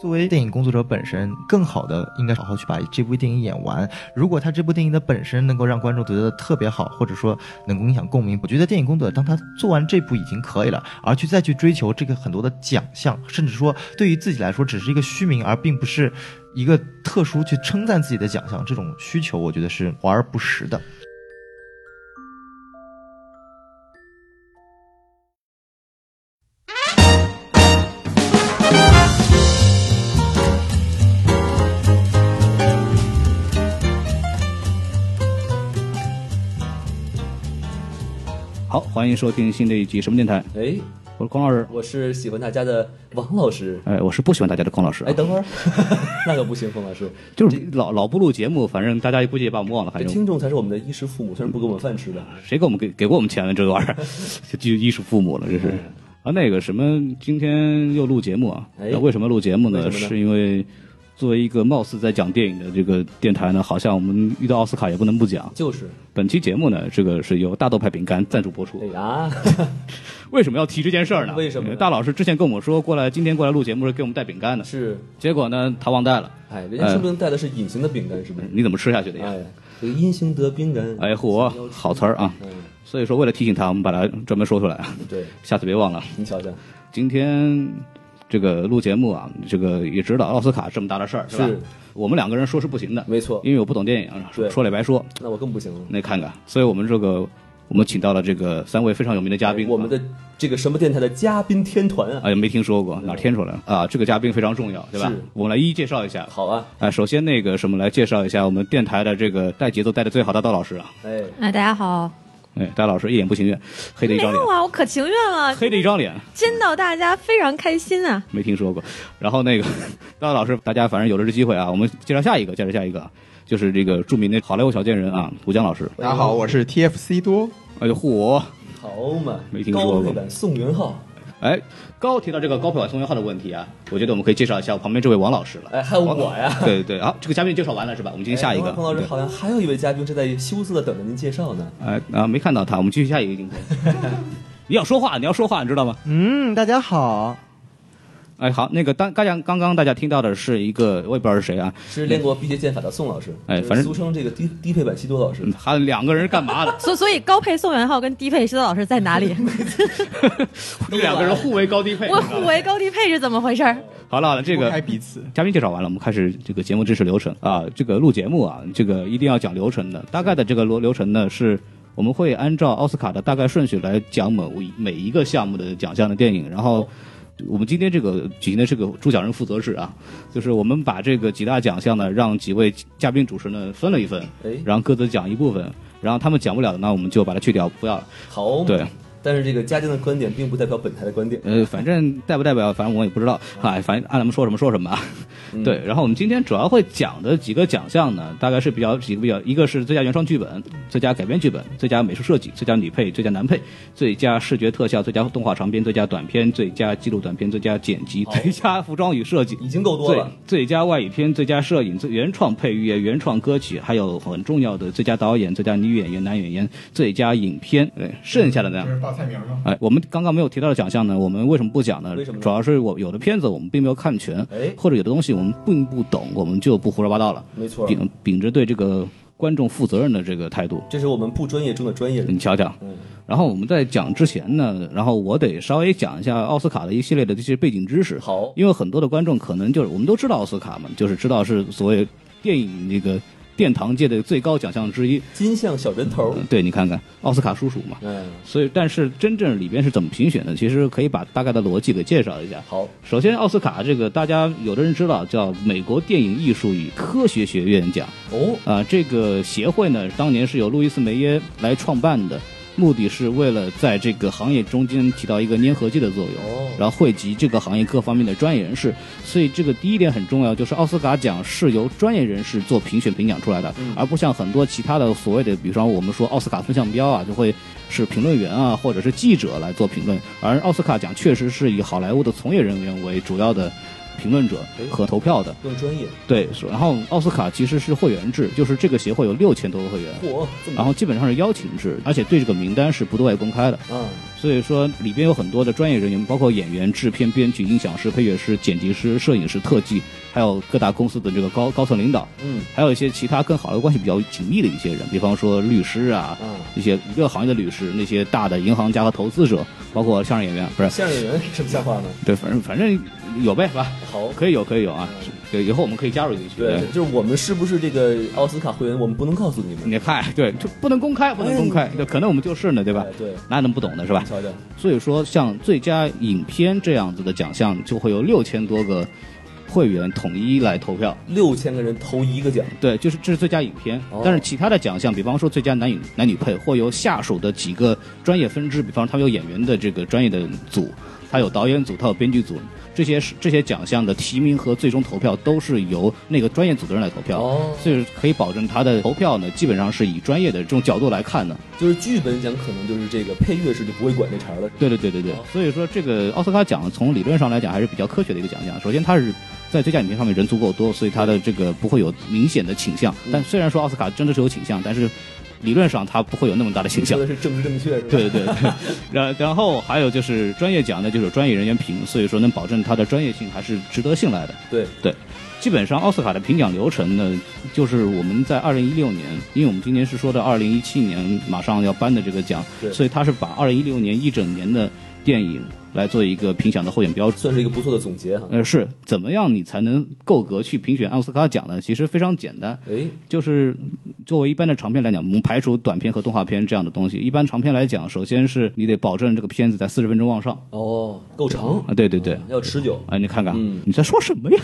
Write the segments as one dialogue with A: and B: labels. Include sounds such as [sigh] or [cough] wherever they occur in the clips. A: 作为电影工作者本身，更好的应该好好去把这部电影演完。如果他这部电影的本身能够让观众觉得特别好，或者说能够影响共鸣，我觉得电影工作者当他做完这部已经可以了，而去再去追求这个很多的奖项，甚至说对于自己来说只是一个虚名，而并不是一个特殊去称赞自己的奖项，这种需求我觉得是华而不实的。
B: 好，欢迎收听新的一集什么电台，
C: 哎，
B: 我是孔老师。
C: 我是喜欢大家的王老师。
B: 哎，我是不喜欢大家的孔老师、啊，
C: 哎，等会儿， [laughs] 那可不行，冯老师，
B: 就是老老不录节目，反正大家估计也把我们忘了，
C: 这
B: 反正
C: 听众才是我们的衣食父母，虽然不给我们饭吃的。
B: 谁给我们给给过我们钱了这个
C: [laughs]
B: 玩意儿，就就衣食父母了，这
C: 哎
B: 是。啊，那个什么，今天又录节目啊？
C: 哎
B: 那为什么录节目呢？
C: 为什么呢
B: 是因为作为一个貌似在讲电影的这个电台呢，好像我们遇到奥斯卡也不能不讲。
C: 就是，
B: 本期节目呢，这个是由大豆派饼干赞助播出
C: 哎。呀， [laughs]
B: 为什么要提这件事儿呢？哎
C: 为什么呢
B: 大老师之前跟我们说过来，今天过来录节目是给我们带饼干的，
C: 是，
B: 结果呢，他忘带了。
C: 哎，人家说不定带的是隐形的饼干，是不是？
B: 你怎么吃下去的呀？
C: 哎，这个阴形得饼干。
B: 嗯哎，嚯，好词儿啊！
C: 嗯，
B: 所以说，为了提醒他，我们把它专门说出来啊，
C: 对，
B: 下次别忘了。
C: 你瞧瞧，
B: 今天这个录节目啊，这个也知道奥斯卡这么大的事儿，吧
C: 是？
B: 我们两个人说是不行的，
C: 没错
B: 因为我不懂电影，说
C: 对
B: 说了也白说。
C: 那我更不行了。
B: 那看看，所以我们这个我们请到了这个三位非常有名的嘉宾，
C: 哎我们的这个什么电台的嘉宾天团啊，
B: 啊也没听说过，哪儿添出来了啊？这个嘉宾非常重要，对吧
C: 是？
B: 我们来一一介绍一下。
C: 好啊，
B: 啊，首先那个什么，来介绍一下我们电台的这个带节奏带的最好的大老师啊，
C: 哎，
D: 哎，大家好。
B: 哎，大老师一脸不情愿，黑的一
D: 没
B: 张脸
D: 有，啊，我可情愿了，
B: 黑的一张脸，
D: 见到大家非常开心啊！
B: 没听说过。然后那个 [laughs] 大老师，大家反正有了这机会啊，我们介绍下一个，介绍下一个啊，就是这个著名的好莱坞小贱人啊，吴江老师。
A: 大家好，我是 TFC 多。
B: 哎呦，嚯我！
C: 好嘛，
B: 没听说过
C: 高配版宋元浩，
B: 哎，刚提到这个高票版宋元浩的问题啊，我觉得我们可以介绍一下旁边这位王老师了。
C: 哎，还有我呀。
B: 对对对，好、这个嘉宾介绍完了是吧？我们进行下一个。
C: 哎冯老师，
B: 对
C: 好像还有一位嘉宾正在羞涩的等着您介绍呢。
B: 哎啊，没看到他，我们继续下一个镜头。 [laughs] 你要说话，你要说话，你知道吗？
A: 嗯，大家好。
B: 哎，好，那个当刚刚刚刚大家听到的是一个，我也不知道是谁啊，
C: 是练过 BJ 剑法的宋老师，
B: 哎
C: 就是
B: 反正
C: 俗称这个低低配版西多老师
B: 嗯，还有两个人是干嘛
C: [laughs]
B: 的？
D: 所所以高配宋元浩跟低配石头老师在
B: [laughs]
D: 哪里？
B: 这
C: 啊
B: 两个人互为高低配。
D: 我
B: 你知道吗
D: 互为高低配是怎么回事儿？
B: 好了，这个
A: 开彼此
B: 嘉宾介绍完了，我们开始这个节目支持流程啊。这个录节目啊，这个一定要讲流程的。大概的这个流流程呢，是我们会按照奥斯卡的大概顺序来讲某一每一个项目的奖项的电影，然后。我们今天这个举行的这个主讲人负责制啊，就是我们把这个几大奖项呢，让几位嘉宾主持呢分了一分，
C: 哎，
B: 然后各自讲一部分，然后他们讲不了的呢，我们就把它去掉，不要了。
C: 好，
B: 对，
C: 但是这个嘉宾的观点并不代表本台的观点，
E: 嗯
B: 呃，反正代不代表，反正我也不知道，哎，反正按他们说什么说什么啊。 [laughs] 对，然后我们今天主要会讲的几个奖项呢，大概是比较几个比较，一个是最佳原创剧本、最佳改编剧本、最佳美术设计、最佳女配、最佳男配、最佳视觉特效、最佳动画长片、最佳短片、最佳纪录短片、最佳剪辑、最佳服装与设计。
C: 已经够多
B: 最
C: 了。
B: 最佳外语片、最佳摄影、最原创配乐、原创歌曲，还有很重要的最佳导演、最佳女演员、男演员、最佳影片。对，剩下的呢，
A: 嗯是报菜名吗？
B: 哎，我们刚刚没有提到的奖项呢，我们为什么不讲呢？
C: 为什么呢
B: 主要是我有的片子我们并没有看全，
C: 哎
B: 或者有的东西我们并不懂，我们就不胡说八道了。
C: 没错
B: 秉秉着对这个观众负责任的这个态度，
C: 这是我们不专业中的专业人
B: 你。瞧瞧。
C: 嗯，
B: 然后我们在讲之前呢，然后我得稍微讲一下奥斯卡的一系列的这些背景知识。
C: 好
B: 因为很多的观众可能就是我们都知道奥斯卡嘛，就是知道是所谓电影那个
E: 殿堂界的最高奖项之一。
C: 金像小人头
E: 嗯，，对你看看奥斯卡叔叔嘛。
C: 嗯，
E: 所以，但是真正里边是怎么评选的，其实可以把大概的逻辑给介绍一下。
C: 好，
E: 首先，奥斯卡这个大家有的人知道，叫美国电影艺术与科学学院奖
C: 哦，
E: 啊、这个协会呢，当年是由路易斯·梅耶来创办的，目的是为了在这个行业中间起到一个粘合剂的作用。
C: 哦，
E: 然后汇集这个行业各方面的专业人士，所以这个第一点很重要，就是奥斯卡奖是由专业人士做评选评奖出来的，而不像很多其他的所谓的，比方我们说奥斯卡风向标啊，就会是评论员啊或者是记者来做评论，而奥斯卡奖确实是以好莱坞的从业人员为主要的评论者和投票的。
C: 更专业，
E: 对，是然后奥斯卡其实是会员制，就是这个协会有六千多个会员。
C: 嚯，这么
E: 然后基本上是邀请制，而且对这个名单是不对外公开的。
C: 啊，
E: 所以说里边有很多的专业人员，包括演员、制片、编剧、音响师、配乐师、剪辑师、摄影师、特技，还有各大公司的这个高高层领导，
C: 嗯
E: 还有一些其他跟好莱坞关系比较紧密的一些人，比方说律师啊，
C: 啊，
E: 一些各行业的律师，那些大的银行家和投资者，包括相声演员，不是
C: 相声演员是什么像话呢？
E: 对，反正反正有呗，是吧？
C: 好，
E: 可以有，可以有啊，对，以后我们可以加入进去。
C: 对，就是我们是不是这个奥斯卡会员，我们不能告诉你们，
E: 你看，对，就不能公开，不能公开，就可能我们就是呢，对吧
C: 哎？对，
E: 哪能不懂呢，是吧
C: 你？瞧瞧，
E: 所以说，像最佳影片这样子的奖项，就会有六千多个会员统一来投票。
C: 六千个人投一个奖，
E: 对，就是这是最佳影片
C: 哦，
E: 但是其他的奖项，比方说最佳男影男女配，会由下属的几个专业分支，比方说他们有演员的这个专业的组，他有导演组，他有编剧组，这些是这些奖项的提名和最终投票都是由那个专业组的人来投票，
C: 哦
E: 所以可以保证他的投票呢，基本上是以专业的这种角度来看的。
C: 就是剧本奖可能就是这个配乐是就不会管这茬儿了，
E: 对对对对对，所以说这个奥斯卡奖从理论上来讲还是比较科学的一个奖项。首先，它是在最佳影片上面人足够多，所以它的这个不会有明显的倾向。但虽然说奥斯卡真的是有倾向，但是理论上它不会有那么大的倾向
C: 说。的是政治正确是吧？
E: [laughs] 对对对，然然后还有就是专业奖呢，就是有专业人员评，所以说能保证它的专业性还是值得信赖的。
C: 对
E: 对，基本上奥斯卡的评奖流程呢，就是我们在二零一六年，因为我们今年是说的二零一七年马上要颁的这个奖
C: 对，
E: 所以它是把二零一六年一整年的电影来做一个评奖的候选标准。
C: 算是一个不错的总结哈。
E: 呃，是怎么样你才能够格去评选奥斯卡奖呢？其实非常简单，
C: 哎，
E: 就是作为一般的长片来讲，我们排除短片和动画片这样的东西。一般长片来讲，首先是你得保证这个片子在四十分钟往上
C: 哦，够长
E: 啊，对对对，
C: 要持久。
E: 啊，你看看，
C: 嗯
E: 你在说什么
C: [laughs]
E: 呀？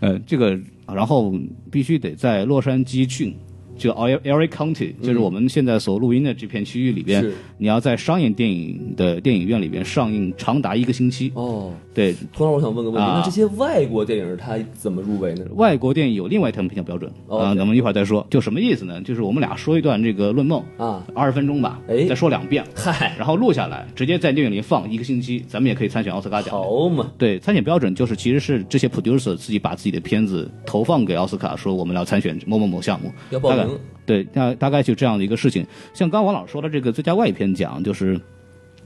E: 呃，这个，然后必须得在洛杉矶郡，就 L L A County，就是我们现在所录音的这片区域里边
C: 嗯是，
E: 你要在商业电影的电影院里边上映长达一个星期。
C: 哦，
E: 对，
C: 童老师，我想问个问题，
E: 啊
C: 那这些外国电影它怎么入围呢？
E: 外国电影有另外一套评奖标准
C: 哦
E: 啊，咱们一会儿再说。就什么意思呢？就是我们俩说一段这个论梦
C: 啊，
E: 二十分钟吧
C: 哎，
E: 再说两遍，
C: 嗨，
E: 然后录下来，直接在电影里放一个星期，咱们也可以参选奥斯卡奖。
C: 好嘛，
E: 对，参选标准就是其实是这些 producer 自己把自己的片子投放给奥斯卡，说我们要参选某某某项目，
C: 要报
E: 大概
C: 名。
E: 对，大大概就这样的一个事情。像刚刚王老师说的这个最佳外片奖，就是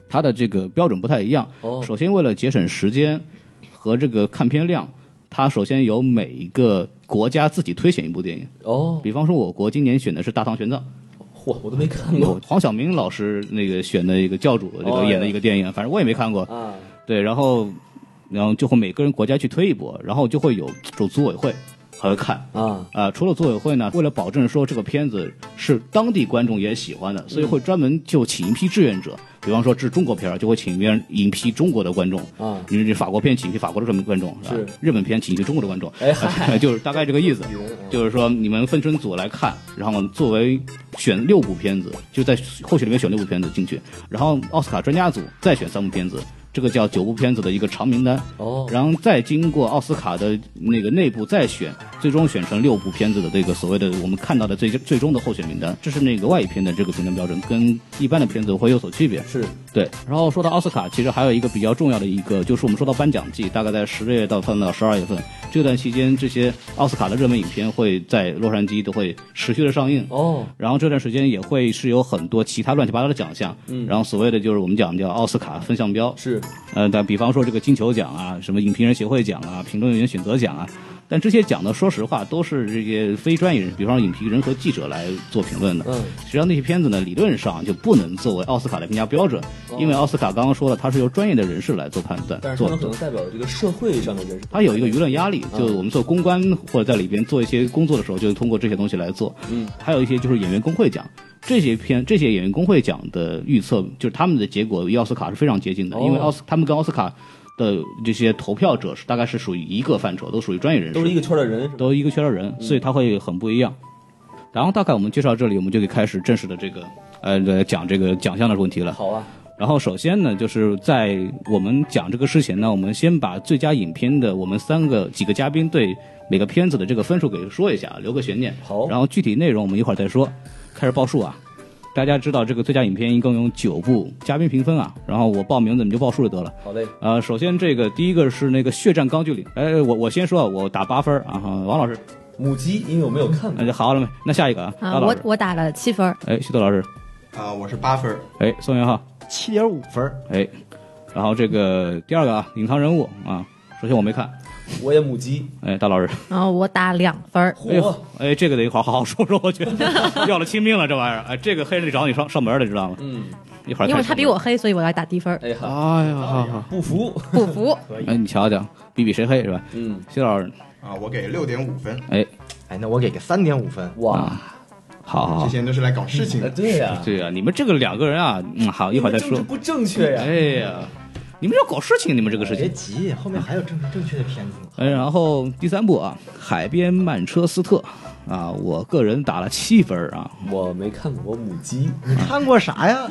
E: 它的这个标准不太一样。
C: 哦
E: 首先为了节省时间和这个看片量，它首先由每一个国家自己推选一部电影。
C: 哦，
E: 比方说，我国今年选的是《大唐玄奘》，
C: 嚯，我都没看过
E: 黄晓明老师那个选的一个教主这
C: 哦
E: 个演的一个电影，反正我也没看过。
C: 啊。
E: 对，然后然后就会每个人国家去推一波，然后就会有这种组委会还会看
C: 啊，
E: 啊、除了组委会呢，为了保证说这个片子是当地观众也喜欢的，所以
C: 嗯
E: 会专门就请一批志愿者，比方说制中国片儿，就会请一批一批中国的观众
C: 啊
E: 你这法国片请一批法国的观众，
C: 是
E: 吧日本片请一批中国的观众，啊
C: 哎嗨
E: [laughs] 就是大概这个意思。就是说，你们分成组来看，然后作为选六部片子，就在候选里面选六部片子进去，然后奥斯卡专家组再选三部片子，这个叫九部片子的一个长名单。
C: 哦，
E: 然后再经过奥斯卡的那个内部再选，最终选成六部片子的这个所谓的我们看到的最最终的候选名单，这是那个外语片的这个评分标准，跟一般的片子会有所区别。
C: 是
E: 对，然后说到奥斯卡，其实还有一个比较重要的一个，就是我们说到颁奖季，大概在十月到到十二月份这段期间，这些奥斯卡的热门影片会在洛杉矶都会持续的上映。
C: 哦，
E: 然后这段时间也会是有很多其他乱七八糟的奖项，嗯，然后所谓的就是我们讲叫奥斯卡分项标，
C: 是
E: 呃，打比方说这个金球奖啊，什么影评人协会奖啊，评论员选择奖啊，但这些奖呢，说实话都是这些非专业人，比方说影评人和记者来做评论的。
C: 嗯，
E: 实际上那些片子呢，理论上就不能作为奥斯卡的评价标准，因为奥斯卡刚刚说了，它是由专业的人士来做判断
C: 哦但，是
E: 做哎
C: 他们可能代表这个社会上的人士，
E: 它有一个舆论压力，
C: 嗯
E: 就我们做公关或者在里边做一些工作的时候，就通过这些东西来做。
C: 嗯，
E: 还有一些就是演员工会奖，这些片这些演员工会奖的预测，就是他们的结果与奥斯卡是非常接近的，
C: 哦
E: 因为奥斯他们跟奥斯卡的这些投票者是大概是属于一个范畴，都属于专业人士，
C: 都是一个圈嗯儿的人，是吧？
E: 都一个圈的人，所以他会很不一样。然后大概我们介绍这里，我们就可以开始正式的这个呃来讲这个奖项的问题了。
C: 好啊，
E: 然后首先呢，就是在我们讲这个之前呢，我们先把最佳影片的我们三个几个嘉宾对每个片子的这个分数给说一下，留个悬念。
C: 好
E: 然后具体内容我们一会儿再说。开始报数啊，大家知道这个最佳影片一共有九部，嘉宾评分啊，然后我报名字你们就报数就得了。
C: 好嘞，
E: 呃，首先这个第一个是那个《血战钢锯岭》，哎，我我先说啊，我打八分儿啊，王老师，
C: 母鸡，因为我没有看
E: 那
C: 过，
E: 就好了没？那下一个啊，
D: 啊，
E: 高老
D: 我
E: 师，
D: 我打了七分儿，
E: 哎，徐豆老师，
A: 啊，我是八分儿，
E: 哎，宋元浩，
F: 七点五分儿，
E: 哎，然后这个第二个啊，隐藏人物啊，首先我没看，
C: 我也母鸡，
E: 哎，大老师，
D: 然后啊我打两分儿，
E: 哎呦
C: 火，，
E: 哎，这个得好好好说说，我觉得要了亲命了这玩意儿，哎，这个黑人得找你上上门了，知道吗？
C: 嗯，
E: 一会儿
D: 因为他
E: 开始
D: 比我黑，所以我要打低分儿，
C: 哎呀，
E: 哎呀，好好，
C: 不服，
D: 不服。
E: 哎，你瞧瞧，比比谁黑是吧？
C: 嗯，
E: 徐老师，
A: 啊，我给六点五分，
E: 哎，
F: 哎，那我给个三点五分，
C: 哇，
E: 啊好好
A: 这
E: 好
A: 些，人都是来搞事情
C: 哎
A: 的。
C: 对呀，
E: 对啊，你们这个两个人啊，嗯，好，一
C: 你
E: 会儿
C: 们
E: 再
C: 政
E: 说
C: 治。不正确呀，
E: 哎呀，你们这搞事情，你们这个事情
F: 别。急，后面还有正正确的片子呢。
E: 哎，然后第三部啊，《海边曼彻斯特》啊，我个人打了七分儿啊。 [laughs]
C: 我没看过，我母鸡，
F: 你看过啥呀？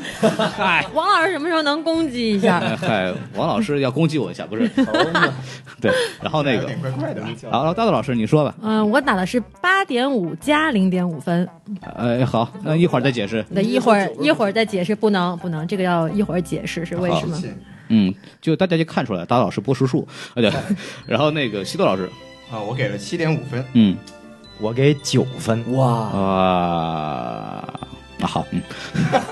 E: 嗨、
D: 王老师什么时候能攻击一下？
B: [laughs]
E: 哎嗨，王老师要攻击我一下，不是？
C: 好嘛，
E: [laughs] 对，然后那
A: 有 [laughs]
E: 个， [laughs]
A: 点怪怪的，
E: 好，大豆老师你说吧。
D: 嗯，我打的是八点五加零点五分。
E: 哎，好，那一会儿再解释。
D: 那一会儿一会儿再解释，不能不能，这个要一会儿解释是为什么
A: 谢。谢
E: 嗯，就大家就看出来，大豆老师播实数，哎对。然后那个西豆老师，
A: 啊，我给了七点五分，
E: 嗯
F: 我给九分，
C: 哇，
E: 啊。那好，嗯，
C: 就这个，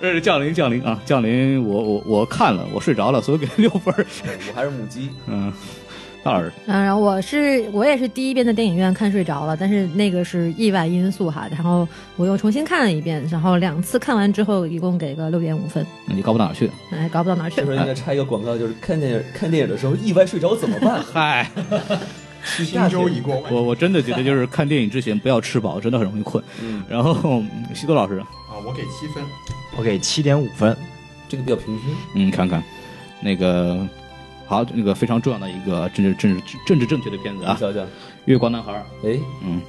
E: 呃，降临降临啊，降临我，我我看了，我睡着了，所以给六分儿。
C: 我
E: [laughs]
C: 还是母鸡，
E: 嗯，大老师，
D: 嗯，然后我是我也是第一遍在电影院看睡着了，但是那个是意外因素哈，然后我又重新看了一遍，然后两次看完之后一共给个六点五分，
E: 那你高不到哪儿去？
D: 哎，搞不到哪儿去
C: 这时。候应该插一个广告，就是看电影看电影的时候意外睡着怎么
E: [laughs]
C: 办？
E: 嗨，
C: 去
A: 轻
C: 大学
A: 舟已过万
E: 我我真的觉得就是看电影之前不要吃饱，真的很容易困。
C: 嗯
E: 然后西多老师，
A: 啊，我给七分，
F: 我给七点五分。
C: 这个比较平均，
E: 嗯，看看那个好，那个非常重要的一个政治政治政治正确的片子
C: 你
E: 啊，《
C: 瞧瞧，
E: 月光男孩》。
C: 哎，
E: 嗯，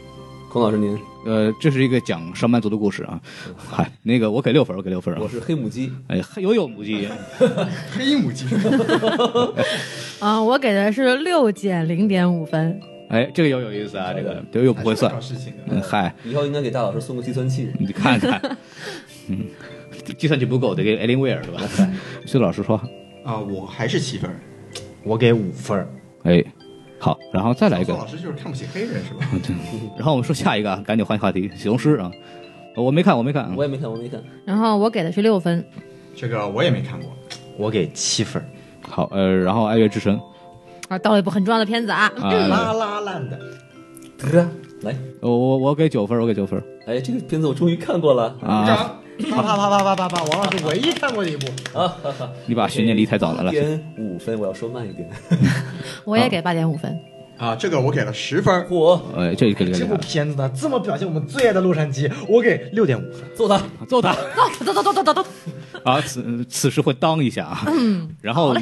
C: 孔老师您，
E: 呃，这是一个讲上班族的故事啊。嗨，那个我给六分，我给六分啊
C: 我。是黑母鸡，
E: 哎，有有母鸡，
A: 黑母鸡，
D: 啊、我给的是六减零点五分，
E: 哎，这个有有意思啊，这个有有不会算
A: 搞。事情的。
E: 嗯嗨，
C: 以后应该给大老师送个计算器。
E: 你看看， [laughs] 嗯，计算器不够，得给艾琳威尔是吧？西多老师说，
A: 啊，我还是七分儿。
F: 我给五分儿，
E: 哎，好，然后再来一个
A: 宋。老师就是看不起黑人是吧？
E: 然后我们说下一个，啊，赶紧换话题，《喜龙师》啊，我没看，我没看，啊
C: 我也没看，我没看。
D: 然后我给的是六分，
A: 这个我也没看过。
F: 我给七分儿。
E: 好，呃，然后《爱乐之城》
D: 啊，到了一部很重要的片子啊，
E: 啊、
A: 嗯
F: 拉拉烂的，
C: 得来，
E: 我我我给九分，我给九分
C: 哎，这个片子我终于看过了
E: 啊！
F: 啪啪啪啪啪啪啪！王老师唯一看过的一部，
C: 啊！
E: 你把悬念离太早了，来，
C: 点五分，我要说慢一
E: [laughs]
C: 点。
D: 我也给八点五分。
A: 啊，这个我给了十分儿。
C: 我
E: 呃，这个这个
F: 这
E: 这
F: 部
E: 个，
F: 片子呢，这么表现我们最爱的洛杉矶，我给六点五分。
C: 揍他！
E: 揍他 [laughs]
D: 走走走走走走走，
E: 啊！此此时会当一下啊，然后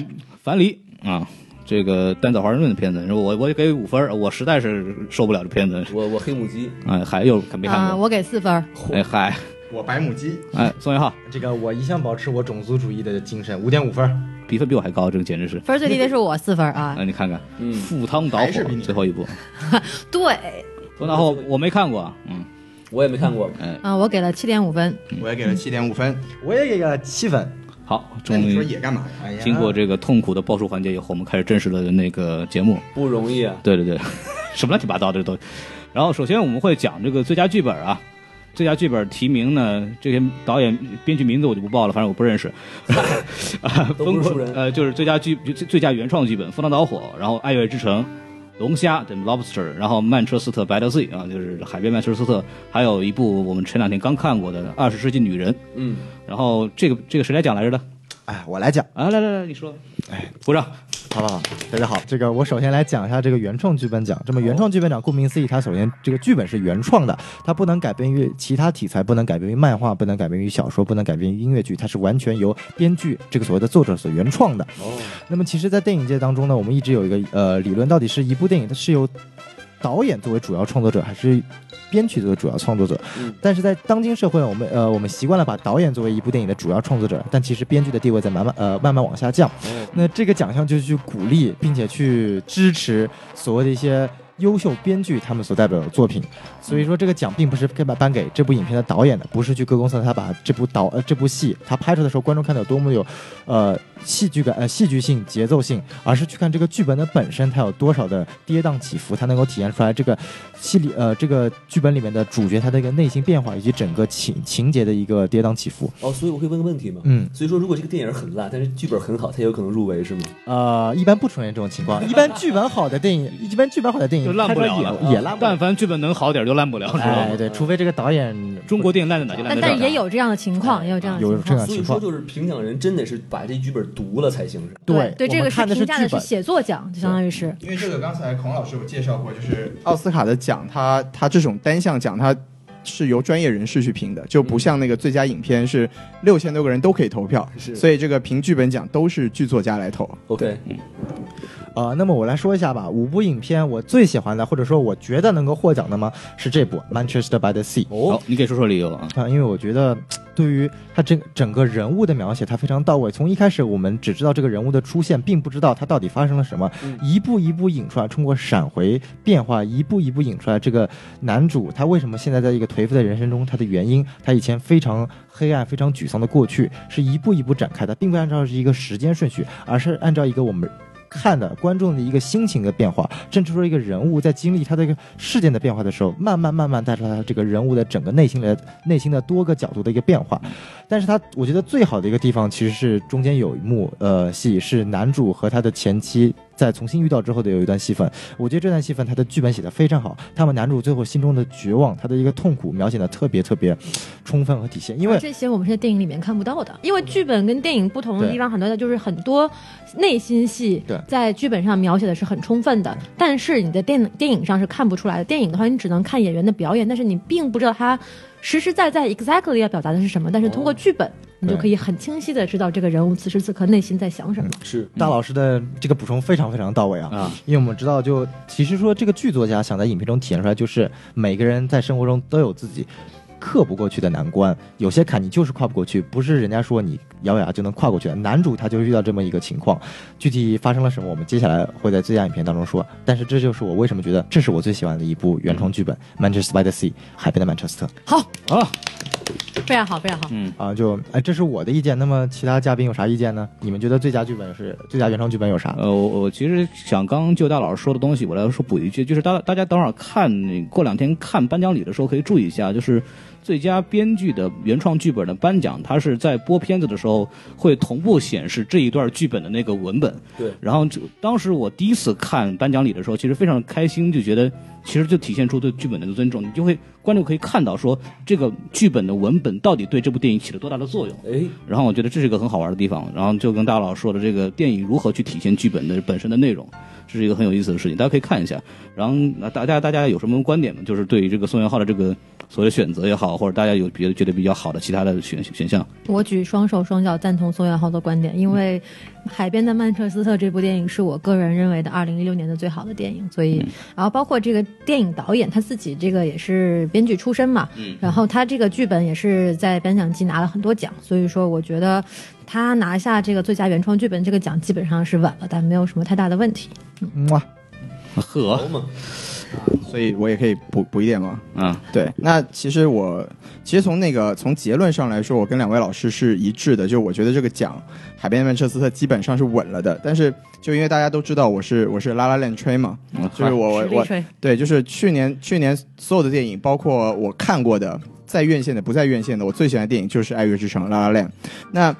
E: 樊梨啊。这个丹泽华盛顿的片子，我我给五分，我实在是受不了这片子。
C: 我我黑母鸡，
E: 哎，还又没
D: 啊、
E: 看过。
D: 我给四分儿，
E: 哎嗨，
A: 我白母鸡，
E: 哎，宋元浩
F: 这个我一向保持我种族主义的精神，五点五分儿。
E: 比分比我还高，这个简直是。
D: 分儿最低的是我四分儿啊
E: 哎，。你看看，
C: 嗯
E: 赴汤蹈
A: 还
E: 火
A: 是比你
E: 最后一部。
D: 对，
E: 然后我没看过，嗯，
C: 我也没看过。
E: 哎，
D: 啊、我给了七点五分。
A: 我也给了七点五分。
F: 嗯我也给了七分。
E: 好，
A: 那
E: 终
A: 你说
E: 于
A: 也干嘛呀？
F: 哎
C: 啊
F: 呀，
E: 嗯经过这个痛苦的报数环节以后，我们开始正式的那个节目。
C: 不容易啊！
E: [laughs] 对对对，什么乱七八糟的这都。然后首先我们会讲这个最佳剧本啊，最佳剧本提名呢，这些导演、编剧名字我就不报了，反正我不认识。 [laughs] 啊，
C: 都不
E: 疯
C: 是熟
E: 狂
C: 人
E: 呃，就是最佳剧、最最佳原创剧本《风浪导火》，然后《爱乐之城》。龙虾等 lobster，然后曼彻斯特 by the sea 啊，就是海边曼彻斯特，还有一部我们前两天刚看过的《二十世纪女人》，
C: 嗯，
E: 然后这个这个谁来讲来着的？
A: 哎，我来讲，
E: 啊，来来来，你说，哎，鼓掌，
A: 好不好？大家好，这个我首先来讲一下这个原创剧本奖。这么原创剧本奖，顾名思义，它首先这个剧本是原创的，它不能改编于其他题材，不能改编于漫画，不能改编于小说，不能改编于音乐剧，它是完全由编剧这个所谓的作者所原创的。
C: 哦，
A: 那么其实，在电影界当中呢，我们一直有一个呃理论，到底是一部电影它是由导演作为主要创作者，还是编剧作为主要创作者？
C: 嗯
A: 但是在当今社会，我们呃我们习惯了把导演作为一部电影的主要创作者，但其实编剧的地位在慢慢呃慢慢往下降。
C: 哦
A: 那这个奖项就去鼓励并且去支持所谓的一些。优秀编剧他们所代表的作品，所以说这个奖并不是该把颁给这部影片的导演的，不是去歌功颂他把这部导呃这部戏他拍出来的时候观众看到有多么有呃戏剧感、呃戏剧性、节奏性，而是去看这个剧本的本身，它有多少的跌宕起伏，它能够体现出来这个戏里呃这个剧本里面的主角他的一个内心变化，以及整个情情节的一个跌宕起伏。
C: 哦，所以我可以问个问题吗？
A: 嗯，
C: 所以说，如果这个电影很烂，但是剧本很好，它有可能入围是吗？
A: 呃，一般不出现这种情况，一般剧 [laughs] 本好的电影，一般剧本好的电影
E: 就烂不
A: 拍
E: 了啊
A: 出来
E: 了，
A: 也也烂不
E: 但
A: 了。
E: 凡剧本能好点儿就烂不了，知道
A: 哎，
E: 吗？
A: 对，除非这个导演
E: 中国电影烂在哪就烂
D: 但
E: 在这
D: 但
E: 儿
D: 是也有这样的情况，也有这样的
A: 有
D: 情
A: 这
D: 况。
A: 样
C: 所
A: 情
C: 以说，
A: 况。
C: 就是评奖人真得是把这剧本读了才行是吧？
A: 对
D: 对，这
A: 我
D: 个
A: 们看的
D: 评
A: 是
D: 价的
A: 剧
D: 是
A: 本，
D: 写作奖，就相当于是
F: 因为这个刚才孔老师有介绍过，就是奥斯卡的奖，它它这种单项奖，它是由专业人士去评的，就不像那个最佳影片是六千多个人都可以投票，
C: 是
F: 所以这个评剧本奖都是剧作家来投。
C: OK，
A: 呃，那么我来说一下吧，五部影片我最喜欢的，或者说我觉得能够获奖的吗？是这部《Manchester by the Sea》。
E: 好，你给说说理由啊。
A: 啊，因为我觉得对于他整整个人物的描写，他非常到位。从一开始我们只知道这个人物的出现，并不知道他到底发生了什么，一步一步引出来，通过闪回变化，一步一步引出来这个男主他为什么现在在一个颓废的人生中，他的原因，他以前非常黑暗、非常沮丧的过去，是一步一步展开的，并不按照是一个时间顺序，而是按照一个我们。看的观众的一个心情的变化，甚至说一个人物在经历他的一个事件的变化的时候，慢慢慢慢带出来他这个人物的整个内心的内心的多个角度的一个变化。但是他，我觉得最好的一个地方其实是中间有一幕，呃，戏是男主和他的前妻在重新遇到之后的有一段戏份。我觉得这段戏份他的剧本写的非常好，他们男主最后心中的绝望，他的一个痛苦描写的特别特别充分和体现。因为
D: 而这些我们是在电影里面看不到的，因为剧本跟电影不同的
A: 对
D: 地方，很多的就是很多内心戏
A: 对
D: 在剧本上描写的是很充分的，但是你在电电影上是看不出来的。电影的话，你只能看演员的表演，但是你并不知道他实实在在 exactly 要表达的是什么。但是通过剧本，你就
A: 哦对
D: 可以很清晰的知道这个人物此时此刻内心在想什
A: 嗯
D: 么。
C: 是
A: 大老师的这个补充非常非常到位啊，
E: 啊
A: 因为我们知道就，其实说这个剧作家想在影片中体现出来，就是每个人在生活中都有自己克不过去的难关，有些坎你就是跨不过去，不是人家说你咬咬牙就能跨过去的。男主他就遇到这么一个情况，具体发生了什么，我们接下来会在最佳影片当中说。但是这就是我为什么觉得这是我最喜欢的一部原创剧本《Manchester by the Sea》海边的曼彻斯特
D: 好，
E: 啊，
D: 非常好，非常好。
E: 嗯，
A: 啊，就哎，这是我的意见。那么其他嘉宾有啥意见呢？你们觉得最佳剧本是最佳原创剧本有啥？
E: 呃，我我其实想刚刚就大老师说的东西，我来说补一句，就是大大家等会儿看过两天看颁奖礼的时候，可以注意一下，就是最佳编剧的原创剧本的颁奖，它是在播片子的时候会同步显示这一段剧本的那个文本。
C: 对
E: 然后就当时我第一次看颁奖礼的时候，其实非常开心，就觉得其实就体现出对剧本的尊重，你就会观众可以看到说这个剧本的文本到底对这部电影起了多大的作用。
C: 哎，
E: 然后我觉得这是一个很好玩的地方。然后就跟大老师说的，这个电影如何去体现剧本的本身的内容，这是一个很有意思的事情，大家可以看一下。然后那大家大家有什么观点吗？就是对于这个宋元浩的这个所谓的选择也好，或者大家有别的觉得比较好的其他的选选项，
D: 我举双手双脚赞同宋元浩的观点，因
E: 嗯
D: 为《海边的曼彻斯特》这部电影是我个人认为的2016年的最好的电影，所以，
E: 嗯
D: 然后包括这个电影导演他自己这个也是编剧出身嘛，
E: 嗯
D: 然后他这个剧本也是在颁奖季拿了很多奖，所以说我觉得他拿下这个最佳原创剧本这个奖基本上是稳了，但没有什么太大的问题。
A: 嗯哇。
E: 呵
C: 好，嘛，
F: 所以我也可以补补一点吗？
E: 嗯，
F: 对，那其实我其实从那个从结论上来说，我跟两位老师是一致的，就我觉得这个奖《海边的曼彻斯特》基本上是稳了的。但是就因为大家都知道我是我是拉拉链吹嘛，
E: 嗯
F: 就是我
D: 实
F: 我
D: 力
F: 我
D: 吹，
F: 对，就是去年去年所有的电影，包括我看过的。在院线的、不在院线的，我最喜欢的电影就是《爱乐之城》《La La Land》。那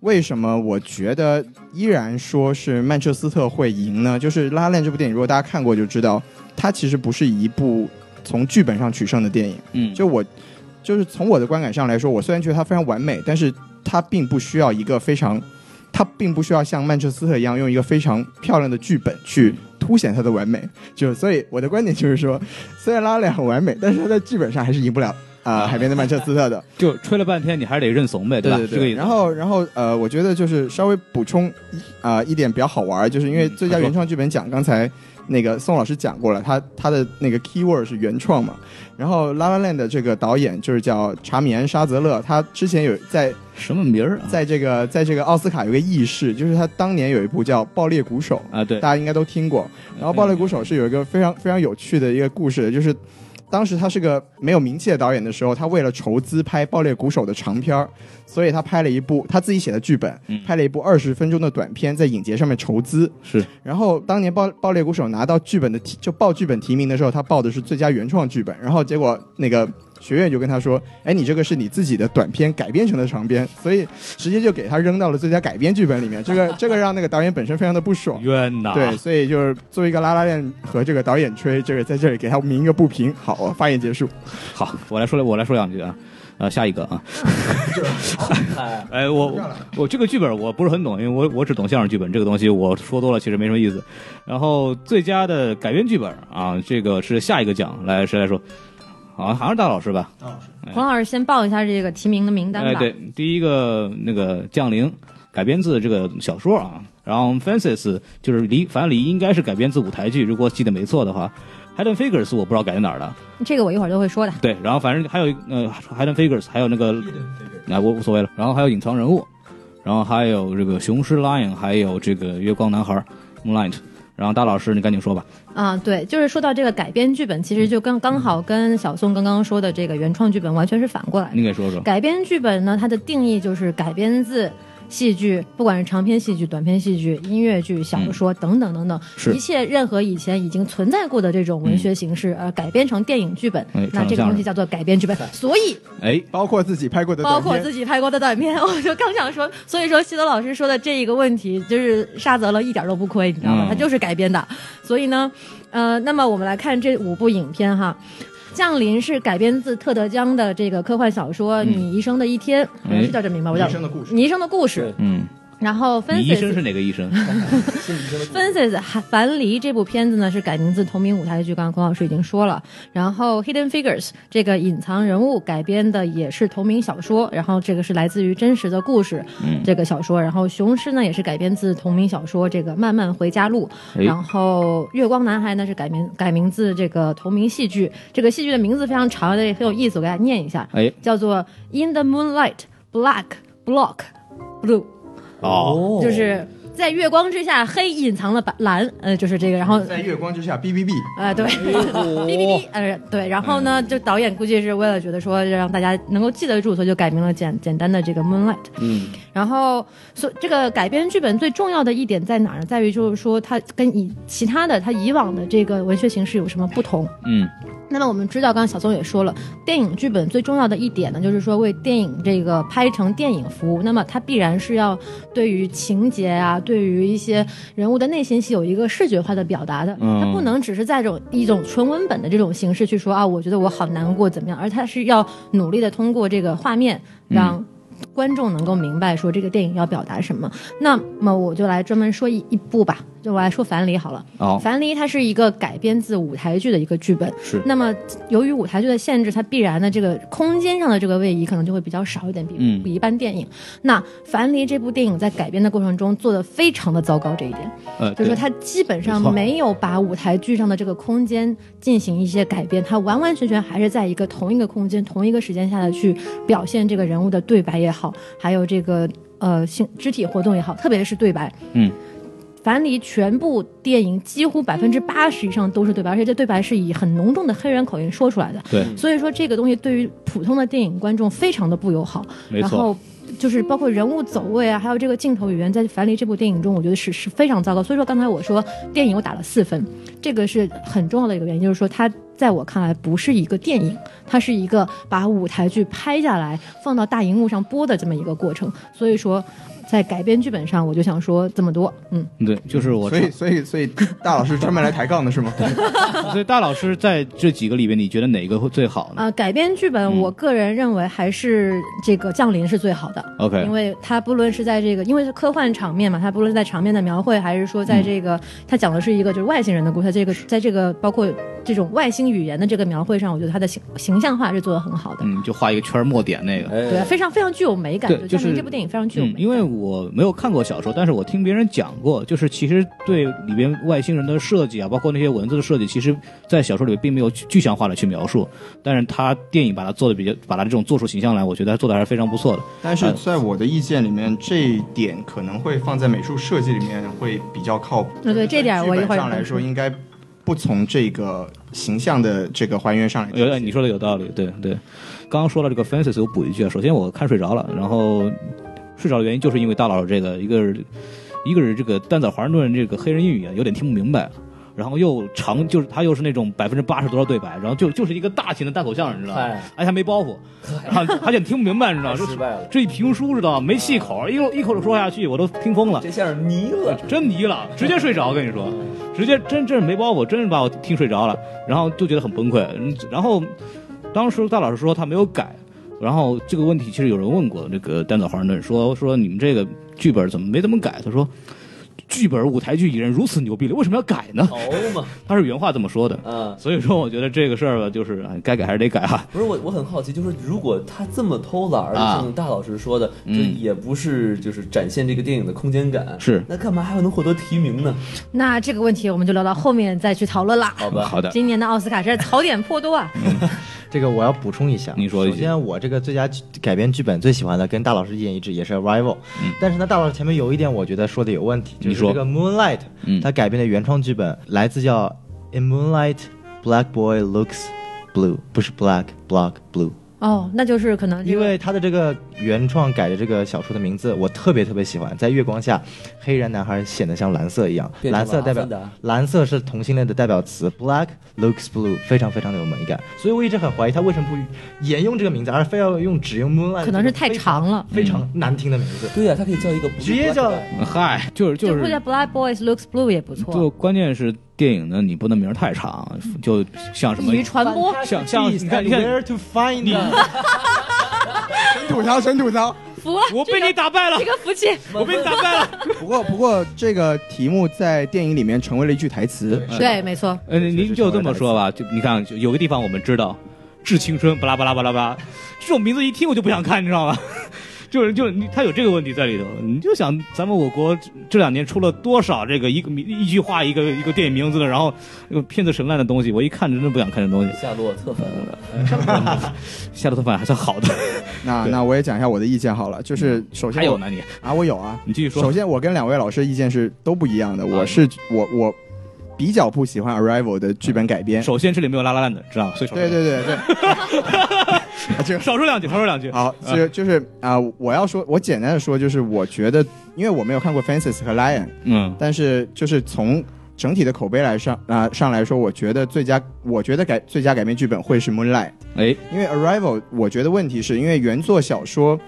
F: 为什么我觉得依然说是曼彻斯特会赢呢？就是《La La Land》这部电影，如果大家看过就知道，它其实不是一部从剧本上取胜的电影。
E: 嗯，
F: 就我，就是从我的观感上来说，我虽然觉得它非常完美，但是它并不需要一个非常，它并不需要像曼彻斯特一样用一个非常漂亮的剧本去凸显它的完美。就所以我的观点就是说，虽然拉拉很完美，但是它在剧本上还是赢不了啊、海边的曼彻斯特的。
E: 就吹了半天，你还是得认怂呗，吧？
F: 对
E: 这个意思。
F: 然后，然后呃，我觉得就是稍微补充啊、呃一点比较好玩儿，就是因为
E: 嗯
F: 最佳
E: 好
F: 原创剧本奖，刚才那个宋老师讲过了，他他的那个 keyword 是原创嘛。然后《La La Land》的这个导演就是叫查米安·沙泽勒，他之前有在
E: 什么名儿啊？
F: 在这个在这个奥斯卡有个轶事，就是他当年有一部叫《爆裂鼓手》，
E: 啊，对嗯
F: 大，家应该都听过。然后《暴力鼓手》是有一个非常非常有趣的一个故事，就是当时他是个没有名气的导演的时候，他为了筹资拍《暴力鼓手》的长片儿，所以他拍了一部他自己写的剧本
E: 嗯，
F: 拍了一部二十分钟的短片，在影节上面筹资。
E: 是。
F: 然后当年爆《爆裂鼓手》拿到剧本的提就报剧本提名的时候，他报的是最佳原创剧本，然后结果那个。学院就跟他说：“哎，你这个是你自己的短片改编成的长篇，所以直接就给他扔到了最佳改编剧本里面。这个这个让那个导演本身非常的不爽。
E: 冤呐！
F: 对，所以就是作为一个拉拉链和这个导演吹，这个在这里给他鸣一个不平。好，我发言结束。
E: 好，我来说，我来说两句啊。呃，下一个啊，
G: 哎，
E: [laughs] 哎，我
F: 漂亮
E: 我这个剧本我不是很懂，因为我我只懂相声剧本这个东西，我说多了其实没什么意思。然后最佳的改编剧本啊，这个是下一个奖，来谁来说？好像还是大老师吧？
D: 黄老师先报一下这个提名的名单
E: 哎，
D: 吧。
E: 对，第一个那个《降临》改编自这个小说啊，然后《Fences》就是离樊篱应该是改编自舞台剧，如果记得没错的话，《Hidden Figures》我不知道改在哪儿了。
D: 这个我一会儿都会说的。
E: 对，然后反正还有一呃，Hidden Figures，还有那个，啊，我无所谓了。然后还有隐藏人物，然后还有这个雄狮 Lion，还有这个月光男孩 Moonlight。然后大老师，你赶紧说吧。
D: 啊，对，就是说到这个改编剧本，
E: 嗯
D: 其实就跟刚好跟小宋刚刚说的这个原创剧本完全是反过来的。
E: 你给说说。
D: 改编剧本呢，它的定义就是改编自。戏剧，不管是长篇戏剧、短篇戏剧、音乐剧、小说等等等等，
E: 嗯是嗯
D: 一切任何以前已经存在过的这种文学形式，而改编成电影剧本，
E: 哎
D: 那这个东西叫做改编剧本。所以
E: 哎，
F: 包括自己拍过的
D: 包
F: 短
D: 括
F: 片，
D: 自己拍过的短片， [laughs] 我就刚想说，所以说西德老师说的这一个问题，就是沙泽勒一点都不亏，你知道吗
E: 嗯？
D: 他就是改编的，所以呢，呃，那么我们来看这五部影片哈。降临是改编自特德·江的这个科幻小说《
E: 嗯
D: 你一生的一天》，好像
E: 哎
D: 是叫这名吧？我叫
F: 的故
D: 《你一生的故事》。
E: 嗯，
D: 然后
E: 你医生
D: Fences
E: 是哪个医生？
D: Fences 樊篱这部片子呢是改名自同名舞台剧，刚刚孔老师已经说了。然后 Hidden Figures 这个隐藏人物改编的也是同名小说，然后这个是来自于真实的故事，
E: 嗯
D: 这个小说。然后雄狮呢也是改编自同名小说这个漫漫回家路。
E: 哎
D: 然后月光男孩呢是改名改名字这个同名戏剧，这个戏剧的名字非常长，但也很有意思，我给大家念一下，
E: 哎，
D: 叫做 In the Moonlight Black Block Blue。
E: 哦，
D: 就是在月光之下，黑隐藏了白蓝，呃，就是这个，然后。
F: 在月光之下，B B B，
D: 呃，对，哔哔哔，呃，对，然后呢，就导演估计是为了觉得说让大家能够记得住，所以就改名了简简单的这个 Moonlight。
E: 嗯，
D: 然后，所这个改编剧本最重要的一点在哪儿呢？在于就是说它跟以其他的它以往的这个文学形式有什么不同？
E: 嗯，
D: 那么我们知道，刚刚小宋也说了，电影剧本最重要的一点呢，就是说为电影这个拍成电影服务。那么它必然是要对于情节啊，对于一些人物的内心戏有一个视觉化的表达的。
E: 嗯
D: 它不能只是在这种一种纯文本的这种形式去说啊，我觉得我好难过怎么样，而它是要努力的通过这个画面让。观众能够明白说这个电影要表达什么，那么我就来专门说一一部吧，就我来说樊篱好了。
E: 哦，
D: 樊篱它是一个改编自舞台剧的一个剧本，
E: 是
D: 那么由于舞台剧的限制，它必然的这个空间上的这个位移可能就会比较少一点，比、
E: 嗯
D: 比一般电影。那樊篱这部电影在改编的过程中做的非常的糟糕，这一点
E: 呃，
D: 就是说
E: 对，
D: 它基本上
E: 没错
D: 没有把舞台剧上的这个空间进行一些改变，它完完全全还是在一个同一个空间、同一个时间下的去表现这个人物的对白也好，还有这个呃性肢体活动也好，特别是对白，
E: 嗯。
D: 樊篱全部电影几乎百分之八十以上都是对白，而且这对白是以很浓重的黑人口音说出来的，
E: 对，
D: 所以说这个东西对于普通的电影观众非常的不友好。
E: 没
D: 然
E: 错，
D: 后就是包括人物走位啊，还有这个镜头语言，在《樊篱》这部电影中，我觉得是是非常糟糕。所以说刚才我说电影我打了四分，这个是很重要的一个原因，就是说它在我看来不是一个电影，它是一个把舞台剧拍下来放到大荧幕上播的这么一个过程。所以说，在改编剧本上，我就想说这么多。嗯，
E: 对，就是我
F: 所以所以所以大老师专门来抬杠的是吗？
E: 所以大老师在这几个里边，你觉得哪个会最好呢
D: 啊、改编剧本，
E: 嗯
D: 我个人认为还是这个《降临》是最好的。
E: ？OK，
D: 呃因为它不论是在这个，因为是科幻场面嘛，它不论是在场面的描绘，还是说在这
E: 嗯
D: 个，它讲的是一个就是外星人的故事，它这个在这个包括这种外星语言的这个描绘上，我觉得它的形形象化是做的很好的，
E: 嗯，就画一个圈儿，墨点那个。
D: 对啊，
C: 哎，
D: 非常非常具有美感，
E: 对
D: 就
E: 就
D: 证明
E: 是
D: 这部电影非常具有美
E: 嗯，
D: 感。
E: 因为我没有看过小说，但是我听别人讲过，就是其实对里边外星人的设计啊，包括那些文字的设计，其实在小说里并没有具具象化的去描述，但是他电影把它做的比较，把它这种做出形象来，我觉得他做的还是非常不错的。
F: [laughs] 但是在我的意见里面，这一点可能会放在美术设计里面会比较靠谱。
D: 嗯对这点我一会儿嗯
F: 剧本上来说，应该不从这个形象的这个还原上来讲。
E: 有哎你说的有道理，对对。刚刚说了这个 Francis，我补一句啊，首先我看睡着了，然后睡着的原因就是因为大佬这个一个是一个是这个丹泽华盛顿这个黑人英语啊有点听不明白，然后又长就是他又是那种百分之八十多的对白，然后就就是一个大型的单口相声，你知道吗
C: 嗨？
E: 而且还哎没包袱，然后而且听不明白，你知道
C: 太
E: 吗？
C: 失败了，
E: 这一评书知道吗没气口，一口一口说下去我都听疯了。
C: 这相声迷了。
E: 真迷了，直接睡着。我跟你说，直接真真是没包袱，真是把我听睡着了，然后就觉得很崩溃。嗯然后当时大老师说他没有改，然后这个问题其实有人问过那个丹泽华盛顿，说说你们这个剧本怎么没怎么改？他说。剧本舞台剧已然如此牛逼了，为什么要改呢？
C: 哦嘛，
E: 他是原话这么说的，
C: 嗯，
E: 所以说我觉得这个事儿吧，就是哎该改还是得改啊。
C: 不是我，我很好奇，就是如果他这么偷懒儿，
E: 啊
C: 像大老师说的，这
E: 嗯
C: 也不是就是展现这个电影的空间感，
E: 是
C: 那干嘛还能获得提名呢？
D: 那这个问题我们就聊到后面再去讨论啦。
C: 好吧，
E: 好的，嗯
D: 今年的奥斯卡真是槽点颇多啊！
A: 这个我要补充一下，
E: 你说一句
A: 首先，我这个最佳改编剧本最喜欢的跟大老师意见一致，也是《Arrival》。但是呢，大老师前面有一点我觉得说的有问题，就
E: 嗯你
A: 是
E: 说
A: 这个《Moonlight
E: 嗯》，
A: 它改编的原创剧本来自叫《In Moonlight, Black Boy Looks Blue》，不是 Black Block Blue。
D: 哦，那就是可能这
A: 因
D: 个
A: 为他的这个原创改的这个小说的名字，我特别特别喜欢。在月光下，黑人男孩显得像蓝色一样，
C: 变成
A: 蓝
C: 了
A: 色代表
C: 阿凡达
A: 蓝色是同性恋的代表词，black looks blue，非常非常的有美感。所以我一直很怀疑他为什么不沿用这个名字，而非要用只用 moonlight，
D: 可能是太
A: 这个非常
D: 长嗯了，
A: 非常难听的名字，
C: 对呀、他可以叫一个
A: 直接叫
E: 嗨，就是就是
D: 或者 Black Boys Looks Blue 也不
E: 就
D: 错，
E: 关键是电影呢，你不能名儿太长，就像什么
D: 易于传播。
E: 像像你看你看
A: where to find them。
F: 神吐槽，神吐槽。
D: 服了，
E: 我被你打败了
D: 这，个服气。
E: 我被你打败了。
F: [laughs] 不过不过，这个题目在电影里面成为了一句台词。
D: 对，没错。
E: [laughs] 呃，
F: 确
E: 您
F: 实
E: 就这
F: 成为
E: 么
F: 台
E: 说
F: 词
E: 吧，就你看，就有个地方我们知道，致青春，巴拉巴拉巴拉巴拉，这种名字一听我就不想看，你知道吗？ [laughs] 就是就你他有这个问题在里头，你就想咱们我国这这两年出了多少这个一个名一句话一个一个电影名字的，然后呃骗子神烂的东西，我一看真的不想看这东西。
C: 夏洛特烦我。
E: 夏洛特烦还算好的， [laughs]
F: 那
E: 对嗯
F: 那我也讲一下我的意见好了，就是首
E: 还
F: 先
E: 有
F: 我
E: 呢你，
F: 啊，我有啊。
E: 你继续说啊
F: 首。先，我跟两位老师意见是都不一样的。我是我我比较不喜欢《Arrival》的剧本改编。
E: 首先这里没有拉拉烂的，知道吗？所以少说
F: 对对对对，
E: [laughs]
F: 啊这个
E: 少说两句，少说两句。
F: 好，就就是啊、我要说，我简单的说，就是我觉得，因为我没有看过 Francis 和 Lion，
E: 嗯，
F: 但是就是从整体的口碑来上啊、上来说，我觉得最佳，我觉得改最佳改编剧本会是 Moonlight，
E: 哎，
F: 因为 Arrival，我觉得问题是因为原作小说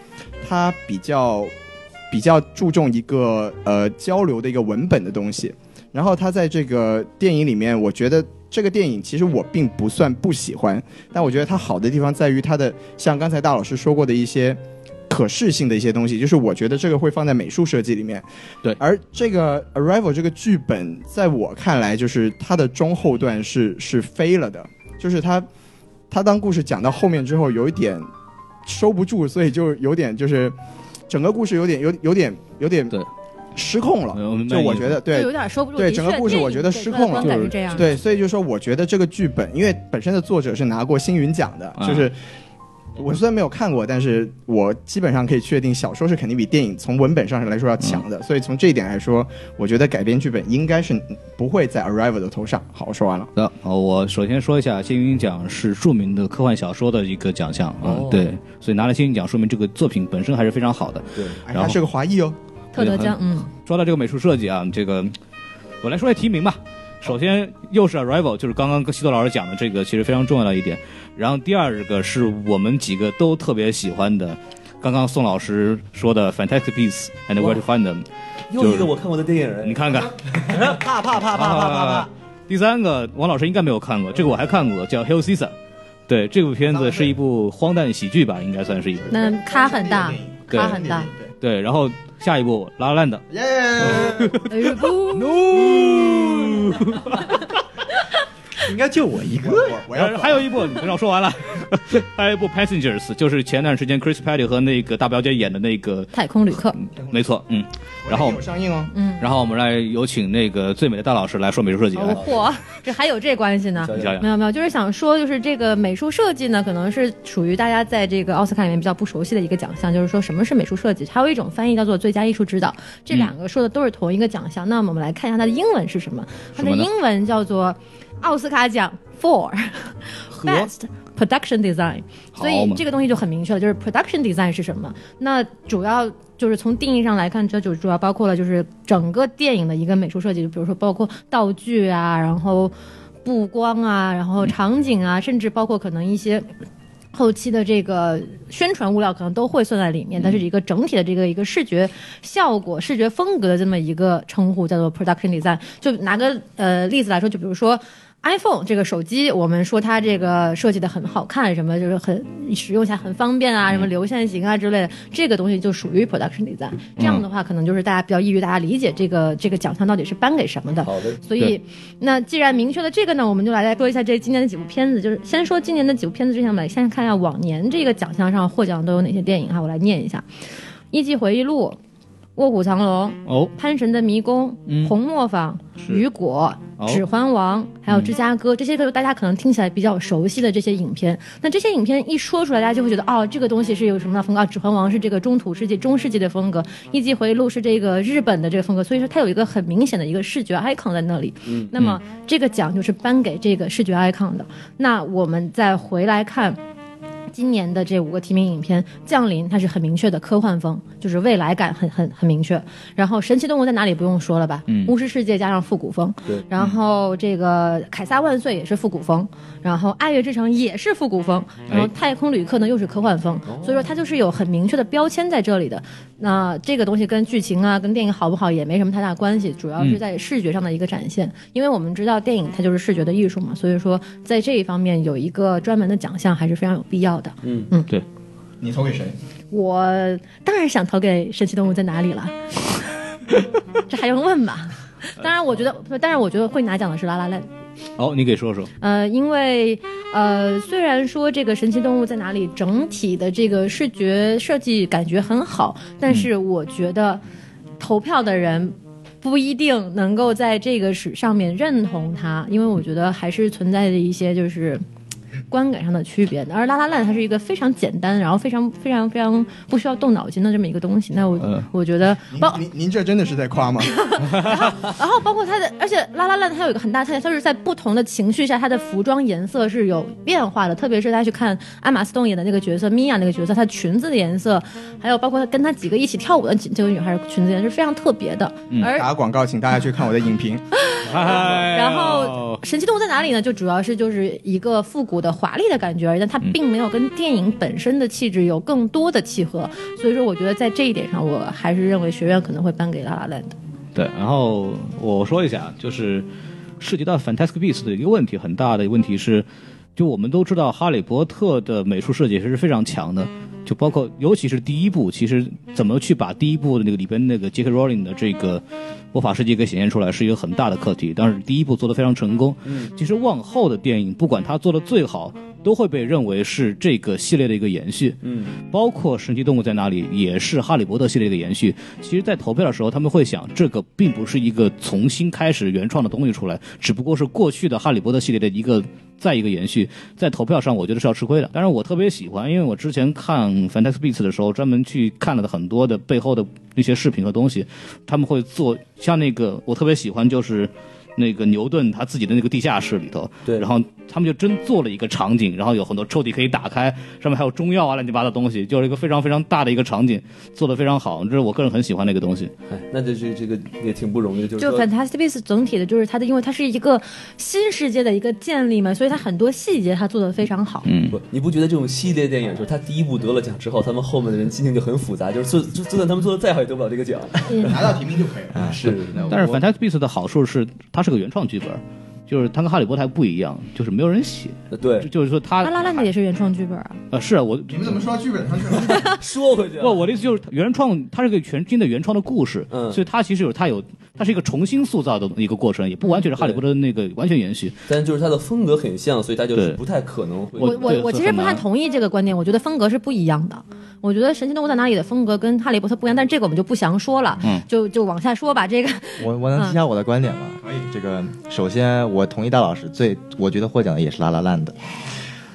F: 它比较比较注重一个呃交流的一个文本的东西，然后它在这个电影里面，我觉得。这个电影其实我并不算不喜欢，但我觉得它好的地方在于它的，像刚才大老师说过的一些可视性的一些东西，就是我觉得这个会放在美术设计里面。
E: 对
F: 而这个《Arrival》这个剧本，在我看来，就是它的中后段是是飞了的，就是它它当故事讲到后面之后，有一点收不住，所以就有点就是整个故事有点有有点有点
E: 对
F: 失控了。
E: 我明白
F: 就
E: 你
F: 我
E: 意思
F: 觉得对
D: 就有点收不住。
F: 对
D: 的
F: 整个
D: 确
F: 故事
D: 电
F: 我
D: 影
F: 觉得
D: 给
F: 失
D: 出来的
F: 控了
D: 观感
E: 就是
D: 是这样的。
F: 对，所以就说我觉得这个剧本，因为本身的作者是拿过星云奖的，
E: 嗯
F: 就是我虽然没有看过，但是我基本上可以确定，小说是肯定比电影从文本上来说要强的。所以从这一点来说，我觉得改编剧本应该是不会在《Arrival》的头上。好，我说完了。
E: 那好，我首先说一下，星云奖是著名的科幻小说的一个奖项啊、
C: 哦
E: 对，所以拿了星云奖，说明这个作品本身还是非常好的。
C: 对，
F: 哎，
E: 然后
F: 他是个华裔哦，
D: 特德江，嗯，
E: 嗯说到这个美术设计啊，这个我来说一下提名吧。首先又是 Arrival，就是刚刚跟西多老师讲的这个其实非常重要的一点。然后第二个是我们几个都特别喜欢的，刚刚宋老师说的 Fantastic Beasts and Where to Find Them，
C: 又一个我看过的电影，哎
E: 你看看，
C: 啪啪啪啪啪啪啪，
E: 第三个，王老师应该没有看过，这个我还看过，叫《Hill Season》。对，这部片子是一部荒诞喜剧吧，应该算是一部。
D: 那咖很大，
E: 对
D: 咖很大。
E: 对，然后下一部《拉拉 l 的，
A: 耶！
D: 哎不，
F: 应该就我一个。
A: 我我要
E: 然后 [laughs] 还有一部，你让我说完了， [laughs] 还有一部《Passengers》，就是前段时间 Chris Pratt 和那个大表姐演的那个，
D: [laughs] 太空旅客，
E: 没错，嗯。然后
A: 有，上映哦，
D: 嗯，
E: 然后我们来有请那个最美的大老师来说美术设计，
D: 哦
E: 来，
D: 嚯，这还有这关系呢？
C: 小
E: 你
C: 小
E: 想想
D: 没，有没有，就是想说，就是这个美术设计呢，可能是属于大家在这个奥斯卡里面比较不熟悉的一个奖项，就是说什么是美术设计，还有一种翻译叫做最佳艺术指导，这
E: 嗯
D: 两个说的都是同一个奖项。那么我们来看一下它的英文是什么，它的
E: 什么呢
D: 英文叫做奥斯卡奖 for
E: [laughs] 和
D: best production design，
E: 好
D: 所以
E: 嘛
D: 这个东西就很明确了，就是 production design 是什么。那主要就是从定义上来看，这就主要包括了就是整个电影的一个美术设计，就比如说包括道具啊，然后布光啊，然后场景
E: 嗯
D: 啊，甚至包括可能一些。后期的这个宣传物料可能都会算在里
E: 嗯
D: 面，但是一个整体的这个一个视觉效果、视觉风格的这么一个称呼叫做 production design。就拿个呃例子来说，就比如说 iPhone 这个手机，我们说它这个设计的很好看，什么就是很使用起来很方便啊，什么流线型啊之类的，这个东西就属于 production design。这样的话，可能就是大家比较易于大家理解这个这个奖项到底是颁给什么的。
C: 好的，
D: 所以
E: 对，
D: 那既然明确了这个呢，我们就来来说一下这今年的几部片子。就是先说今年的几部片子之前，我们来先看一下往年这个奖项上获奖都有哪些电影哈，我来念一下：《艺伎回忆录》《卧虎藏龙》
E: 哦，
D: 《潘神的迷宫》
E: 嗯
D: 红磨坊》
E: 是
D: 雨果、
E: 哦嗯
D: 指环王》，还有芝加哥，这些都是大家可能听起来比较熟悉的这些影片。那这些影片一说出来，大家就会觉得哦，这个东西是有什么样的风格？啊指环王是这个中土世界、中世纪的风格，《艺伎回忆录》是这个日本的这个风格，所以说它有一个很明显的一个视觉 icon 在那里。嗯、那么这个奖就是颁给这个视觉 icon 的。那我们再回来看。今年的这五个提名影片，《降临》它是很明确的科幻风，就是未来感很很很明确。然后《神奇动物在哪里》不用说了吧，
E: 嗯
D: 巫师世界》加上复古风，
C: 对
D: 然后这个《凯撒万岁》也是复古风，然后《爱乐之城》也是复古风，然后
E: 哎哦
D: 《太空旅客呢》又是科幻风，所以说它就是有很明确的标签在这里的。那这个东西跟剧情啊、跟电影好不好也没什么太大关系，主要
E: 嗯
D: 是在视觉上的一个展现。因为我们知道电影它就是视觉的艺术嘛，所以说在这一方面有一个专门的奖项还是非常有必要的。
E: 嗯
D: 嗯
A: 你投给谁？
D: 我当然想投给《神奇动物在哪里》了，这还用问吗？当然，我觉得，当然，我觉得会拿奖的是《拉拉链》。
E: 哦，你给说说，
D: 呃，因为呃，虽然说这个神奇动物在哪里整体的这个视觉设计感觉很好，但是我觉得投票的人。不一定能够在这个史上面认同它，因为我觉得还是存在着一些就是观感上的区别的。而《拉拉烂》它是一个非常简单，然后非常非常非常不需要动脑筋的这么一个东西。那我、
E: 嗯
D: 我觉得包
A: 您您您这真的是在夸吗？
D: 然后包括它的，而且拉拉烂它有一个很大特点，它是在不同的情绪下，它的服装颜色是有变化的。特别是大家去看艾玛斯顿演的那个角色米娅那个角色，她裙子的颜色，还有包括她跟她几个一起跳舞的几这个女孩裙子颜色是非常特别的。而
A: 打广告，请大家去看我的影评。
E: 然
D: 然
E: 哎
D: 后神奇动物在哪里呢？就主要是就是一个复古的华丽的感觉而已，但它并没有跟电影本身的气质有更多的契合。所以说，我觉得在这一点上，我还是认为学院可能会颁给拉拉烂的。
E: 对，然后我说一下，就是涉及到 Fantastic Beasts 的一个问题，很大的问题是，就我们都知道《哈利波特》的美术设计是非常强的，就包括尤其是第一部，其实怎么去把第一部的那个里边那个 J.K. Rowling 的这个魔法世界给显现出来，是一个很大的课题。但是第一部做得非常成功，其实往后的电影，不管它做的最好。都会被认为是这个系列的一个延续，
C: 嗯，
E: 包括《神奇动物在哪里》也是《哈利波特》系列的延续。其实，在投票的时候，他们会想，这个并不是一个重新开始原创的东西出来，只不过是过去的《哈利波特》系列的一个再一个延续。在投票上，我觉得是要吃亏的。当然，我特别喜欢，因为我之前看《Fantastic Beasts》的时候，专门去看了很多的背后的那些视频和东西，他们会做像那个我特别喜欢就是。那个牛顿他自己的那个地下室里头，
C: 对
E: 然后他们就真做了一个场景，然后有很多抽屉可以打开，上面还有中药啊乱七八糟的东西，就是一个非常非常大的一个场景，做的非常好，这是我个人很喜欢的一个东西。
C: 哎，那这这这个也挺不容易的，就是
D: 就
C: 说
D: Fantastic Beasts 整体的，就是它的，因为它是一个新世界的一个建立嘛，所以它很多细节它做的非常好。
E: 嗯，
C: 不，你不觉得这种系列电影，就是他第一部得了奖之后，他们后面的人心情就很复杂，就是就就就算他们做的再好，也得不了这个奖。
F: 拿到提名就可以
C: [laughs]
F: 了。
C: 是，
E: 但 [laughs] 是 Fantastic Beasts 的好处是它是个原创剧本，就是它跟哈利波特还不一样，就是没有人写，就
C: 呃对，
E: 就是说它
D: 拉拉烂的也是原创剧本啊，
E: 呃是啊我
F: 你们怎么说到剧本上去了？ [laughs]
C: 说回去啊，
E: 不，我的意思就是原创，它是个全新的原创的故事，
C: 嗯
E: 所以它其实有它有，它是一个重新塑造的一个过程，也不完全是哈利波特的那个完全延续。
C: 但就是他的风格很像，所以他就是
E: 对
C: 不太可能会。
E: 我
D: 我我
E: 对
D: 我
E: 是
D: 其实
E: 很
D: 不太
E: 难
D: 同意这个观点，我觉得风格是不一样的。我觉得《神奇动物在哪里》的风格跟《哈利波特》不一样，但是这个我们就不详说了，
E: 嗯
D: 就就往下说吧。这个
A: 我我能提一下我的观点吗？可以。这个首先我同意大老师，最我觉得获奖的也是《拉拉烂》的。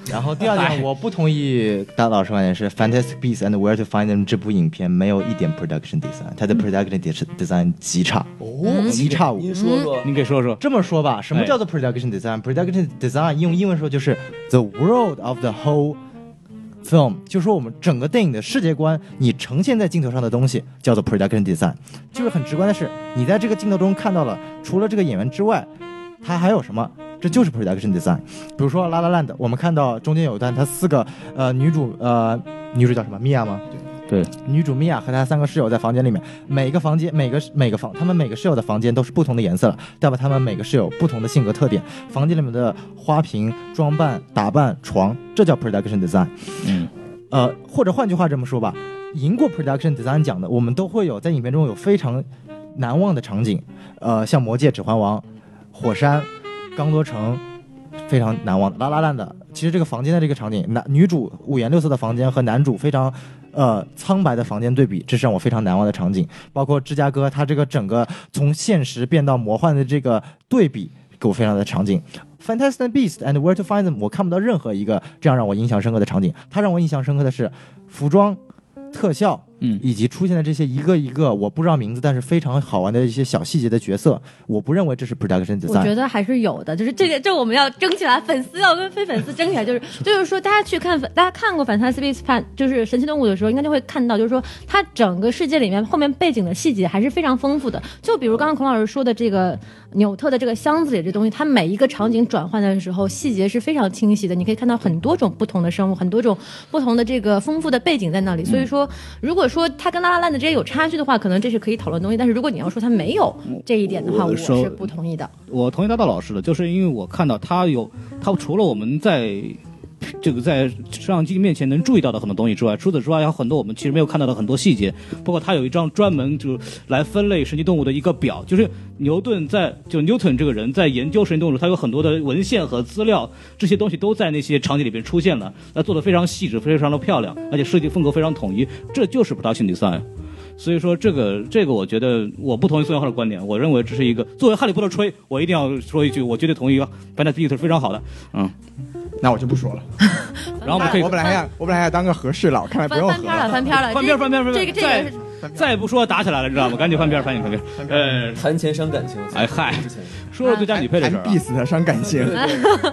A: 然后第二点，我不同意大老师观点是《Fantastic Beasts and Where to Find Them》这部影片没有一点 production design，它的 production design 极差，
C: 哦
A: 极差无比
C: 您说说，
E: 你给说说，
A: 这么说吧，什么
E: 哎
A: 叫做 production design？production design 用英文说就是 the world of the whole film，就是说我们整个电影的世界观，你呈现在镜头上的东西叫做 production design。就是很直观的是，你在这个镜头中看到了，除了这个演员之外，他还有什么？这就是 production design。比如说《La La Land》，我们看到中间有一段，他四个呃女主呃女主叫什么？米娅吗？
E: 对，
A: 女主米娅和她三个室友在房间里面，每个房间每个每个房，他们每个室友的房间都是不同的颜色了，代表他们每个室友不同的性格特点。房间里面的花瓶、装扮、打扮、床，这叫 production design。
E: 嗯，
A: 呃，或者换句话这么说吧，赢过 production design 奖的，我们都会有在影片中有非常难忘的场景，呃，像《魔戒》《指环王》《火山》《刚多城》，非常难忘的。拉拉烂的，其实这个房间的这个场景，男女主五颜六色的房间和男主非常。呃，苍白的房间对比，这是让我非常难忘的场景。包括芝加哥，它这个整个从现实变到魔幻的这个对比，给我非常的场景。Fantastic Beasts and Where to Find Them，我看不到任何一个这样让我印象深刻的场景。它让我印象深刻的是服装、特效，
E: 嗯
A: 以及出现的这些一个一个我不知道名字，但是非常好玩的一些小细节的角色。我不认为这是 production
D: 我觉
A: design。
D: 得还是有的，就是这个，这我们要争起来，粉丝要跟非粉丝争起来，就是就是说，大家去看，大家看过《Fantastic Beasts》看就是《神奇动物》的时候，应该就会看到，就是说它整个世界里面后面背景的细节还是非常丰富的。就比如刚刚孔老师说的这个纽特的这个箱子里这东西，它每一个场景转换的时候，细节是非常清晰的，你可以看到很多种不同的生物，很多种不同的这个丰富的背景在那里。所
E: 嗯
D: 以说，如果说它跟拉拉烂的之间有差距的话，可能这是可以讨论的东西。但是如果你要说它没有这一点的话，
E: 我
D: 我
E: 说
D: 是不同意的。
E: 我同意大道老师的，就是因为我看到他有他除了我们在。这个在摄像机面前能注意到的很多东西之外，除此之外还有很多我们其实没有看到的很多细节，包括他有一张专门就来分类神奇动物的一个表，就是牛顿在就 Newton 这个人在研究神奇动物的时候，他有很多的文献和资料，这些东西都在那些场景里边出现了，那做的非常细致，非常的漂亮，而且设计风格非常统一，这就是 production design。所以说这个这个，我觉得我不同意宋元浩的观点，我认为这是一个作为哈利波特吹，我一定要说一句，我绝对同意《Fantastic Beasts》是非常好的。
F: 那我就不说了。
E: 然后我们可以
F: 我本来想，我本来想当个和事佬，看来哎不
D: 翻
F: 用
D: 翻
F: 和
D: 篇了，翻篇了，
E: 翻篇儿翻篇儿翻篇儿
D: 这个这个
E: 再再不说打起来了，知道吗？赶紧翻篇儿，翻紧翻篇儿。呃，
C: 谈钱伤感情。
E: 哎嗨
C: 之前
E: 说说最佳女配的事
F: 谈
E: 儿
D: 哎
E: 啊
F: 必，死的伤感情。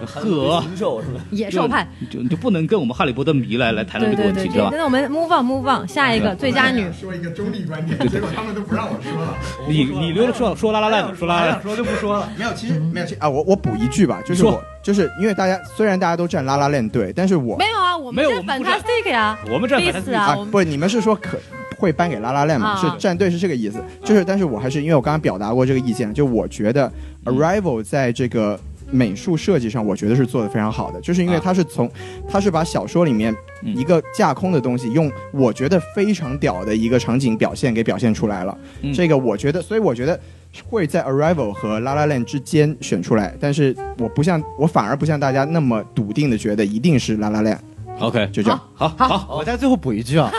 E: 呵，
C: 禽兽是吧？
D: 野兽派，
E: 你就你就不能跟我们哈利波特迷来来谈论
D: 对对
E: 这个问
D: 哎对
E: 题，知道
D: 对。
E: 吧？
D: 那我们 move on move on，下
E: 哎
D: 一个最佳女，
F: 说一个中立观点，结果他们都不让我说了。
E: 你你留着说说拉拉烂的，说拉拉
D: 哎
E: 烂。
F: 说就不说了。没有，其实没有其实啊，我我补一句吧，就是
E: 你说
F: 我就是因为大家虽然大家都站拉拉链队，但是我
D: 没有啊，我们
E: 没有
D: 这
E: 我们不是
D: fantastic 呀
E: 我们这
D: b e a s 啊，我们
F: 不，你们是说可会颁给拉拉链吗？
D: 啊
F: 是站队是这个意思，就是但是我还是因为我刚刚表达过这个意见，就我觉得 Arrival 在这个。美术设计上，我觉得是做的非常好的，就是因为
E: 啊
F: 它是从，它是把小说里面
E: 嗯
F: 一个架空的东西，用我觉得非常屌的一个场景表现给表现出来了。
E: 嗯
F: 这个我觉得，所以我觉得会在 Arrival 和 La La Land 之间选出来，但是我不像我反而不像大家那么笃定的觉得一定是 La La Land，
E: OK，
F: 就这样。
E: 好好，
A: 我在最后补一句啊，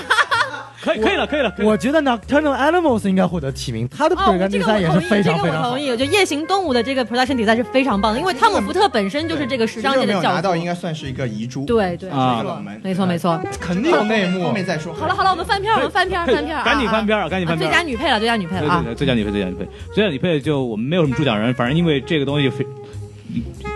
E: 可以可以了，可以了，可以了。
A: 我觉得 Nocturnal Animals 应该获得提名，他的
D: 哦
A: Brigand， [laughs]
D: 这
A: 第
D: 个我
A: 三也
D: 同
A: 是
D: 意，
A: 非
D: 这
A: 常
D: 个
A: 非
D: 我
A: 常好
D: 同。意。就夜行动物的这个 production 底 e 是非常棒的，因为汤姆福特本身就是这个时尚界
F: 没
D: 的
F: 有
D: 教
F: 拿
D: 父
F: 到，。应该算是一个遗珠，
D: 对对，
E: 啊
D: 没
F: 冷
D: 错
F: 门
D: 没错没错。
A: 肯定有内幕
F: 后。面再说。
D: 好了好了，我们翻篇儿，我们翻篇儿，翻篇儿，
E: 赶紧
D: 啊
E: 翻篇儿，赶紧
D: 啊
E: 翻
D: 最
E: 篇
D: 佳
E: 儿。
D: 女配了，最佳女配
E: 对
D: 了啊
E: 对！对，最佳女配，最佳女配，最佳女配就我们没有什么主讲人，反正因为这个东西非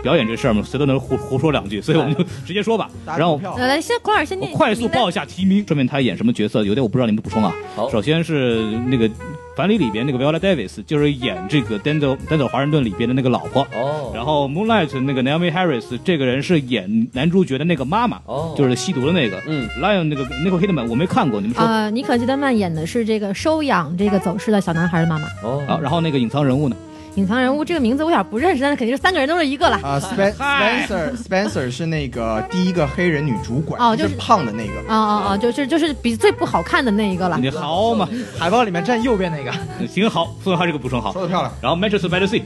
E: 表演这事儿嘛，谁都能胡胡说两句，所以我们就直接说吧。
F: 打
E: 然后
F: 股票
D: 呃来来，先孔老师先
E: 我
D: 念
E: 快速
D: 名单
E: 报一下提名，顺便他演什么角色，有点我不知道，你们补充啊。
C: 好
E: 首先是那个《凡里》里边那个 Viola Davis，就是演这个 Denzel Denzel 华盛顿里边的那个老婆。
C: 哦
E: 然后 Moonlight 那个 Naomi Harris 这个人是演男主角的那个妈妈，
C: 哦，
E: 就是吸毒的那个。
C: 嗯
E: Lion 那个 Nicole Kidman 我没看过，你们说。
D: 呃，妮可基德曼演的是这个收养这个走失的小男孩的妈妈。
C: 哦
E: 啊，然后那个隐藏人物呢？
D: 隐藏人物这个名字我有点不认识，但是肯定是三个人都是一个了。 [laughs]
F: 啊，Spen-
E: 嗨
F: Spencer Spencer 是那个第一个黑人女主管，
D: 哦就是
F: 胖的那个。嗯
D: 啊啊啊！就是就是比最不好看的那一个了。
E: 你好嘛，
A: 海报里面站右边那个，
E: 行好，宋浩这个补充好。
F: 说的漂亮，
E: 然后 Manchester by the Sea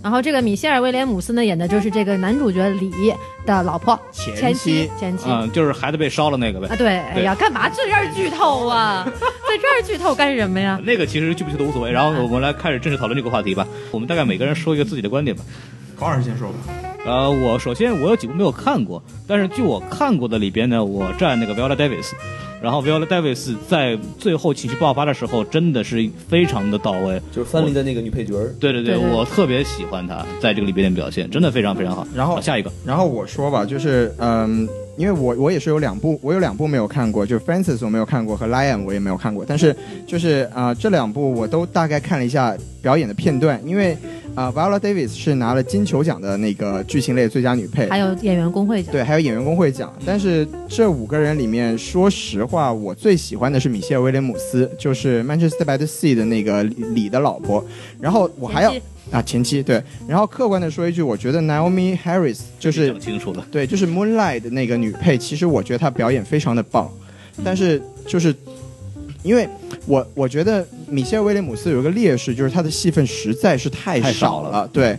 D: 然后这个米歇尔·威廉姆斯呢，演的就是这个男主角李的老婆前妻
F: 妻嗯
D: 前妻
E: 啊、就是孩子被烧了那个呗。
D: 啊，对，哎
E: 对
D: 呀，干嘛这儿剧透啊？ [laughs] 在这儿剧透干什么呀？
E: 那个其实剧不剧都无所谓。然后我们来开始正式讨论这个话题吧。我们大概每个人说一个自己的观点吧。
F: 黄老师先说吧。
E: 呃，我首先我有几部没有看过，但是据我看过的里边呢，我站那个 Viola Davis，然后 Viola Davis 在最后情绪爆发的时候，真的是非常的到位。
C: 就是范丽的那个女配角儿，
E: 对对对，
D: 对对
E: 我特别喜欢她在这个里边的表现，真的非常非常好。
F: 然后
E: 好下一个，
F: 然后我说吧，就是嗯，因为我我也是有两部，我有两部没有看过，就是 Francis 我没有看过和 Lion 我也没有看过，但是就是啊、呃这两部我都大概看了一下表演的片段，因为啊、呃 Viola Davis 是拿了金球奖的那个剧情类最佳女配，
D: 还有演员工会奖，
F: 对，还有演员工会奖。但是这五个人里面，说实话，我最喜欢的是米歇尔·威廉姆斯，就是《Manchester by the Sea》的那个李李的老婆。然后我还要
D: 前妻
F: 啊前妻对，然后客观的说一句，我觉得 Naomi Harris 就是
E: 讲清楚了。
F: 对，就是《Moonlight》的那个女配，其实我觉得她表演非常的棒，
E: 嗯
F: 但是就是因为我我觉得米歇尔·威廉姆斯有一个劣势，就是他的戏份实在是太
E: 太少
F: 少
E: 了
F: 对，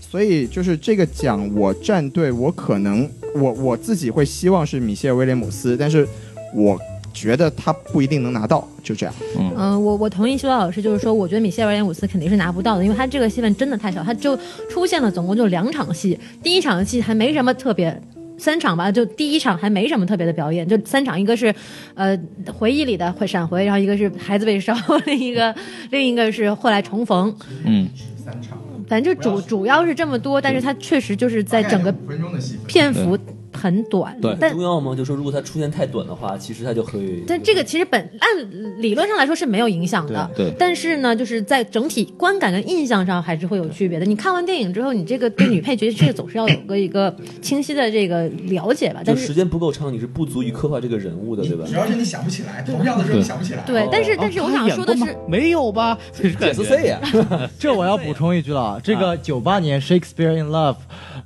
F: 所以就是这个奖我站队，我可能我我自己会希望是米歇尔·威廉姆斯，但是我觉得他不一定能拿到，就这样。
D: 嗯，我我同意修道老师，就是说，我觉得米歇尔·威廉姆斯肯定是拿不到的，因为他这个戏份真的太少，他就出现了总共就两场戏，第一场戏还没什么特别。三场吧，就第一场还没什么特别的表演，就三场，一个是，呃，回忆里的回闪回，然后一个是孩子被烧， [laughs] 另一个另一个是后来重逢，
E: 嗯，
F: 三场，
D: 反正就主主要是这么多，但是他确实就是在整个
F: 分钟的戏份
D: 篇幅很短，
E: 对
D: 但
C: 重要吗？就说如果它出现太短的话，其实它就会。
D: 但这个其实本按理论上来说是没有影响的，
E: 对对
D: 但是呢，就是在整体观感跟印象上还是会有区别的。你看完电影之后，你这个对女配角这个总是要有个一个清晰的这个了解吧。
C: 就
D: 但
C: 时
D: 是
C: 间不够长，你是不足以刻画这个人物的，对吧？
F: 要是你想不起来，投票的时
E: 候你
F: 想不起来
A: 哦
D: 对，但是但是我想说的
E: 哦他
D: 是
E: 演，过吗没有
F: [laughs]
E: 吧？这
C: 这
E: 感
C: 是
E: 觉
C: 谁呀？
A: 这我要补充一句了，这个九八年《Shakespeare in Love》，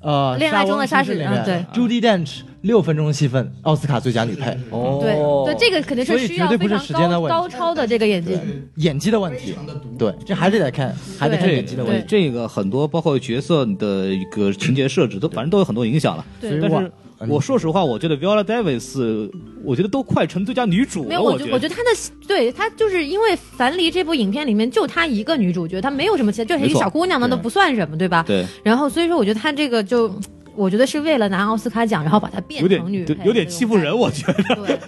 A: 呃，
D: 恋爱中的
A: 莎翁
D: 莎
A: 亲
D: 士
A: 事里
D: 嗯
A: 面，
D: 对
A: ，Judy Dench 六分钟戏份，奥斯卡最佳女配，
C: 哦
D: 对对，这个肯定
A: 所以绝
D: 需要
A: 对
D: 非
A: 不是
D: 常
A: 时间的
D: 高
A: 问题
D: 高超的这个演技。
A: 演技的问题，对，这还是得看，还得看
D: 对
A: 演技的问
E: 对
A: 题。
E: 这个很多包括角色的一个情节设置都反正都有很多影响了。
D: 对
A: 所以
E: 但
A: 我
E: 是我说实话，我觉得 Viola Davis，我觉得都快成最佳女主
D: 没
E: 了。
D: 有，我
E: 觉
D: 觉
E: 得
D: 我觉得她的对她就是因为《樊梨》这部影片里面就她一个女主角，她没有什么其他，就是
E: 没
D: 一个
E: 错
D: 小姑娘，那都
E: 对
D: 不算什么，对吧？
E: 对，
D: 然后所以说，我觉得他这个就，我觉得是为了拿奥斯卡奖，然后把它变
E: 有点
D: 成女
E: 对
D: 配，
E: 有点欺负人，。我觉得 [laughs]
D: 对，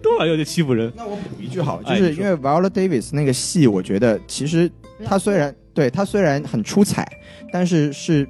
E: 多少有点欺负人。
F: 那我补一句好了，就
E: 哎
F: 是
E: 你
F: 因
E: 说
F: 为 Viola Davis 那个戏，我觉得其实她虽然对她虽然很出彩，但是是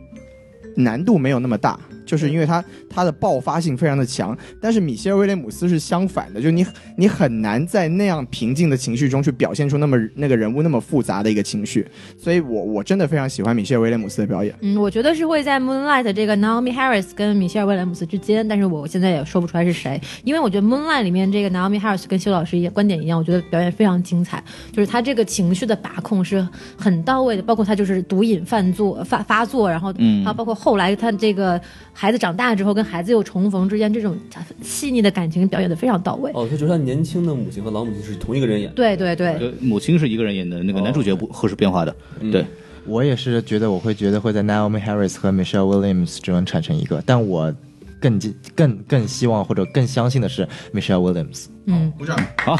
F: 难度没有那么大，就是因为她她的爆发性非常的强。但是米歇尔威廉姆斯是相反的，就你你很难在那样平静的情绪中去表现出那么那个人物那么复杂的一个情绪，所以我我真的非常喜欢米歇尔威廉姆斯的表演。
D: 嗯，我觉得是会在 Moonlight 这个 Naomi Harris 跟米歇尔·威廉姆斯之间，但是我现在也说不出来是谁，因为我觉得 Moonlight 里面这个 Naomi Harris 跟修老师一样观点一样，我觉得表演非常精彩，就是他这个情绪的把控是很到位的，包括他就是毒瘾犯作发发作，然后
E: 嗯
D: 啊，包括后来他这个孩子长大之后跟孩子又重逢之间这种细腻的感情表演的非常到位。
C: 哦，他就是他年轻的母亲和老母亲是同一个人演的。
D: 对对对，
E: 呃母亲是一个人演的，那个男主角不后是变化的。
D: 哦
E: 对，
A: 我也是觉得我会觉得会在 Naomi Harris 和 Michelle Williams 之中产生一个，但我更更更希望或者更相信的是 Michelle Williams。
D: 嗯。
F: 鼓掌。
E: 好，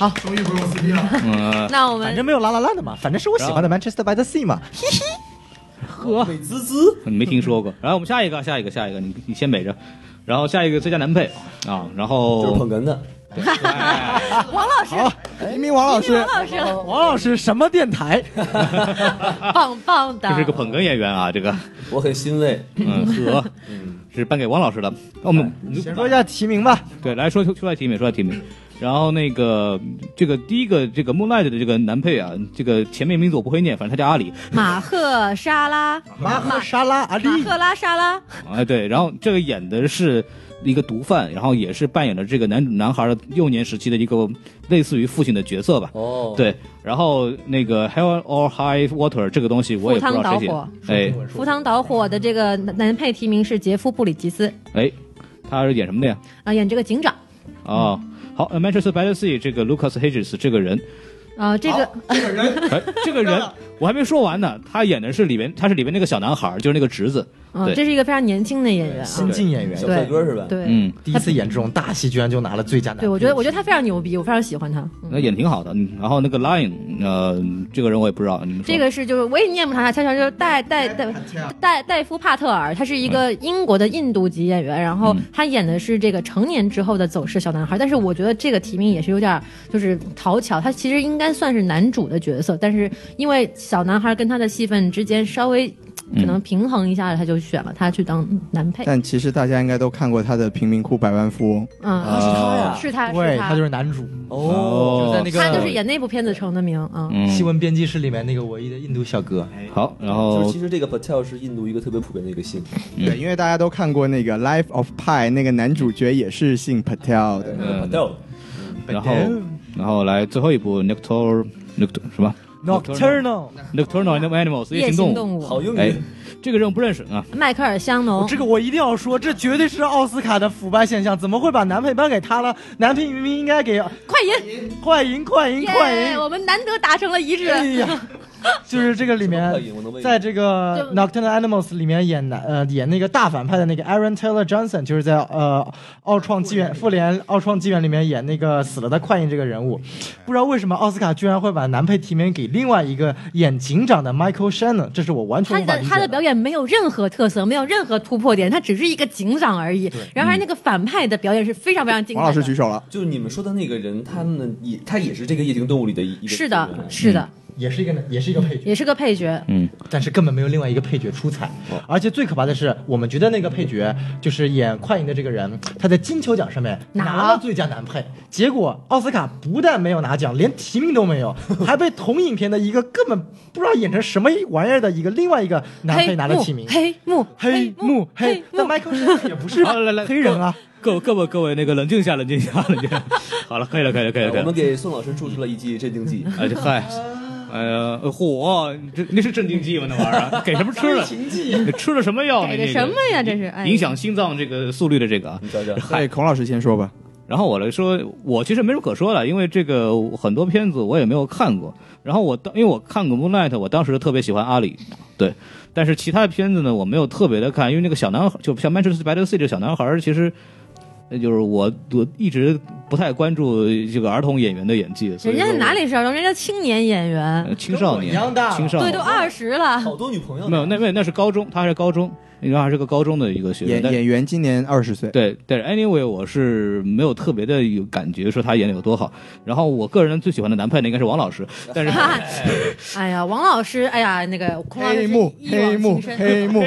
D: 好
F: 终于不用撕逼了。
A: [laughs]
E: 嗯， [laughs]
D: 那我
A: 反
D: 们
A: 正没有拉拉烂的嘛，反正是我喜欢的 Manchester by the Sea 嘛。
E: 呵，
C: 美滋滋，
E: 你没听说过。然后我们下一个，下一个，下一个，你你先美着。然后下一个最佳男配啊，然
C: 就是捧
E: 后
C: 哏的，
D: 王老师，
A: 好，移民哎王老
D: 王
A: 师，
D: 老师，
A: 王老师什么电台？
D: 棒棒的，
E: 就是个捧哏演员啊，这个
C: 我很欣慰。
E: 嗯呵，是颁给王老师的。那我们
A: 先说一下提名吧。
E: 对，来说出出来提名，说来提名。然后那个这个第一个这个 Moonlight 的这个男配啊，这个前面名字我不会念，反正他叫阿里。
D: 马赫沙拉，
A: 马赫沙拉阿丽
D: 马赫拉沙拉，
E: 啊，对，然后这个演的是一个毒贩，然后也是扮演了这个男男孩的幼年时期的一个类似于父亲的角色吧。
C: 哦，，
E: 对，然后那个 Hell or High Water 这个东西我也不知道谁
D: 赴汤蹈
E: 写，哎
D: 赴汤蹈火的这个男配提名是杰夫布里吉斯
E: 哎，他是演什么的呀？
D: 啊，演这个警长。
E: 哦，好，呃《Manchester by the Sea》这个 Lucas Hedges 这个人，
D: 啊，这个
F: 这个人
E: [laughs] 哎，这个人我还没说完呢，他演的是里面，他是里面那个小男孩，就是那个侄子，
D: 嗯，
E: 对
D: 这是一个非常年轻的演员啊
A: 新，晋演员
C: 小，帅哥是吧？，
D: 对，
E: 嗯，
A: 第一次演这种大戏，居然就拿了最佳男配。
D: 对，我觉得我觉得他非常牛逼，我非常喜欢他。嗯
E: 那演挺好的。嗯然后那个 Lion，呃，这个人我也不知道，你们说
D: 这个是就是我也念不长他，他叫就是戴戴戴戴戴夫帕特尔，他是一个英国的印度籍演员，然后
E: 嗯
D: 他演的是这个成年之后的走失小男孩。但是我觉得这个提名也是有点儿就是讨巧，他其实应该算是男主的角色，但是因为小男孩跟他的戏份之间稍微可能平衡一下，他就选了他去当男配。
F: 但其实大家应该都看过他的《贫民窟百万富翁》，
D: 嗯，
C: 是他呀，
D: 是他
A: 对
D: 是
A: 他就是男主，
C: 哦，
A: 就在那个
D: 他就是演那部片子成的名啊。嗯
E: 嗯
A: 新闻编辑室里面那个唯一的印度小哥。
E: 好，然
C: 就是
E: 后
C: 其实这个 Patel 是印度一个特别普遍的一个姓，
F: 对，因为大家都看过那个《Life of Pi》，那个男主角也是姓 Patel 的。
C: 那个 Patel
E: 然后然后来最后一部 Noctur Noctur 什么
A: Nocturnal，
E: Nocturnal Animals 夜
D: 夜
E: 行
D: 行
E: 动
D: 动
E: 物，
D: 物，
C: 好英
E: 哎
C: 语，，
E: 这个人我不认识啊，
D: 迈克尔·香农，
A: 这个我一定要说，这绝对是奥斯卡的腐败现象，怎么会把男配颁给他了？男配明明应该给
D: 快银，
A: 快赢，快赢，快
D: 耶！
A: 赢！
D: 我们难得达成了一致。
A: 哎呀，就是这个里面
C: 快赢，我能问一下
A: 在这个
D: 就
A: 《Nocturnal Animals》里面演男呃演那个大反派的那个 Aaron Taylor Johnson，就是在呃奥创纪元复联奥创纪元里面演那个死了的快印这个人物，不知道为什么奥斯卡居然会把男配提名给另外一个演警长的 Michael Shannon，这是我完全
D: 他
A: 无法
D: 的
A: 理解
D: 他的表演没有任何特色，没有任何突破点，他只是一个警长而已。然而那个反派的表演是非常非常精彩
F: 王
D: 的。
F: 老师举手了，
C: 就是你们说的那个人，他们也他也是这个夜行动物里的一一个
D: 是
C: 一个
D: 的，
C: 人
D: 是的，
A: 也是一个也是一个配角，
D: 也是个配角。
A: 但是根本没有另外一个配角出彩。
C: 哦
A: 而且最可怕的是，我们觉得那个配角就是演快银的这个人，他在金球奖上面
D: 拿
A: 拿了最佳男配，结果奥斯卡不但没有拿奖，连提名都没
C: [laughs]
A: 有，还被同影片的一个根本不知道演成什么玩意儿的一个另外一个男配
D: 黑
A: 拿了提名
D: 幕，。黑幕，
A: 黑幕黑
D: 黑，
A: 但
D: 幕，
A: Michael Shannon 也不是
C: 哦
E: 好来来
A: 黑人啊，
E: 各各位各位那个冷静一下，冷静一下，冷静一下。 [laughs] 好了，可以了，可以了，可以了，可以
C: 哎我
E: 了
C: 们。给宋老师注射了一剂镇定
E: [laughs]
C: 剂，
E: 哎这嗨，哎呀，火，这那是镇定剂吗？那玩意儿啊给什么吃了？你吃了什么药呢？
D: 改
E: 这
D: 的
E: 个
D: 什么呀？这是哎
E: 影响心脏这个速率的这个啊
C: 你。瞧瞧，
F: 对，哎孔老师先说吧。
E: 然后我来说，我其实没什么可说的，因为这个很多片子我也没有看过。然后我当因为我看过《Moonlight》，我当时特别喜欢阿里，对。但是其他的片子呢，我没有特别的看，因为那个小男孩，就像《Manchester by the Sea》这个小男孩儿，其实呃就是我我一直不太关注这个儿童演员的演技。所以
D: 人家
E: 说我
D: 哪里是儿童，人家青年演员，
E: 呃青少
A: 跟我一
E: 年
A: 样大
E: 青少
D: 对，
E: 年
D: 都二十了。
C: 好多女朋友
E: 没
C: 呢
E: 有，那那那是高中，他还是高中，应该还是个高中的一个学生
F: 演。
E: 但
F: 演员今年二十岁，
E: 对，但是 anyway，我是没有特别的有感觉说他演的有多好。然后我个人最喜欢的男配呢，应该是王老师，但是
D: [laughs] 哎呀，王老师，哎呀，那个孔老师
F: 黑幕
D: 一往
F: 黑幕
D: 情深
F: 黑
D: [laughs]
F: 幕，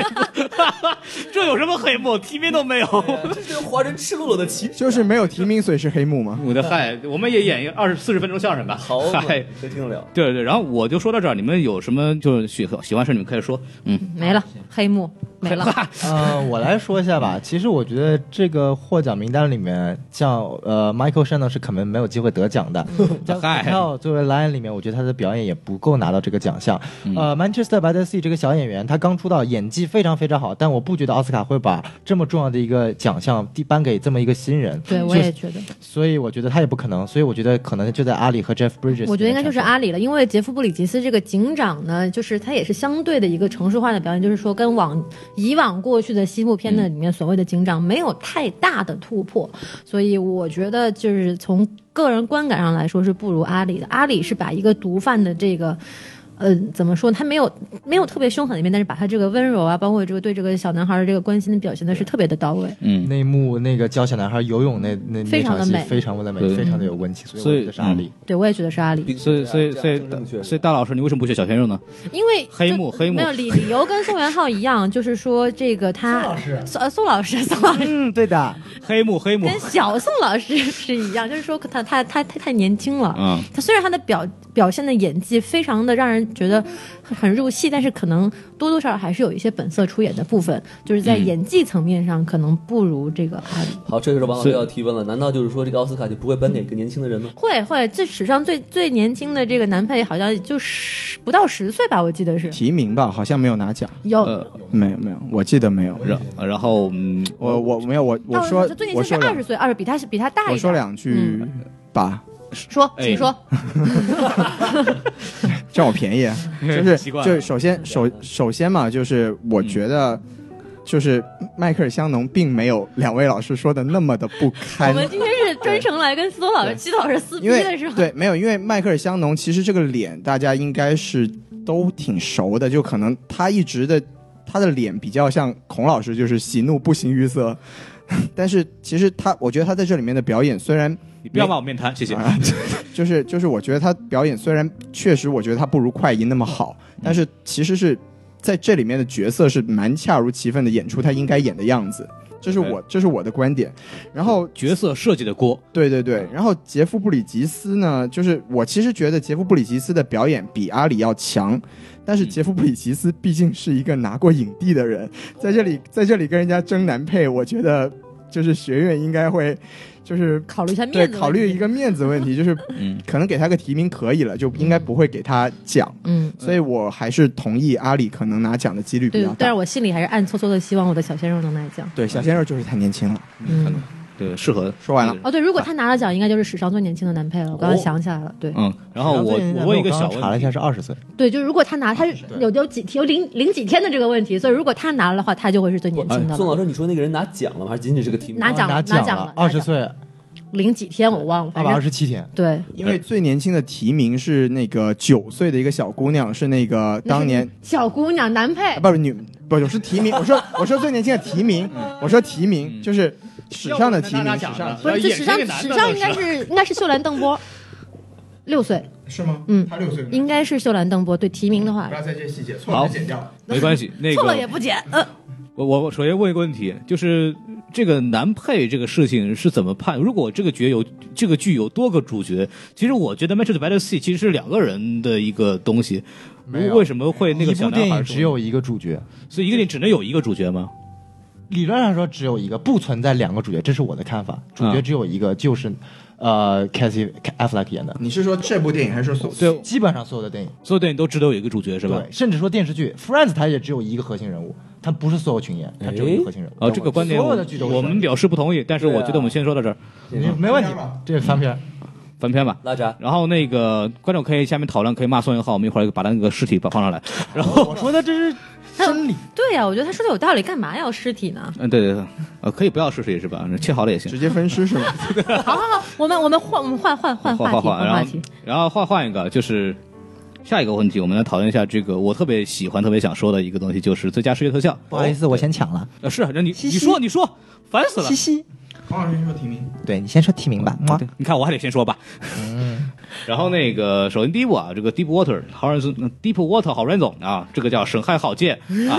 E: 这有什么黑幕？提名都没有。
D: 啊
E: [laughs]
C: 这是华人赤裸裸的歧视，
F: 就是没有提名所以是黑幕嘛。
E: 我的嗨，我们也演一个二十四十分钟相声吧。
C: 好嘛
E: 嗨，
C: 谁听得了？
E: [laughs] 对对，然后我就说到这儿，你们有什么就是喜喜欢事，你们可以说。嗯，
D: 没了，黑幕没了。
A: 呃，我来说一下
D: 嗯
A: 吧。其实我觉得这个获奖名单里面，像呃 Michael Shannon 是肯定没有机会得奖的。
D: 嗯
A: [laughs] 像
E: 嗨
A: Patel 作为 Lion 里面，我觉得他的表演也不够拿到这个奖项。
D: 嗯
A: 呃，Manchester by the Sea 这个小演员，他刚出道，演技非常非常好，但我不觉得奥斯卡会把这么重要的一个奖项地颁给这么一个新人。
D: 对，我也觉得，
A: 所以我觉得他也不可能。所以我觉得可能就在阿里和 Jeff Bridges。
D: 我觉得应该就是。阿里了，因为杰夫布里吉斯这个警长呢，就是他也是相对的一个城市化的表演，就是说跟往以往过去的西部片的里面所谓的警长没有太大的突破，所以我觉得就是从个人观感上来说是不如阿里的。阿里是把一个毒贩的这个。呃，怎么说呢？他没有没有特别凶狠的一面，但是把他这个温柔啊，包括这个对这个小男孩的这个关心的表现的是特别的到位。
E: [laughs] 嗯，
F: 那一幕那个教小男孩游泳那那那
D: 非常
F: 场
D: 的
F: 戏
D: 美
F: 非常的美，
E: 对
F: 非常的有温情，
E: 所
F: 所
E: 以
F: 以我觉得是阿里。
D: 对我也觉得是阿里，
E: 所以所以所
C: 这
E: 以
C: 样正确的
E: 所以大老师，你为什么不学小鲜肉呢？
D: 因为
E: 黑
D: 就
E: 幕黑幕
D: 没有理理由跟宋元浩一样，就是说这个他宋老师宋呃宋老师宋老师
F: 嗯，对的，
E: 黑幕黑幕
D: 跟小宋老师是一样，就是说他他他他太年轻了。
A: 嗯
E: 啊，
D: 他虽然他的表表现的演技非常的让人觉得很入戏，但是可能多多少少还是有一些本色出演的部分，就是在
E: 嗯
D: 演技层面上可能不如这个阿里。
C: 好，这个时候王老
E: 是
C: 师要提问了，难道就是说这个奥斯卡就不会颁给更年轻的人吗？
D: 会会，这史上最最年轻的这个男配好像就十不到十岁吧，我记得是
A: 提名吧，好像没有拿奖，
D: 有。
E: 呃
A: 没有没有，我记得没有。
E: 然然后嗯，
A: 我我没有我我
D: 到了
A: 说
D: 哦最年
A: 我说
D: 轻是二
A: 两
D: 十岁，二十比他比他大一点。啊嗯
A: 我说两句吧，
D: 说，
E: 哎
D: 请说。
A: 占我便
F: 啊
A: [laughs] 宜，就是
E: 习惯
A: 就是首先首首先嘛，就是我觉得。就是迈克尔·香农并没有两位老师说的那么的不
D: 我
A: 堪，
D: 们今天是专程来跟苏老师、齐老师撕逼
A: 因
D: 的
A: 为
D: 是吧？
A: 对没有，因为迈克尔·香农其实这个脸大家应该是都挺熟的，就可能他一直的他的脸比较像孔老师，就是喜怒不形于色。 [laughs] 但是其实他，我觉得他在这里面的表演虽然
E: 你不要往我面谈，谢 [laughs] 谢。
A: 啊，就是就是，我觉得他表演虽然确实，我觉得他不如快银那么好，
E: 嗯
A: 但是其实是在这里面的角色是蛮恰如其分的演出他应该演的样子，这是我这是我的观点。然后
E: 角色设计的锅，
A: 对对对，然后杰夫布里吉斯呢，就是我其实觉得杰夫布里吉斯的表演比阿里要强，但是
E: 嗯
A: 杰夫布里吉斯毕竟是一个拿过影帝的 [laughs] 人，在这里在这里跟人家争男配，我觉得就是学院应该会就是。
D: 考虑一下
A: 对，
D: 面子。
A: 考虑一，个面子问题， [laughs] 就是
E: 嗯，
A: 可能给他个提名可以了，就应该不会给他奖，
D: 嗯，
A: 所以我还是同意阿里可能拿奖的几率比
D: 对
A: 较，大
D: 但是。我心里还是暗搓搓的希望我的小鲜肉能来奖。
A: 对，小鲜肉就是太年轻了。
D: 嗯，
E: 对，适合。
A: 说完了，
D: 哦对，如果他拿了奖，应该就是史上最年轻的男配了。我刚刚想起来了，对
E: 嗯，然后我
F: 然后
E: 我问一个
F: 刚刚
E: 小问题，
F: 查了一下是二十岁，
D: 对，就如果他拿，他是有有几天有零零几天的这个问题，所以如果他拿了的话，他就会是最年
E: 啊
D: 轻的
C: 宋老
D: 了。
C: 师，你说那个人拿奖了吗？还是仅仅是个提名？
D: 拿奖了，
F: 拿
D: 拿奖
F: 了，
D: 拿奖
F: 二十
D: 了
F: 岁，
D: 零几天我忘了，
F: 二
D: 反
F: 百二
D: 正
F: 十七天。
D: 对，
A: 因为最年轻的提名是那个九岁的一个小姑娘，是那个
D: 那是
A: 当年
D: 小姑娘男配
A: 啊，不是女，不是我是提名。我说我说最年轻的提名，我说提名就是史上的提名，史上
D: 不是这史上史上应该是应该是秀兰邓波，六岁
A: 是吗？
D: 嗯
A: 他六岁
D: 应该是秀兰邓波对提名的话，
A: 要在这细节，
E: 好
A: 错剪掉。
E: 没关
F: [laughs]
E: 系，那
D: 错了也
E: 个
D: 不减。呃，
E: 我我我首先问一个问题，就是这个男配这个事情是怎么判？如果这个角有这个剧有多个主角，其实我觉得《Matrix b a t t l e s e 其实是两个人的一个东西，
F: 没有
E: 为什么会那个
F: 一
E: 小
F: 部
E: 男孩
F: 电影
E: 是
F: 只有一个主角，
E: 所以一个电影只能有一个主角吗？
F: 理论上说只有一个，不存在两个主角，这是我的看法。主
E: 嗯
F: 角只有一个，就是呃 c a t h y Affleck 演的，
A: 你是说这部电影还是说所？
E: 对，
F: 基本上所有的电影，
E: 所有电影都只能有一个主角是吧？
F: 对，甚至说电视剧《Friends》它也只有一个核心人物，它不是所有群演，它只有一个核心人物。
E: 啊，这个观点
F: 所有
E: 我
F: 的剧都是
E: 我们表示不同意，但是我觉得我们
F: 啊
E: 先说到这儿，
F: 没问题，这是翻篇儿。
E: 翻篇吧。
C: 拉闸。
E: 然后那个观众可以下面讨论，可以骂宋元浩，我们一会儿把他那个尸体把放上来。然后，
F: 我说的这是真理，
D: 对呀、啊我觉得他说的有道理，干嘛要尸体呢？ [laughs]
E: 嗯，对对对，呃，可以不要尸体是吧？切好了也行
A: 直。接分尸是吗？
D: 好好好，我们我们换我们换换换话题，
E: 换
D: 换
E: 然
D: 话
E: 后
D: 题。
E: 然后换换一个，就是下一个问题，我们来讨论一下这个我特别喜欢、特别想说的一个东西，就是最佳视觉特效。
F: 不好意思，我先抢了。
E: 呃，是，那你你说你说，烦死了
F: 嘻。嘻，
A: 黄老师说提名，
F: 对你先说提名吧。嗯哇
E: 对你看我还得先说吧。然后那个，首先第一部啊，这个 Deep Water Horizon Deep Water Horizon 啊，这个叫沈海浩介
F: [laughs]
E: 啊，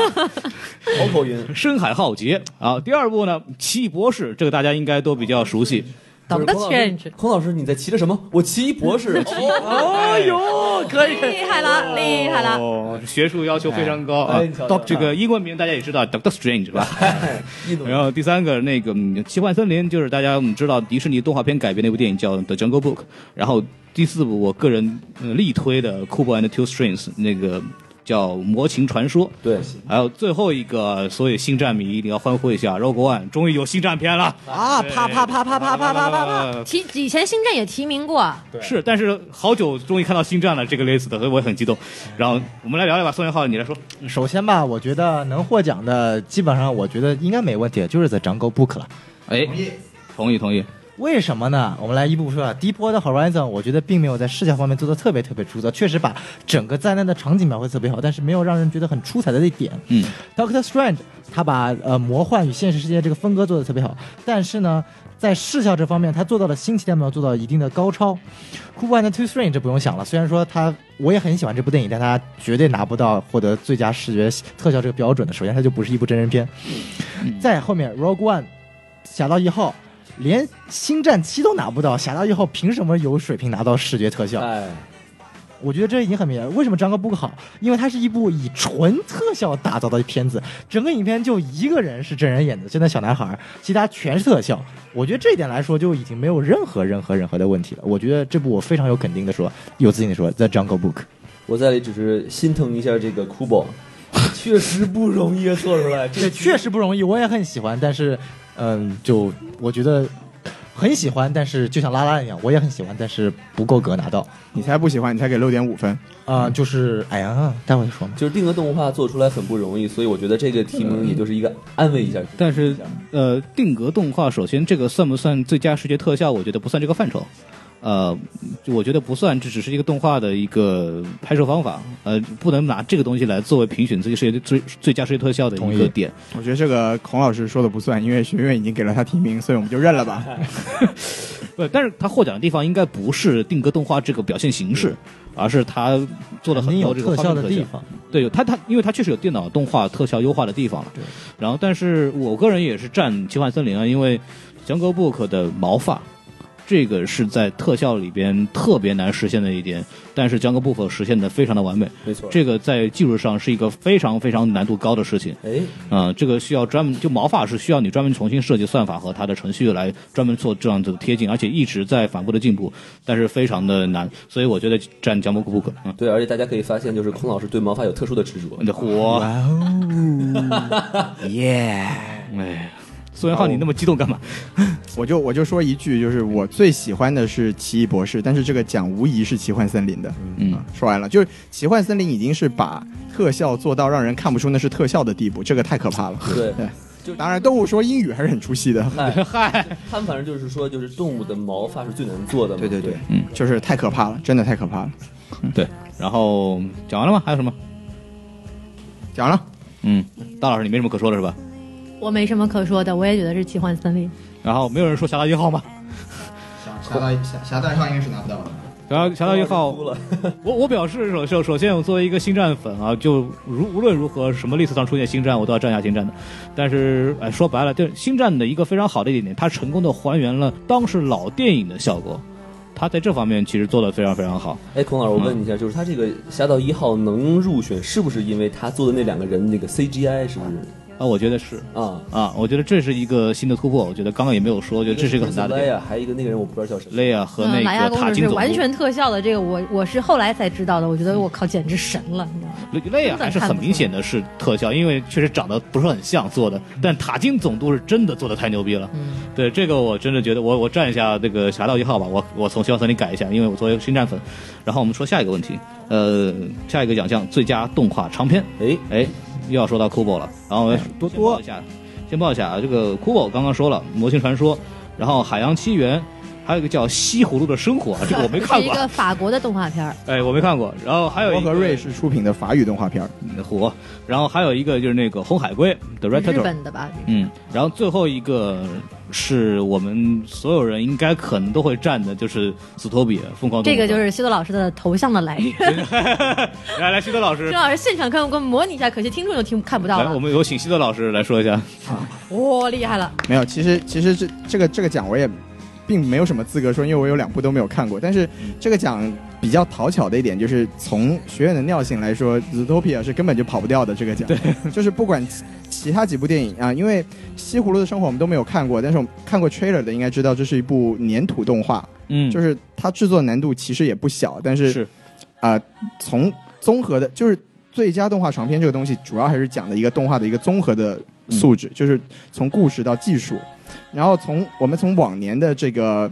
C: 好口音，
E: 深海浩劫啊。第二部呢，奇异博士，这个大家应该都比较熟悉。
C: 就是
D: 懂得
C: 孔老师
D: change，，
C: 孔老师你在骑着什么？我奇异博士，
F: [laughs]
C: 奇异
E: 哦哟， [laughs] 可以
D: 厉害了，厉害了。
E: 哦，学术要求非常高啊
C: 哎你瞧瞧。
E: 这个英文名大家也知道，Doctor Strange 是
F: [laughs]
E: 吧？
C: 印度
E: 然后第三个那个嗯奇幻森林，就是大家嗯知道迪士尼动画片改编的一部电影叫《The Jungle Book》。然后第四部，我个人、呃力推的《Kubo and the Two Strings》那个叫《魔琴传说》，
C: 对，
E: 还有最后一个，所以星战迷你要欢呼一下，Rogue One 终于有星战片了，
F: 啊，啪啪啪啪啪啪啪啪啪！
D: 提以前星战也提名过，
E: 是，但是好久终于看到星战了这个类似的，所以我也很激动。然后我们来聊聊吧，宋元浩，你来说，
F: 首先吧，我觉得能获奖的基本上我觉得应该没问题，就是在 Jungle Book 了。
E: 哎，同意同意，
F: 为什么呢？我们来一步步说啊。第一波的 Horizon，我觉得并没有在视角方面做的特别特别出色，确实把整个灾难的场景描绘得特别好，但是没有让人觉得很出彩的一点。
E: 嗯
F: ，Doctor Strange 他把呃魔幻与现实世界这个分割做得特别好，但是呢，在视效这方面，他做到了星期天没有做到一定的高超。Cool One 的 Two Strange 这不用想了，虽然说他我也很喜欢这部电影，但他绝对拿不到获得最佳视觉特效这个标准的。首先，它就不是一部真人片。再后面 Rogue One 侠盗一号。连《星战七》都拿不到，《侠盗一号》凭什么有水平拿到视觉特效？
C: 哎，
F: 我觉得这已经很明显了。为什么张哥不好？因为它是一部以纯特效打造的片子，整个影片就一个人是真人演的，就那小男孩儿，其他全是特效。我觉得这一点来说，就已经没有任何任何任何的问题了。我觉得这部我非常有肯定的说，有自信的说，在《Jungle Book》
C: 我在这里只是心疼一下这个 Kubo，确实不容易做出来，
F: 这
C: 这
F: 确实不容易，我也很喜欢，但是，嗯，就我觉得很喜欢，但是就像拉拉一样，我也很喜欢，但是不够格拿到
A: 你才不喜欢，你才给六点五分。
F: 啊、就是哎呀，待会儿说嘛。
C: 就是定格动画做出来很不容易，所以我觉得这个提名也就是一个安慰一下。
E: 但是呃，定格动画首先这个算不算最佳视觉特效？我觉得不算这个范畴。呃，我觉得不算，这只是一个动画的一个拍摄方法，呃，不能拿这个东西来作为评选最视觉最最佳视觉特效的
F: 同
E: 一
F: 意
E: 个点。
A: 我觉得这个孔老师说的不算，因为学院已经给了他提名，所以我们就认了吧。
E: 不，但是他获奖的地方应该不是定格动画这个表现形式，而是他做了
F: 肯
E: 很
F: 定
E: 多
F: 有
E: 这个
F: 特
E: 画
F: 效
E: 面
F: 的
E: 特
F: 地
E: 效。
F: 方，
E: 对，有他他，因为他确实有电脑动画特效优化的地方了。
F: 对。
E: 然后，但是我个人也是站《奇幻森林》啊，因为《Jungle Book》的毛发，这个是在特效里边特别难实现的一点，但是《Jungle Book》实现的非常的完美。
C: 没错，
E: 这个在技术上是一个非常非常难度高的事情。
C: 哎，
E: 啊、这个需要专门就毛发是需要你专门重新设计算法和它的程序来专门做这样子的贴近，而且一直在反复的进步，但是非常的难，所以我觉得占江波库布克，嗯，
C: 对，而且大家可以发现，就是孔老师对毛发有特殊的执着。
E: 你的火， [laughs]
A: 耶！
E: 哎，宋元浩你那么激动干嘛？
A: 我就我就说一句，就是我最喜欢的是《奇异博士》，但是这个奖无疑是《奇幻森林》的。
E: 嗯
A: 啊，说完了，就是《奇幻森林》已经是把特效做到让人看不出那是特效的地步，这个太可怕了。
C: 对，就
A: 当然，动物说英语还是很出戏的，
C: 哎，
E: 嗨，
C: 他们反正就是说，就是动物的毛发是最难做的嘛。
A: 对对对
C: 对，
A: 就是太可怕了，真的太可怕了。
E: 对，然后讲完了吗？还有什么？
A: 讲了，
E: 嗯，大老师你没什么可说的是吧？
D: 我没什么可说的，我也觉得是奇幻森林。
E: 然后没有人说《侠盗一号》吗？
A: 侠盗侠侠盗上应该是拿不到的。
E: 然后《侠盗一号》
C: 哭了，
E: 我我表示首首首先，我作为一个星战粉啊，就如无论如何什么历史上出现星战，我都要站下星战的。但是，哎，说白了，就是星战的一个非常好的一点点，它成功的还原了当时老电影的效果，它在这方面其实做的非常非常好。
C: 哎，孔老师，我问你一
E: 嗯
C: 下，就是他这个《侠盗一号》能入选，是不是因为他做的那两个人那个 CGI 是不是
E: 啊，我觉得是
C: 啊？
E: 啊，我觉得这是一个新的突破。我觉得刚刚也没有说，我觉得这是一个很大的啊
C: 雷
E: 点。
C: 啊，还有一个那个人我不知道叫什么。
E: 雷亚和
D: 嗯，莱
E: 那
D: 娅
E: 个
D: 公
E: 塔
D: 主
E: 金
D: 是
E: 总督
D: 完全特效的，这个我我是后来才知道的。我觉得我靠，简直神了，你知道吗？
E: 类啊，还是很明显的是特效，因为确实长得不是很像做的。但塔金总督是真的做的太牛逼了。
D: 嗯，
E: 对这个，我真的觉得我我站一下这个《侠盗一号》吧，我我从《希望森林》改一下，因为我作为星战粉。然后我们说下一个问题，呃，下一个奖项最佳动画长片，
C: 哎，
E: 哎，又要说到 Kubo 了。
A: 哎
E: 然后我
F: 多
E: 先报一下，先报一下啊，这个 Kubo 刚刚说了《魔性传说》，然后《海洋奇缘》，还有一个叫《西葫芦的生活》， [laughs] 这个我
D: [laughs]
E: 没看
D: 是一
E: 过，
D: 个法国的动画片儿，
E: 哎，我没看过。然后还有
A: 德
E: 一
A: 国
E: 个
A: 和瑞士出品的法语动画片儿，
E: 火，然后还有一个就是那个红海龟的 Red
D: 日
E: Turtle。
D: 本的吧？
E: 嗯，然后最后一个是我们所有人应该可能都会站的，就是斯托比疯狂动
D: 这
E: 物
D: 个就
E: 城
D: 是西多老师的头像的来
E: [laughs]
D: 源。
E: 来来，西德老
D: 西
E: 师，
D: 多老师现场看，我给我模拟一下，可惜听众就听看不到
E: 来，我
D: 了。
E: 们有请西德老师来说一下。
D: 哇、厉害了！
A: 没有，其实其实这这个这个奖我也并没有什么资格说，因为我有两部都没有看过。但是这个奖比较讨巧的一点就是，从学院的尿性来说，《Zootopia》是根本就跑不掉的这个奖。对，就是不管其其他几部电影啊，因为《西葫芦的生活》我们都没有看过，但是我们看过 trailer 的应该知道，这是一部粘土动画，
E: 嗯
A: 就是是它制作难度其实也不小，但是
E: 是
A: 啊、从综合的，就是最佳动画长片这个东西，主要还是讲的一个动画的一个综合的素质，就是从故事到技术，然后从我们从往年的这个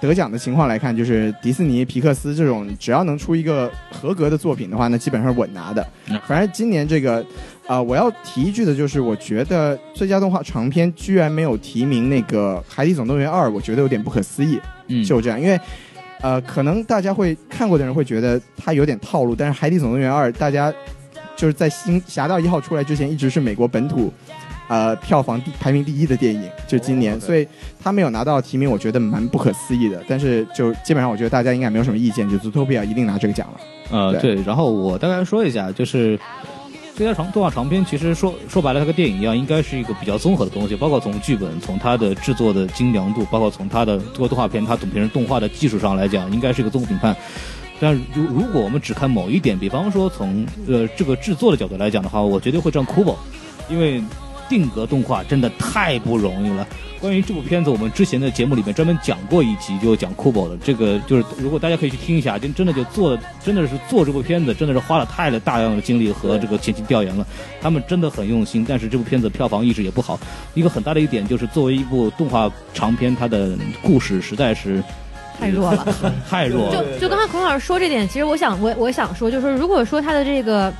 A: 得奖的情况来看，就是迪士尼、皮克斯这种，只要能出一个合格的作品的话，那基本上是稳拿的
E: 嗯。
A: 反正今年这个，啊、我要提一句的就是，我觉得最佳动画长片居然没有提名那个《海底总动员二》，我觉得有点不可思议。
E: 嗯
A: 就这样，因为。呃，可能大家会看过的人会觉得它有点套路，但是《海底总动员二》大家就是在《星侠盗一号》出来之前，一直是美国本土呃票房第排名第一的电影，就今年，
F: 哦对
A: 所以它没有拿到提名，我觉得蛮不可思议的。但是就基本上，我觉得大家应该没有什么意见，就《Zootopia》一定拿这个奖了。
E: 呃，
A: 对
E: 对，然后我大概说一下，就是最佳长动画长片，其实说说白了，它跟电影一样，应该是一个比较综合的东西，包括从剧本、从它的制作的精良度，包括从它的做动画片、它总平时动画的技术上来讲，应该是一个综合评判。但如如果我们只看某一点，比方说从呃这个制作的角度来讲的话，我绝对会站 Kubo，因为定格动画真的太不容易了。关于这部片子，我们之前的节目里面专门讲过一集，就讲酷宝的这个，就是如果大家可以去听一下，真真的就做的真的是做这部片子，真的是花了太了大量的精力和这个前期调研了，他们真的很用心，但是这部片子票房一直也不好，一个很大的一点就是作为一部动画长片，它的故事实在是
D: 太弱 [laughs] 了。
E: 太弱了。
D: 就就刚才孔老师说这点，其实我想我我想说，就是如果说他的这个。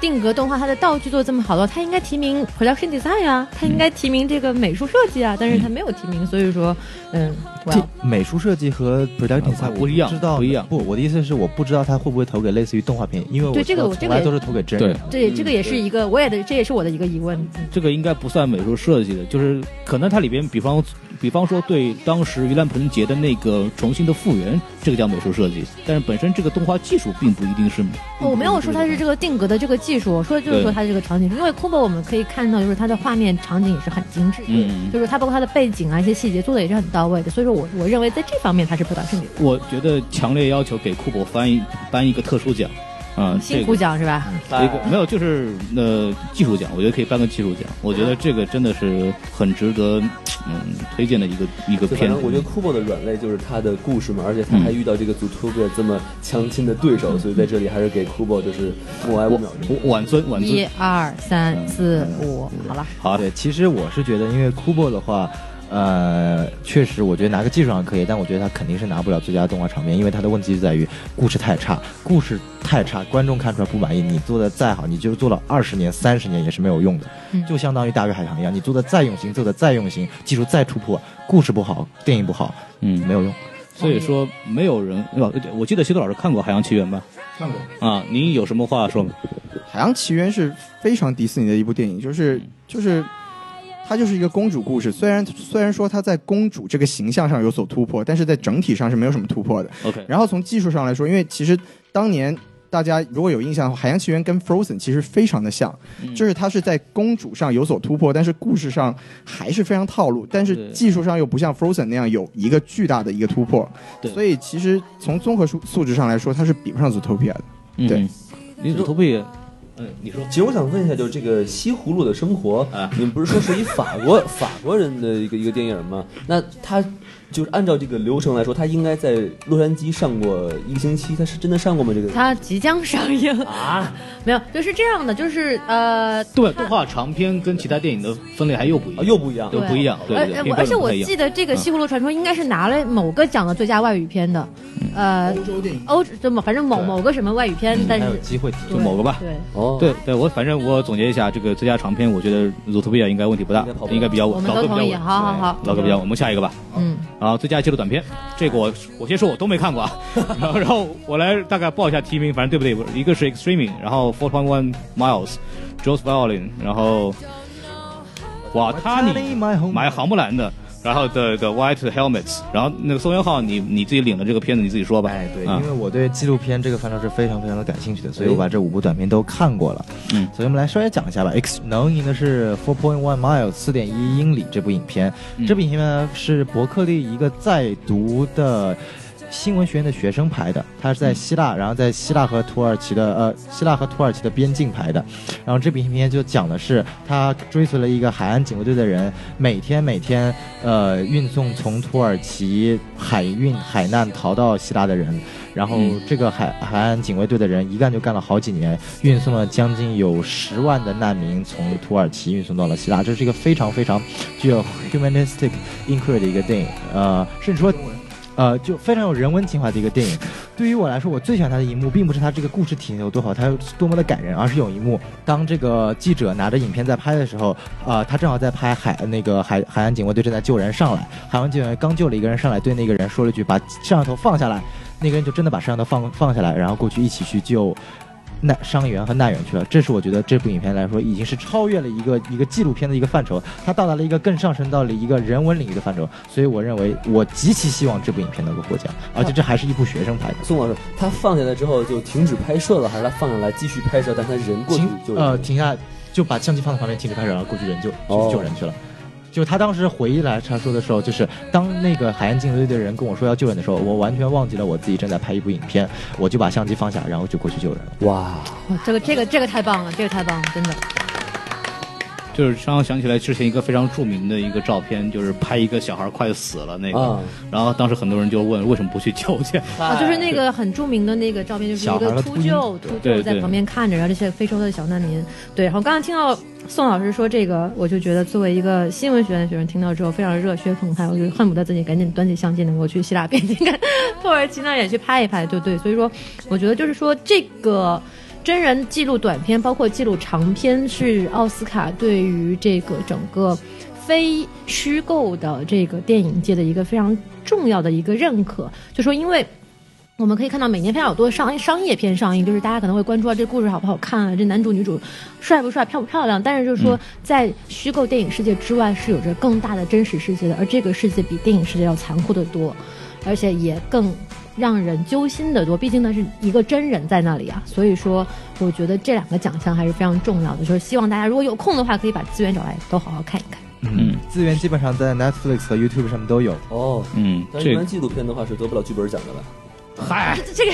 D: 定格动画，它的道具做得这么好的话，它应该提名 production design 啊，它应该提名这个美术设计啊，但是它没有提名，所以说，嗯，我要
F: 这美术设计和 production
E: 啊
F: design
E: 不一样
F: 我知道
E: 不一样
F: 不，我的意思是我不知道他会不会投给类似于动画片，因为我
D: 对这个
F: 知道
D: 我这
F: 从
D: 个
F: 来
D: 也
F: 都是投给真人。
D: 对这个也是一个，我也的这也是我的一个疑问。嗯
E: 这个应该不算美术设计的，就是可能它里边，比方比方说对当时盂兰盆节的那个重新的复原，这个叫美术设计，但是本身这个动画技术并不一定是。
D: 哦我没有说它是这
E: 个。
D: 个定格的这个技术，我说的就是说
E: 对
D: 它这个场景，因为 Kubo 我们可以看到，就是它的画面场景也是很精致的，
E: 嗯
D: 就是它包括它的背景啊一些细节做的也是很到位的，所以说我我认为在这方面它是 production
E: 我觉得强烈要求给库珀颁一颁一个特殊奖，啊、
D: 辛
E: 这
D: 苦
E: 个
D: 奖是吧？
E: 这个没有，就是呃技术奖，我觉得可以颁个呃技术奖，我觉得这个真的是很值得嗯推荐的一个一个
C: 就反
E: 片子。嗯
C: 正我觉得 Kubo 的软肋就是他的故事嘛，而且他还遇到这个 Zootopia 这么强劲的对手，所以在这里还是给 Kubo 就是默哀五秒钟。
E: 我晚尊晚
D: 一
E: 尊，
D: 二三四五，好了，
E: 好，
F: 对，其实我是觉得，因为 Kubo 的话，呃，确实我觉得拿个技术上可以，但我觉得他肯定是拿不了最佳动画场面，因为他的问题就在于故事太差，故事太差，观众看出来不满意，你做的再好，你就做了二十年、三十年也是没有用的，
D: 嗯
F: 就相当于大鱼海棠一样，你做的再用心，做的再用心，技术再突破，故事不好，电影不好，
E: 嗯
F: 没有用。
E: 所以说没有人，对吧？我记得西多老师看过《海洋奇缘》吧？
A: 看过。
E: 啊，您有什么话说吗？
A: 《海洋奇缘》是非常迪士尼的一部电影，
F: 嗯
A: 就是就是，它就是一个公主故事。虽然虽然说它在公主这个形象上有所突破，但是在整体上是没有什么突破的。
E: OK，
A: 然后从技术上来说，因为其实当年大家如果有印象，《海洋奇缘》跟 Frozen 其实非常的像，
E: 嗯
A: 就是它是在公主上有所突破，但是故事上还是非常套路，但
E: 对
A: 是技术上又不像 Frozen 那样有一个巨大的一个突破
E: 对。
A: 所以其实从综合素素质上来说，它是比不上 Zootopia 的。对
E: 嗯，你头皮，嗯，你说
C: 其实我想问一下，就是这个《西葫芦的生活》
E: 啊
C: 你们不是说是以法国
E: [laughs]
C: 法国人的一个一个电影吗？那他就是按照这个流程来说，他应该在洛杉矶上过一个星期，他是真的上过吗？这个
D: 它即将上映
C: 啊，
D: 没有，就是这样的，就是呃，
E: 对动画长片跟其他电影的分类还又不一
C: 啊
E: 样，
C: 又不一样
E: 对，不一样，对
D: 而
E: 对，
D: 我呃
E: 片
D: 而且
E: 段不
D: 我
E: 太一
D: 记
E: 样。
D: 得这个《西葫芦传说》应该是拿了某个奖的最佳外语片的，呃，
A: 欧洲电影
D: 欧怎么反正某
F: 对
D: 某个什么外语片，但是
F: 还有机会提
D: 对
E: 某个吧
D: 对，
C: 哦，
E: 对对，我反正我总结一下，这个最佳长片，我觉得《鲁图比亚》应该问题不大
C: 应该跑不，了
E: 应该比较
D: 我
E: 稳，
D: 们
E: 老
D: 都
E: 哥比
D: 同
E: 较
D: 意，
E: 稳，
D: 好好好，
E: 老哥比较稳。我们下一个吧。
D: 嗯，
E: 啊，最佳纪录短片，这个我我先说，我都没看过
F: [laughs]
E: 啊。然后然后我来大概报一下提名，反正对不对？一个是 Extreming，然后 Four Point One Miles。Joe's Violin，然后瓦塔尼
F: My Home
E: 买航木兰的，然后 The The White Helmets，然后那个宋元浩，你你自己领的这个片子你自己说吧。
F: 哎，对，
E: 啊
F: 因为我对纪录片这个范畴是非常非常的感兴趣的，所以我把这五部短片都看过了。
E: 嗯
F: 所以我们来稍微讲一下吧。X 能赢的是《Four Point One Miles》四点一英里这部影片，
E: 嗯
F: 这部影片呢是伯克利一个在读的。
H: 新闻学院的学生拍的，它是在希腊，然后在希腊和土耳其的呃希腊和土耳其的边境拍的。然后这部影片就讲的是他追随了一个海岸警卫队的人，每天每天呃运送从土耳其海运海难逃到希腊的人。然后
E: 嗯
H: 这个海海岸警卫队的人一干就干了好几年，运送了将近有十万的难民从土耳其运送到了希腊，这是一个非常非常具有 humanistic inquiry 的一个电影，呃，甚至说。呃，就非常有人文情怀的一个电影。对于我来说，我最喜欢它的一幕，并不是它这个故事体验有多好，它有多么的感人，而是有一幕，当这个记者拿着影片在拍的时候，呃，他正好在拍海那个海海岸警卫队正在救人上来，海岸警卫刚救了一个人上来，对那个人说了一句：“把摄像头放下来。”那个人就真的把摄像头放放下来，然后过去一起去救难伤员和难员去了。这是我觉得这部影片来说，已经是超越了一个一个纪录片的一个范畴，它到达了一个更上升到了一个人文领域的范畴。所以我认为，我极其希望这部影片能够获奖，而且这还是一部学生拍的。
C: 宋老师，他放下来之后就停止拍摄了，还是他放下来继续拍摄，但他人过去
H: 停
C: 就
H: 呃停下，就把相机放在旁边，停止拍摄，然后过去人就
C: 哦
H: 去救人去了。就他当时回忆来他说的时候，就是当那个海岸警卫队的人跟我说要救人的时候，我完全忘记了我自己正在拍一部影片，我就把相机放下，然后就过去救人了。
C: 哇，
D: 哇这个这个这个太棒了，这个太棒了，真的。
E: 就是让我想起来之前一个非常著名的一个照片，就是拍一个小孩快死了那个，
C: 啊
E: 然后当时很多人就问为什么不去救去？
D: 啊，就是那个很著名的那个照片，就是一
H: 小孩
D: 个
H: 的
D: 秃
H: 秃鹰
D: 鹫，秃鹫
E: 对对
D: 在旁边看着，然后这些非洲的小难民。对，然后刚刚听到宋老师说这个，我就觉得作为一个新闻学院的学生，听到之后非常热血澎湃，我就恨不得自己赶紧端起相机，能够去希腊边境 [laughs] 跟土耳其那儿也去拍一拍，对对。所以说，我觉得就是说这个。真人记录短片，包括记录长片，是奥斯卡对于这个整个非虚构的这个电影界的一个非常重要的一个认可。就说因为。我们可以看到，每年非常有多商商业片上映，就是大家可能会关注到这故事好不好看啊，这男主女主帅不帅、漂不漂亮。但是就是
E: 嗯
D: 说，在虚构电影世界之外，是有着更大的真实世界的，而这个世界比电影世界要残酷得多，而且也更让人揪心的多。毕竟那是一个真人在那里啊，所以说，我觉得这两个奖项还是非常重要的。就是希望大家如果有空的话，可以把资源找来，都好好看一看。
E: 嗯
H: 资源基本上在 Netflix 和 YouTube 上面都有。
C: 哦，
E: 嗯，
C: 但是一
E: 这
C: 般纪录片的话是得不了剧本奖的吧？
E: 嗨，
D: 这个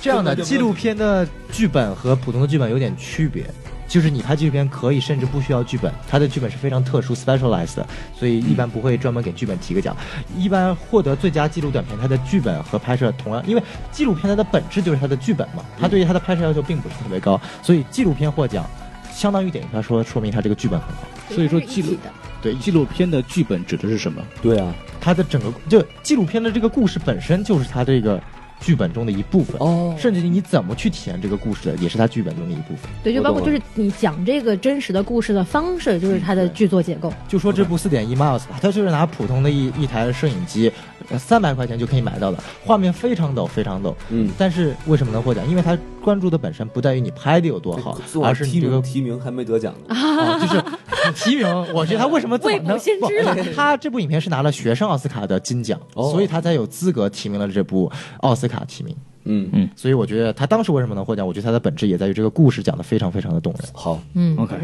H: 这样的纪录片的剧本和普通的剧本有点区别，就是你拍纪录片可以甚至不需要剧本，它的剧本是非常特殊 specialized 的，所以一般不会专门给剧本提个奖。一般获得最佳纪录短片，它的剧本和拍摄同样，因为纪录片它的本质就是它的剧本嘛，它对于它的拍摄要求并不是特别高，所以纪录片获奖。相当于点它说说明它这个剧本很好，
E: 所以说记录
D: 是一体的。
E: 对纪录片的剧本指的是什么？
C: 对啊，
H: 它的整个就纪录片的这个故事本身就是它这个剧本中的一部分，
C: 哦，
H: 甚至你怎么去体验这个故事的，也是它剧本中的一部分。
D: 对，就
C: 我
D: 包括
C: 懂
D: 就
C: 了
D: 是你讲这个真实的故事的方式，就是它的剧作结构。
H: 就说这部四点一 miles，它就是拿普通的一一台摄影机，呃三百块钱就可以买到的，画面非常陡，非常陡。
C: 嗯，
H: 但是为什么能获奖？因为它关注的本身不在于你拍的有多好，
C: 宋
H: 而
C: 老
H: 是
C: 师
H: 你
C: 提
H: 这个
C: 名提名还没得奖呢，
H: 啊，就是提名。我觉得他为
D: [laughs]
H: 什么这么
D: 未卜
H: 能
D: 先
H: 不
D: 知了
H: 他这部影片是拿了学生奥斯卡的金奖，
C: 哦
H: 所以他才有资格提名了这部奥斯卡提名。
C: 嗯
H: 所以我觉得他当时为什么能获奖？我觉得他的本质也在于这个故事讲的非常非常的动人。
C: 好，
D: 嗯，
E: OK，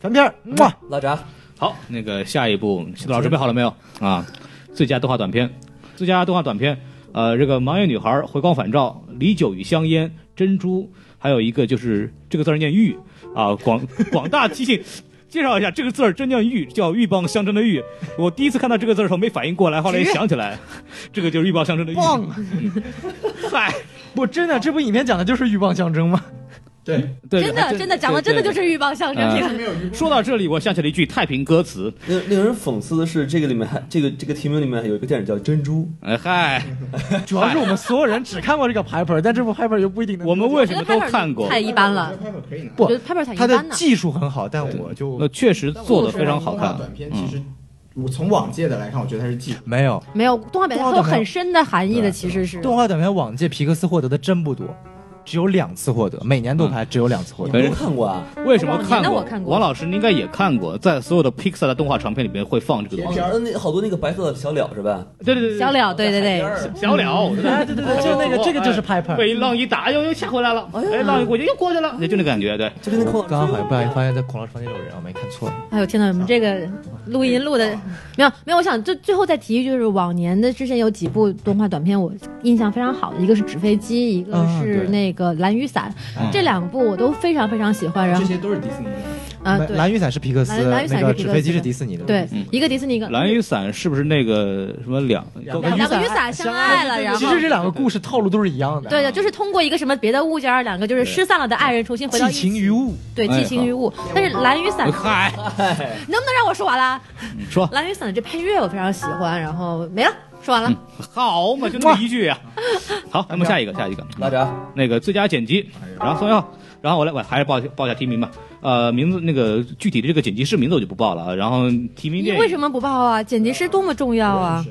H: 翻篇儿，哇，
C: 拉闸，
E: 好，那个下一步，老师准备好了没有
D: 嗯
E: 啊？最佳动画短片，最佳动画短片，呃，这个《盲眼女孩》《回光返照》《李九与香烟》《珍珠》，还有一个就是这个字儿念玉啊，广 [laughs] 广大提醒。介绍一下，这个字儿真叫鹬，叫鹬蚌相争的鹬。我第一次看到这个字儿的时候没反应过来，后来一想起来，这个就是鹬蚌相争的鹬。嗨，
H: 不，真的，这部影片讲的就是鹬蚌相争吗？
E: 对，
D: 真的真的讲的真的就是鹬蚌相争
E: 呃
D: 这个。
E: 是。说到这里，我想起了一句太平歌词，
C: 令令人讽刺的是，这个里面还这个这个提名里面还有一个电影叫《珍珠
E: 哎嗨，
H: 主要是我们所有人只看过这个 Piper，但这部 Piper 又不一定能。
E: 我们为
D: 我
E: 什
D: 觉
E: 么
D: 得
E: 都
D: Piper
E: 看过？
D: 太一般了，
A: 可以拿
D: 我
H: 不
D: 觉得 Piper 太一
H: 他的
D: 般了。
H: 技术很好，但我
E: 呃，
H: 就
E: 确实做的非常好看。
A: 短片其实，我从往届的来看，我觉得它是技术。
H: 没有
D: 没有动画表现
H: 动画
D: 有
H: 短片
D: 很深的含义的，其实是
H: 动画短片往届皮克斯获得的真不多，只有两次获得，每年都拍，只有两次获
C: 你
H: 得。
C: 们都看过啊？
E: 嗯为什么
D: 往
E: 看
D: 年的
E: 过？
D: 我看过
E: 王老师应该也看过，在所有的 Pixar 的动画长片里面会放这个东西
C: 片。儿那好多那个白色的小鸟是吧？
E: 对对对，对
D: 小了，对对对，
E: 小了，
I: 哎，对对对，就那个，这个就是
E: 哎
I: Piper，
E: 被浪一打，又又吓回来了。哎，浪一过去又过去了，就那感觉，对。
C: 就跟那恐龙
H: 刚刚好像不小心发现，在孔老师房间有人，我没看错。
D: 哎呦天哪，我们这个录音录的没有没有，我想最最后再提一句，就是往年的之前有几部动画短片我印象非常好的，一个是纸飞机，一个
H: 啊
D: 是
H: 对
D: 那个蓝雨伞，这两部我都非常非常喜欢。然后
A: 些都是迪士尼的。
D: 啊，
H: 蓝
D: 对
H: 蓝雨伞是皮克斯，
D: 蓝蓝雨伞
H: 那
D: 是
H: 个
D: 皮克
H: 纸
D: 斯
H: 飞机是
D: 的
H: 迪士尼的。
D: 对，一个迪士尼，一个
E: 蓝雨伞是不是那个什么嗯两？
I: 两
D: 两个
I: 雨
D: 雨
I: 伞
D: 伞相爱了，然后
I: 其实这两个故事套路都是一样的。
D: 对的，就是通过一个什么别的物件儿，两个就是失散了的爱人重新回到一
H: 寄情
D: 起，
H: 于物，
D: 对，
E: 哎
D: 寄情于物。但是蓝雨
E: [laughs]
D: 伞
E: 嗨，
D: 能不能让我说完啦？
E: 哎说
D: 蓝雨伞的这配乐我非常喜欢，然后没了，说
E: 嗯
D: 完了。
E: 好嘛，就那么一句啊。 [laughs] 好，那么下一个，下一个，
C: 拉闸，
E: 那个最佳剪辑，然后宋耀，然后我来，我还是报报一下提名吧。呃，名字那个具体的这个剪辑师名字我就不报了啊。然后提名
D: 你
E: 电
D: 为
E: 影，
D: 什么不报啊？剪辑师多么重要啊！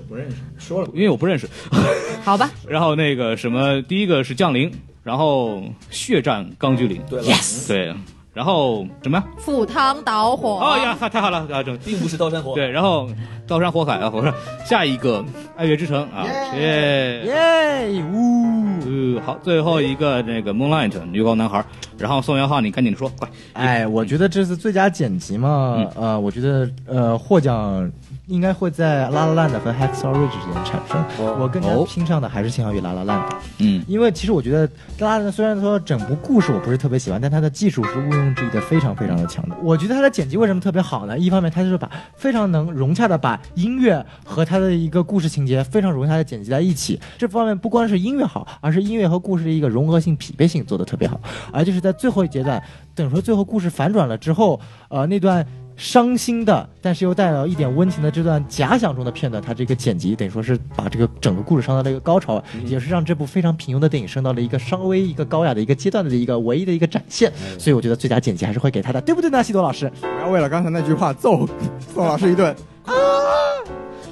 E: 因为我不认识。 [laughs]
D: 好吧，
E: 然后那个什么，第一个是降临，然后血战钢锯
D: 嗯
E: 岭，
C: 对了嗯
E: 对，然后什么呀？
D: 赴汤蹈火。
E: 哦呀，太太好了啊！这
C: 并不是刀山火。
E: 对，然后刀山火海啊，我说下一个爱乐之城啊，耶，
I: 耶呜！
E: 呃，好，最后一个那个 Moonlight 月光男孩，然后宋元浩，你赶紧说，快，
H: [laughs] 哎，我觉得这次最佳剪辑嘛，
E: 嗯
H: 呃，我觉得呃获奖应该会在《拉拉烂的和《Hacksaw Ridge》之间产生。我更加
E: 哦
H: 倾向的还是倾向于《拉拉烂的，
E: 嗯
H: 因为其实我觉得《拉拉烂虽然说整部故事我不是特别喜欢，但它的技术是毋庸置疑的，非常非常的强的。我觉得它的剪辑为什么特别好呢？一方面，它就是把非常能融洽的把音乐和它的一个故事情节非常融洽的剪辑在一起。这方面不光是音乐好，而是音乐和故事的一个融合性、匹配性做得特别好。而就是在最后一阶段，等说最后故事反转了之后，呃，那段伤心的，但是又带有一点温情的这段假想中的片段，它这个剪辑等于说是把这个整个故事上到了一个高潮，也是让这部非常平庸的电影升到了一个稍微一个高雅的一个阶段的一个唯一的一个展现。所以我觉得最佳剪辑还是会给他的，对不对呢，西多老师？
A: 我要为了刚才那句话揍宋老师一顿。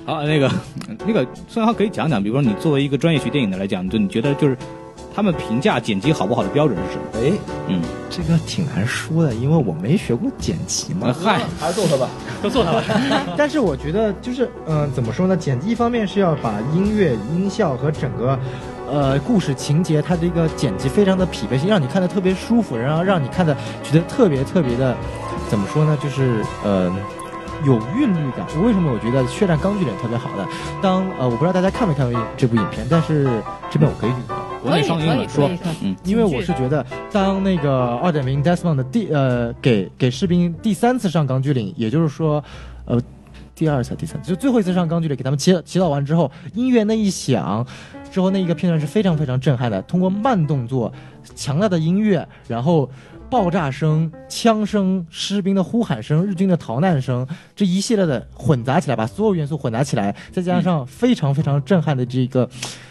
E: 好，那个那个宋元浩可以讲讲，比如说你作为一个专业学电影的来讲，就你觉得就是他们评价剪辑好不好的标准是什么？
C: 哎，
E: 嗯，
H: 这个挺难说的，因为我没学过剪辑嘛
E: 呃嗨，
C: 还是揍他吧。
E: 都做他吧，
H: 但是我觉得就是，嗯、怎么说呢？剪辑一方面是要把音乐、音效和整个，呃，故事情节它的一个剪辑非常的匹配性，让你看的特别舒服，然后让你看的觉得特别特别的，怎么说呢？就是呃。有韵律感，为什么我觉得《血战钢锯岭》特别好呢？当呃，我不知道大家看没看过这部影片，但是这边我可以
E: 国内上映
D: 可以
E: 了，
D: 可以
E: 说
D: 可以可以，
E: 嗯，
H: 因为我是觉得，当那个二点零 Desmond 的第呃给给士兵第三次上钢锯岭，也就是说，呃，第二次第三次就最后一次上钢锯岭，给他们祈祈祷完之后，音乐那一响。之后那一个片段是非常非常震撼的，通过慢动作、强大的音乐，然后爆炸声、枪声、士兵的呼喊声、日军的逃难声，这一系列的混杂起来，把所有元素混杂起来，再加上非常非常震撼的这个，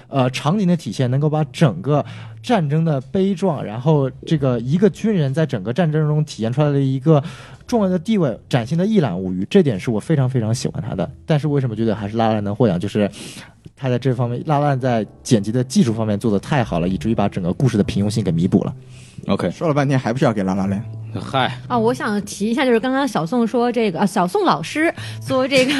H: 呃，场景的体现，能够把整个战争的悲壮，然后这个一个军人在整个战争中体现出来的一个重要的地位，展现的一览无余，这点是我非常非常喜欢他的。但是为什么觉得还是拉拉能获奖，就是他在这方面，拉拉在剪辑的技术方面做的太好了，以至于把整个故事的平庸性给弥补了。
E: OK，
A: 说了半天还不是要给拉拉链，
E: 嗨，
D: 啊，我想提一下，就是刚刚小宋说这个啊，小宋老师说
H: [laughs]
D: 这个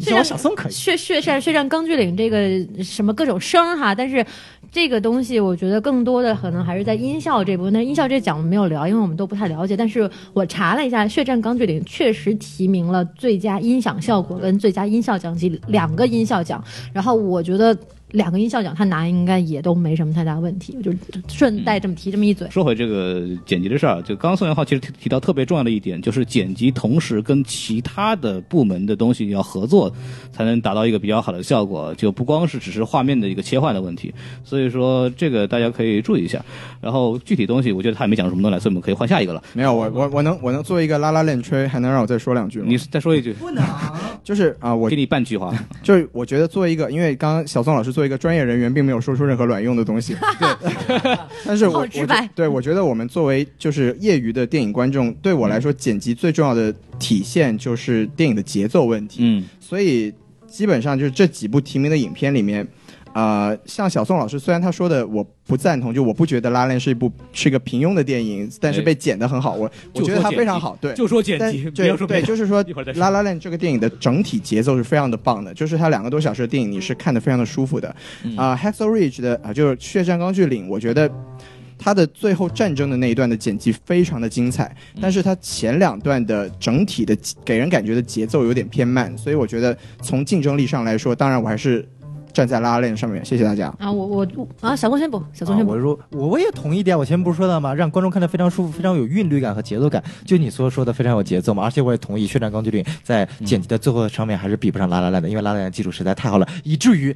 D: 血战
H: 小宋可以。
D: 血血战血战钢锯岭这个什么各种声儿哈，但是这个东西我觉得更多的可能还是在音效这部分。但是音效这讲我们没有聊，因为我们都不太了解。但是我查了一下，《血战钢锯岭》确实提名了最佳音响效果跟最佳音效奖及两个音效奖，然后我觉得。两个音效奖他拿应该也都没什么太大问题，我就顺
H: 嗯
D: 带这么提这么一嘴。
E: 说回这个剪辑的事儿，啊就刚刚宋元浩其实提提到特别重要的一点，就是剪辑同时跟其他的部门的东西要合作，才能达到一个比较好的效果。就不光是只是画面的一个切换的问题，所以说这个大家可以注意一下。然后具体东西，我觉得他也没讲出什么东西来，所以我们可以换下一个了。
A: 没有
D: 嗯
A: 我我我能我能做一个拉拉链吹，还能让我再说两句吗？
E: 你再说一句，
A: 就是啊、我
E: 我给你半句话。
A: 就是我觉得作为一个，因为刚刚小宋老师作为一个专业人员，并没有说出任何卵用的东
D: [laughs]
A: 西。对，但是我
D: 好
A: 我
D: 直
A: 觉
D: 白
A: 对我觉得我们作为就是业余的电影观众，对我来说，剪辑最重要的体现就是电影的节奏问题。
E: [laughs] 嗯
A: 所以基本上就是这几部提名的影片里面，呃，像小宋老师，虽然他说的我不赞同，就我不觉得《拉链》是一部是一个平庸的电影，但是
E: 哎
A: 被剪得很好，我我
E: 就
A: 觉得它
E: 说剪
A: 非常
E: 辑
A: 好，对，
E: 就说剪
A: 但
E: 辑，不
A: 对
E: 要说别
A: 对，
E: 的
A: 就是说
E: 一会儿再
A: 《
E: 说
A: 拉拉链》这个电影的整体节奏是非常的棒的，就是它两个多小时的电影，你是看得非常的舒服的。
E: 嗯
A: 啊、h e x o Ridge 的啊、就是《血战钢锯岭》，我觉得它的最后战争的那一段的剪辑非常的精彩，
E: 嗯
A: 但是它前两段的整体的给人感觉的节奏有点偏慢，所以我觉得从竞争力上来说，当然我还是站在《拉拉链》上面。谢谢大家。
D: 啊，我我啊，小宋先补，小宋
F: 啊
D: 先补
F: 我。说我我也同意一点，我前面不是说到吗？让观众看得非常舒服，非常有韵律感和节奏感，就你所说的非常有节奏嘛。而且我也同意《血战钢锯岭》在剪辑的最后上面还是比不上《拉拉烂》的，因为《拉拉烂》技术实在太好了，以至于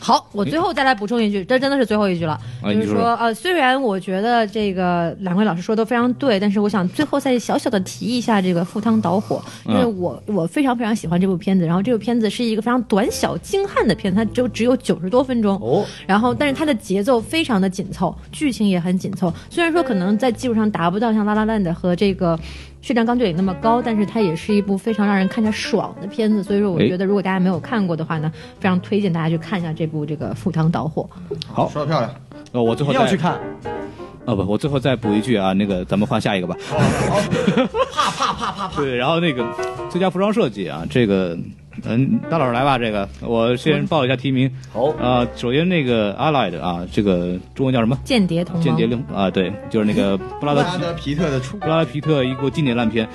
D: 好，我最后再来补充一句，这真的是最后一句了，就
E: 啊你
D: 是
E: 说
D: 说，呃，虽然我觉得这个两位老师说的非常对，但是我想最后再小小的提一下这个《赴汤蹈火》，因
E: 嗯
D: 为我我非常非常喜欢这部片子，然后这部片子是一个非常短小精悍的片子，它就只有九十多分钟，
C: 哦，
D: 然后，但是它的节奏非常的紧凑，剧情也很紧凑。虽然说可能在技术上达不到像《拉拉烂》的和这个《血战钢锯岭》那么高，但是它也是一部非常让人看着爽的片子。所以说，我
E: 哎
D: 觉得如果大家没有看过的话呢，非常推荐大家去看一下这部这个《赴汤蹈火
E: 好，
A: 说的漂亮。
E: 呃，我最
F: 一
E: 后
F: 定
E: 再
F: 要去看。
E: 啊不，我最后再补一句啊，那个咱们换下一个吧。啪啪啪啪啪。对，然后那个最佳服装设计啊，这个嗯，大老师来吧，这个我先报一下提名
C: 好，
E: 啊、首先那个 Allied 啊，这个中文叫什么？》
D: 《间谍同盟》。
E: 间谍令啊，对，就是那个布拉
A: 布
E: 德
A: 拉德皮特的出
E: 布拉德皮特一部经典烂片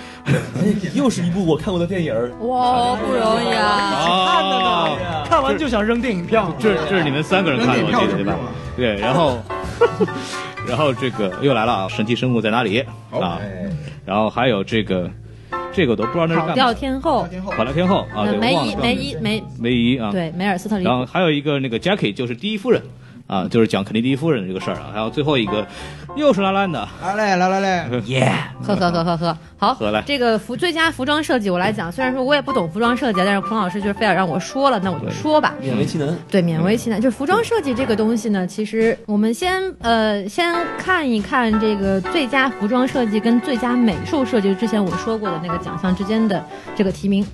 C: 又是一部我看过的电影儿。
D: 哇，不容易啊！
J: 看的
E: 啊，
J: 呢，看完就想扔电影票。
E: 这这是你们三个人看的，我记得对吧？对，然后 [laughs] 然后这个又来了啊，神奇生物在哪里啊？然后还有这个这个我都不知道那是
D: 跑
E: 干嘛。
D: 调天后，
E: 跑调天后啊，
D: 呃
E: 对，
D: 梅
E: 我忘了
D: 姨，
E: 叫
D: 梅
E: 名
D: 姨
E: 字，
D: 梅，
E: 梅姨啊，
D: 对，梅尔斯特里
E: 然。后还有一个那个 Jackie 就是第一夫人啊，就是讲肯尼迪夫人这个事儿啊，还有最后一个又是拉兰的，
A: 来嘞来来嘞，
D: 呵呵呵呵呵，好，
E: 好嘞
D: 这个服最佳服装设计我来讲，虽然说我也不懂服装设计，但是彭老师就是非要让我说了，那我就说吧。
C: 勉为其
H: 嗯
C: 难，
D: 对，勉为其难。就是服装设计这个东西呢，其实我们先呃先看一看这个最佳服装设计跟最佳美术设计之前我说过的那个奖项之间的这个提名。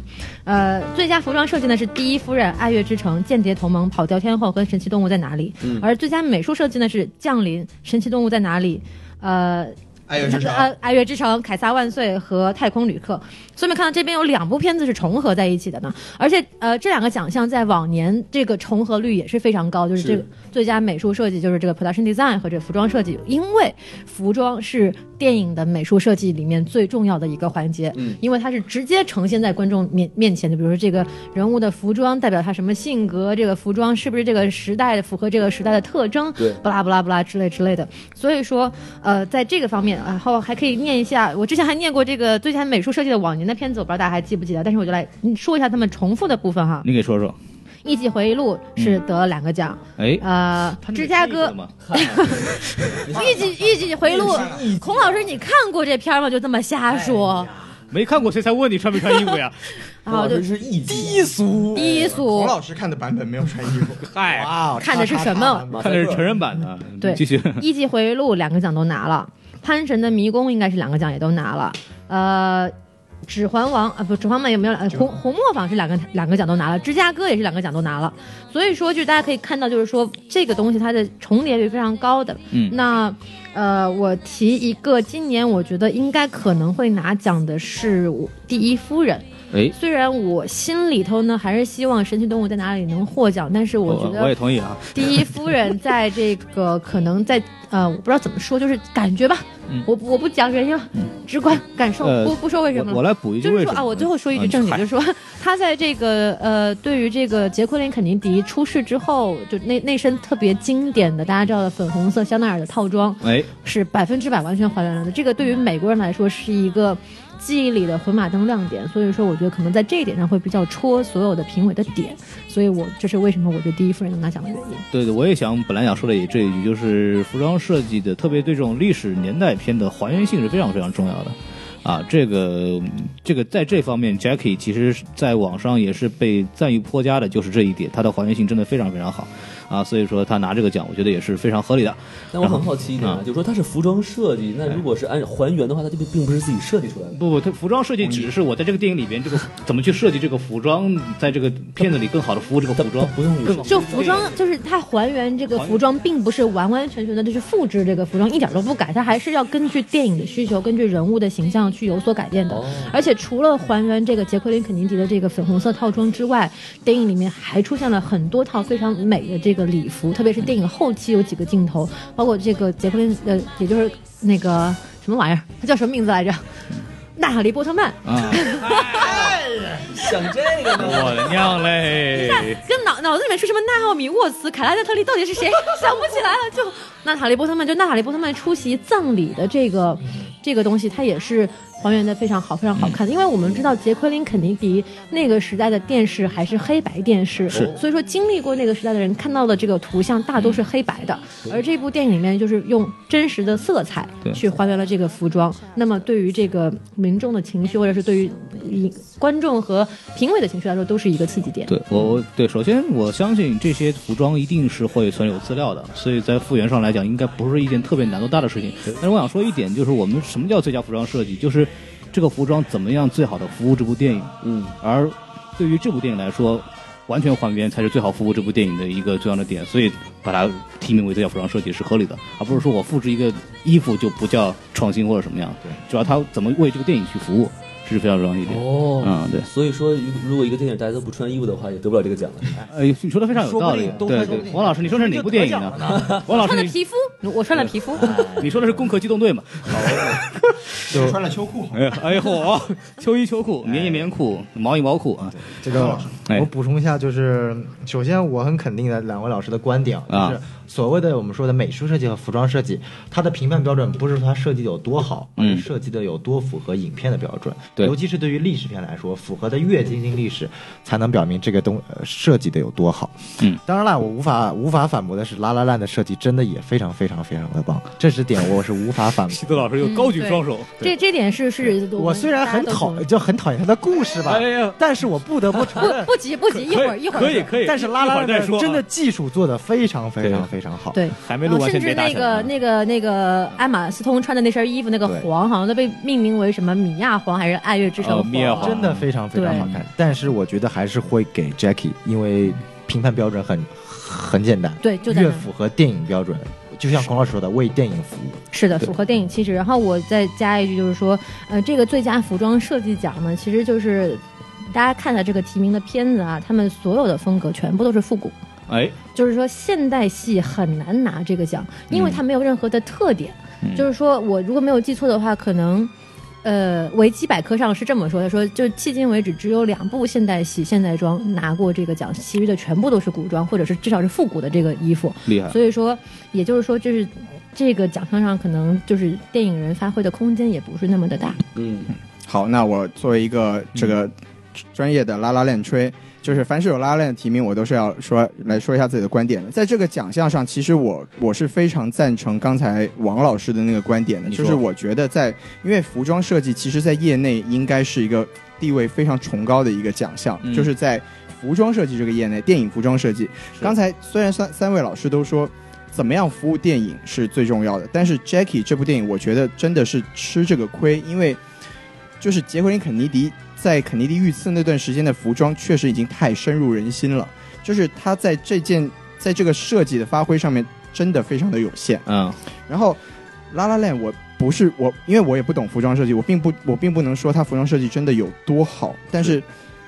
D: 呃，最佳服装设计呢是《第一夫人》《爱乐之城》《间谍同盟》《跑调天后》跟《神奇动物在哪里》而最佳美术设计呢是《降临》《神奇动物在哪里》呃
K: [laughs]
A: 爱乐之城。
D: 呃，《爱乐之城》《凯撒万岁》和《太空旅客》，所以我们看到这边有两部片子是重合在一起的呢。而且呃，这两个奖项在往年这个重合率也是非常高，就是这个最佳美术设计就是这个 production design 和这个服装设计，因为服装是电影的美术设计里面最重要的一个环节，嗯、因为它是直接呈现在观众面面前的。比如说这个人物的服装代表他什么性格，这个服装是不是这个时代符合这个时代的特征，
C: 对
D: 不啦不啦不啦之类之类的。所以说，呃，在这个方面，然后还可以念一下，我之前还念过这个最佳美术设计的往年的片子，我不知道大家还记不记得，但是我就来嗯说一下他们重复的部分哈。
E: 你给说说，
D: 《艺伎回忆录》是得了两个奖，
E: 哎，
D: 呃，《
E: 他那个
D: 芝加
E: 是
D: 哥
E: 一个》吗
D: 《艺伎艺伎回忆录》，孔老师你看过这片儿吗？就这么瞎说，
C: 哎
E: 没看过谁才问你穿没穿衣服
D: [laughs]
E: 呀？
D: 然后就
C: 这是一哎低俗，
D: 低俗
A: 洪老师看的版本没有穿衣服，
E: 嗨，
J: 哇哦
D: 看的是什么？
C: 马
E: 看
C: 赛
E: 的是
C: 克
E: 成人版的，嗯
D: 对 [laughs]
E: 继续， [laughs]
D: 《艺伎回忆录》两个奖都拿了，《潘神的迷宫》应该是两个奖也都拿了，呃。指环王啊，不，指环王也没有，呃、红红磨坊是两个两个奖都拿了，芝加哥也是两个奖都拿了，所以说就是大家可以看到，就是说这个东西它的重叠率非常高的。
E: 嗯
D: 那呃，我提一个，今年我觉得应该可能会拿奖的是我第一夫人。
E: 哎，
D: 虽然我心里头呢还是希望《神奇动物在哪里》能获奖，但是我觉得
E: 我也同意啊，
D: 第一夫人在这个可能在呃，我不知道怎么说，就是感觉吧，
E: 嗯
D: 我不我不讲原因了，直观感受，
E: 呃
D: 不不说为什
E: 我
D: 么
E: 我
D: 了。
E: 来补一句
D: 就
E: 为
D: 是
E: 什
D: 说
E: 么
D: 啊，我最后说一
E: 呃
D: 句正经，就是说 [laughs] 他在这个呃，对于这个杰奎琳·肯尼迪出事之后，就那那身特别经典的大家知道的粉红色香奈儿的套装，
E: 哎，
D: 是百分之百完全还原了的。这个对于美国人来说是一个记忆里的回马灯亮点，所以说我觉得可能在这一点上会比较戳所有的评委的点，所以我这是为什么我觉得第一夫人能拿奖的原因。
E: 对对，我也想本来想说的也这一句，就是服装设计的，特别对这种历史年代片的还原性是非常非常重要的。啊，这个嗯这个在这方面，Jackie 其实在网上也是被赞誉颇佳的，就是这一点，它的还原性真的非常非常好。啊，所以说他拿这个奖，我觉得也是非常合理的。
C: 但我很好奇一
E: 嗯
C: 点啊，就是说它是服装设计，那如果是按还原的话，它就并并不是自己设计出来的。
E: 不不，它服装设计只是我在这个电影里边，这个怎么去设计这个服装，在这个片子里更好的服务这个
C: 它
E: 服装
C: 它。不用
E: 更
C: 有
E: 好
D: 就服装，就是它还原这个服装，并不是完完全全的就是复制这个服装，一点都不改，它还是要根据电影的需求，根据人物的形象去有所改变的。
C: 哦
D: 而且除了还原这个杰奎琳·肯尼迪的这个粉红色套装之外，电影里面还出现了很多套非常美的这个礼服，特别是电影后期有几个镜头，包括这个杰奎琳，呃，也就是那个什么玩意儿，他叫什么名字来着？娜塔莉·波特曼，
E: 啊，
C: 想这个呢？
E: 我的娘嘞！
D: 跟脑脑子里面是什么纳奥米沃茨、凯莱特特利到底是谁，想不起来了。就娜塔莉波特曼，就娜塔莉波特曼出席葬礼的这个这个东西，它也是还原的非常好，非常好看的。因为我们知道杰奎琳肯尼迪那个时代的电视还是黑白电视，所以说经历过那个时代的人看到的这个图像大都是黑白的，而这部电影里面就是用真实的色彩
E: 对
D: 去还原了这个服装。那么对于这个民众的情绪，或者是对于呃观众和评委的情绪来说，都是一个刺激点。
C: 嗯
E: 对我我对，首先我相信这些服装一定是会存有资料的，所以在复原上来讲，应该不是一件特别难度大的事情。但是我想说一点，就是我们什么叫最佳服装设计，就是这个服装怎么样最好的服务这部电影。
C: 嗯，
E: 而对于这部电影来说，完全还原才是最好服务这部电影的一个重要的点，所以把它提名为最佳服装设计是合理的，而不是说我复制一个衣服就不叫创新或者什么样。对，主要它怎么为这个电影去服务，这是非常重要的一点。
C: 哦
E: 嗯，对。
C: 所以说，如果一个电影大家都不穿衣服的话，也得不了这个奖了。
E: 哎，你说的非常有道理
J: 说。不定
E: 对
J: 都
E: 对，王老师，你说的是哪部电影
J: 就得奖
E: 呢？王老
D: 穿了
E: 师，啊你啊
D: 皮肤，我穿了皮肤。
E: [laughs] 你说的是《攻壳机动队》
A: [laughs]
E: 嘛？
A: 穿了秋裤，哎
E: 哎呀，哎呦，秋衣秋裤、棉衣棉裤、毛衣毛裤啊，
H: 这个
E: 哎
H: 我补充一下，就是首先我很肯定的两位老师的观点，就
E: 啊
H: 是所谓的我们说的美术设计和服装设计，它的评判标准不是说它设计有多好，而
E: 嗯
H: 是设计的有多符合影片的标准。
E: 对
H: 尤其是对于历史片来说，符合的越接近历史，才能表明这个东、呃设计的有多好。
E: 嗯，
H: 当然啦，我无法无法反驳的是，拉拉烂的设计真的也非常非常非常的棒，这是点我是无法反驳。
E: 西子老师又高举双手。
D: 嗯这这点是是，
H: 我虽然很
D: 大家
H: 讨
D: 都同意
H: 就很讨厌他的故事吧，
E: 哎呀，
H: 但是我不得不承认。
D: 不不急不急，一会儿一会儿
E: 可以
D: 说
E: [laughs] 可以，
H: 但是拉拉
E: 一会儿再
H: 的
E: 说啊，
H: 真的技术做的非常非常非常好。，
D: 对。
E: 还没
D: 然
E: 录
D: 后
E: 完，
D: 甚
E: 先
D: 至
E: 别啊打
D: 那
E: 起
D: 个
E: 来。
D: 那个那个艾玛斯通穿的那身衣服，那个
H: 对
D: 黄好像都被命名为什么米亚黄还是爱乐之城
E: 哦
D: 黄
E: 米亚黄
H: 真的非常非常好看。但是我觉得还是会给 Jackie，因为评判标准很很简单，
D: 对，就在
H: 越
D: 那。
H: 符合电影标准。就像孔老师说的，为电影服务，
D: 是的，符合电影气质。然后我再加一句，就是说，呃，这个最佳服装设计奖呢，其实就是大家看一下这个提名的片子啊，他们所有的风格全部都是复古，
E: 哎，
D: 就是说现代戏很难拿这个奖，因为它没有任何的特点。
E: 嗯
D: 就是说我如果没有记错的话，可能。呃，维基百科上是这么说的：说就迄今为止，只有两部现代戏、现代装拿过这个奖，其余的全部都是古装，或者是至少是复古的这个衣服。
E: 厉害。
D: 所以说，也就是说，就是这个奖项上可能就是电影人发挥的空间也不是那么的大。
C: 嗯，
A: 好，那我作为一
E: 嗯
A: 个这个专业的拉拉链吹，就是凡是有拉拉链的提名，我都是要说来说一下自己的观点的。在这个奖项上，其实我我是非常赞成刚才王老师的那个观点的，
E: 你说
A: 就是我觉得在因为服装设计，其实在业内应该是一个地位非常崇高的一个奖项，
E: 嗯
A: 就是在服装设计这个业内，电影服装设计。刚才虽然三三位老师都说。怎么样服务电影是最重要的，但是 Jackie 这部电影，我觉得真的是吃这个亏，因为就是杰奎琳·肯尼迪在肯尼迪遇刺那段时间的服装，确实已经太深入人心了。就是他在这件在这个设计的发挥上面，真的非常的有限。
E: 嗯，
A: 然后拉拉链，我不是我，因为我也不懂服装设计，我并不我并不能说他服装设计真的有多好，但是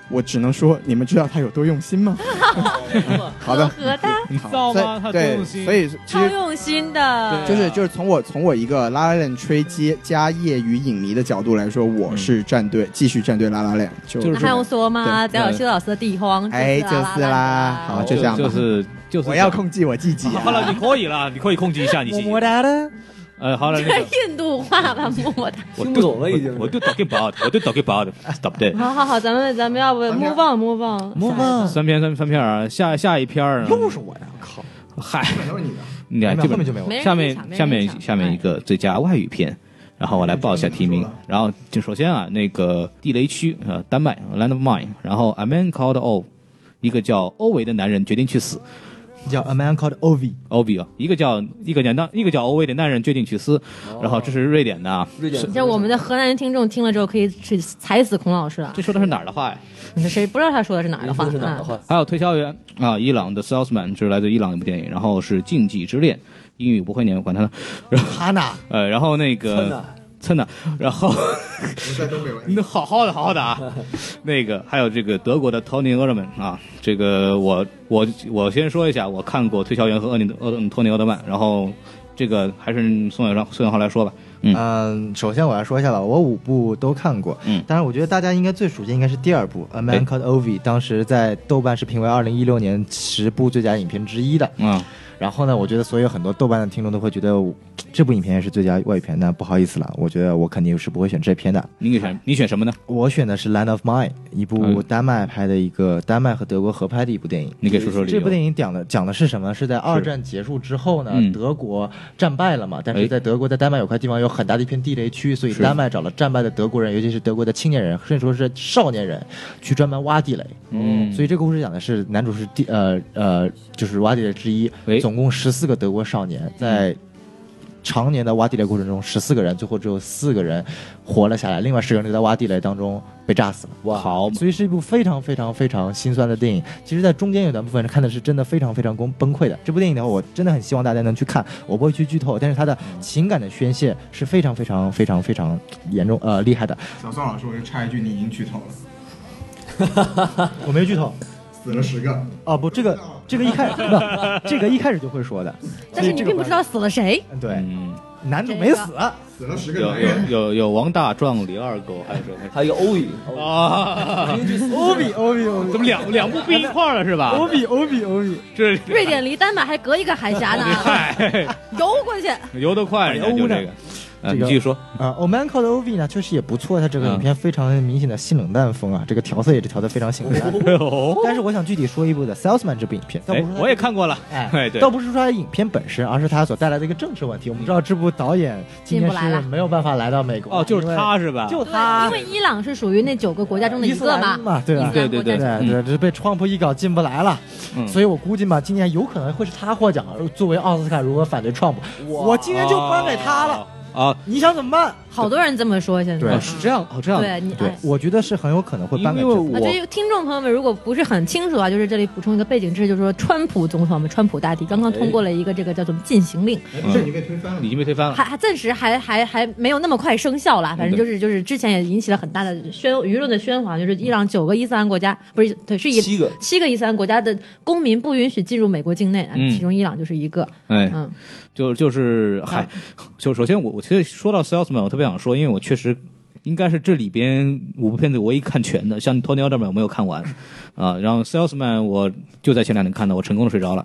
A: 我只能说，你们知道他有多用心吗？ [laughs] 好的，
D: 和他
A: 好，所以对，所以啊其实
D: 用心的
A: 就是就是从我从我一个拉拉链吹街加业余影迷的角度来说，我是站队，继续站队拉拉链，就
E: 嗯就是
D: 那还用说吗？
E: 对
D: 翟小西老师的地荒，
A: 哎就是啦好啊就这样吧
E: 就是就是
A: 我要控制我自己、啊。 [laughs]
E: 好了，你可以了，你可以控制一下你自己。么哒哒。呃，好了，那个
D: [laughs] 印度话吧，么么哒。
E: 我
C: 听
E: 就
C: 懂了已经
E: 我我就 talking about，我就 talking about，stop that。
D: 好好好，咱们咱们要不 move on move on move on。
E: 三篇三三篇啊，下下一篇儿呢？
H: 又是我呀！靠，
E: 嗨，
H: 都是你的，
E: 你看
H: 后
E: 基
H: 面
E: 本
H: 就没有了。
D: 没人
E: 下
D: 抢
E: 面
D: 没人
E: 下
D: 抢
E: 面下面一个最佳外语片，然后我来报一下提名。然后就首先啊，那个地雷区呃，丹麦 Land of Mine，然后 A Man Called Ove，一个叫欧维的男人决定去死。
H: 叫《A Man Called Ovi》，
E: 欧比啊，一个叫一个叫那一个叫欧维的男人决定去死，然后这是瑞典的啊，
C: 瑞典
D: 你知道我们的河南听众听了之后可以去踩死孔老师了
E: 这。说的是哪儿的话呀？
D: 你说谁不知道他说的是哪儿的
C: 人
D: 话？
C: 说的是哪儿的
D: 啊
C: 话？
E: 还有推销员啊，伊朗的 Salesman 就是来自伊朗一部电影，然后是《禁忌之恋》，英语不会念，管他呢。
H: 哈娜，
E: [laughs] 呃，然后那
C: 真
E: 个
C: 的，
E: 蹭的，然后
A: 我在东北
E: [laughs]
A: 玩
E: 你得好好的，好好的啊。那个还有这个德国的 Tony e r m a n 啊，这个我我我先说一下，我看过《推销员》和《厄尼厄嗯托尼奥特曼》，然后这个还是宋小刚宋小浩来说吧。
H: 嗯，首先我要说一下吧，我五部都看过，
E: 嗯
H: 当然我觉得大家应该最熟悉应该是第二部《A Man Called Ovi》，当时在豆瓣是评为二零一六年十部最佳影片之一的。
E: 嗯，
H: 然后呢，我觉得所有很多豆瓣的听众都会觉得我这部影片也是最佳外语片，那不好意思了，我觉得我肯定是不会选这片的。
E: 你选你选什么呢？
H: 我选的是《Land of Mine》，一部
E: 嗯
H: 丹麦拍的一个丹麦和德国合拍的一部电影。
E: 你给说说理由。
H: 这部电影讲的讲的是什么？是在二战结束之后呢，
E: 嗯
H: 德国战败了嘛？但
E: 哎
H: 是在德国在丹麦有块地方有很大的一片地雷区，所以
E: 是
H: 丹麦找了战败的德国人，尤其是德国的青年人，甚至说是少年人，去专门挖地雷。
E: 嗯
H: 所以这个故事讲的是男主是地呃呃就是挖地雷之一
E: 哎，嗯
H: 总共十四个德国少年在。常年的挖地雷过程中，十四个人最后只有四个人活了下来，另外十个人就在挖地雷当中被炸死了。
E: 好
H: 所以是一部非常非常非常心酸的电影。其实，在中间有段部分看的是真的非常非常崩崩溃的。这部电影的话，我真的很希望大家能去看，我不会去剧透，但是它的情感的宣泄是非常非常非常非常严重呃厉害的。
A: 小宋老师，我就插一句，你已经剧透了，
H: 我没剧透
A: 死了十个。
H: 哦，不，这个这个一开始不，这个一开始就会说的。
D: 但是你并不知道死了谁。
H: 嗯对，
E: 嗯，
H: 男主没死，
A: 死了十个
E: 有
A: 男人
E: 有，有有王大壮、李二狗，还有谁？
C: 还有一个欧语，
E: 啊，
H: 欧比欧比欧比
E: 怎么两两部并一块儿了是吧？
H: 欧比欧比欧比，
E: 这
D: 瑞典离丹麦还隔一个海峡呢，
E: 嗨，
D: 游过去。
E: 游得快，人家就这个。嗯，
H: 这
E: 你
H: 个
E: 继续说。
H: 啊，O Man Called O V 呢，确实也不错，它这个影片非常明显的性 [laughs] 冷淡风啊，这个调色也是调的非常性冷淡。
E: 哦，
H: 但是我想具体说一部的《Salesman》这部影片，倒
E: 哎
H: 不是，它
E: 我也看过了。 [laughs] 哎
H: 哎，
E: 对
H: 倒不是说它的影片本身，而是它所带来的一个政治问题。我们知道这部导演
D: 进
H: 今天
D: 不来
H: 是
D: 了
H: 没有办法来到美
E: 嗯
H: 国，
E: 哦，就是
H: 因为，
E: 他是吧？
H: 就
D: 对，
H: 他
D: 因，为伊朗是属于那九个国家中的一
H: 啊伊斯
D: 个嘛
H: 兰。嘛，对吧？
D: 伊斯兰
E: 对
D: 国家
E: 对对
H: 对
D: 中
H: 对对，这被川普一搞进不来了，
E: 嗯
H: 所以我估计嘛，今年有可能会是他获奖。作为奥斯卡如何反对川普，我今年就颁给他了，
E: 啊。
H: 你想怎么办？
D: 好多人这么说，现在
H: 对
E: 哦，是这样，哦，这样，
D: 对你
H: 对
D: 哎，
H: 我觉得是很有可能会颁给
E: 因
H: 这
E: 为 [laughs]
H: 部。
D: 啊，
E: 我
D: 这听众朋友们如果不是很清楚啊，就是这里补充一个背景知识，就是说川普总统，我们川普大帝刚刚通过了一个这个叫做禁行令，
E: 嗯
A: 这已经被推翻了
E: 已。经被推翻了。
D: 还还暂时还还还没有那么快生效啦，反正就是就是之前也引起了很大的宣舆论的喧哗，就是伊朗九个伊斯兰国家不是对是一
C: 七个
D: 七个伊斯兰国家的公民不允许进入美国境内，啊
E: 嗯
D: 其中伊朗就是一个，
E: 哎，
D: 嗯，
E: 就就是嗨，就首先我我其实说到 Salesman，我特别想说，因为我确实应该是这里边五部片子我一看全的，像 Tony Alderman 我没有看完啊，然后 Salesman 我就在前两天看的，我成功的睡着了。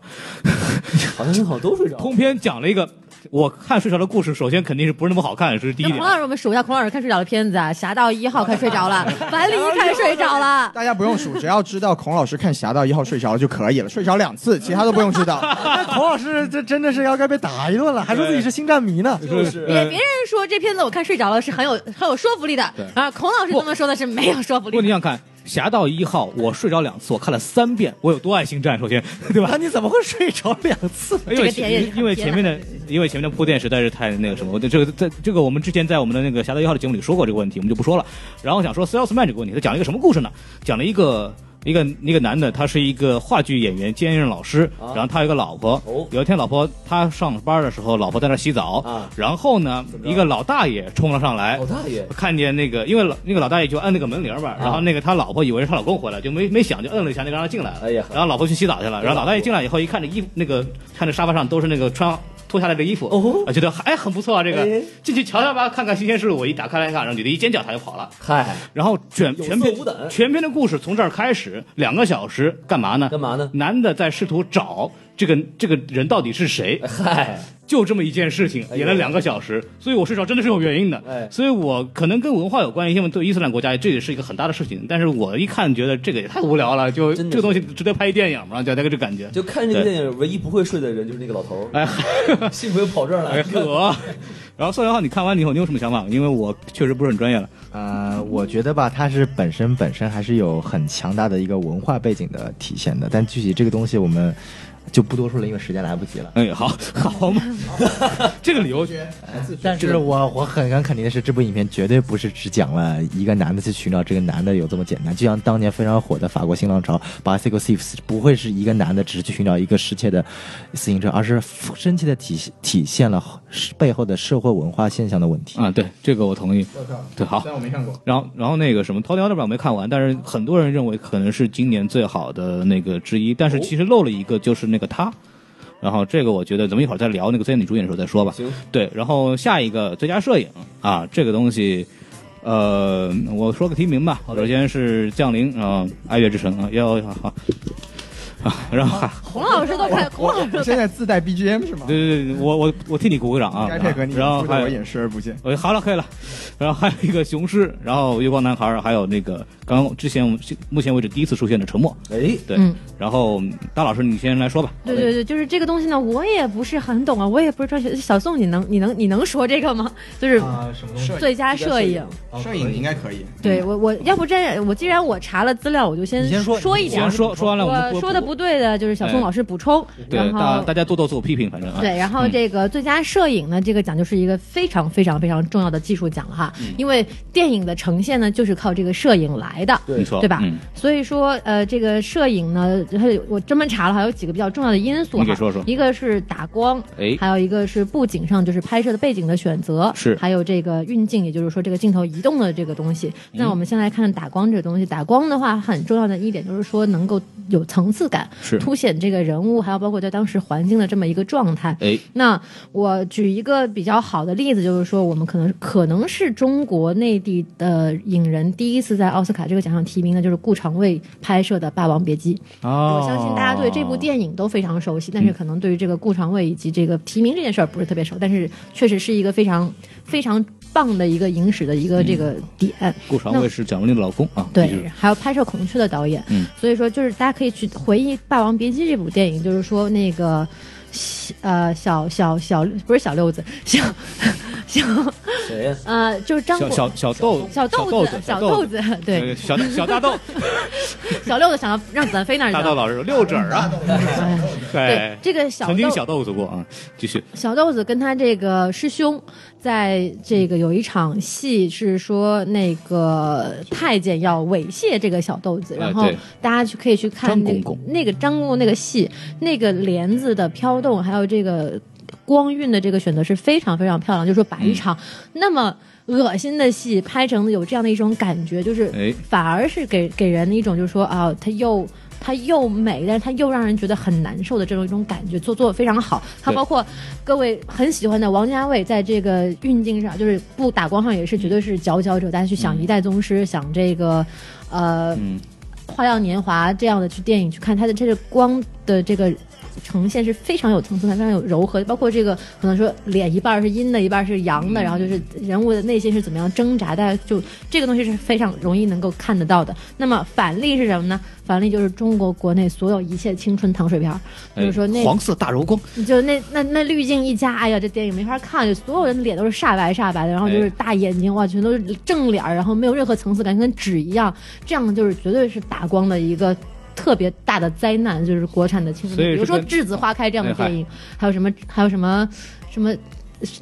C: 好像好像都睡着了。
E: 通篇讲了一个我看睡着的故事，首先肯定是不是那么好看，这是第一
D: 那
E: 点
D: 孔。老师我们数一下孔老师看睡着的片子啊，《侠盗一号》看睡着
E: [laughs]
D: 了，《白灵》看睡着了。
A: 大家不用数，只要知道孔老师看《侠盗一号》睡着了就可以了，睡着两次，其他都不用知
D: [laughs]
A: 道。
H: 那孔老师这真的是要该被打一顿了，还说自己是星战迷呢。
C: 就是
E: 呃
D: 别别人说这片子我看睡着了是很有很有说服力的，啊，孔老师这么说的是没有说服
E: 不过
D: 力的。
E: 你想看《侠盗一号》，我睡着两次，我看了三遍，我有多爱星战？首先， [laughs] 对吧？
H: 那啊你怎么会睡着两次？
E: [laughs] 因为
D: 这个点也是
E: 前因为前面的
D: 很偏
E: 因为前面的铺垫实在是太那个什么，我对这个在这个我们之前在我们的那个《侠盗一号》的节目里说过这个问题，我们就不说了。然后我想说 Salesman 这个问题，他讲了一个什么故事呢？讲了一个。一个一个男的，他是一个话剧演员兼任老师，
C: 啊
E: 然后他有一个老婆。
C: 哦
E: 有一天，老婆他上班的时候，老婆在那洗澡，
C: 啊
E: 然后呢，
C: 着哦
E: 一个老大爷冲了上来，
C: 老大爷，
E: 看见那个，因为老那个老大爷就按那个门铃儿
C: 啊
E: 吧，然后那个他老婆以为是她老公回来，就没没想，就摁了一下那个让他进来了。
C: 哎呀
E: 然后老婆去洗澡去了，然后老大爷进来以后一看这衣服，那个看这沙发上都是那个穿脱下来的衣服，
C: 哦
E: 啊，觉得哎很不错啊，这
C: 哎
E: 个进去瞧瞧吧，看看新鲜事物。我一打开来看，然后女的一尖叫，她就跑了。
C: 嗨，
E: 然后全
C: 有
E: 全
C: 色
E: 篇
C: 无胆
E: 全篇的故事从这儿开始，两个小时干嘛呢？
C: 干嘛呢？
E: 男的在试图找这个这个人到底是谁，
C: 嗨，
E: 就这么一件事情，
C: 哎呦
E: 演了两个小时，所以我睡着真的是有原因的。
C: 哎
E: 所以我可能跟文化有关，因为对伊斯兰国家这也是一个很大的事情。但是我一看觉得这个也太无聊了，就
C: 真的是
E: 这个东西值得拍一电影吗？就那个这
C: [laughs]
E: 感觉。
C: 就看这个电影，唯一不会睡的人就是那个老头儿，
E: 哎，
C: 幸亏跑这儿来
E: 哎
C: 了。
E: 呵。然后宋元浩，你看完以后你有什么想法？因为我确实不是很专业了。
H: 呃，我觉得吧，它是本身本身还是有很强大的一个文化背景的体现的，但具体这个东西我们。
F: 就不多说了，因为时间来不及了。
E: 哎，好
C: [laughs]
E: 好嘛，这个理由
F: 但是我我很敢肯定的是，这部影片绝对不是只讲了一个男的去寻找这个男的有这么简单。就像当年非常火的法国新浪潮 Bicycle Thieves，不会是一个男的只是去寻找一个失窃的自行车，而是深切的体体现了背后的社会文化现象的问题。
E: 啊，对这个我同意。对，好。
A: 但我没看过。
E: 然后，然后那个什么《头条》那版我没看完，但是很多人认为可能是今年最好的那个之一，但是其实漏了一个，就是那个他。然后这个我觉得咱们一会儿再聊那个最佳女主演的时候再说吧。
C: 行，
E: 对，然后下一个最佳摄影啊，这个东西，呃，我说个提名吧。首先是《降临》啊，《爱乐之城》啊，要好 [laughs] 啊，然后
D: 孔老师都快，孔老师
A: 我现在自带 BGM 是吗？
E: 对对对，我我我替你鼓鼓掌啊
A: 该配合。你，
E: 然后
A: 不得
E: 还
A: 我
E: 有
A: 演视而不见。
E: 我哎好了，可以了。然后还有一个雄狮，然后月光男孩，还有那个刚刚之前我们目前为止第一次出现的沉默。
C: 哎，
E: 对，
D: 嗯
E: 然后大老师你先来说吧。
D: 对对对，就是这个东西呢，我也不是很懂啊，我也不是专学。小宋，你能你能你能说这个吗？就是
F: 啊，什么东
A: 摄
D: 最佳
C: 最佳
D: 摄
C: 摄
D: 影
C: 影，
E: 哦
A: 摄影应该可以。
D: 对我我要不这样，我既然我查了资料，我就
F: 你先说
D: 说一
F: 你
D: 点
E: 先
D: 儿。
E: 说说完了，我们
D: 我说的不对的，就是小
E: 哎
D: 宋老师补充，
E: 对，
D: 然
E: 大
D: 后
E: 大家多多自我批评，反正啊。
D: 对，然后
E: 嗯
D: 这个最佳摄影呢，这个奖就是一个非常非常非常重要的技术奖了哈，
E: 嗯
D: 因为电影的呈现呢，就是靠这个摄影来的。
E: 没错，
D: 对吧
E: 嗯，
D: 所以说，呃，这个摄影呢，它有我专门查了哈，有几个比较重要的因素
E: 你给
D: 哈，
E: 说说
D: 一个是打光，
E: 哎，
D: 还有一个是布景上就是拍摄的背景的选择，
E: 是
D: 还有这个运镜，也就是说这个镜头移动的这个东西。
E: 嗯
D: 那我们先来看打光这个东西，打光的话很重要的一点就是说能够有层次感，
E: 是
D: 凸显这个人物，还有包括在当时环境的这么一个状态。
E: 哎，
D: 那我举一个比较好的例子，就是说我们可能可能是中国内地的影人第一次在奥斯卡这个奖上提名的，就是顾长卫拍摄的《霸王别姬》。
E: 哦，嗯
D: 我相信大家对这部电影都非常熟悉，但是可能对于这个顾长卫以及这个提名这件事儿不是特别熟，但是确实是一个非常非常棒的一个影史的一个这个点。
E: 哦顾长卫是蒋雯丽的老公啊，就
D: 对
E: 嗯是，
D: 还有拍摄《孔雀》的导演，
E: 嗯
D: 所以说就是大家可以去回忆《霸王别姬》这部电影，就是说那个，小呃，小小小不是小六子，小小
C: 谁呀？
D: 呃，就是张
E: 小
D: 国
E: 小小豆
D: 小豆
E: 子
D: 小
E: 豆
D: 豆子，对，
E: 小大小
D: [laughs]
E: 大豆
D: 小六子想要让子弹飞那儿去
E: 大豆
D: 了，
E: 老师说六指儿啊，
D: 哎对
E: 对，，
D: 这个小
E: 曾经
D: 豆
E: 小豆子过啊，继续
D: 小豆子跟他这个师兄，在这个有一场戏是说那个太监要猥亵这个小豆子，
E: 哎
D: 然后
E: 对
D: 大家去可以去看
E: 张
D: 那
E: 公
D: 个
E: 公
D: 那个张公公那个戏，那个帘子的飘动，还有这个光晕的这个选择是非常非常漂亮，就是说把一场那么恶心的戏拍成有这样的一种感觉，就是
E: 哎
D: 反而是给给人一种就是说啊，它又它又美，但是它又让人觉得很难受的这种一种感觉，做做的非常好。它
E: 对
D: 包括各位很喜欢的王家卫，在这个运镜上，就是不打光上也是绝对是佼佼者。大家去想《一代宗师》，想这个呃
E: 嗯
D: 《花样年华》这样的去电影去看，它的这个光的这个。呈现是非常有层次感，非常有柔和，包括这个可能说脸一半儿是阴的，一半儿是阳的，然后就是人物的内心是怎么样挣扎，大家就这个东西是非常容易能够看得到的。那么反例是什么呢？反例就是中国国内所有一切青春糖水片儿，比如说
E: 哎
D: 那
E: 黄色大
D: [laughs]
E: 柔光，
D: 就那那那滤镜一加，哎呀，这电影没法看，就所有人脸都是煞白煞白的，然后就是
E: 哎
D: 大眼睛，哇，全都是正脸儿，然后没有任何层次感，跟纸一样，这样就是绝对是打光的一个。特别大的灾难就是国产的青春
E: 所以
D: 片，比如
E: 是
D: 说
E: 跟
D: 《栀子花开》这样的
E: 哎嗨
D: 电影，还有什么，还有什么，什么，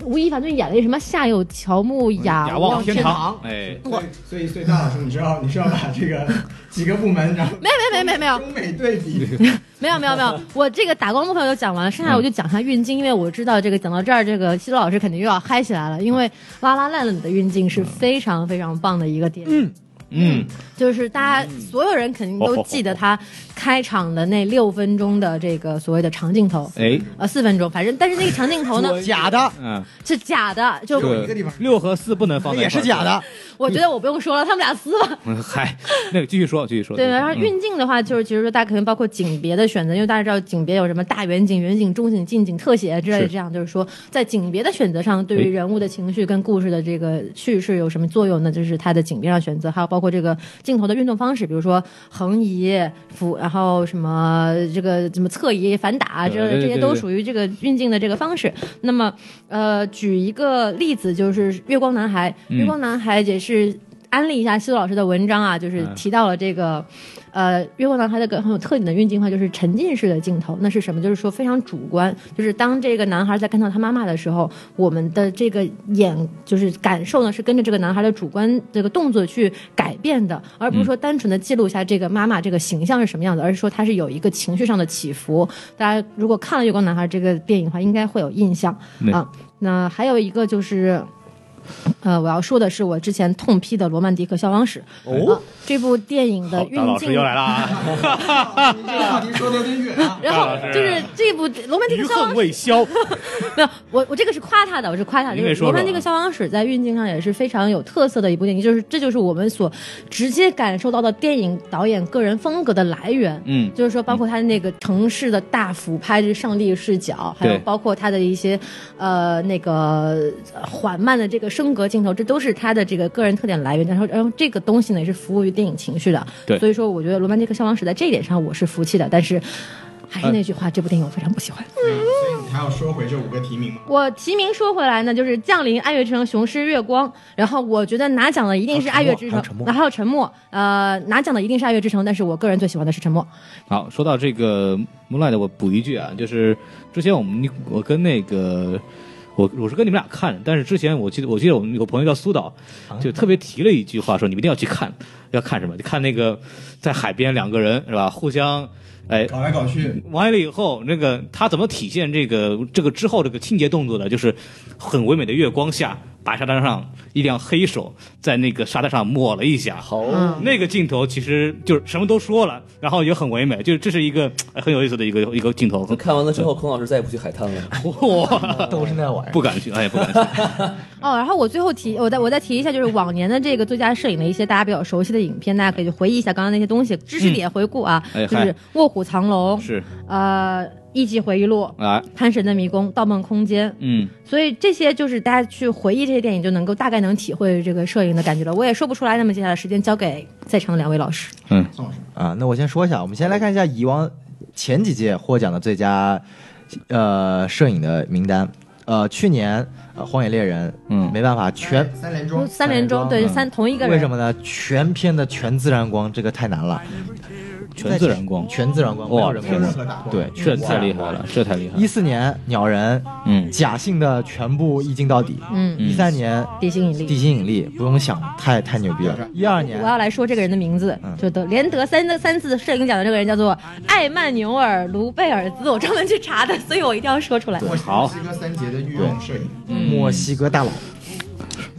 D: 吴亦凡最近演了一个什么《夏有乔木雅
E: 嗯雅望
D: 天
E: 天堂，哎，
D: 我
A: 所以，所以大老师，你知道，你是要把这个几个部门，然后
D: 没没没没没有，
A: 中美对比，
D: 没有没有没
E: [laughs]
D: 有，我这个打光部分我都讲完了，剩
E: 嗯
D: 下我就讲一下运镜，因为我知道这个讲到这儿，这个西多老师肯定又要嗨起来了，
E: 嗯
D: 因为《拉拉烂烂》的运镜是非常非常棒的一个电影，
E: 嗯，
D: 就是大家所有人肯定都记得他开场的那六分钟的这个所谓的长镜头，
E: 哎，
D: 呃四分钟，反正但是那个长镜头呢
E: [laughs]
F: 假的，
E: 嗯，
D: 是假的，就
E: 这
A: 地方
E: 六和四不能放在一
F: 也
E: 块
F: 是
E: 儿
F: 假的。
D: 我觉得我不用说了，他们俩撕吧。
E: 嗯嗨，那嗯个继续说，继续说。
D: 对，
E: 继续说
D: 然后运镜的话，就是其实说大家可能包括景别的选择，因为大家知道景别有什么大远景、远景、中景、近景、特写之类的，
E: 是
D: 这样就是说在景别的选择上，对于人物的情绪跟故事的这个叙事有什么作用呢？就是它的景别上选择，还有包括这个镜头的运动方式，比如说横移、俯，然后什么这个什么侧移、反打，这
E: 对对
D: 这
E: 对
D: 些
E: 对
D: 都
E: 对
D: 属于这个运镜的这个方式。那么，呃，举一个例子，就是《月光男孩》，《月光男孩》也是。安利一下西多老师的文章啊，就是提到了这个，呃，月光男孩的个很有特点的运镜化就是沉浸式的镜头，那是什么？就是说非常主观，就是当这个男孩在看到他妈妈的时候，我们的这个眼就是感受呢是跟着这个男孩的主观这个动作去改变的，而不是说单纯的记录下这个妈妈这个形象是什么样的，而是说它是有一个情绪上的起伏。大家如果看了《月光男孩》这个电影的话，应该会有印象
E: 对
D: 啊。那还有一个就是。呃，我要说的是我之前痛批的《罗曼蒂克消亡史》哦、这部电影的
E: 好，
D: 运
E: 大老师
D: 镜
E: 又，来了啊，
D: 然后就是 [laughs] 这部《罗曼蒂
E: [laughs] 余
D: 克消亡
E: 恨
D: [laughs]
E: 未消。
D: 没有，我我这个是夸他的，我是夸他的。
E: 你
D: 就
E: 可以
D: 是
E: 说说啊
D: 罗曼蒂克消亡史在运镜上也是非常有特色的一部电影，就是这就是我们所直接感受到的电影导演个人风格的来源。
E: 嗯
D: 就是说，包括他那个城市的大俯拍，就是上帝视角，还有
E: 对
D: 包括他的一些呃那个呃缓慢的这个升格镜头，这都是他的这个个人特点来源。然后，然后这个东西呢也是服务于电影情绪的。
E: 对
D: 所以说我觉得《罗曼蒂克消亡史》在这一点上我是服气的，但是还
E: 呃
D: 是那句话，这部电影我非常不喜欢。
A: 所以你还要说回这五个提名吗？
D: 我提名说回来呢，就是《降临》《爱乐之城》《雄狮》《月光》，然后我觉得拿奖的一定是《爱乐之城》，然后《沉默》，呃，拿奖的一定是《爱乐之城》，但是我个人最喜欢的是《沉默》。
E: 好，说到这个 Moonlight，我补一句啊，就是之前我们我跟那个我我是跟你们俩看的，但是之前我记得我记得我们有朋友叫苏导，就特别提了一句话说你们一定要去看，要看什么？就看那个在海边两个人是吧，互相哎
A: 搞来搞去，
E: 完了以后，那个他怎么体现这个这个之后这个清洁动作呢？就是很唯美的月光下，白沙滩上一辆黑手在那个沙滩上抹了一下，
C: 好，
E: 那个镜头其实就是什么都说了，然后也很唯美，就是这是一个呃很有意思的一个一个镜头。 [laughs]
C: 看完了之后，孔老师再也不去海滩了。
E: 哇，
H: 都是那玩意
E: 不敢去，哎，不敢去。
D: 哦，然后我最后提，我再我再提一下，就是往年的这个最佳摄影的一些大家比较熟悉的影片，大家可以去回忆一下刚刚那些东西，知识点回顾啊，
E: 嗯哎
D: 就
E: 嗨
D: 是《卧虎藏龙》
E: 是
D: 呃，《艺伎回忆录》《
E: [laughs] 啊，
D: 潘神的迷宫》《盗梦空间》，
E: 嗯，
D: 所以这些就是大家去回忆这些电影，就能够大概能体会这个摄影的感觉了。我也说不出来，那么接下来时间交给在场的两位老师。
H: 啊，那我先说一下，我们先来看一下以往前几届获奖的最佳呃摄影的名单。呃，去年呃《荒野猎人》，
E: 嗯
H: 没办法，全
A: 三连装，
D: 三连装，对，三同一个人。
H: 嗯为什么呢？全片的全自然光，这个太难了，
E: 全自然光，
H: 全自然光，没有
E: 哇，
H: 人
E: 这
H: 工光
A: 打光
H: 对，
E: 这
H: 全自
E: 太
H: 然
E: 厉
H: 光。
E: 害了，这太厉害
H: 一
E: 了。
H: 四年鸟人，
E: 嗯
H: 假性的全部一镜到底。
D: 嗯，
H: 一三年
D: 地心引
E: 嗯
H: 地
D: 力。
H: 心引啊力不用想，太太牛逼了。一二年
D: 我要来说这个人的名字，
H: 嗯
D: 就得连得三的三次摄影奖的这个人叫做艾曼纽尔·卢贝尔兹，我专门去查的，所以我一定要说出来。
E: 好
A: 西哥三杰的御用摄影，
H: 墨西哥大佬。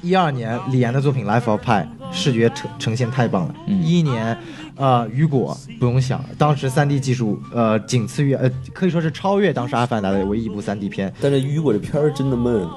H: 一二年，李安的作品《Life of Pi》视觉呈呈现太棒了。一一年，呃，雨果不用想，当时三 D 技术，呃，仅次于呃，可以说是超越当时《阿凡达》的唯一一部三 D 片，
C: 但是雨果这片儿真的闷，
D: 哦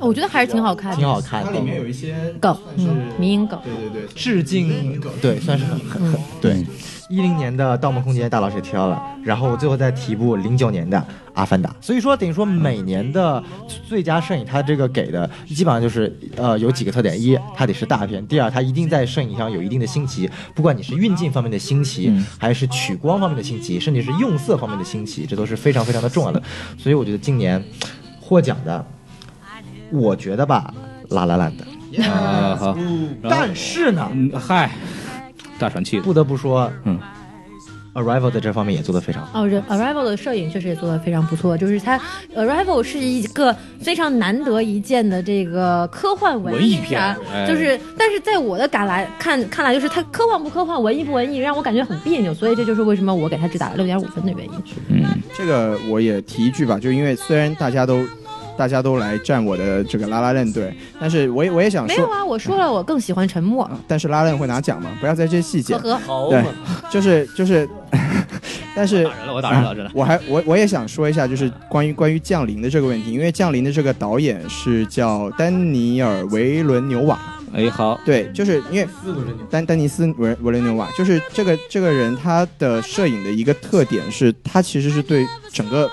D: 我觉得还是挺好看的，
H: 挺好看
A: 它
H: 的
A: 里。面有一些
D: 梗，
A: 算是
D: 嗯，迷影梗。
A: 对对对，
H: 致敬，对，算是很很很对。一零年的《盗梦空间》大老师也提到了，然后我最后再提一部零九年的《阿凡达》，所以说等于说每年的最佳摄影，它这个给的基本上就是呃有几个特点：一，它得是大片；第二，它一定在摄影上有一定的新奇，不管你是运镜方面的新奇，还是取光方面的新奇，甚至是用色方面的新奇，这都是非常非常的重要的。所以我觉得今年获奖的，我觉得吧，拉拉烂的，
E: 啊，好，
H: 但是呢。
E: 嗯，嗨，大喘气。
H: 不得不说，
E: 嗯
H: ，Arrival 在这方面也做得非常好。
D: 哦，人 Arrival 的摄影确实也做得非常不错，就是它 Arrival 是一个非常难得一见的这个科幻文
E: 文艺
D: 艺
E: 片
D: 片，
E: 哎
D: 就是但是在我的感来看看来，就是它科幻不科幻，文艺不文艺，让我感觉很别扭，所以这就是为什么我给它只打了六点五分的原因。
E: 嗯
A: 这个我也提一句吧，就因为虽然大家都大家都来站我的这个拉拉链队，但是我也我也想
D: 没有
A: 说，
D: 啊，我说了，我更喜欢沉默。
A: 但是拉拉链会拿奖吗？不要在这些细节
D: [laughs] 呵，呵，
C: 好
A: 对，就是就是， [laughs] 但是
E: 打人了，我打人了，真的。
A: 我还我我也想说一下，就是关于关于降临的这个问题，因为降临的这个导演是叫丹尼尔·维伦纽瓦，
E: 哎，好，
A: 对，就是因为丹丹尼斯维维伦纽瓦，就是这个这个人他的摄影的一个特点是，他其实是对整个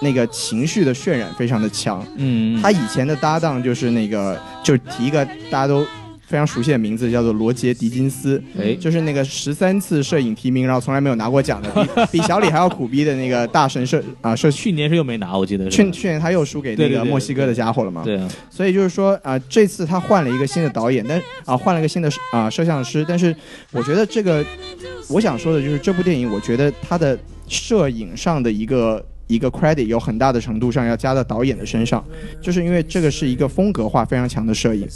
A: 那个情绪的渲染非常的强。
E: 嗯，
A: 他以前的搭档就是那个，就提一个大家都非常熟悉的名字，叫做罗杰·狄金斯，
E: 哎
A: 就是那个十三次摄影提名，然后从来没有拿过奖的，比比小李还要苦逼的那个大神摄啊摄
E: 去年是又没拿，我记得是
A: 去去年他又输给
E: 对
A: 那
E: 对
A: 个
E: 对
A: 墨西哥的家伙了嘛，
E: 对啊，
A: 所以就是说啊、这次他换了一个新的导演，但啊、换了一个新的啊、摄像师，但是我觉得这个我想说的就是这部电影，我觉得它的摄影上的一个一个 credit 有很大的程度上要加到导演的身上，就是因为这个是一个风格化非常强的摄影，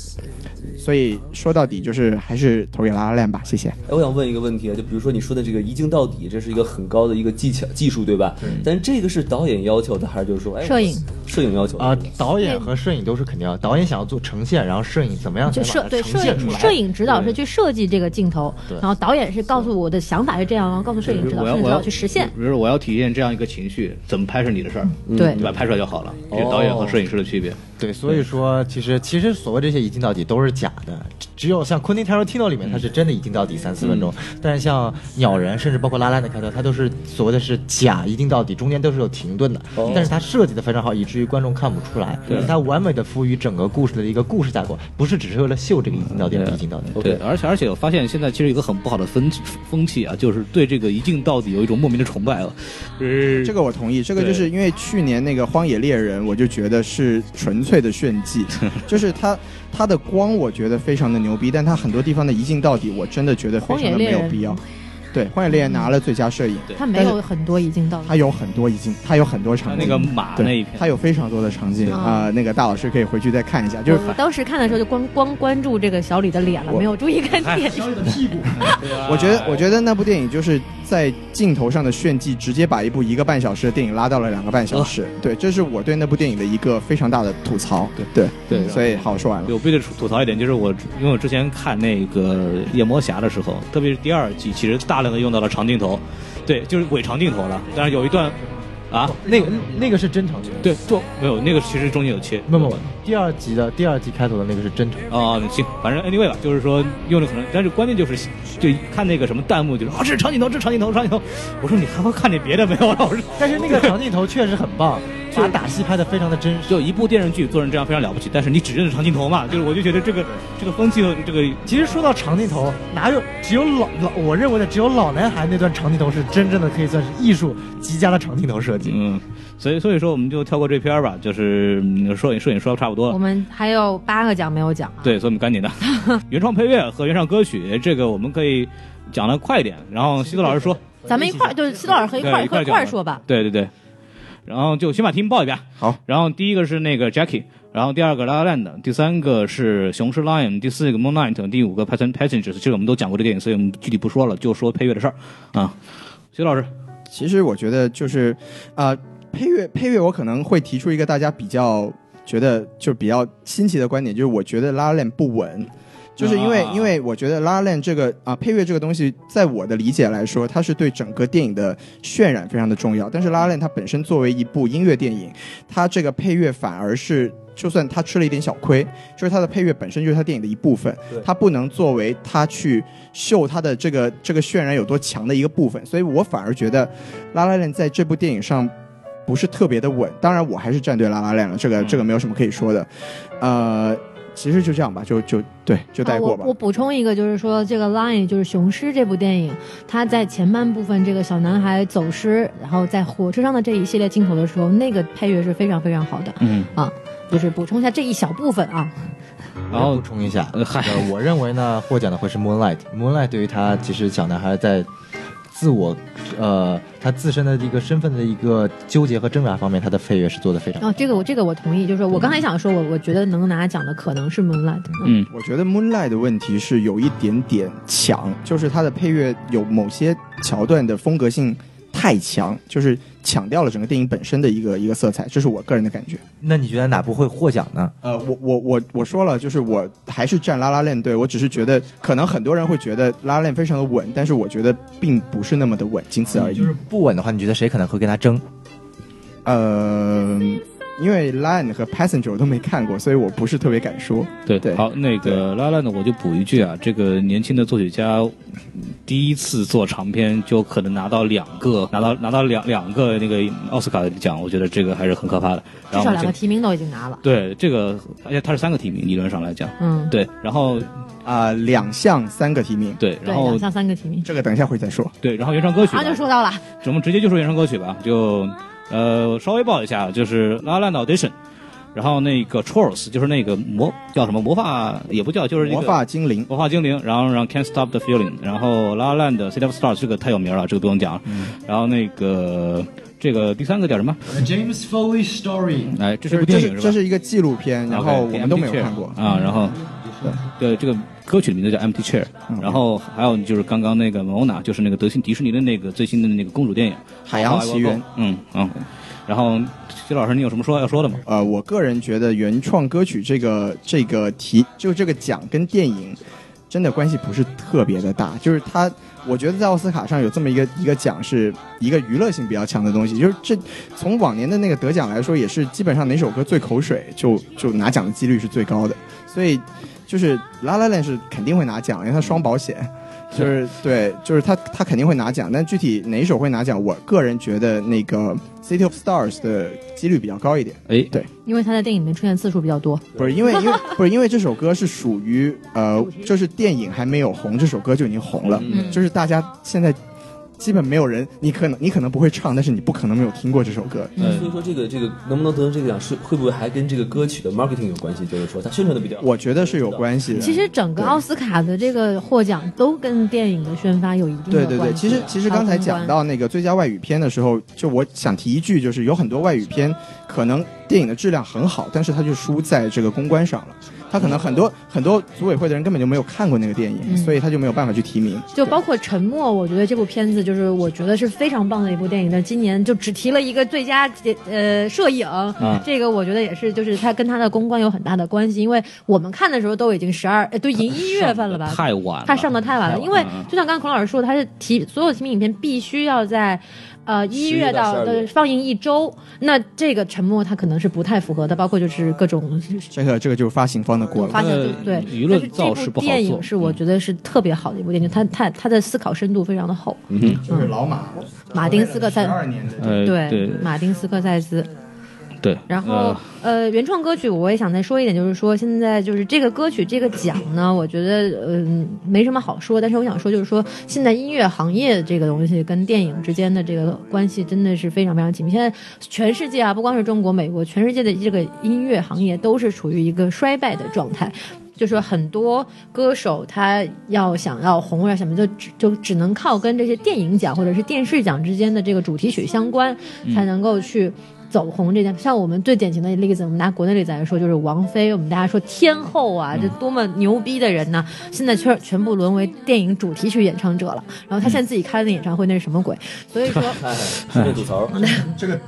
A: 所以说到底就是还是投给拉拉链吧，谢谢。
C: 哎，我想问一个问题啊，就比如说你说的这个一镜到底，这是一个很高的一个技巧技术，对吧？但这个是导演要求的，还是就是说，哎，
D: 摄影
C: 我摄影要求的
H: 啊、导演和摄影都是肯定要，导演想要做呈现，然后摄影怎么样
D: 就
H: 才把
D: 摄
H: 它
D: 对
H: 呈
D: 摄
H: 现出
D: 影
H: 来？
D: 摄影指导是
H: 对
D: 去设计这个镜头，
H: 对
D: 然后导演是告诉我的想法是这样，然后告诉摄影指导，
E: 我要
D: 摄影
E: 我
D: 指
E: 要
D: 导去实现。嗯
E: 比如说我要体验这样一个情绪，怎么拍是你的事儿，
D: 对
E: 对吧？拍出来就好了。
A: 哦
E: 这是导演和摄影师的区别。
H: 对，所以说其实其实所谓这些一镜到底都是假的，只只有像昆汀·塔伦蒂诺里面他是真的一镜到底三四分钟，但是像鸟人甚至包括拉拉的开头，它都是所谓的是假一镜到底，中间都是有停顿的，但是它设计的非常好，以至于观众看不出来，它完美的赋予整个故事的一个故事架构，不是只是为了秀这个一镜到底、一镜到底。
E: 对，而且而且我发现现在其实有一个很不好的风 [laughs] 风气啊，就是对这个一镜到底有一种莫名的崇拜啊。呃，
A: 这个我同意，这个就是因为去年那个《荒野猎人》，我就觉得是纯粹的炫
E: [laughs]
A: 技，就是它它的光我觉得非常的牛逼，但它很多地方的一镜到底，我真的觉得非常的没有必要
D: 荒野猎人。
A: 对，《荒野猎人》拿了最佳摄影，
D: 他没有很多一镜到
A: 它
D: 底，
A: 有很多一镜，它有很多
E: 他
A: 场
E: 那
A: 景，
E: 个马那
A: 对
E: 一片，，
A: 它有非常多的场景啊、
D: 啊
A: 那个大老师可以回去再看一下，就是
D: 我我当时看的时候就光光关注这个小李的脸了，
A: 我
D: 没有注意看电影。
A: 我觉得，我觉得那部电影就是在镜头上的炫技，直接把一部一个半小时的电影拉到了两个半小
E: 哦
A: 时。对，这是我对那部电影的一个非常大的吐槽。对
E: 对
A: 对，所以好说完了。
E: 对，我必须吐吐槽一点，就是我因为我之前看那个夜魔侠的时候，特别是第二季，其实大量的用到了长镜头，对，就是伪长镜头了。但是有一段啊，
H: 那个那个是真场景，
E: 对，就没有那个其实中间有切，
H: 不不，第二集的第二集开头的那个是真场景。
E: 啊、行，反正 anyway 吧，就是说用的可能，但是关键就是就看那个什么弹幕，就是啊，这是长镜头，这是长镜头，长镜头。我说你还会看点别的没有？老师， [laughs]
H: 但是那个长镜头确实很 [laughs] 棒，把打戏拍的非常的真实。
E: 就一部电视剧做成这样非常了不起，但是你只认识长镜头嘛，就是我就觉得这个这个风气的这个
H: 其实说到长镜头，哪有只有老老，我认为的只有老男孩那段长镜头是真正的可以算是艺术极佳的长镜头设计。
E: 嗯，所以所以说我们就跳过这篇儿吧，就是嗯摄影摄影说的差不多
D: 我
E: 了。
D: 们还有八个奖没有讲啊，
E: 对，所以我们赶紧的， [laughs] 原创配乐和原创歌曲，这个我们可以讲的快一点。然后西多老师说，
D: 咱们一块儿就是西多老师和一块儿
E: 对
D: 一块儿一
E: 一块
D: 块
E: 儿
D: 儿
E: 讲
D: 说吧。
E: 对对对，然后就先把题目报一遍。
A: 好，
E: 然后第一个是那个 Jackie，然后第二个 La La Land，第三个是雄狮 Lion，第四个 Moonlight，第五个 Passion Passengers。这个我们都讲过这个电影，所以我们具体不说了，就说配乐的事儿啊。西多老师，
A: 其实我觉得就是，啊、配乐配乐，我可能会提出一个大家比较觉得就比较新奇的观点，就是我觉得拉拉链不稳。就是因为
E: 啊，
A: 因为我觉得拉拉链这个啊、配乐这个东西，在我的理解来说，它是对整个电影的渲染非常的重要。但是拉拉链它本身作为一部音乐电影，它这个配乐反而是，就算它吃了一点小亏，就是它的配乐本身就是它电影的一部分
C: 对，
A: 它不能作为它去秀它的这个这个渲染有多强的一个部分。所以我反而觉得拉拉链在这部电影上不是特别的稳。当然，我还是站队拉拉链了，这个
E: 嗯
A: 这个没有什么可以说的。呃，其实就这样吧，就就对，就带
D: 啊
A: 过吧
D: 我。我补充一个，就是说这个《Line》就是《雄狮》这部电影，它在前半部分这个小男孩走失，然后在火车上的这一系列镜头的时候，那个配乐是非常非常好的。
E: 嗯，
D: 就是补充一下这一小部分啊，
E: 然后
H: 我补充一下，
E: 呃嗨，
H: 呃我认为呢，获奖的会是 Moonlight。Moonlight 对于他其实小男孩在自我，呃，他自身的一个身份的一个纠结和挣扎方面，他的配乐是做的非常
D: 然、后这个我这个我同意，就是我刚才想说我我觉得能拿奖的可能是《Moonlight》嗯。
E: 嗯
A: 我觉得 Moonlight 的问题是有一点点强，就是它的配乐有某些桥段的风格性太强，就是强调了整个电影本身的一个一个色彩，这是我个人的感觉。
H: 那你觉得哪部会获奖呢？
A: 呃，我我我我说了，就是我还是站拉拉链队，我只是觉得可能很多人会觉得拉拉链非常的稳，但是我觉得并不是那么的稳，仅此而已。
H: 呃就是不稳的话，你觉得谁可能会跟他争？
A: 呃，因为 Lion 和 Passenger 我都没看过，所以我不是特别敢说。
E: 对
A: 对
E: 好，那个拉拉呢，我就补一句啊，这个年轻的作曲家嗯第一次做长片，就可能拿到两个，拿到拿到两两个那个奥斯卡的奖，我觉得这个还是很可怕的。
D: 至
E: 然后
D: 少两
E: 这
D: 个提名都已经拿了。
E: 哎对这个，而且他是三个提名，理论上来讲，
D: 嗯，
E: 对。然后
A: 啊、两项三个提名，
E: 对，
D: 对，
E: 然后
D: 两项三个提名，啊
A: 这个等一下会再说。
E: 对，然后原创歌曲吧，
D: 马上就说到了，
E: 我们直接就说原创歌曲吧，就呃稍微报一下，就是《La La Land Audition》，然后那个《Chores》，就是那个魔叫什么魔法也不叫，就是那
A: 魔
E: 个
A: 法精灵，
E: 魔法精灵，然后然后 Can't Stop the Feeling，然后 La La Land 的 City of Stars 这个太有名了，这个不用讲。
A: 嗯
E: 然后那个这个第三个叫什么？
J: James Foley Story，
E: 哎，这
A: 就是这
E: 部电
A: 是
E: 影
A: 这
E: 吧？
A: 是一个纪录片，然后
E: OK，
A: 我们都没有
E: Empty Chair
A: 看过。
E: 啊。然后对这个歌曲的名字叫 Empty Chair，然
A: 嗯
E: 后还有就是刚刚那个 Mona，就是那个德信迪士尼的那个最新的那个公主电影《
A: 海洋奇缘》。
E: 嗯嗯。然后徐老师，你有什么说要说的吗？
A: 呃，我个人觉得原创歌曲这个这个题，就这个奖跟电影真的关系不是特别的大，就是它，我觉得在奥斯卡上有这么一个一个奖，是一个娱乐性比较强的东西，就是这从往年的那个得奖来说，也是基本上哪首歌最口水就就拿奖的几率是最高的，所以就是《La La Land》是肯定会拿奖，因为它双保险。就是对，就是他，他肯定会拿奖，但具体哪一首会拿奖，我个人觉得那个《City of Stars》的几率比较高一点。
E: 哎，
D: 因为他在电影里面出现次数比较多，
A: 不是因为因为不是因为这首歌是属于呃
D: 主题，
A: 就是电影还没有红，这首歌就已经红了，
D: 嗯
A: 就是大家现在基本没有人，你可能你可能不会唱，但是你不可能没有听过这首歌。
C: 那
E: 呃
C: 所以说这个这个能不能得到这个奖，是会不会还跟这个歌曲的 marketing 有关系？就是说它宣传的比较好，
A: 我觉得是有关系的。
D: 其实整个奥斯卡的这个获奖都跟电影的宣发有一定
A: 对
D: 的
A: 对对，
D: 关
A: 其
D: 系。啊
A: 实其实刚才讲到那个最佳外语片的时候，就我想提一句，就是有很多外语片可能电影的质量很好，但是它就输在这个公关上了。他可能很多很多组委会的人根本就没有看过那个电影，
D: 嗯
A: 所以他就没有办法去提名。
D: 就包括《沉默》，我觉得这部片子就是我觉得是非常棒的一部电影，但今年就只提了一个最佳呃摄影，
A: 啊
D: 这个我觉得也是，就是它跟它的公关有很大的关系，因为我们看的时候都已经十二，呃，都已经一月份
A: [laughs]
D: 了吧，
E: 太晚了，
D: 它上的太晚了，因为
E: 嗯
D: 就像刚刚孔老师说的，它是提所有提名影片必须要在。呃，一
C: 11
D: 月
C: 到
D: 到
C: 12
D: 的
C: 月
D: 放映一周，那这个沉默它可能是不太符合的，包括就是各种
A: 这个这个就是发行方的锅了。
D: 发现
E: 呃
D: 对对，
E: 嗯舆
D: 但
E: 论
D: 是
E: 造
D: 这
E: 势
D: 部
E: 不好
D: 电
E: 做
D: 影是我觉得是特别好的一部电影，它它它的思考深度非常的厚。
E: 嗯
A: 就是老马，
D: 马丁斯科塞
A: 二年的
E: 呃
D: 对，
E: 对
D: 马丁斯科塞斯。
E: 对，
D: 然后、
E: 呃
D: 呃，原创歌曲我也想再说一点，就是说现在就是这个歌曲这个奖呢，我觉得嗯、没什么好说，但是我想说就是说现在音乐行业这个东西跟电影之间的这个关系真的是非常非常紧密。现在全世界啊，不光是中国、美国，全世界的这个音乐行业都是处于一个衰败的状态。就是很多歌手他要想要红要什么，就只就只能靠跟这些电影奖或者是电视奖之间的这个主题曲相关，才能够去。走红这件，像我们最典型的例子，我们拿国内例子来说，就是王菲。我们大家说天后啊，这多么牛逼的人呢、现在却全部沦为电影主题曲演唱者了。然后她现在自己开的那演唱会，那是什么鬼？所以 [laughs] 说，
C: 哎，顺便吐槽，
A: 这个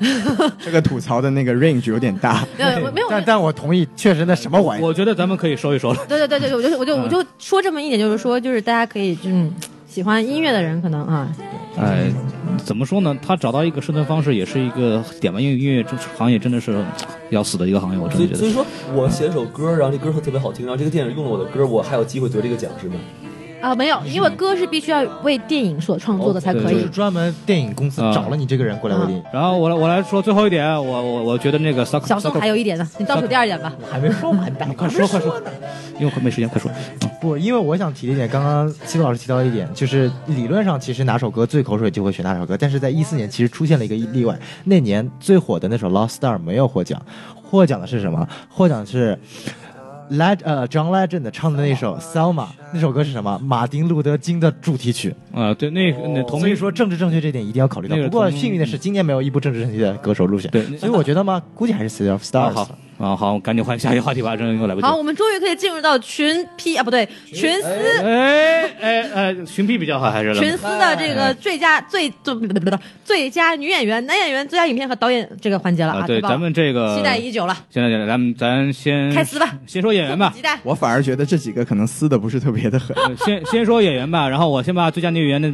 A: 这个吐槽的那个 range 有点大。
D: 没有没有，
H: 但但我同意，确实那什么玩意儿，
E: 我觉得咱们可以收一收了。
A: [laughs]
D: 对对对对，对我就我就我就说这么一点，就是说，就是大家可以嗯，喜欢音乐的人可能啊，
E: 哎，怎么说呢？他找到一个生存方式，也是一个点吧，因为音乐这行业真的是要死的一个行业，我真
C: 所以
E: 的觉
C: 所
E: 得
C: 以
E: 是。
C: 说我写了首歌，然后这歌特别好听，然后这个电影用了我的歌，我还有机会得这个奖是吗？
D: 啊，没有，因为歌是必须要为电影所创作的才可
E: 对
D: 以
E: 对
H: 是。专门电影公司
E: 啊
H: 找了你这个人过来为电影。
E: 然后我来我来说最后一点，我我我觉得那个 suck
D: 小宋
E: suck，
D: 还有一点呢，你倒数第二点吧。
H: 还没说完呢，
E: 快说快说，因为快没时间，快说。
H: 不，因为我想提一点，刚刚西多老师提到一点，就是理论上其实哪首歌最口水就会选哪首歌，但是在一四年其实出现了一个例外，那年最火的那首《Lost Star》没有获奖，获奖的是什么？获奖的是。Leg 呃，John Legend 唱的那首《Selma》，那首歌是什么？马丁路德金的主题曲。
E: 啊，对，那个那同
H: 所以
E: 名
H: 说政治正确这点一定要考虑到
E: 那。个
H: 不过
E: 同嗯
H: 幸运的是，今年没有一部政治正确的歌手入选。
E: 对
H: 所以我觉得嘛，估计还是《City of Stars》
E: 啊好啊好，赶紧换下一个话题吧，真的又来不及。
D: 好，我们终于可以进入到群批啊，不对，群思
E: 哎哎哎，群 P 比较好还是咱们
D: 群思的这个最佳最最不不不不 [laughs] 最佳女演员、男演员、最佳影片和导演这个环节了
E: 啊？
D: 啊，
E: 对，
D: 吧
E: 咱们这个
D: 期待已久了，
E: 现在咱们咱先
D: 开撕吧，
E: 先说演员吧。
D: [laughs] 期待。
A: 我反而觉得这几个可能撕的不是特别的狠。
E: 呃先先说演员吧，然后我先把最佳女演员的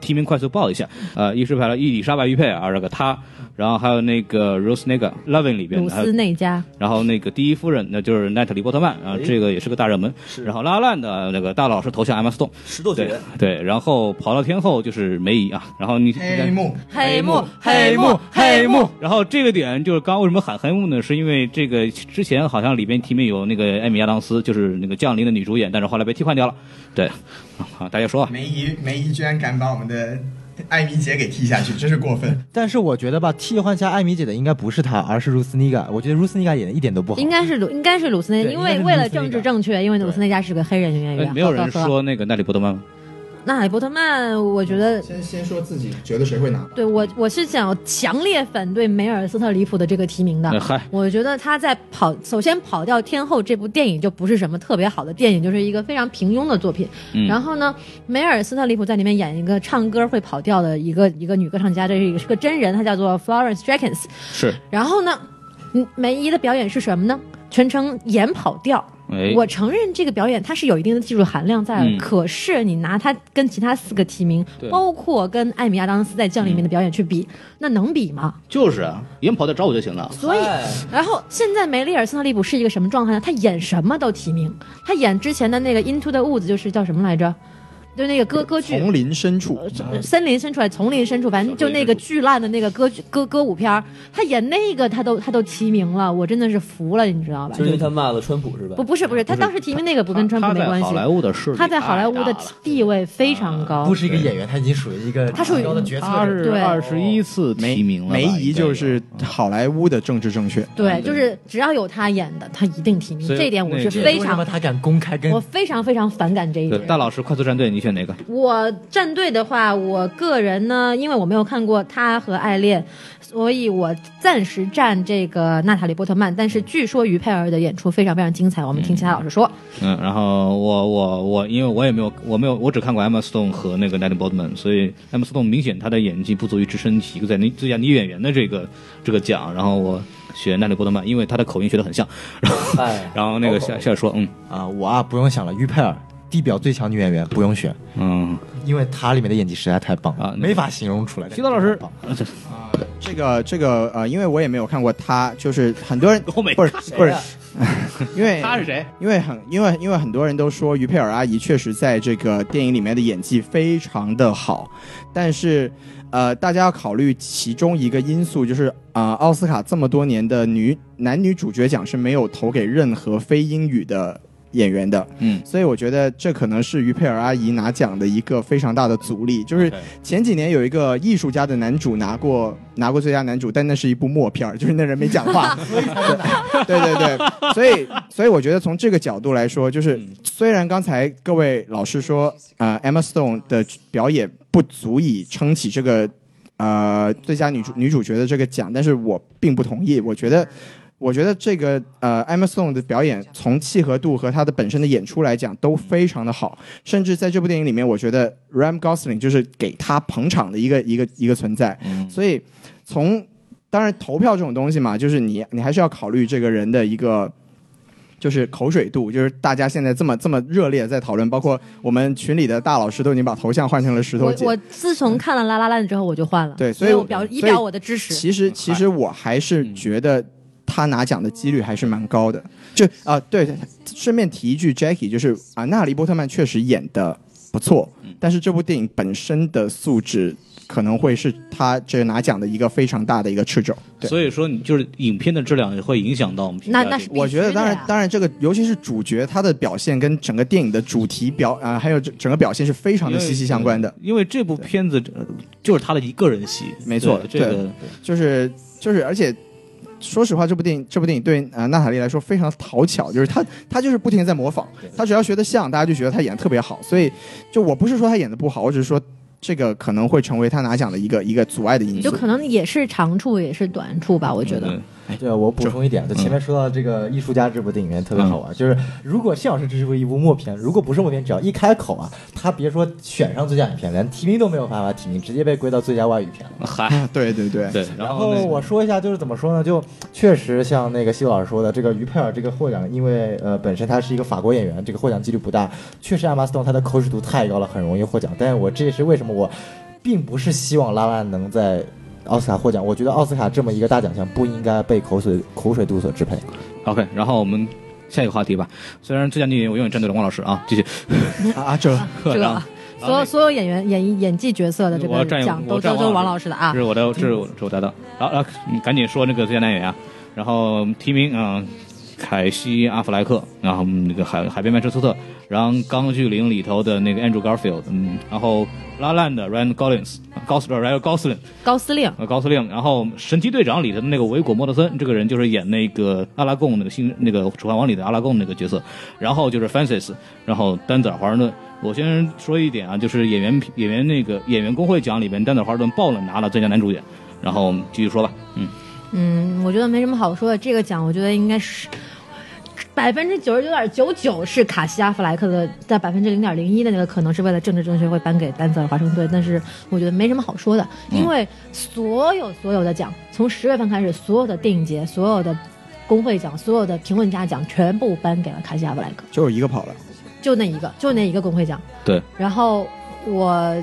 E: 提名快速报一下。呃，一是排了伊丽莎白·玉佩啊，这个她，然后还有那个 Rose n e g a Loving 里边
D: 鲁
E: 的，还有
D: 斯内加，
E: 然后那个第一夫人那就是奈特里波特曼
H: 哎
E: 啊，这个也是个大热门。然后拉拉烂的那个大佬是头像 Emma Stone，
C: 石头
E: 对
C: 姐，
E: 对，然后跑到天后就是梅姨啊，然后你
A: 幕，
D: 黑幕，黑幕，黑幕，
E: 然后这个点就是刚刚为什么喊黑幕呢？是因为这个之前好像里边提名有那个艾米亚当斯，就是那个降临的女主演，但是后来被替换掉了。对，啊，大家说啊，
A: [laughs] 梅姨梅姨居然敢把我们的艾米姐给踢下去，真是过分。
H: 但是我觉得吧，替换下艾米姐的应该不是她，而是 Rusnica。我觉得 Rusnica 演的一点都不好。
D: 应该是鲁，应该是鲁斯内，
H: 对
D: 因
H: 应该
D: 为
H: 是
D: 为
H: 鲁
D: 了
H: 斯内
D: 政治
H: 加
D: 正确，因为鲁斯内加是个黑人女演
E: 哎
D: 员。
E: 没有人
D: 呵呵呵。
E: 说那个奈里波特曼
D: 啊
E: 吗？
D: 那哈利波特曼，我觉得
A: 先先说自己觉得谁会拿，
D: 对我，我是想强烈反对梅尔斯特里普的这个提名的
E: 那。哎嗨，
D: 我觉得他在跑，首先跑掉《天后》这部电影就不是什么特别好的电影，就是一个非常平庸的作品。
E: 嗯
D: 然后呢，梅尔斯特里普在里面演一个唱歌会跑调的一个一个女歌唱家，这是一个是个真人，她叫做 Florence Jenkins。
E: 是，
D: 然后呢，嗯梅姨的表演是什么呢？全程演跑调。
E: 哎，
D: 我承认这个表演它是有一定的技术含量在的，
E: 嗯
D: 可是你拿它跟其他四个提名
E: 对，
D: 包括跟艾米亚当斯在《降临》里面的表演去比，那能比吗？
E: 就是啊，演跑调找我就行了。
D: 所以
C: 哎，
D: 然后现在梅丽尔·斯特利普是一个什么状态呢？她演什么都提名，她演之前的那个《Into the Woods》就是叫什么来着？就那个歌歌剧，
A: [laughs] 丛林深处，
D: 呃森林深处还是丛林深处，反正就那个巨烂的那个歌剧歌歌舞片儿，她演那个她都她都提名了，我真的是服了，你知道吧
C: 就是？因为他骂了川普是吧
D: 不？不是不是，她当时提名那个不跟川普
E: 他
D: 没
E: 在
D: 关系
E: 好。莱坞的势力
D: 她在好莱坞
E: 太
D: 的
E: 大了
D: 地位非常高，
H: 啊不是一个演员，她已经属于一个
D: 她属于
H: 很高的决策
E: 他
H: 者。
E: 是
D: 对
E: 二十一次提名了吧，
A: 梅姨就
E: 应
A: 是好莱坞的政治正确。
D: 对，就是只要有她演的，她一定提名。
E: 所以
D: 这一点我
E: 那
D: 是非
E: 个
H: 为什么
D: 常，
H: 她敢公开跟
D: 我非常非常反感这一
E: 该有。
D: 点
E: 对，。大老师快速战队，你选哪个？
D: 我站队的话，我个人呢，因为我没有看过他和爱恋，所以我暂时站这个娜塔莉波特曼。但是据说于佩尔的演出非常非常精彩，我们听其他老师说。
E: 嗯，然后我我我，因为我也没有，我没有，我只看过 Emma Stone 和那个 Natalie Portman，所以 Emma Stone 明显她的演技不足以支撑起一个在女最佳女演员的这个这个奖。然后我选 Natalie Portman，因为她的口音学得很像。 [laughs]
C: 哎，
E: 然后那个夏夏说，嗯
H: 啊？我啊，不用想了，于佩尔，地表最强女演员，不用选，
E: 嗯，
H: 因为她里面的演技实在太棒了，
E: 啊那个
H: 没法形容出来。
E: 徐涛老师
H: 棒，
E: 啊这
A: 这个这个呃，因为我也没有看过他，就是很多人
E: 我没啊
A: 不是不是
C: 呀，
A: [laughs] 因为
E: 她是谁？
A: 因为很因为因为很多人都说于佩尔阿姨确实在这个电影里面的演技非常的好，但是呃，大家要考虑其中一个因素就是啊、呃奥斯卡这么多年的女男女主角奖是没有投给任何非英语的。演员的，
E: 嗯，
A: 所以我觉得这可能是于佩尔阿姨拿奖的一个非常大的阻力，就是前几年有一个艺术家的男主拿过拿过最佳男主，但那是一部默片儿，就是那人没讲话。 [laughs] 对对对对，所以所以我觉得从这个角度来说，就是虽然刚才各位老师说，呃，Emma Stone 的表演不足以撑起这个呃最佳女主女主角的这个奖，但是我并不同意，我觉得。我觉得这个呃，Emma Stone 的表演从契合度和她的本身的演出来讲都非常的好，甚至在这部电影里面，我觉得 Ram Gosling 就是给她捧场的一个一个一个存在。所以从当然投票这种东西嘛，就是你你还是要考虑这个人的一个。就是口水度，就是大家现在这么这么热烈地在讨论，包括我们群里的大老师都已经把头像换成了石头
D: 我
A: 姐。
D: 我自从看了《拉拉烂》之后，我就换了，
A: 对所
D: 所
A: 以
D: 我表以表我的支持。
A: 其实其实我还是觉得他拿奖的几率还是蛮高的。就啊、对，顺便提一句，Jackie 就是啊，纳里波特曼确实演的不错，但是这部电影本身的素质可能会是他这拿奖的一个非常大的一个掣肘。对。
E: 所以说你就是影片的质量也会影响到我们评价
D: 那那
E: 这
D: 是
E: 个
A: 我觉得当然，当然，这个尤其是主角他的表现跟整个电影的主题表啊、还有整整个表现是非常的息息相关的。
E: 因为这部片子呃就是他的一个人戏，
A: 没错
E: 对这个
A: 对就是就是，而且说实话，这部电影这部电影对呃娜塔莉来说非常讨巧，就是她她就是不停地在模仿，她只要学得像，大家就觉得她演得特别好。所以就我不是说她演得不好，我只是说这个可能会成为她拿奖的一个一个阻碍的因
D: 就
A: 素。
D: 可能也是长处，也是短处吧，我觉得。
E: 嗯
H: 对，我补充一点，就前面说到这个艺术家这部电影院特别好玩，就是如果谢老师这是部一部默片，如果不是默片，只要一开口啊，他别说选上最佳影片，连提名都没有办法提名，直接被归到最佳外语片了。
E: 嗯嗨，
A: [laughs] 对对对，
E: 对，然
H: 然
E: 后
H: 后
E: 哦那个
H: 我说一下，就是怎么说呢？就确实像那个西老师说的，这个于佩尔这个获奖，因为呃本身他是一个法国演员，这个获奖几率不大。确实，艾啊玛斯通她的口水度太高了，很容易获奖。但是我这也是为什么我并不是希望拉拉能在奥斯卡获奖，我觉得奥斯卡这么一个大奖项不应该被口水口水度所支配。
E: OK，然后我们下一个话题吧。虽然最佳女演员我永远站队了，王老师啊，继续。
A: 啊啊，
E: [laughs]
A: 这
D: 这
E: 然后
D: 个所有所有演员演演技角色的这
E: 我
D: 个
E: 占
D: 奖
E: 我
D: 都
E: 占
D: 都都
E: 王
D: 王
E: 老
D: 老师的啊
E: 这，是我的，这是我这是我搭档。好，然后你赶紧说那个最佳男演员啊，然后提名嗯、凯西·阿弗莱克，然后嗯那个海海边曼彻斯特，然后《钢锯岭》里头的那个 Andrew Garfield，嗯，然后拉烂的 Ryan Gosling，高斯不是 Ryan Gosling，
D: 高司令。
E: 呃，高司令，然后《神奇队长》里的那个维果·莫德森，这个人就是演那个阿拉贡那个新那个《楚汉王》里的阿拉贡那个角色，然后就是 Francis，然后丹泽尔·华盛顿。我先说一点啊，就是演员演员那个演员工会奖里面，丹泽尔·华盛顿爆冷拿了最佳男主演，然后继续说吧，嗯，
D: 嗯，我觉得没什么好说的。这个奖，我觉得应该是百分之九十九点九九是卡西阿弗莱克的，在百分之零点零一的那个可能是为了政治正确会颁给丹泽尔华盛顿，但是我觉得没什么好说的，因为所有所有的奖，从十月份开始，所有的电影节，所有的。工会奖、所有的评论家奖全部颁给了卡西阿弗莱克，
A: 就有一个跑了。
D: 就那一个，就那一个工会奖。
E: 对，
D: 然后我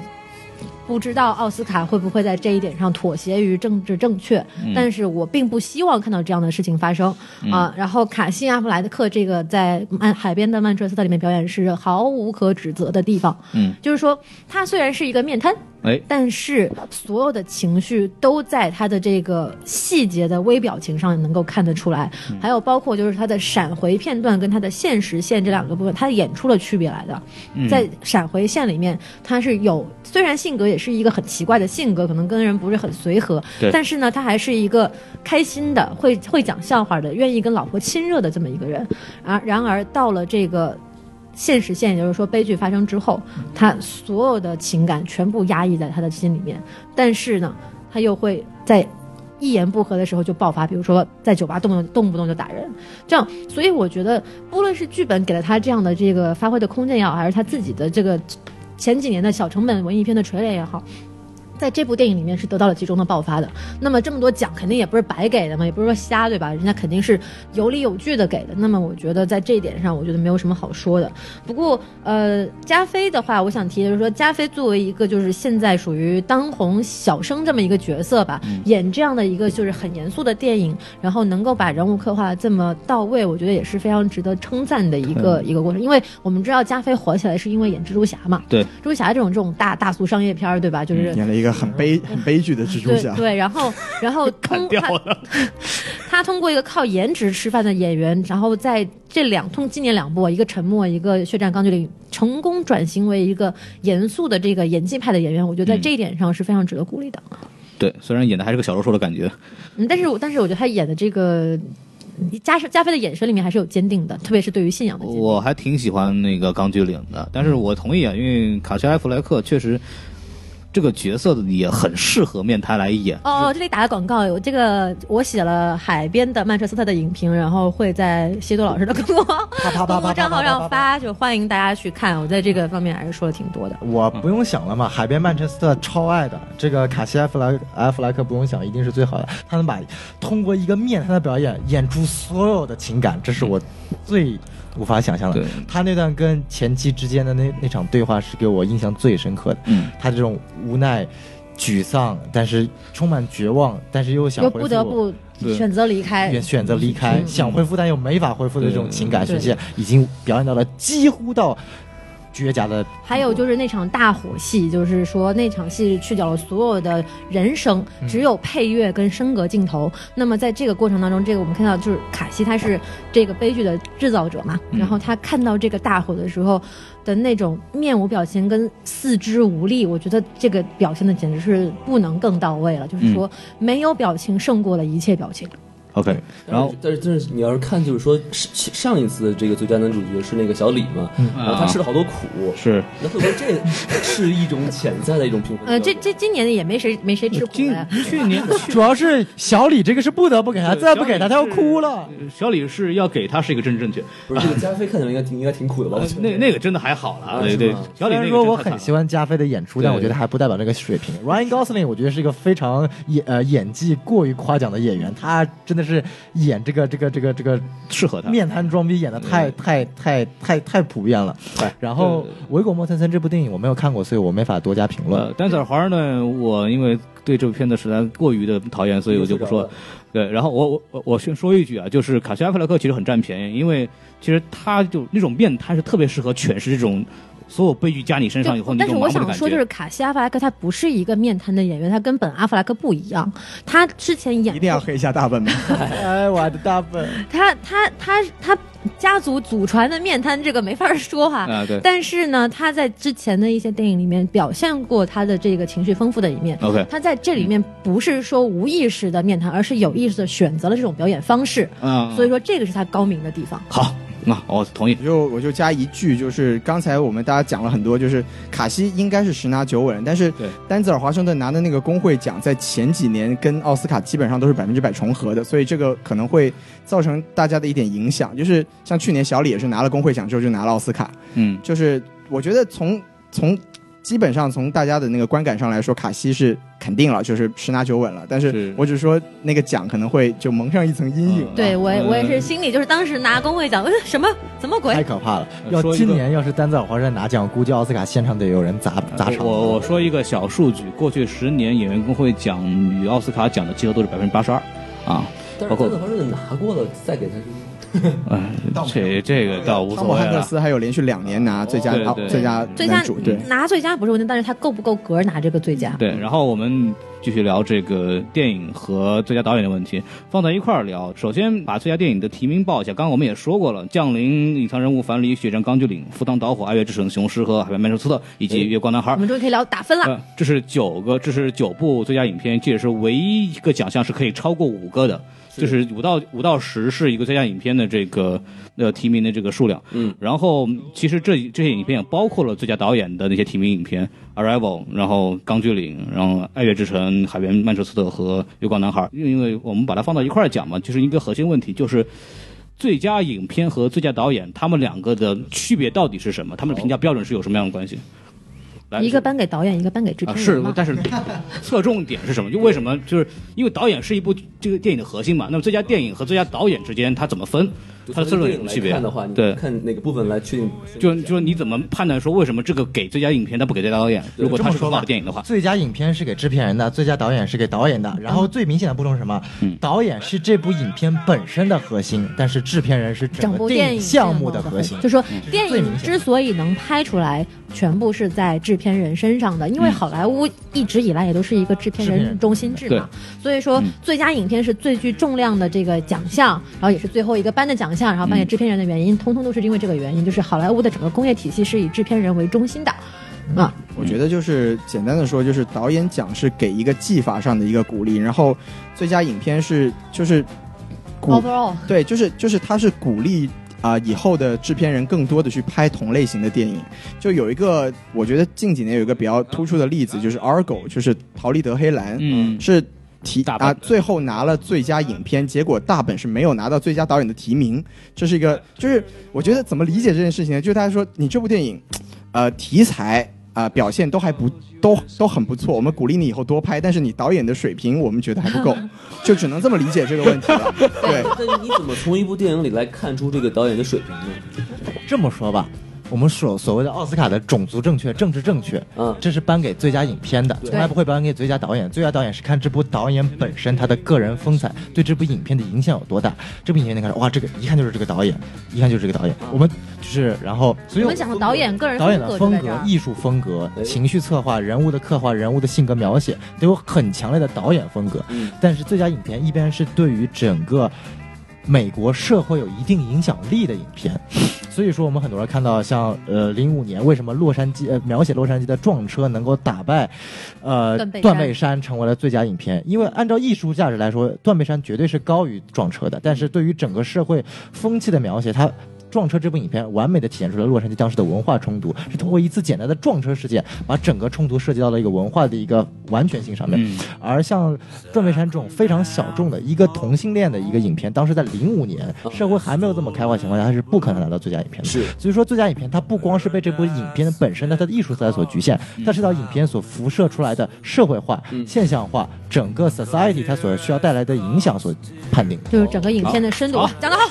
D: 不知道奥斯卡会不会在这一点上妥协于政治正确，
E: 嗯
D: 但是我并不希望看到这样的事情发生啊、然后卡西阿弗莱克这个在曼海边的曼彻斯特里面表演是毫无可指责的地方，
E: 嗯，
D: 就是说他虽然是一个面瘫，
E: 哎，
D: 但是所有的情绪都在他的这个细节的微表情上能够看得出来，
E: 嗯
D: 还有包括就是他的闪回片段跟他的现实线这两个部分，他演出了区别来的。
E: 嗯
D: 在闪回线里面，他是有虽然性格也是一个很奇怪的性格，可能跟人不是很随和
E: 对，
D: 但是呢，他还是一个开心的、会会讲笑话的、愿意跟老婆亲热的这么一个人。而然而到了这个现实线，也就是说悲剧发生之后，他所有的情感全部压抑在他的心里面，但是呢，他又会在一言不合的时候就爆发，比如说在酒吧动不动动不动就打人，这样，所以我觉得不论是剧本给了他这样的这个发挥的空间也好，还是他自己的这个前几年的小成本文艺片的锤炼也好。在这部电影里面是得到了集中的爆发的，那么这么多奖肯定也不是白给的嘛，也不是说瞎对吧？人家肯定是有理有据的给的。那么我觉得在这一点上，我觉得没有什么好说的。不过，呃，加菲的话，我想提的是说，加菲作为一个就是现在属于当红小生这么一个角色吧，演这样的一个就是很严肃的电影，然后能够把人物刻画得这么到位，我觉得也是非常值得称赞的一个一个过程。因为我们知道加菲火起来是因为演蜘蛛侠嘛，
E: 对
D: 蜘蛛侠这种这种大大俗商业片儿，对吧？
F: 嗯
D: 就是
A: 演了一个很悲很悲剧的蜘蛛
D: 对
A: 侠，
D: 对，然后然
E: [laughs]
D: 后通
E: 掉
D: 他 [laughs] 他通过一个靠颜值吃饭的演员，然后在这两通今年两部，一个《沉默》，一个《血战钢锯岭》，成功转型为一个严肃的这个演技派的演员，我觉得
E: 嗯
D: 在这一点上是非常值得鼓励的。
E: 对，虽然演的还是个小喽嗦的感觉，
D: 嗯，但是我但是我觉得他演的这个。加加菲的眼神里面还是有坚定的，特别是对于信仰的坚定。
E: 我还挺喜欢那个钢锯岭的，但是我同意啊，因为卡西·埃弗莱克确实这个角色也很适合面瘫来演，
D: 哦，这里打个广告，有这个我写了海边的曼彻斯特的影评，然后会在西多老师的公众号
H: 啪啪啪啪啪啪啪
D: 公众账号上发，就欢迎大家去看。我在这个方面还是说的挺多的。
H: 我不用想了嘛，海边曼彻斯特超爱的这个卡西·埃弗莱埃弗莱克不用想，一定是最好的。他能把通过一个面瘫的表演演出所有的情感，这是我最无法想象的
E: 对。
H: 他那段跟前妻之间的那那场对话是给我印象最深刻的。
E: 嗯，
H: 他这种无奈、沮丧，但是充满绝望，但是又想
D: 又
H: 恢复
D: 不得不
E: 对
D: 选择离开嗯
H: 也。选择离开，想恢复但又没法恢复的这种情感呈现，已经表演到了几乎到绝佳的。
D: 还有就是那场大火戏，就是说那场戏去掉了所有的人声，
H: 嗯
D: 只有配乐跟升格镜头。那么在这个过程当中，这个我们看到就是卡西他是这个悲剧的制造者嘛，
H: 嗯
D: 然后他看到这个大火的时候的那种面无表情跟四肢无力，我觉得这个表现的简直是不能更到位了，
H: 嗯
D: 就是说没有表情胜过了一切表情。
E: OK，然后
C: 但是但是你要是看，就是说上上一次这个最佳男主角是那个小李嘛，然后他吃了好多苦，
E: 是
C: 那会不会这是一种潜在的一种评分标准？
D: 呃，这这今年也没谁没谁吃苦
E: 今
D: 了呀。
E: 去年
H: [laughs] 主要是小李这个是不得不给他，
E: 对
H: [laughs] 再不给他他
E: 小
H: 要
E: 李是呃
H: 哭了。
E: 小李是要给他是一个真正确，
C: 不是这个加菲看起来应该挺应该挺苦的吧？我觉得
E: 呃那那个真的还好
C: 啊
E: 了，对对
C: 是吗，
E: 小
H: 虽
E: 李那
H: 然
E: 个
H: 说
E: 真
H: 我
E: 太惨
H: 很
E: 了
H: 喜欢加菲的演出，但
E: 对
H: 我觉得还不代表这个水平。Ryan Gosling 我觉得是一个非常演呃演技过于夸奖的演员，他真的是演这个这个这个这个
E: 适合他。
H: 面瘫装逼演的太太太太太普遍了。然
E: 嗯
H: 后
E: 对
H: 《维果莫森森》这部电影我没有看过，所以我没法多加评论
E: 呃。，丹泽尔华盛顿，我因为对这部片子实在过于的讨厌，所以我就不说了。对，然后我我我我先说一句啊，就是卡西亚弗莱克其实很占便宜，因为其实他就那种面瘫是特别适合诠释这种所有悲剧加你身上以后
D: 对
E: 那
D: 但是
E: 种
D: 我
E: 麻木的
D: 想
E: 感
D: 说，就是
E: 觉。
D: 卡西·阿弗莱克他不是一个面瘫的演员，他跟本·阿弗莱克不一样。他之前演
A: 一定要黑一下大本吗？
H: 哎，我的大本，
D: 他他他他家族祖传的面瘫这个没法说哈、
E: 啊，对
D: [laughs] 但是呢，他在之前的一些电影里面表现过他的这个情绪丰富的一面。
E: ，OK，
D: 他在这里面不是说无意识的面瘫，而是有意识的选择了这种表演方式，
E: 嗯，
D: 所以说这个是他高明的地方。
E: 好，那我同意
A: 我。就我就加一句，就是刚才我们大家讲了很多，就是卡西应该是十拿九稳，但是
E: 对
A: 丹泽尔华盛顿拿的那个工会奖，在前几年跟奥斯卡基本上都是百分之百重合的，所以这个可能会造成大家的一点影响。就是像去年小李也是拿了工会奖之后就拿了奥斯卡，
E: 嗯，
A: 就是我觉得从从基本上从大家的那个观感上来说，卡西是肯定了，就是十拿九稳了。但
E: 是
A: 是我只说那个奖可能会就蒙上一层阴影啊
E: 嗯
A: 了。
D: 对我也我也是
E: 嗯
D: 心里就是当时拿工会奖，呃什么怎么鬼
H: 太？可怕了！
E: 呃
H: 要
E: 说一个
H: 今年要是丹泽尔华盛顿拿奖，估计奥斯卡现场得有人砸砸场。
E: 我我说一个小数据，过去十年演员工会奖与奥斯卡奖的结合都是百分之八十二，啊，
C: 但是
E: 包括
C: 真的好像拿过了，再给他
E: 嗯，这这个倒无
A: 汤
E: 所
A: 姆
E: 谓
A: 汉克
E: 了。
A: 斯还有连续两年拿最佳
E: 对
A: 哦
E: 对
A: 最佳
D: 最佳
A: 男主，对，
D: 拿最佳不是问题，但是他够不够格拿这个最佳？
E: 对，然后我们继续聊这个电影和最佳导演的问题，放在一块儿聊。首先把最佳电影的提名报一下，刚刚我们也说过了，《降临》《隐藏人物》《樊梨》《血战钢锯岭》《赴汤蹈火》《爱乐之城》《雄狮》和《海边曼彻斯特》，以及《月光男孩
D: 我》们终于可以聊打分了。
E: 呃，这是九个，这是九部最佳影片，这也是唯一一个奖项是可以超过五个的，就是五到五到十是一个最佳影片的这个呃提名的这个数量。嗯，然后其实这这些影片也包括了最佳导演的那些提名影片，《Arrival》，然后《钢锯岭》，然后《爱乐之城》《海边曼彻斯特》和《月光男孩》，因为我们把它放到一块儿讲嘛，就是一个核心问题就是。最佳影片和最佳导演，他们两个的区别到底是什么？他们的评价标准是有什么样的关系？来
D: 一个颁给导演，一个颁给制
E: 啊，
D: 片
E: 呃是
D: 人，嘛。[laughs]
E: 但是侧重点是什么？就为什么？就是因为导演是一部这个电影的核心嘛。那么最佳电影和最佳导演之间，它怎么分？它的侧
C: 从
E: 重
C: 电
E: 点
C: 影
E: 有
C: 来
E: 区别
C: 看的话，你
E: 对
C: 看哪个部分来确定？
E: 就就是你怎么判断说为什么这个给最佳影片，它不给最佳导演？如果它是很好的电影的话，
H: 最佳影片是给制片人的，最佳导演是给导演的。然后最明显的不同是什么？导演是这部影片本身的核心，但是制片人是整
D: 整
H: 个
D: 部
H: 电
D: 电
H: 影
D: 影
H: 项目的
D: 的
H: 核心。
D: 就说
H: 这是
D: 电
H: 最明
D: 影
H: 显
D: 之
H: 的
D: 所以能拍出来，全部是在制片人身上的，因为
E: 嗯
D: 好莱坞一直以来也都是一个制片
H: 制片
D: 人
H: 人
D: 中心制
E: 对
D: 嘛，所以说
E: 嗯
D: 最佳影片是最具重量的这个奖项，然后也是最后一个颁的奖项，然后颁给
E: 嗯
D: 制片人的原因，通通都是因为这个原因，就是好莱坞的整个工业体系是以制片人为中心的，啊，
A: 我觉得就是简单的说，就是导演奖是给一个技法上的一个鼓励，然后最佳影片是就是鼓
D: overall
A: [laughs] 对，就是就是它是鼓励啊、以后的制片人更多的去拍同类型的电影。就有一个，我觉得近几年有一个比较突出的例子，就是 Argo，就是逃离德黑兰，
E: 嗯，
A: 是提
E: 大本
A: 啊，最后拿了最佳影片，结果大本是没有拿到最佳导演的提名，这是一个，就是我觉得怎么理解这件事情呢？就是大家说你这部电影，呃，题材啊、表现都还不都都很不错，我们鼓励你以后多拍，但是你导演的水平我们觉得还不
E: [laughs]
A: 够，就只能这么理解这个问题了。对，
C: 但是你怎么从一部电影里来看出这个导演的水平呢？
H: 这么说吧，我们所所谓的奥斯卡的种族正确、政治正确，
C: 嗯
H: 这是颁给最佳影片的，
C: 对
H: 从来不会颁给最佳导演。最佳导演是看这部导演本身他的个人风采对这部影片的影响有多大。这部影片你看，哇，这个一看就是这个导演，一看就是这个导演。我们就是然后，所以
D: 我
H: 我
D: 们讲的导演个人
H: 导演的
D: 风
H: 风
D: 格就在这
H: 格
D: 儿、
H: 艺术风格、
C: 哎
H: 情绪策划、人物的刻画、人物的性格描写，都有很强烈的导演风格。
C: 嗯
H: 但是最佳影片一般是对于整个美国社会有一定影响力的影片，所以说我们很多人看到像呃零五年为什么洛杉矶呃描写洛杉矶的撞车能够打败呃
D: 断背山
H: 断背山成为了最佳影片，因为按照艺术价值来说，断背山绝对是高于撞车的，但是对于整个社会风气的描写，它。撞车这部影片完美的体现出了洛杉矶当时的文化冲突，是通过一次简单的撞车事件，把整个冲突涉及到了一个文化的一个完全性上面。
E: 嗯
H: 而像《断背山》这种非常小众的一个同性恋的一个影片，当时在零五年社会还没有这么开化的情况下，它是不可能拿到最佳影片的。
C: 是，
H: 所以说最佳影片它不光是被这部影片本身的它的艺术色彩所局限，它是到影片所辐射出来的社会化、现象化，整个 society 它所需要带来的影响所判定的。
D: 就是整个影片的深度啊
E: 好。
D: 讲得好，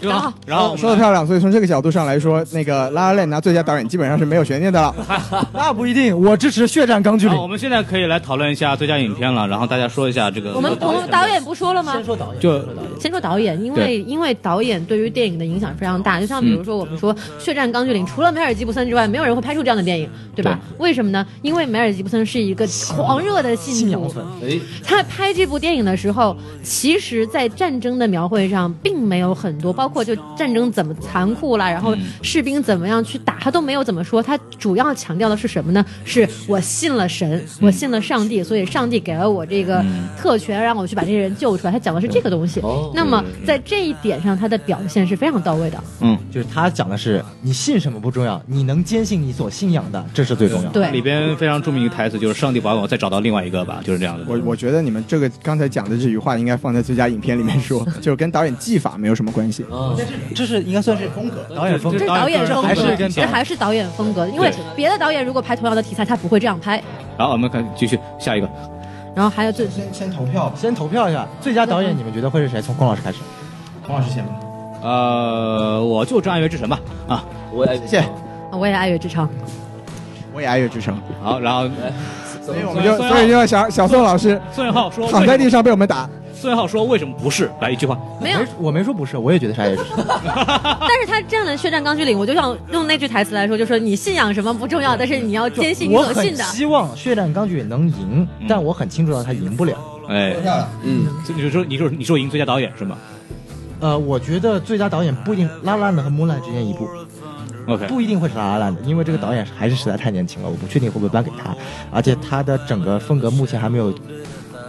D: 讲得好，
E: 然后我们
A: 说的漂亮，所以从这个角度上来说，那个拉拉链拿最佳导演基本上是没有悬念的了。
H: 那不一定，我支持血战钢锯
E: 然后我们现在可以来讨论一下最佳影片了，然后大家说一下这个。
D: 我们我们导演不说了吗？
H: 说导演，
E: 就
D: 先说导演，因为因为导演对于电影的影响非常大。就像比如说我们说《血战钢锯岭》，除了梅尔吉布森之外，没有人会拍出这样的电影，对吧？为什么呢？因为梅尔吉布森是一个狂热的信徒。
L: 哎，
D: 他在拍这部电影的时候，其实，在战争的描绘上，并没有很多，包括就战争怎么残酷啦，然后士兵怎么样去打，他都没有怎么说。他主要强调的是什么呢？是我信了神，我信了上帝，所以上帝给了我这个特权，让我去把这些人救出来。他讲的是这个东西。那么在这一点上，他的表现是非常到位的。
H: 就是他讲的是你信什么不重要，你能坚信你所信仰的，这是最重要的。
D: 对，
E: 里边非常著名一个台词就是“上帝保佑我，再找到另外一个吧”，就是这样的。
A: [laughs] 我我觉得你们这个刚才讲的这句话应该放在最佳影片里面说，就是跟导演技法没有什么关系。
H: 这是应该算是风格，导演风格
D: 这是导演风格，
H: 还是跟
D: 这还是导演风格，因为
E: 对
D: 别的导演如果拍同样的题材，他不会这样拍。
E: 然后我们看继续下一个，
D: 然后还有最
A: 先先投票吧，
H: 先投票一下，最佳导演你们觉得会是谁？从龚老师开始，
A: 黄老师先吧。
E: 呃，我就这《爱乐之城》吧啊，
C: 我也
A: 谢谢，
D: 我也爱乐之城，
A: 我也爱乐之城，
E: 好，然后
A: 所以我们就
E: 宋
A: 所以就要小小宋老师
E: 宋元浩说
A: 躺在地上被我们打，
E: 宋元浩说为什么不是？来一句话，
D: 没有
H: 没，我没说不是，我也觉得是爱
D: [laughs]
H: 乐之城。 [laughs]
D: 但是他站了血战钢锯岭，我就想用那句台词来说，就说你信仰什么不重要，但是你要坚信你
H: 我
D: 所
H: 很
D: 信的。嗯
H: 希望《血战钢锯》能赢，但我很清楚到他赢不了。
E: 哎，
A: 漂亮。
E: 这你就说你说你说赢最佳导演是吗
H: 呃，我觉得最佳导演不一定拉拉的和 Moonlight 之间一步，
E: ？OK，
H: [laughs] 不一定会是拉拉的，因为这个导演还是实在太年轻了，我不确定会不会颁给他，而且他的整个风格目前还没有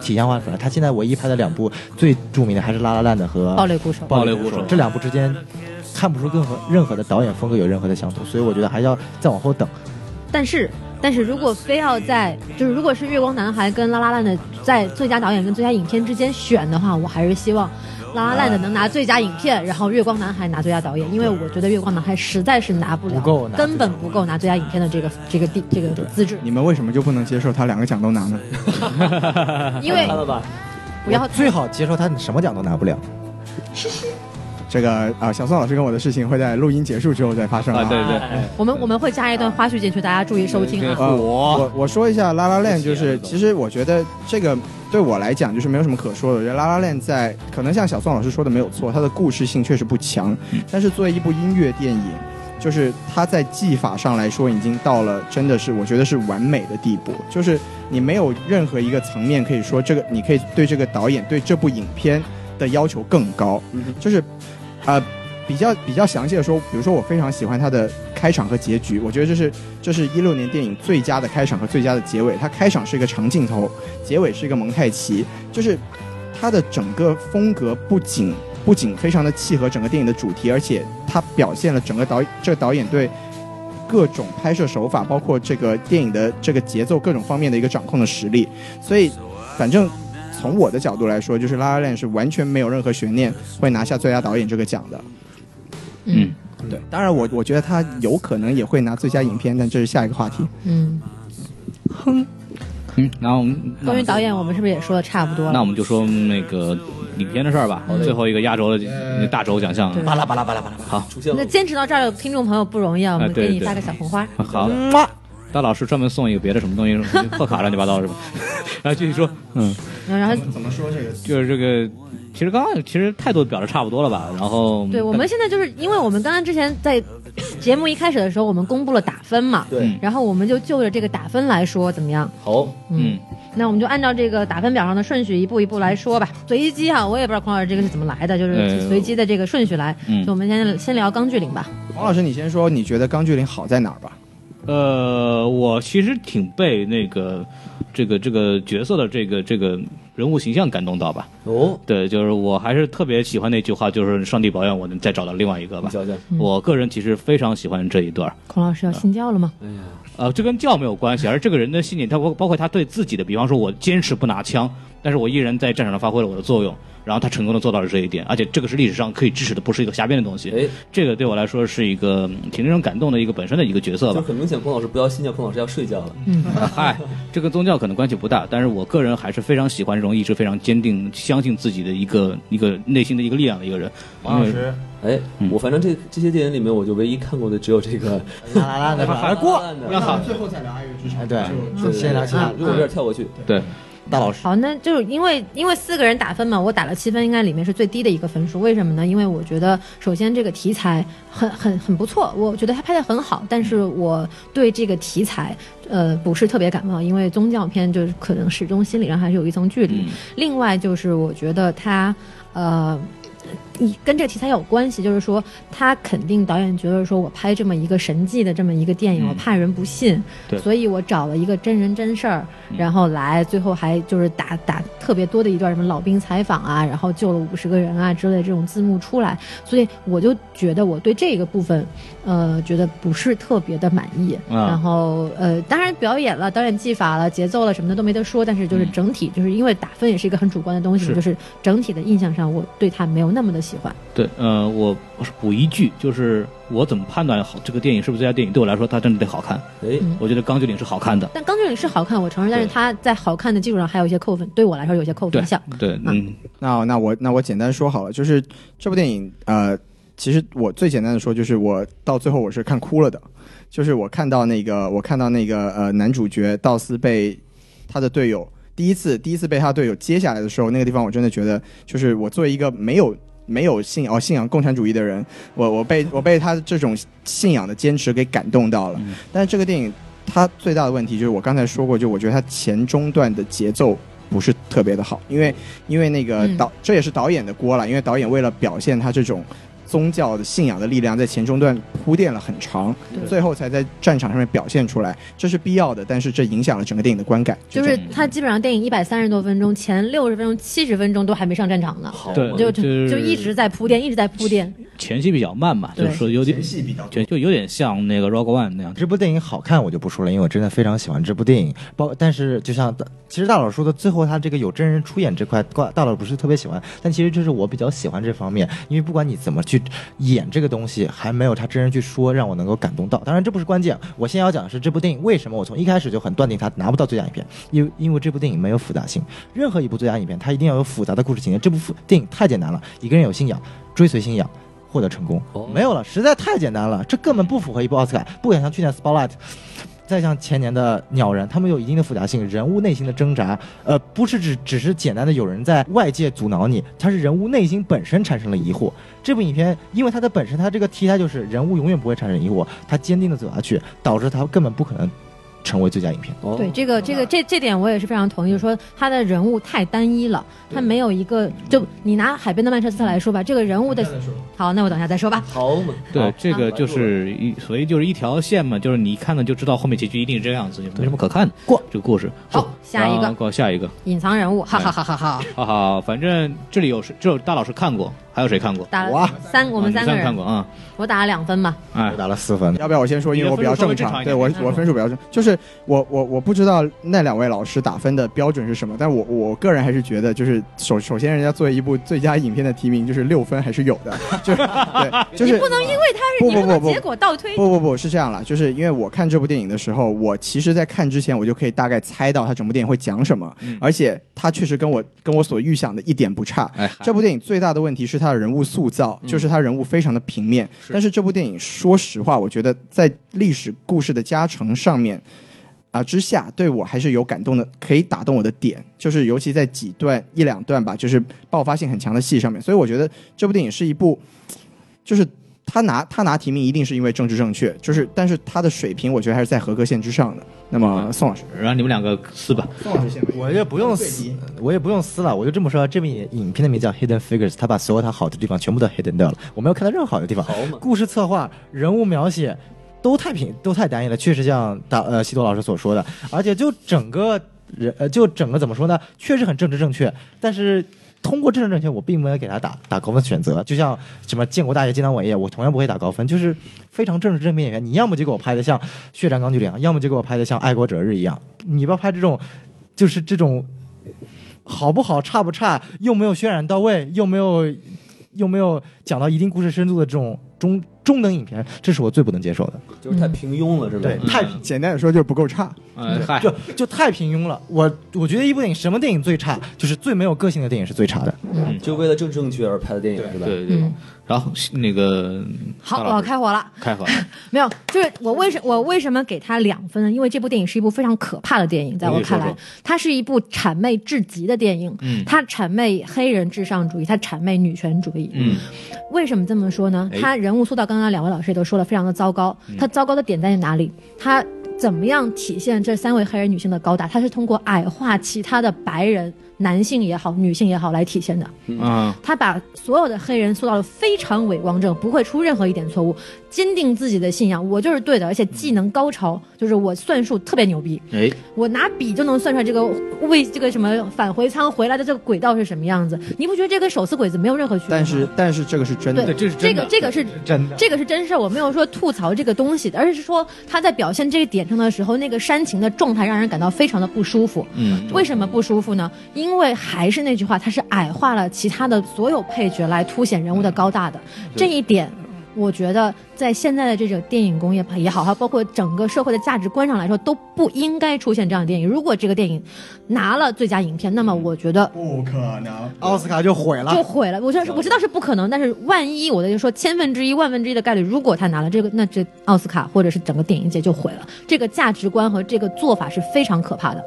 H: 体现化出来。他现在唯一拍的两部最著名的还是拉拉烂的和
D: 暴力鼓手，
E: 暴力鼓手
H: 这两部之间看不出任何任何的导演风格有任何的相同，所以我觉得还要再往后等。
D: 但是。但是如果非要在就是如果是《月光男孩》跟《拉拉烂》的在最佳导演跟最佳影片之间选的话，我还是希望《拉拉烂》的能拿最佳影片，然后《月光男孩》拿最佳导演，因为我觉得《月光男孩》实在是拿不了，
H: 不够拿
D: 根本不够拿最佳影片的这个这个地这个资质，
A: 你们为什么就不能接受他两个奖都拿呢？
D: 因为
C: 看了吧，
D: 不
H: [laughs]
D: 要
H: 我最好接受他什么奖都拿不了。
A: 这个啊、小宋老师跟我的事情会在录音结束之后再发生
E: 啊，对
A: 啊
E: 对，
D: 我们我们会加一段花絮进去，大家注意收听啊。
A: 呃
E: 我
A: 我我说一下《拉拉链》，就是其实我觉得这个对我来讲就是没有什么可说的。我觉得《拉拉链》在可能像小宋老师说的没有错，它的故事性确实不强，但是作为一部音乐电影，就是它在技法上来说已经到了真的是我觉得是完美的地步，就是你没有任何一个层面可以说这个，你可以对这个导演对这部影片的要求更高，就是呃。比较比较详细的说，比如说我非常喜欢它的开场和结局，我觉得这是这是一六年电影最佳的开场和最佳的结尾。它开场是一个长镜头，结尾是一个蒙太奇，就是它的整个风格不仅不仅非常的契合整个电影的主题，而且它表现了整个导这个导演对各种拍摄手法，包括这个电影的这个节奏各种方面的一个掌控的实力。所以，反正。从我的角度来说，就是《拉拉链》是完全没有任何悬念会拿下最佳导演这个奖的。
E: 嗯，
A: 对，当然我我觉得他有可能也会拿最佳影片，但这是下一个话题。
D: 嗯，
E: 嗯，然后我们那我
D: 关于
E: 们
D: 导演，我们是不是也说的差不多
E: 那
D: 了？
E: 我们就说那个影片的事儿吧，最后一个压轴的大轴奖项，
D: 对
H: 巴拉巴拉巴拉巴拉，
C: 出现
D: [laughs] 那
C: 了
D: 坚持到这儿的听众朋友不容易啊，我们
E: 啊对
D: 给你
E: 对
D: 发个小红花。
E: 好，大老师专门送一个别的什么东西，贺卡乱七八糟是吧？ [laughs] 然后继续说，嗯，
D: 嗯然后，
A: 怎么说这个？
E: 就是这个，其实刚刚其实态度表达差不多了吧？然后
D: 对我们现在就是因为我们刚刚之前在节目一开始的时候，我们公布了打分嘛，
C: 对，
D: 然后我们就就着这个打分来说怎么样？
C: 好，
E: 嗯，
D: 那我们就按照这个打分表上的顺序一步一步来说吧，随机哈，我也不知道孔老师这个是怎么来的，就
E: 呃
D: 是随机的这个顺序来。
E: 嗯
D: 所以我们先先聊钢锯岭吧。
A: 王老师，你先说，你觉得《钢锯岭》好在哪儿吧？
E: 嗯呃，我其实挺被那个这个这个角色的这个这个人物形象感动到吧。
C: 哦，
E: 对，就是我还是特别喜欢那句话，就是上帝保佑我能再找到另外一个
C: 你
E: 吧。
C: 瞧瞧，
E: 我个人其实非常喜欢这一段儿，
D: 孔老师
E: 啊
D: 要信教了吗？
C: 哎呀，
E: 呃，这跟教没有关系，而这个人的信念，他包包括他对自己的，比方说，我坚持不拿枪，但是我依然在战场上发挥了我的作用，然后他成功的做到了这一点，而且这个是历史上可以支持的，不是一个瞎编的东西。
C: 哎，
E: 这个对我来说是一个嗯挺令人感动的一个本身的一个角色
C: 就是 [laughs]
E: 吧。
C: 很明显，孔老师不要信教，孔老师要睡觉了。
D: 嗯，
E: 嗨，这跟宗教可能关系不大，但是我个人还是非常喜欢这种意志非常坚定、相信自己的一个一个内心的一个力量的一个人。
H: 王老师，
C: 哎，
E: 嗯
C: 我反正这这些电影里面，我就唯一看过的只有这个
H: 啦啦啦的吧，
C: 《过》。
E: 那好，
A: 最后再聊爱乐之
H: 哎，
A: 城。
H: 对，
C: 对
H: 先聊其他
E: 啊
C: 因为我有点跳过去。
E: 对，
H: 大老师。
D: 好，那就是因为因为四个人打分嘛，我打了七分，应该里面是最低的一个分数。为什么呢？因为我觉得首先这个题材很很很不错，我觉得他拍的很好，但是我对这个题材呃不是特别感冒，因为宗教片就是可能始终心理上还是有一层距离。
E: 嗯
D: 另外就是我觉得他呃。你跟这个题材有关系，就是说他肯定导演觉得说我拍这么一个神迹的这么一个电影，
E: 嗯
D: 我怕人不信，
E: 对嗯
D: 所以我找了一个真人真事儿，然后来，最后还就是打打特别多的一段什么老兵采访啊，然后救了五十个人啊之类的这种字幕出来，所以我就觉得我对这个部分，呃，觉得不是特别的满意。
E: 啊
D: 然后呃，当然表演了、导演技法了、节奏了什么的都没得说，但是就是
E: 嗯
D: 整体，就是因为打分也是一个很主观的东西嘛，
E: 是
D: 就是整体的印象上，我对他没有那么的喜欢。
E: 对，呃，我我是补一句，就是我怎么判断好这个电影是不是这家电影对我来说，它真的得好看。
C: 哎，
E: 我觉得《钢锯岭》是好看的。
D: 但《钢锯岭》是好看，我承认，但是
E: 对
D: 它在好看的基础上还有一些扣分，对我来啊说有些扣
E: 对
D: 分项。
E: 对，嗯，
A: 那那我那我简单说好了，就是这部电影，呃，其实我最简单的说，就是我到最后我是看哭了的，就是我看到那个我看到那个呃男主角道斯被他的队友第一次第一次被他队友接下来的时候，那个地方我真的觉得，就是我作为一个没有。没有信哦，信仰共产主义的人，我我被我被他这种信仰的坚持给感动到了。
E: 嗯
A: 但是这个电影它最大的问题就是我刚才说过，就我觉得它前中段的节奏不是特别的好，因为因为那个
D: 嗯
A: 导、这也是导演的锅了，因为导演为了表现他这种宗教的信仰的力量，在前中段铺垫了很长，
D: 对
A: 最后才在战场上面表现出来，这是必要的，但是这影响了整个电影的观感。
D: 就
A: 这
D: 是
A: 样
D: 它基本上电影一百三十多分钟，前六十分钟、七十分钟都还没上战场呢，
C: 好，
E: 对
D: 就
E: 就
D: 就是就一直在铺垫，一直在铺垫。
E: 前戏比较慢嘛，就
D: 对
E: 是说有点
H: 戏比较
E: 就就有点像那个《Rock One》那样。
H: 这部电影好看，我就不说了，因为我真的非常喜欢这部电影。包，但是就像大其实大佬说的，最后他这个有真人出演这块，大大佬不是特别喜欢，但其实这是我比较喜欢这方面，因为不管你怎么去演这个东西，还没有他真人去说让我能够感动到。当然这不是关键，我先要讲的是这部电影为什么我从一开始就很断定他拿不到最佳影片，因为因为这部电影没有复杂性，任何一部最佳影片它一定要有复杂的故事情节，这部复电影太简单了，一个人有信仰，追随信仰。获得成功
C: 哦，
H: 没有了，实在太简单了，这根本不符合一部奥斯卡。不敢像去年《Spotlight》，再像前年的《鸟人》，他们有一定的复杂性，人物内心的挣扎，呃，不是只只是简单的有人在外界阻挠你，它是人物内心本身产生了疑惑。这部影片因为它的本身，它这个题材就是人物永远不会产生疑惑，它坚定的走下去，导致它根本不可能成为最佳影片。
C: 哦
D: 对，这个这个这这点我也是非常同意，就是说他的人物太单一了，他没有一个就你拿《海边的曼彻斯特》来说吧，这个人物的好，那我等一下再说吧。
C: 好嘛，
E: 对
C: 好，
E: 这个就是一，所以就是一条线嘛，就是你一看了就知道后面结局一定是这样子，就没什么可看的。
H: 过
E: 这个故事，
D: 好下一个
E: 然后过下一个，
D: 隐藏人物，哈哈哈哈哈！
E: 哈哈，反正这里有谁，只有大老师看过，还有谁看过？
D: 打
H: 我
D: 了
H: 啊
D: 三，我们
E: 啊
D: 三
E: 你
D: 个
E: 看
D: 人，
E: 过啊，
D: 我打了两分嘛。
E: 哎
H: 我，打了四分，
A: 要不要我先说？因为我比较正常，
E: 你
A: 对
E: 的
A: 我我分
E: 分数稍微正常一点
A: 数比较正，就是我我我不知道那两位老师打分的标准是什么，但我我个人还是觉得，就是首首先人家作为一部最佳影片的提名，就是六分还是有的，就是
D: [laughs]
A: 对，就是
D: 你不能因为他
A: 不
D: 是你
A: 不
D: 不能
A: 不不
D: 结果倒推。
A: 不不不是这样了，就是因为我看这部电影的时候，我其实，在看之前我就可以大概猜到它整部电影会讲什么，
E: 嗯
A: 而且它确实跟我跟我所预想的一点不差。
E: 哎，嗯
A: 这部电影最大的问题是它的人物塑造，就是它人物非常的平面。
E: 是
A: 但是这部电影，说实话，我觉得在历史故事的加成上面啊、之下，对我还是有感动的，可以打动我的点，就是尤其在几段一两段吧，就是爆发性很强的戏上面。所以我觉得这部电影是一部，就是他拿他拿提名一定是因为政治正确，就是但是他的水平，我觉得还是在合格线之上的。那
E: 嗯
A: 么宋老师，
E: 然后你们两个撕吧，
A: 宋老师先吧
H: 我也
C: [laughs]
H: 不用撕，我也不用撕了，我就这么说。这部影影片的名字叫《Hidden Figures》，他把所有他好的地方全部都 hidden 掉了，我没有看到任何好的地方。
C: 好嘛，
H: 故事策划、人物描写都太平都太单一了，确实像大呃西多老师所说的，而且就整个人呃，就整个怎么说呢？确实很政治正确，但是通过政治正确，我并没有给他打打高分的选择。就像什么建国大业、建党伟业，我同样不会打高分，就是非常政治正面演员。你要么就给我拍的像《血战钢锯岭》，要么就给我拍的像《爱国者日》一样，你不要拍这种，就是这种好不好、差不差，又没有渲染到位，又没有又没有讲到一定故事深度的这种中中等影片，这是我最不能接受的。
C: 就是太平庸了，是吧？
H: 对，太
A: 简单的说就是不够差。
E: 呃，嗯嗨，
H: 就就太平庸了。我我觉得一部电影什么电影最差，就是最没有个性的电影是最差的。
C: 嗯就为了正正确而拍的电影，是吧？
E: 对
D: 嗯
E: 对。然后那个大
D: 好，
E: 老
D: 我
E: 师
D: 开火了。
E: 开好了，
D: 没有，就是我为什我为什么给他两分呢？因为这部电影是一部非常可怕的电影，在我看
E: 你
D: 来
E: 说说，
D: 它是一部谄媚至极的电影。
E: 嗯
D: 它谄媚黑人至上主义，它谄媚女权主义。
E: 嗯，
D: 为什么这么说呢？
E: 哎嗯
D: 他人物塑造，刚刚两位老师也都说了，非常的糟糕。他糟糕的点在于哪里？他怎么样体现这三位黑人女性的高大？他是通过矮化其他的白人男性也好，女性也好来体现的。
E: 啊，
D: 他把所有的黑人塑造的非常伟光正，不会出任何一点错误，坚定自己的信仰，我就是对的，而且技能高超，就是我算术特别牛逼，
E: 哎，
D: 我拿笔就能算出来这个为这个什么返回舱回来的这个轨道是什么样子。你不觉得这跟手撕鬼子没有任何区别吗？
A: 但是但是这个是真的
D: 对，
E: 这是
D: 这
E: 真
D: 个
E: 的，
D: 这个是
H: 真的，
D: 这个是真事儿，我没有说吐槽这个东西，而是说他在表现这个点上的时候，那个煽情的状态让人感到非常的不舒服。
E: 嗯，
D: 为什么不舒服呢？因为还是那句话，他是矮化了其他的所有配角来凸显人物的高大的、
H: 嗯
D: 这一点。我觉得在现在的这种电影工业也好，还包括整个社会的价值观上来说，都不应该出现这样的电影。如果这个电影拿了最佳影片，
H: 嗯
D: 那么我觉得
A: 不可能。
H: 奥斯卡就毁了
D: 就。毁了。我知道我知道是不可能，但是万一我的就说千分之一、万分之一的概率，如果他拿了这个，那这奥斯卡或者是整个电影界就毁了。这个价值观和这个做法是非常可怕的。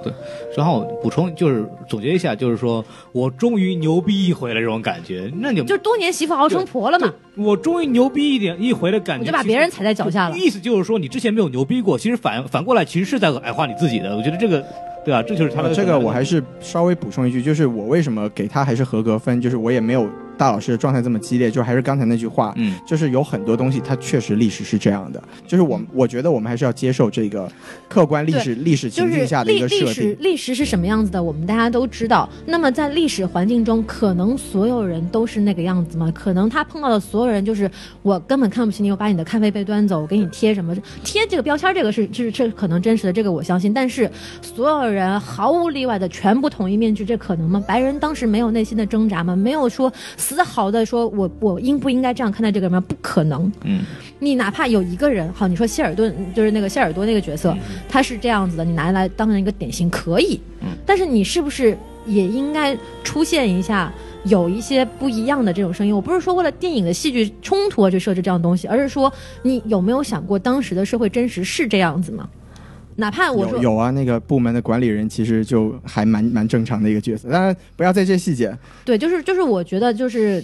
E: 然后补充就是总结一下，就是说我终于牛逼一回了这种感觉，那你
D: 就是多年媳妇熬成婆了嘛，
E: 我终于牛逼一点一回的感觉，
D: 我就把
E: 其实
D: 别人踩在脚下了。
E: 意思就是说你之前没有牛逼过，其实反反过来其实是在矮化你自己的。我觉得这个，对啊，这就是他的、
A: 呃这个我还是稍微补充一句，就是我为什么给他还是合格分，就是我也没有大老师的状态这么激烈，就还是刚才那句话，
E: 嗯，
A: 就是有很多东西它确实历史是这样的，就是我我觉得我们还是要接受这个客观历史历史
D: 就
A: 情
D: 是
A: 境下的一
D: 历
A: 个
D: 历
A: 设
D: 史
A: 定。
D: 历史是什么样子的，我们大家都知道。那么在历史环境中，可能所有人都是那个样子吗？可能他碰到的所有人就是我根本看不起你，我把你的咖啡杯端走，我给你贴什么贴这个标签，这个是这是这是可能真实的，这个我相信。但是所有人毫无例外的全部统一面具，这可能吗？白人当时没有内心的挣扎吗？没有说丝毫的说我我应不应该这样看待这个人吗？不可能。
E: 嗯，
D: 你哪怕有一个人，好，你说希尔顿嗯就是那个希尔多那个角色，
E: 嗯
D: 他是这样子的，你拿来当成一个典型可以，但是你是不是也应该出现一下有一些不一样的这种声音？我不是说为了电影的戏剧冲突而啊去设置这样的东西，而是说你有没有想过当时的社会真实是这样子吗？哪怕我
A: 有
D: 说
A: 有啊，那个部门的管理人其实就还蛮蛮正常的一个角色，当然不要在这细节。
D: 对，就是就是我觉得就是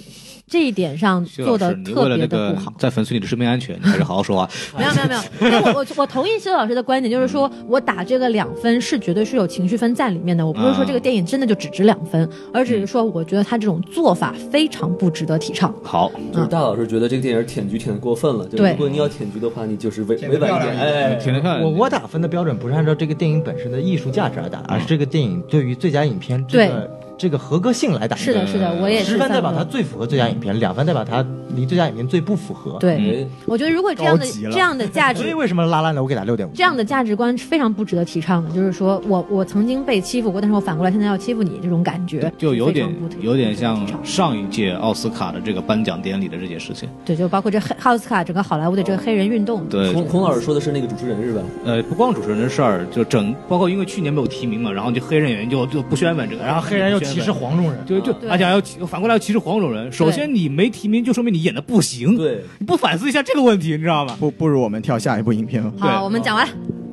D: 这一点上
E: 徐
D: 做
E: 老
D: 的
E: 师，啊你为
D: 特
E: 了
D: 别
E: 那
D: 的
E: 个
D: 不好。
E: 在粉碎你的生命安全，你还是好好说话。
D: [laughs] 没有没有没有，因为我我我同意修老师的观点，就是说我打这个两分是绝对是有情绪分在里面的。我不是说这个电影真的就只值两分，而只是说我觉得他这种做法非常不值得提倡。
E: 好，
C: 就是大老师觉得这个电影舔局舔的过分了，就是
D: 对
C: 如果你要舔局的话，你就是委
H: 舔
C: 委
H: 得
C: 婉一
H: 漂亮
C: 点，
H: 一点
C: 哎，
E: 挺得漂亮。
H: 我我打分的标准不是按照这个电影本身的艺术价值而打，而是这个电影对于最佳影片这个这个合格性来打。
D: 是的，是的，我也是
H: 十分代
D: 赞
H: 表
D: 同
H: 它最符合最佳影片，两分代表它离最佳影片最不符合。，
D: 对，
C: 哎，
D: 我觉得如果这样的
A: 高级了
D: 这样的价 [laughs] 值
H: 所以为什么拉拉的我给打六点五？
D: 这样的价值观是非常不值得提倡的，就是说我我曾经被欺负过，但是我反过来现在要欺负你这种感觉，
E: 就有
D: 非
E: 点
D: 常不
E: 有点像
D: 不值得提倡
E: 上一届奥斯卡的这个颁奖典礼的这件事情。
D: 对，就包括这黑奥斯卡整个好莱坞的这个黑人运动，
E: 对，
C: 哎孔孔老师说的是那个主持人是吧？
E: 呃，不光主持人的事儿，就整包括因为去年没有提名嘛，然后就黑人演员就就不宣愤这个，然后
H: 黑人又
E: 不宣
H: 歧
E: 愤
H: 视。黄种人，
E: 就就，
D: 对
E: 而且还要歧反过来要歧视黄种人。首
D: 对
E: 先，你没提名就说明你演的不行，
C: 对，
E: 你不反思一下这个问题，你知道吗？
A: 不不如我们跳下一部影片吧。
E: 对
D: 好，我们讲完，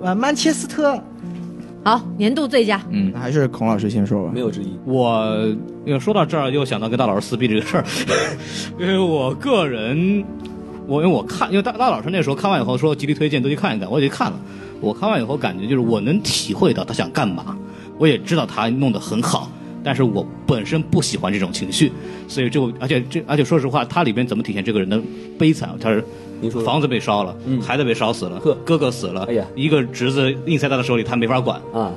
H: 啊，曼彻斯特，
D: 好，年度最佳，
E: 嗯
A: 那，还是孔老师先说吧
C: 没。有之一。
E: 我要说到这儿，又想到跟大老师撕逼这个事儿， [laughs] 因为我个人，我因为我看，因为大大老师那时候看完以后说极力推荐都去看一看，我也去看了。我看完以后感觉就是我能体会到他想干嘛，我也知道他弄得很好，但是我本身不喜欢这种情绪，所以这部而且这而且说实话，它里边怎么体现这个人的悲惨，他是
C: 您说
E: 房子被烧了，
C: 嗯
E: 孩子被烧死了
C: 呵，
E: 哥哥死了，
C: 哎呀
E: 一个侄子硬塞到他手里，他没法管，
C: 啊，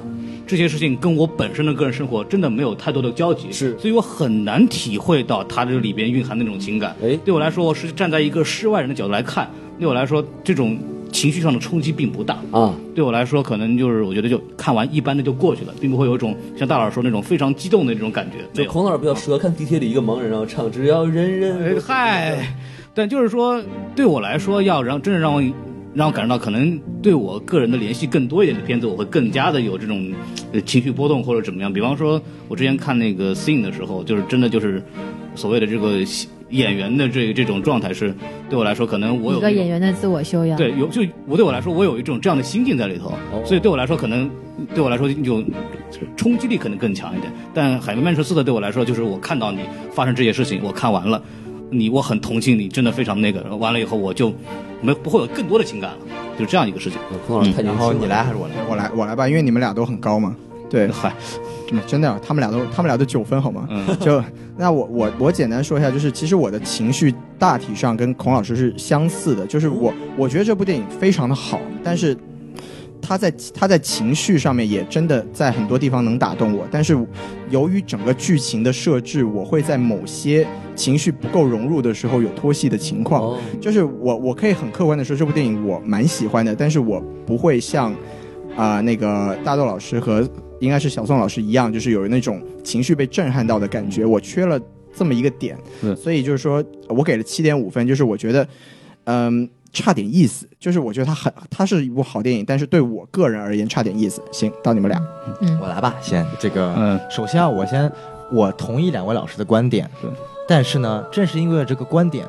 E: 这些事情跟我本身的个人生活真的没有太多的交集，
C: 是
E: 所以我很难体会到它这里边蕴含的那种情感。
C: 哎
E: 对我来说，我是站在一个世外人的角度来看，对我来说，这种情绪上的冲击并不大。
C: 啊，
E: 对我来说，可能就是我觉得就看完一般的就过去了，并不会有一种像大老师说那种非常激动的那种感觉。没
C: 就
E: 有。
C: 孔老师比较适合看地铁里一个盲人然后唱只要人
E: 呃，
H: 哎
C: 人
E: 嗨，但就是说，对我来说，要让真的让我让我感受到，可能对我个人的联系更多一点的片子，我会更加的有这种呃情绪波动或者怎么样。比方说，我之前看那个《Sing》的时候，就是真的就是所谓的这个戏演员的这这种状态是，对我来说，可能我有
D: 一个
E: 那种
D: 演员的自我修养。
E: 对，有就我对我来说，我有一种这样的心境在里头，
A: 哦
E: 所以对我来说，可能对我来说就冲击力可能更强一点。但《海边曼彻斯特》对我来说，就是我看到你发生这些事情，我看完了，你我很同情你，真的非常那个。完了以后，我就没不会有更多的情感了，就是这样一个事情。
C: 孔老师太年轻了，
H: 然后你来还是我来？
A: 我来我来吧，因为你们俩都很高嘛。对， [laughs]
E: 嗨，
A: 嗯真的，他们俩都他们俩都九分好吗？
E: 嗯
A: [laughs] 就那我我我简单说一下，就是其实我的情绪大体上跟孔老师是相似的，就是我我觉得这部电影非常的好，但是他在他在情绪上面也真的在很多地方能打动我，但是由于整个剧情的设置，我会在某些情绪不够融入的时候有脱戏的情况。
C: 哦，
A: 就是我我可以很客观的说，这部电影我蛮喜欢的，但是我不会像啊、那个大豆老师和应该是小宋老师一样，就是有那种情绪被震撼到的感觉，我缺了这么一个点，
E: 嗯
A: 所以就是说我给了七点五分，就是我觉得嗯。差点意思，就是我觉得它很，它是一部好电影，但是对我个人而言差点意思。行，到你们俩，
D: 嗯，
H: 我来吧，先这个，
E: 嗯
H: 首先啊，我先我同意两位老师的观点，
E: 对，
H: 但是呢，正是因为这个观点。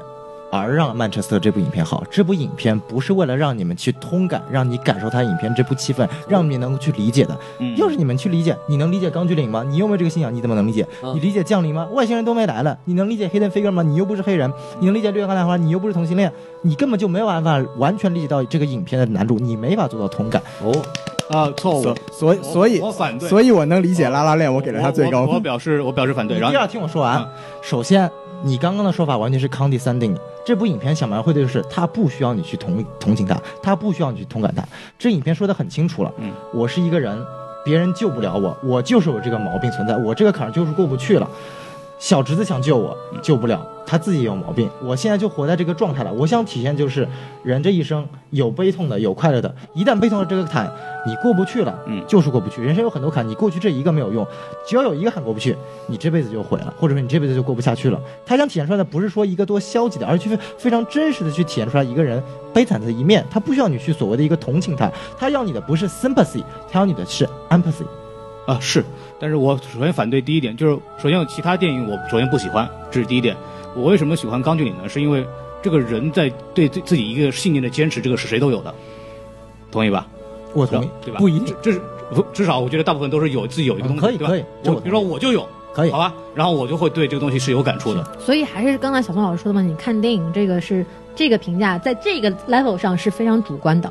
H: 而让《曼彻斯特》这部影片好，这部影片不是为了让你们去通感，让你感受它影片这部气氛，让你能够去理解的。
E: 嗯
H: 要是你们去理解，你能理解钢锯岭吗？你又没有这个信仰，你怎么能理解？
C: 嗯
H: 啊你理解降临吗？外星人都没来了，你能理解黑人 figure 吗？你又不是黑人，你能理解略光兰花？你又不是同性恋，你根本就没有办法完全理解到这个影片的男主，你没法做到同感。
C: 哦，
E: 啊，错误
A: 所。所以所以
E: 我反哦对，
A: 所以我能理解拉拉链，我给了他最高
E: 我我
A: 分。
E: 表示我表示反对。
H: 你
E: 然
H: 第
E: 后
H: 二听我说完
E: 嗯。
H: 首先，你刚刚的说法完全是 condescending 的。这部影片想描绘的就是，他不需要你去同同情他，他不需要你去同感他。这影片说的很清楚了，
E: 嗯，
H: 我是一个人，别人救不了我，我就是有这个毛病存在，我这个坎儿就是过不去了。小侄子想救我，
E: 嗯
H: 救不了，他自己也有毛病。我现在就活在这个状态了。我想体现就是，人这一生有悲痛的，有快乐的。一旦悲痛的这个坎你过不去了，
E: 嗯
H: 就是过不去。人生有很多坎，你过去这一个没有用，只要有一个坎过不去，你这辈子就毁了，或者说你这辈子就过不下去了。他想体现出来的不是说一个多消极的，而是非常真实的去体现出来一个人悲惨的一面。他不需要你去所谓的一个同情他，他要你的不是 sympathy，他要你的是 empathy。
E: 啊，是，但是我首先反对第一点，就是首先有其他电影我首先不喜欢，这是第一点。我为什么喜欢《钢锯岭》呢？是因为这个人在对自自己一个信念的坚持，这个是谁都有的，同意吧？
H: 我同意，
E: 对吧？
H: 不一定，
E: 这，这是不至少我觉得大部分都是有自己有一个东
H: 嗯
E: 西，
H: 可以
E: 对吧
H: 可以，这
E: 我
H: 我
E: 比如说
H: 同意
E: 我就有，
H: 可以
E: 好。吧，然后我就会对这个东西是有感触的。
D: 所以还是刚才小宋老师说的嘛，你看电影这个是这个评价，在这个 level 上是非常主观的。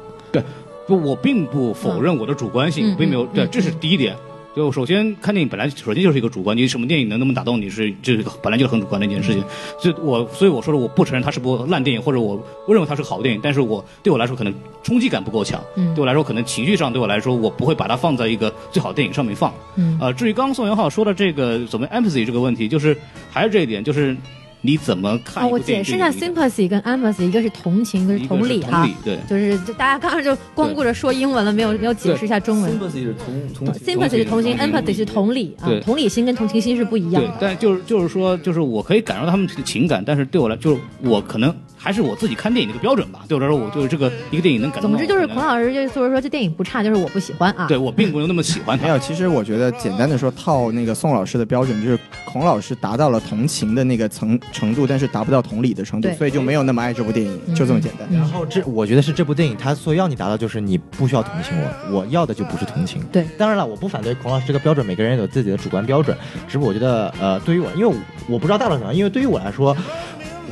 E: 就我并不否认我的主观
D: 嗯
E: 性，我并没有
D: 嗯
E: 对
D: 嗯，
E: 这是第一点。就首先看电影本来首先就是一个主观，你什么电影能那么打动你是这个本来就是很主观的一件事
D: 嗯
E: 情。所以我所以我说了，我不承认它是部烂电影，或者我我认为它是好电影，但是我对我来说可能冲击感不够强，
D: 嗯
E: 对我来说可能情绪上对我来说我不会把它放在一个最好电影上面放。
D: 嗯
E: 呃，至于刚刚宋元浩说的这个所谓 empathy 这个问题，就是还是这一点，就是你怎么看
D: 啊，
E: 一部
D: 我
E: 电
D: 解
E: 影
D: 释一下
E: 这个影
D: sympathy 跟 empathy，一个是同情，一个
E: 一
D: 是
E: 个
D: 同理
E: 是
D: 哈
E: 同。理对。
D: 就是就大家刚刚就光顾着说英文了，没有没有解释一下中文。
C: sympathy 是同同情
D: sympathy 是同情
E: 同理
D: ，empathy 是同理啊
E: 对，
D: 同理心跟同情心是不一样
E: 对，
D: 的。
E: 但就是就是说，就是我可以感受到他们的情感，但是对我来，就是我可能还是我自己看电影的一个标准吧。对我来说，我就是这个一个电影能感动
D: 嗯总
E: 到我。
D: 之就是
E: 可
D: 孔
E: 能
D: 老师就是说说这电影不差，就是我不喜欢啊。
E: 对我并没有那么喜欢
A: 没
E: 他。
A: 有，其实我觉得简单的说，套那个宋老师的标准，就是孔老师达到了同情的那个层程度，但是达不到同理的程度，
D: 对
A: 所以就没有那么爱这部电影，
D: 嗯
A: 就这么简单。
H: 然
D: 嗯
H: 后这我觉得是这部电影它所要你达到就是你不需要同情我，我要的就不是同情。
D: 对，
H: 当然了，我不反对孔老师这个标准，每个人有自己的主观标准。只不过我觉得，呃，对于我，因为我我不知道大老师啊，因为对于我来说，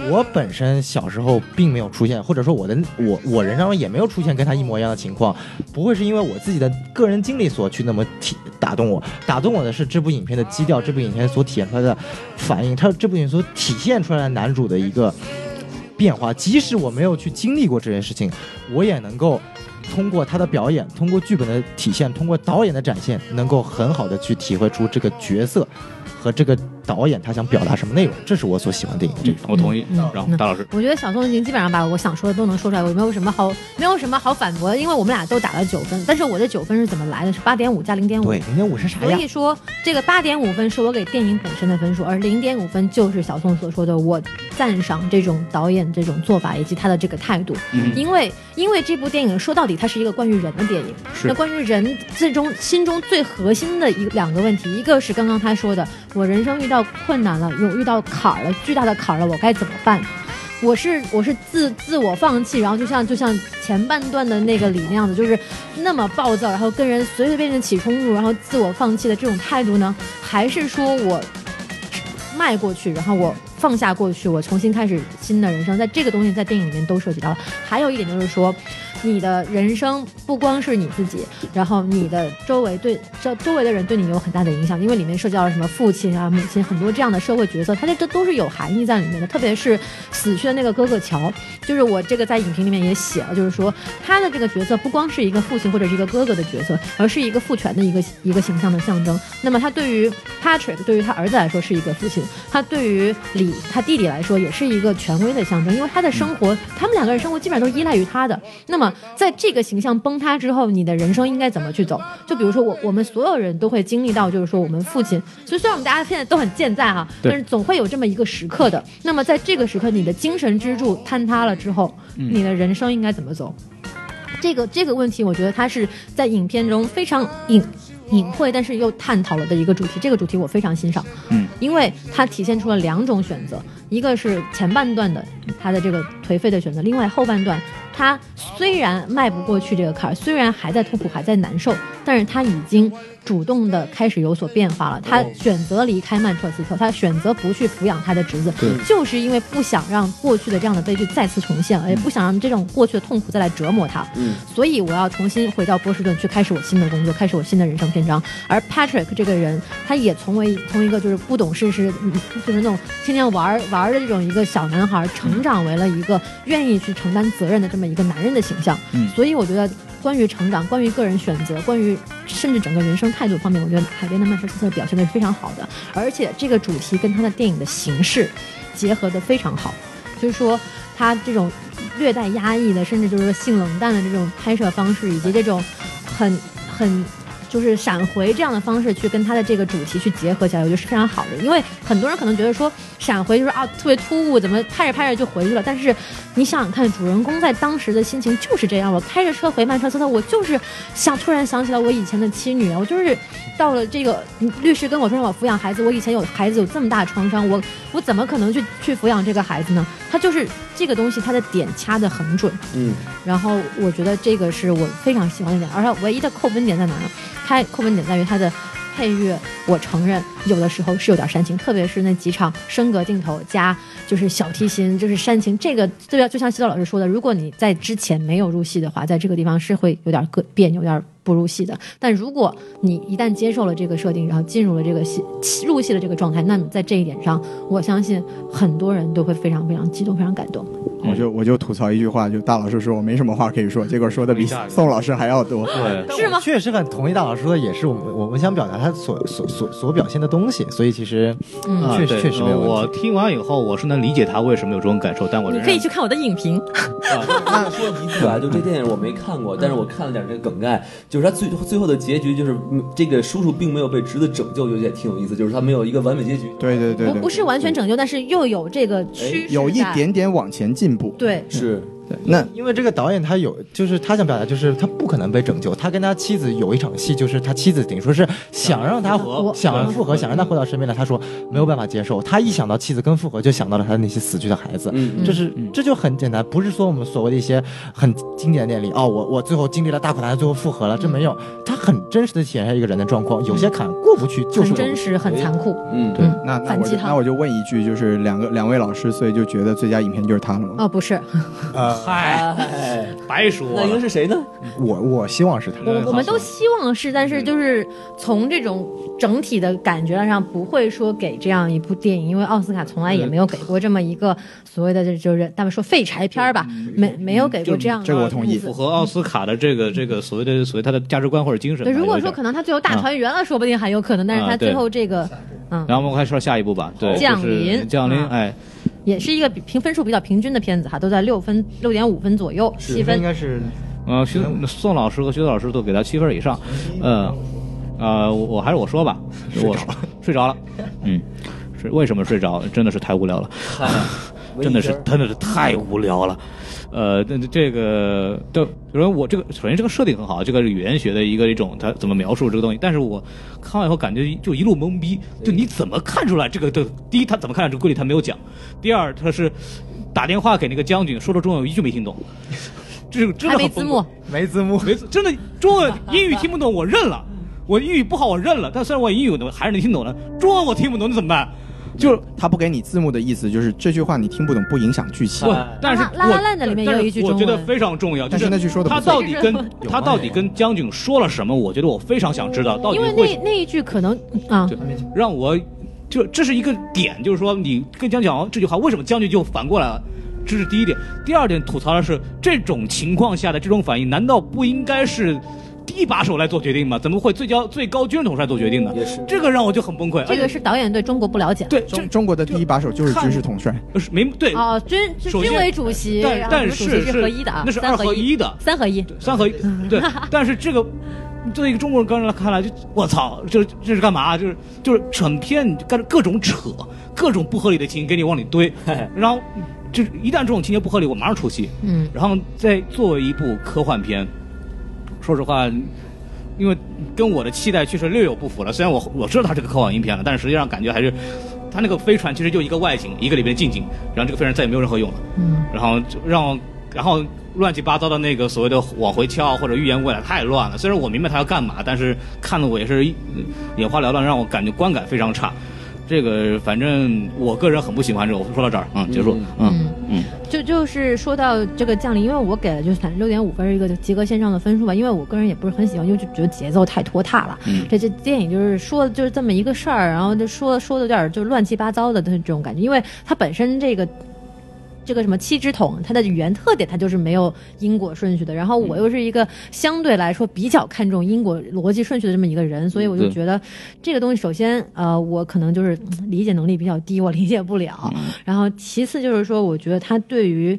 H: 我本身小时候并没有出现，或者说我的我我人生也没有出现跟他一模一样的情况，不会是因为我自己的个人经历所去那么体打动我，打动我的是这部影片的基调，这部影片所体现出来的反应，它这部影片所体现出来的男主的一个变化。即使我没有去经历过这件事情，我也能够通过他的表演，通过剧本的体现，通过导演的展现，能够很好的去体会出这个角色和这个导演他想表达什么内容，这是我所喜欢的电影的这一方
E: 我
H: 面。
E: 同意
D: 嗯嗯。
E: 然后大老师，
D: 我觉得小宋已经基本上把我想说的都能说出来，我没有什么好没有什么好反驳的，因为我们俩都打了九分，但是我的九分是怎么来的？是八点五加零点五
H: 对，。零点五是啥
D: 所
H: 呀？
D: 以说，这个八点五分是我给电影本身的分数，而零点五分就是小宋所说的我赞赏这种导演这种做法以及他的这个态度，
E: 嗯
D: 因为因为这部电影说到底它是一个关于人的电影，
E: 是
D: 那关于人最终心中最核心的一两个问题，一个是刚刚他说的，我人生遇到困难了，有遇到坎儿了，巨大的坎儿了，我该怎么办？我是我是自自我放弃，然后就像就像前半段的那个李那样子，就是那么暴躁，然后跟人随随便便起冲突，然后自我放弃的这种态度呢，还是说我迈过去，然后我放下过去，我重新开始新的人生，在这个东西在电影里面都涉及到了。还有一点就是说，你的人生不光是你自己，然后你的周围对周周围的人对你有很大的影响，因为里面涉及到了什么父亲啊、母亲很多这样的社会角色，它这这都是有含义在里面的。特别是死去的那个哥哥乔，就是我这个在影评里面也写了，就是说他的这个角色不光是一个父亲或者是一个哥哥的角色，而是一个父权的一个一个形象的象征。那么他对于 Patrick 对于他儿子来说是一个父亲，他对于李他弟弟来说也是一个权威的象征，因为他的生活，他们两个人生活基本上都依赖于他的。那么在这个形象崩塌之后，你的人生应该怎么去走？就比如说我我们所有人都会经历到，就是说我们父亲，所以虽然我们大家现在都很健在哈、
E: 对
D: 但是总会有这么一个时刻的。那么在这个时刻，你的精神支柱坍塌了之后，你的人生应该怎么走？这个这个问题，我觉得它是在影片中非常隐隐晦，但是又探讨了的一个主题。这个主题我非常欣赏，
E: 嗯，
D: 因为它体现出了两种选择，一个是前半段的他的这个颓废的选择，另外后半段他虽然迈不过去这个坎儿，虽然还在痛苦，还在难受，但是他已经主动的开始有所变化了。他选择离开曼彻斯特，他选择不去抚养他的侄子，就是因为不想让过去的这样的悲剧再次重现，也不想让这种过去的痛苦再来折磨他。
C: 嗯，
D: 所以我要重新回到波士顿去开始我新的工作，开始我新的人生篇章。而 Patrick 这个人，他也从为从一个就是不懂事事，嗯就是那种天天玩儿玩儿的这种一个小男孩，成长为了一个愿意去承担责任的这么一个男人的形象。
E: 嗯
D: 所以我觉得关于成长、关于个人选择、关于甚至整个人生态度方面，我觉得《海边的曼彻斯特》表现的是非常好的，而且这个主题跟他的电影的形式结合的非常好，就是说他这种略带压抑的，甚至就是说性冷淡的这种拍摄方式，以及这种很很。就是闪回这样的方式去跟他的这个主题去结合起来，我觉得是非常好的。因为很多人可能觉得说闪回就是啊特别突兀，怎么拍着拍着就回去了，但是你想想看，主人公在当时的心情就是这样。我开着车回曼彻斯特，我就是想突然想起来我以前的妻女，啊我就是到了这个律师跟我说让我抚养孩子，我以前有孩子有这么大的创伤，我我怎么可能去去抚养这个孩子呢？他就是这个东西，他的点掐得很准。
C: 嗯，
D: 然后我觉得这个是我非常喜欢的点，而且唯一的扣分点在哪呢？它扣分点在于它的配乐，我承认有的时候是有点煽情，特别是那几场升格镜头加就是小提琴，就是煽情。这个对啊，就像西多老师说的，如果你在之前没有入戏的话，在这个地方是会有点个别扭，有点不入戏的。但如果你一旦接受了这个设定，然后进入了这个戏入戏的这个状态，那么在这一点上，我相信很多人都会非常非常激动，非常感动。
A: 我就我就吐槽一句话，就大老师说我没什么话可以说，结果说的比
D: 嗯
A: 宋老师还要多。
E: 对，
D: 是吗？
H: 确实很同意大老师说的，也是我们我们想表达他所所所所表现的东西，所以其实啊
D: 嗯
H: 确实确实没有问
E: 啊呃我
H: 题。
E: 听完以后，我是能理解他为什么有这种感受，但我
D: 你
E: 仍
D: 可以
E: 然
D: 去看我的影评，
C: 那说一句啊，就这电影我没看过，但是我看了点这个梗概，就是他最最后的结局就是嗯这个叔叔并没有被侄子拯救，有点挺有意思，就是他没有一个完美结局。
A: 对对对
D: 不
A: 对哎
D: 不，是完全拯救，但是又有这个趋势在，
A: 有一点点往前进步。
D: 对。
C: 是，
A: 对，那
H: 因为这个导演他有，就是他想表达，就是他不可能被拯救。他跟他妻子有一场戏，就是他妻子等于说是想让他
D: 复合
H: 想让
D: 对
H: 复合，想让他回到身边来。他说没有办法接受，他一想到妻子跟复合，就想到了他那些死去的孩子。
C: 嗯，
H: 这是这就很简单，不是说我们所谓的一些很经典的典例哦，我我最后经历了大苦难，最后复合了，这没有，他很真实的体现了一个人的状况，有些坎过不去就是
D: 很
H: 过不
D: 真
H: 去。
D: 实，很残酷。
C: 嗯，
D: 嗯，
A: 那那
D: 反
A: 我
D: 击
A: 就
D: 他
A: 那我就问一句，就是两个两位老师，所以就觉得最佳影片就是他了吗？
D: 哦，不是，
H: 呃，
C: 嗨，
E: 白说
C: 那应该
E: 了。
C: 是谁呢？
D: 嗯
H: 我我希望是他。
D: 我们我们
E: 好
D: 都希望是，但
A: 嗯
D: 是就是从这种整体的感觉上，不会说给这样一部电影，因为奥斯卡从来
A: 嗯
D: 也没有给过这么一个所谓的就就是他们说废柴片儿吧，没没有给过这样的
A: 嗯这个我同意
D: 例子
E: 符合奥斯卡的这个这个所谓的所谓他的价值观或者精神吧。
D: 对，如果
E: 有
D: 说
E: 点
D: 可能他最后大
A: 啊
D: 团圆了，说不定还有可能，但是
E: 啊
D: 他
E: 对
D: 最后这个，嗯，
E: 然后我们快说下一步吧，对，
D: 降
E: 就是
D: 临
E: 降临，
D: 啊
E: 哎，
D: 也是一个比评分数比较平均的片子哈，都在六分六点五分左右，七分
H: 应该是
E: 呃，徐
H: 嗯
E: 宋老师和徐子老师都给他七分以上，呃，呃，我我还是我说吧，我睡着了， [laughs] 嗯，是为什么睡着？真的是太无聊了， [laughs] 真的是真的是太无聊了。呃，那这个，对，首先我这个，首先这个设定很好，这个语言学的一个一种，它怎么描述这个东西？但是我看完以后感觉就一路懵逼，就你怎么看出来这个的？第一，他怎么看出来这个规律他没有讲；第二，他是打电话给那个将军，说了中文我一句没听懂，这是真
D: 还
E: 的
D: 没
E: 很
D: 字
E: 崩
D: 幕
E: 溃。，
H: 没字幕，
E: [laughs] 没错，真的中文英语听不懂我认了，
D: 嗯
E: 我英语不好我认了，但虽然我英语能还是能听懂的，中文我听不懂那怎么办？就是
A: 他不给你字幕的意思就是这句话你听不懂不影响剧情
E: 我。，但是
D: 拉拉
E: 我
D: 拉烂的里面
E: 但是
D: 有一句
E: 我
D: 中
E: 觉得
D: 文
E: 非常重要，就
A: 但是那句说得不
E: 他
A: 错啊
E: 到底跟他到底跟将军说了什么？我觉得我非常想知道，到底
D: 因为
E: 会
D: 那那一句可能啊
E: 对，让我就这是一个点，就是说你跟将军讲这句话，为什么将军就反过来了？这是第一点。第二点吐槽的是，这种情况下的这种反应，难道不应该是第一把手来做决定吗？怎么会最高最高军统帅做决定呢？
C: 也是
E: 这个让我就很崩溃。
D: 这个
E: 而且
D: 是导演对中国不了解。
E: 对，这
A: 中中国的第一把手就是军事统帅，
E: 呃是没对、
D: 哦，军军
E: 首先
D: 军委主席，
E: 但
D: 然后
E: 但
D: 主
E: 是
D: 席
E: 是
D: 是合一的啊，
E: 那是
D: 三
E: 二合
D: 合
E: 一的
D: 三合一。
E: 三合一对，但是这个作为一个中国人刚来看来就我操，这这是干嘛？啊就是就是整片干各种扯，各种不合理的情节给你往里堆，然后就是一旦这种情节不合理，我马上出戏。
D: 嗯，
E: 然后再作为一部科幻片，说实话，因为跟我的期待确实略有不符了。虽然我我知道它是个科幻影片了，但是实际上感觉还是它那个飞船其实就一个外景，一个里面的近景，然后这个飞船再也没有任何用了。
D: 嗯，
E: 然后就让我然后乱七八糟的那个所谓的往回敲或者预言未来太乱了。虽然我明白他要干嘛，但是看的我也是一眼花缭乱，让我感觉观感非常差。这个反正我个人很不喜欢这个。我说到这儿，嗯，结束，嗯嗯
D: 就就是说到这个降临，因为我给了就是反正六点五分儿一个及格线上的分数吧，因为我个人也不是很喜欢，因为就觉得节奏太拖沓了。
E: 嗯
D: 这这电影就是说的就是这么一个事儿，然后就说说的有点儿就乱七八糟的这种感觉，因为它本身这个。这个什么七只桶，它的语言特点它就是没有因果顺序的。然后
E: 嗯
D: 我又是一个相对来说比较看重因果逻辑顺序的这么一个人，所以我就
E: 对
D: 觉得这个东西，首先呃，我可能就是嗯理解能力比较低，我理解不了。然后其次就是说，我觉得他对于。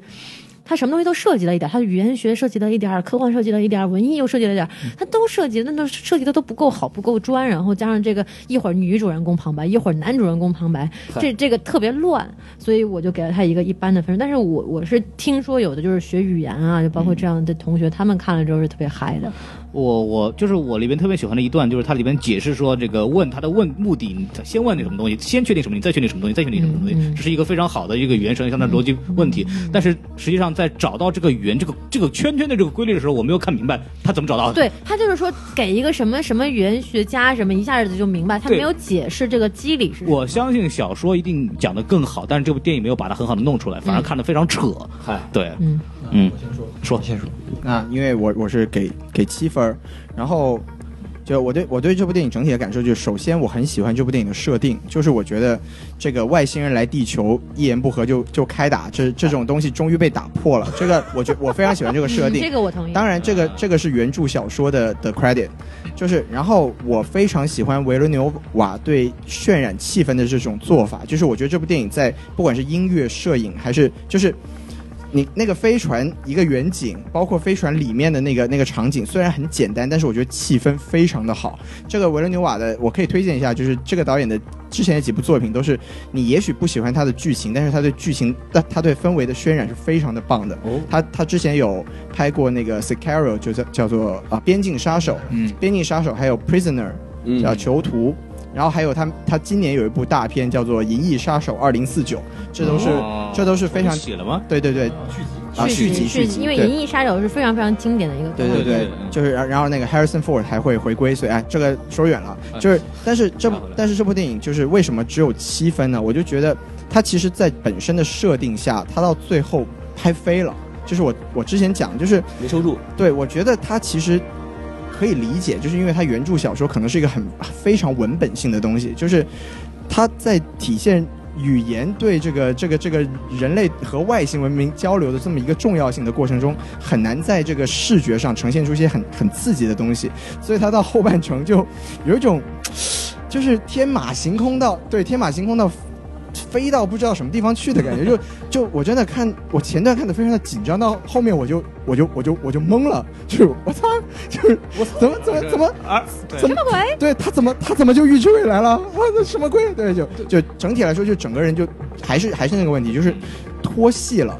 D: 他什么东西都涉及了一点儿，他语言学涉及了一点儿，科幻涉及了一点儿，文艺又涉及了一点儿，他都涉及，那都涉及的都不够好，不够专。然后加上这个一会儿女主人公旁白，一会儿男主人公旁白，这这个特别乱，所以我就给了他一个一般的分数。但是我我是听说有的就是学语言啊，就包括这样的同学，他们看了之后是特别嗨的。
E: 我我就是我里边特别喜欢的一段，就是它里边解释说这个问他的问目的，你先问你什么东西，先确定什么，你再确定什么东西，再确定什么东西，
D: 嗯嗯
E: 这是一个非常好的一个原神相当于逻辑问题。但是实际上在找到这个圆这个这个圈圈的这个规律的时候，我没有看明白他怎么找到的。
D: 对他就是说给一个什么什么语言学家什么，一下子就明白，他
E: 对
D: 没有解释这个机理是什么。
E: 我相信小说一定讲得更好，但是这部电影没有把它很好的弄出来，反而看得非常扯。
C: 嗨
E: 对，
D: 嗯
E: 嗯，
A: 我先说，那因为我我是给给七分儿，然后就我对我对这部电影整体的感受就是，首先我很喜欢这部电影的设定，就是我觉得这个外星人来地球一言不合就就开打，这这种东西终于被打破了。这个我觉我非常喜欢这个设定
D: 这，个我同意。
A: 当然，这个这个是原著小说的的 credit，就是然后我非常喜欢维伦纽瓦对渲染气氛的这种做法，就是我觉得这部电影在不管是音乐、摄影还是就是。你那个飞船一个远景，包括飞船里面的那个那个场景，虽然很简单，但是我觉得气氛非常的好。这个维伦纽瓦的，我可以推荐一下，就是这个导演的之前的几部作品都是你也许不喜欢他的剧情，但是他对剧情、他他对氛围的渲染是非常的棒的。
C: 哦
A: 他他之前有拍过那个《Sicario》，就叫叫做啊、边境杀手》，
E: 嗯
A: 《边境杀手》还有《Prisoner》
C: 嗯
A: 叫囚徒，然后还有他他今年有一部大片叫做《银翼杀手二零四九》，这都是、
E: 哦
A: 这都是非常
E: 写了吗？
A: 对对对啊续集续集，
D: 因为《
A: 对
D: 银翼杀手》是非常非常经典的一个
A: 对
D: 动
A: 对
D: 画
E: 对
A: 对
E: 对，嗯
A: 就是然然后那个 Harrison Ford 还会回归，所以哎，这个说远了，就是但是这部
E: 拉回来
A: 但是这部电影就是为什么只有七分呢？我就觉得它其实在本身的设定下，它到最后拍飞了。就是我我之前讲，就是
C: 没收住，
A: 对我觉得它其实可以理解，就是因为它原著小说可能是一个很非常文本性的东西，就是它在体现语言对这个这个这个人类和外星文明交流的这么一个重要性的过程中，很难在这个视觉上呈现出一些很很刺激的东西，所以它到后半程就有一种就是天马行空到对天马行空到。飞到不知道什么地方去的感觉，就就我真的看，我前段看的非常的紧张，到后面我就我就我就我就懵了，就是我操，就是我怎么怎么怎么
E: 啊，
A: 怎么鬼？对他怎么他怎么就预知未来了？啊，那什么鬼？对，就就整体来说，就整个人就还是还是那个问题，就是脱戏了。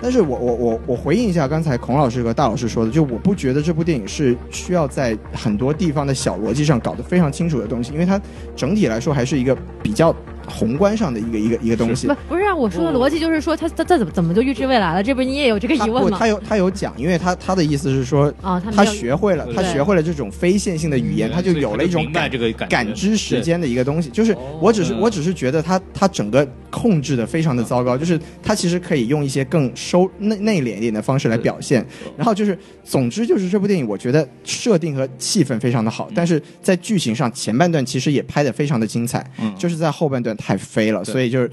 A: 但是我我我我回应一下刚才孔老师和大老师说的，就我不觉得这部电影是需要在很多地方的小逻辑上搞得非常清楚的东西，因为它整体来说还是一个比较宏观上的一个一个一个东西
D: 不。不是啊，我说的逻辑就是说他他这怎么怎么就预知未来了？这不是你也有这个
A: 他
D: 疑
A: 不，
D: 问吗
A: 他？有他有讲，因为他他的意思是说，
D: 啊，他
A: 他
D: 没有
A: 学会了，他
D: 对
A: 学会了这种非线性的语
E: 嗯
A: 言，他就有了一种
E: 明白
A: 感
E: 这个感
A: 感
E: 觉哦嗯
A: 知时间的一个东西。就是我只是我只是觉得他他整个控制的非常的糟糕，就是他其实可以用一些更收内内敛一点的方式来表现。然后就是，总之就是这部电影，我觉得设定和气氛非常的
E: 嗯
A: 好，但是在剧情上前半段其实也拍的非常的精彩，
E: 嗯
A: 就是在后半段太飞了，所以就是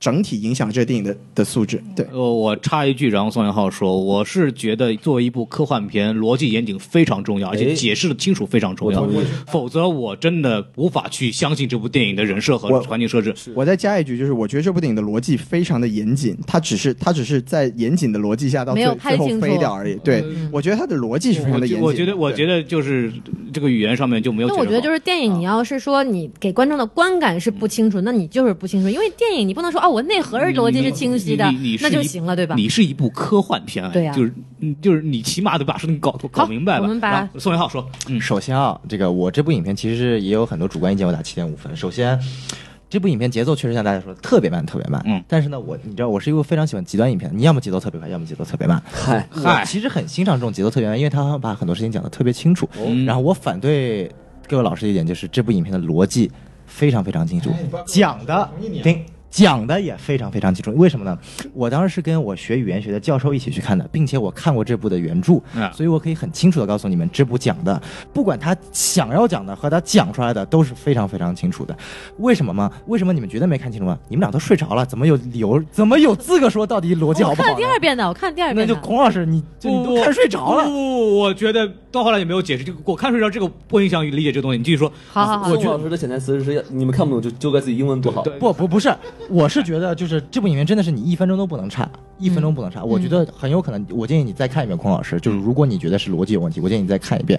A: 整体影响这个电影的的素质。对，
E: 呃，我插一句，然后宋元浩说，我是觉得作为一部科幻片，逻辑严谨非常重要，而且解释的清楚非常重要，否则我真的无法去相信这部电影的人设和
A: 我
E: 环境设置。
A: 我再加一句，就是我觉得这部电影的逻辑非常的严谨，它只是它只是在严谨的逻辑下到
D: 没
A: 最
D: 有拍
A: 最后
D: 清楚
A: 飞掉而已。对，
D: 嗯
A: 我觉得它的逻辑是非常的严谨。
E: 我觉得，我觉
A: 得。
E: 得就是这个语言上面就没有。
D: 那我觉得就是电影，你要是说你给观众的观感是不清楚，那你就是不清楚，因为电影你不能说哦，我内核是逻辑是清晰的
E: 你你你，是
D: 那就
E: 一
D: 行了，对吧？
E: 你是一部科幻片，
D: 对呀
E: 就是嗯就是你起码得把事情搞搞
D: 好
E: 明白吧。
D: 我们把
E: 然后宋元浩说，嗯，
H: 首先啊，这个我这部影片其实也有很多主观意见，我打七点五分。首先，这部影片节奏确实像大家说的特别慢，特别慢。
E: 嗯，
H: 但是呢，我你知道我是一个非常喜欢极端影片，你要么节奏特别快，要么节奏特别慢。
C: 嗨，
E: 嗨
H: 我其实很欣赏这种节奏特别慢，因为他把很多事情讲得特别清楚。
E: 嗯
H: 哦然后我反对各位老师的一点就是这部影片的逻辑非常非常清楚，讲的听。讲的也非常非常清楚，为什么呢？我当时是跟我学语言学的教授一起去看的，并且我看过这部的原著，
E: 啊
H: 所以我可以很清楚的告诉你们，这部讲的，不管他想要讲的和他讲出来的都是非常非常清楚的。为什么吗？为什么你们觉得没看清楚吗？你们俩都睡着了，怎么有理由？怎么有资格说到底逻辑好
D: 我
H: 不
D: 看
H: 好
D: 了
H: 呢？
D: 第二遍的，我看了第二
H: 那
D: 遍
H: 就
D: 的。
H: 孔老师，你 [laughs] 就你
E: 不
H: 都看睡着
E: 不
H: 了。
E: 不，我觉得到后来也没有解释，这个我看睡着这个不影响理解这个东西。你继续说，
D: 好好好，
C: 宋老师的潜台词是：你们看不懂就就怪自己英文不好。
E: 对
H: 不不不是，我是觉得就是这部影片真的是你一分钟都不能差，一分钟不能
D: 嗯
H: 差。我觉得很有可能，我建议你再看一遍，孔老师，就是如果你觉得是逻辑有问题，我建议你再看一遍。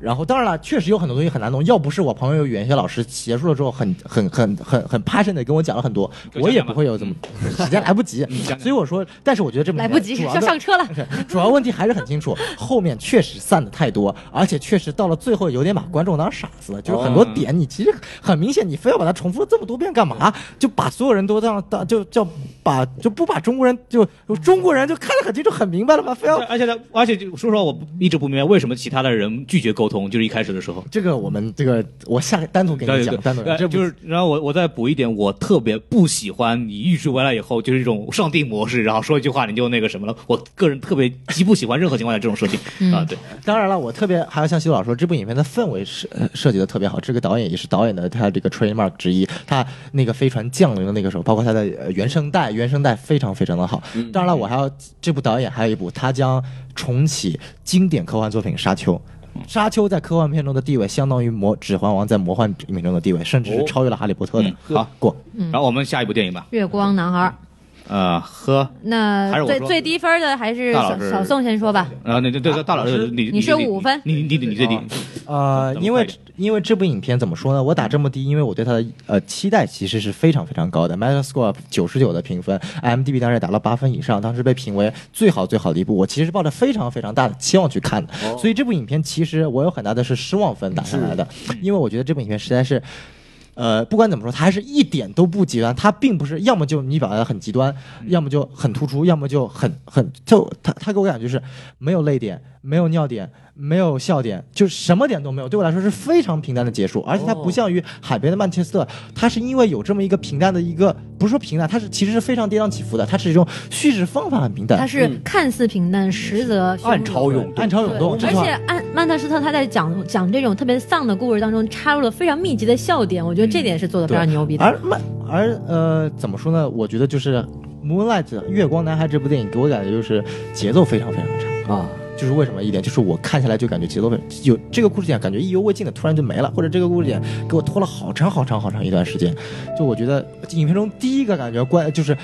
H: 然后当然了，确实有很多东西很难弄，要不是我朋友语言学老师结束了之后很很很很很 passion 的跟我讲了很多，
E: 讲
H: 我也
E: 讲吧
H: 不会有这么时间来不及
E: 嗯讲。讲
H: 所以我说，但是我觉得这部
D: 来
H: 影
D: 不
H: 片
D: 及，
H: 主要
D: 要
H: 的
D: 上车了。
H: [laughs] 主要问题还是很清楚，后面确实散的太多，而且确实到了最后有点把观众当傻子了，就是很多点你其实很明显，你非要把它重复了这么多遍干
E: 哦
H: 嘛？就把所有人都当当就叫把就不把中国人就中国人就看得很清楚很明白了吗？非要
E: 而且呢，而且就说实话，我一直不明白为什么其他的人拒绝沟通，就是一开始的时候。
H: 这个我们这个我下个单独给你
E: 对
H: 讲，单独
E: 对，呃
H: 讲这不
E: 就是，然后我我再补一点，我特别不喜欢你预知完了以后就是一种上帝模式，然后说一句话你就那个什么了。我个人特别极不喜欢任何情况下这种设定、啊，对，
H: [laughs] 当然了，我特别还要向西老师说，这部影片的氛围设呃设计的特别好，这个导演也是导演的他这个 trademark 之一。他那个飞船降临的那个时候，包括他的呃原声带，原声带非常非常的好。当然了，我还要这部导演还有一部，他将重启经典科幻作品《沙丘》。沙丘在科幻片中的地位，相当于魔《指环王》在魔幻影片中的地位，甚至是超越了《哈利波特》的。
E: 嗯好
H: 过，
E: 然后我们下一部电影吧，
D: 月光男孩，
E: 呃，呵，还是
D: 那
E: 我
D: 最
E: 说
D: 最低分的还是
E: 大老
D: 小
E: 师
D: 小宋先说吧。
E: 然后呃那对对，大老师，你
D: 你是五分
E: 你你你你最低，
H: 呃，因为因为这部影片怎么说呢？我打这么低，因为我对它的呃期待其实是非常非常高的，Metascore 九十九的评分，IMDB 当时也达到八分以上，当时被评为最好最好的一部。我其实抱着非常非常大的期望去看的，所以这部影片其实我有很大的是失望分打下来的，因为我觉得这部影片实在是。呃，不管怎么说，它还是一点都不极端。它并不是，要么就你表达的很极端，要么就很突出，要么就很很就它它给我感觉是没有泪点，没有尿点，没有笑点，就什么点都没有。对我来说是非常平淡的结束，而且它不像于海边的曼彻斯特，它是因为有这么一个平淡的一个，不是说平淡，它是其实是非常跌宕起伏的，它是一种叙事方法很平淡
D: 它，是看似平淡，实则汹
E: 嗯暗潮
D: 涌。
E: 涌动
H: 暗。潮
D: 对
H: 涌动，这
D: 而
H: 句话
D: 且安曼特斯特他在讲讲这种特别丧的故事当中，插入了非常密集的笑点，我觉得这点是做的非常牛逼的。
H: 而慢而呃，怎么说呢？我觉得就是《Moonlight》月光男孩这部电影给我感觉就是节奏非常非常的长。
C: 啊，
H: 就是为什么一点，就是我看下来就感觉节奏非有这个故事点，感觉意犹未尽的，突然就没了，或者这个故事点给我拖了好长好长好长一段时间。就我觉得影片中第一个感觉观就是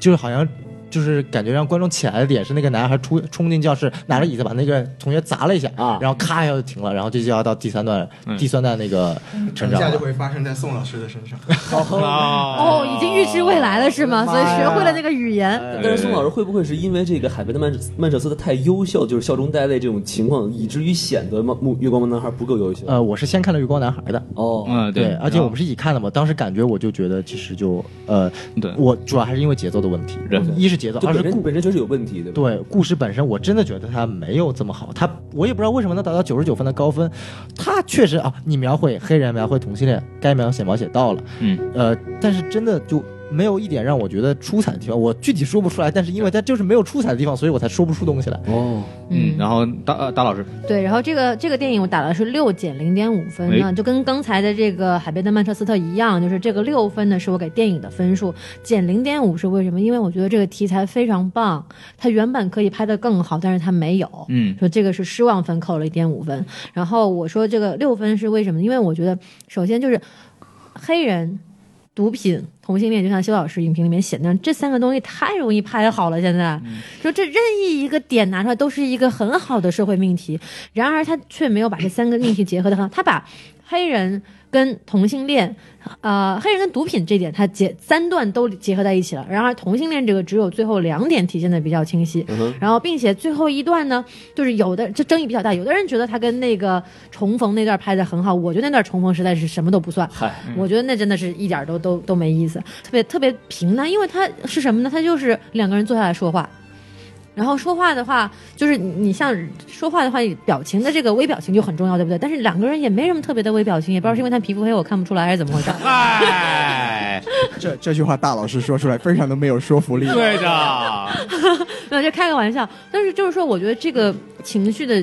H: 就是好像。就是感觉让观众起来的点是那个男孩出冲进教室，拿着椅子把那个同学砸了一下，
C: 啊
H: 然后咔一下就停了，然后嗯这就要到第三段，第三段那个成
A: 一
H: 长
A: 下
H: 了
A: 就。会发生在宋老师的身上。
E: 啊
D: 哦，已经预知未来了是吗？所以学
E: 哎
D: 会了这个语言。
C: 但是宋老师会不会是因为这个海边的曼彻曼彻斯特太优秀，就是笑中带泪这种情况，以至于显得木木月光男孩不够优秀？
H: 呃，我是先看了《月光男孩》的，
C: 哦，
E: 嗯，
H: 对，而且呃我们是一起看的嘛，当时感觉我就觉得其实就呃，
E: 对
H: 我主要还是因为节奏的问题，
E: 人
H: 一是节奏，
C: 就
H: 二
C: 本
H: 是
C: 身
H: 故
C: 本身确实有问题，对吧？
H: 对故事本身，我真的觉得它没有这么好，它我也不知道为什么能达到九十九分的高分，它确实啊，你描绘黑人描绘同性恋，该描写描写到了，
E: 嗯，
H: 呃，但是真的就。没有一点让我觉得出彩的地方，我具体说不出来，但是因为它就是没有出彩的地方，所以我才说不出东西来。
C: 哦，
E: 嗯，然后大呃大老师，
D: 对，然后这个这个电影我打的是六减零点五分呢，
E: 哎
D: 就跟刚才的这个《海边的曼彻斯特》一样，就是这个六分呢是我给电影的分数，减零点五是为什么？因为我觉得这个题材非常棒，它原本可以拍得更好，但是它没有。
E: 嗯，
D: 说这个是失望分，扣了一点五分。然后我说这个六分是为什么？因为我觉得首先就是黑人、毒品、同性恋，就像修老师影评里面写的，这三个东西太容易拍好了。现在、说这任意一个点拿出来都是一个很好的社会命题，然而他却没有把这三个命题结合的很好，他把黑人。跟同性恋，呃，黑人跟毒品这点，他结三段都结合在一起了。然而，同性恋这个只有最后两点体现的比较清晰。然后，并且最后一段呢，就是有的这争议比较大，有的人觉得他跟那个重逢那段拍的很好，我觉得那段重逢实在是什么都不算，
C: 嗨，
D: 我觉得那真的是一点儿都都都没意思，特别特别平淡，因为它是什么呢？它就是两个人坐下来说话。然后说话的话，就是你你像说话的话，表情的这个微表情就很重要，对不对？但是两个人也没什么特别的微表情，也不知道是因为他皮肤黑我看不出来，还是怎么回事。
E: 哎，
A: 这这句话大老师说出来非常的没有说服力。
E: 对的，
D: 没有，就开个玩笑。但是就是说，我觉得这个情绪的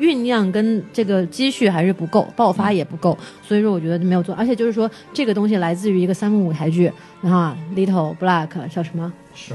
D: 酝酿跟这个积蓄还是不够，爆发也不够，所以说我觉得没有做。而且就是说，这个东西来自于一个三幕舞台剧，然后啊，Little Black 叫什么？是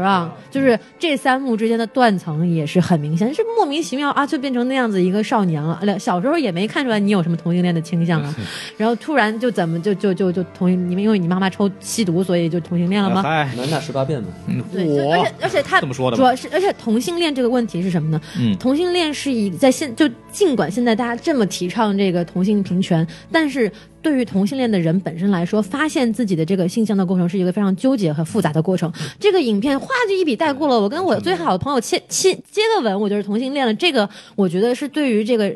D: 让，就是这三幕之间的断层也是很明显，是莫名其妙啊，就变成那样子一个少年了。呃小时候也没看出来你有什么同性恋的倾向啊，然后突然就怎么就就就就同性你们因为你妈妈抽吸毒，所以就同性恋了吗？
E: 啊嗨，
C: 南大十八变嘛，
D: 对，就而
E: 我
D: 且而且他
E: 这么说的
D: 主
E: 吗
D: 要是而且同性恋这个问题是什么呢？
E: 嗯
D: 同性恋是以在现就尽管现在大家这么提倡这个同性平权，但是对于同性恋的人本身来说，发现自己的这个性向的过程是一个非常纠结和复杂的过程。
E: 嗯
D: 这个影片哗就一笔带过了，我跟我最好的朋友亲亲接个吻，我就是同性恋了。这个我觉得是对于这个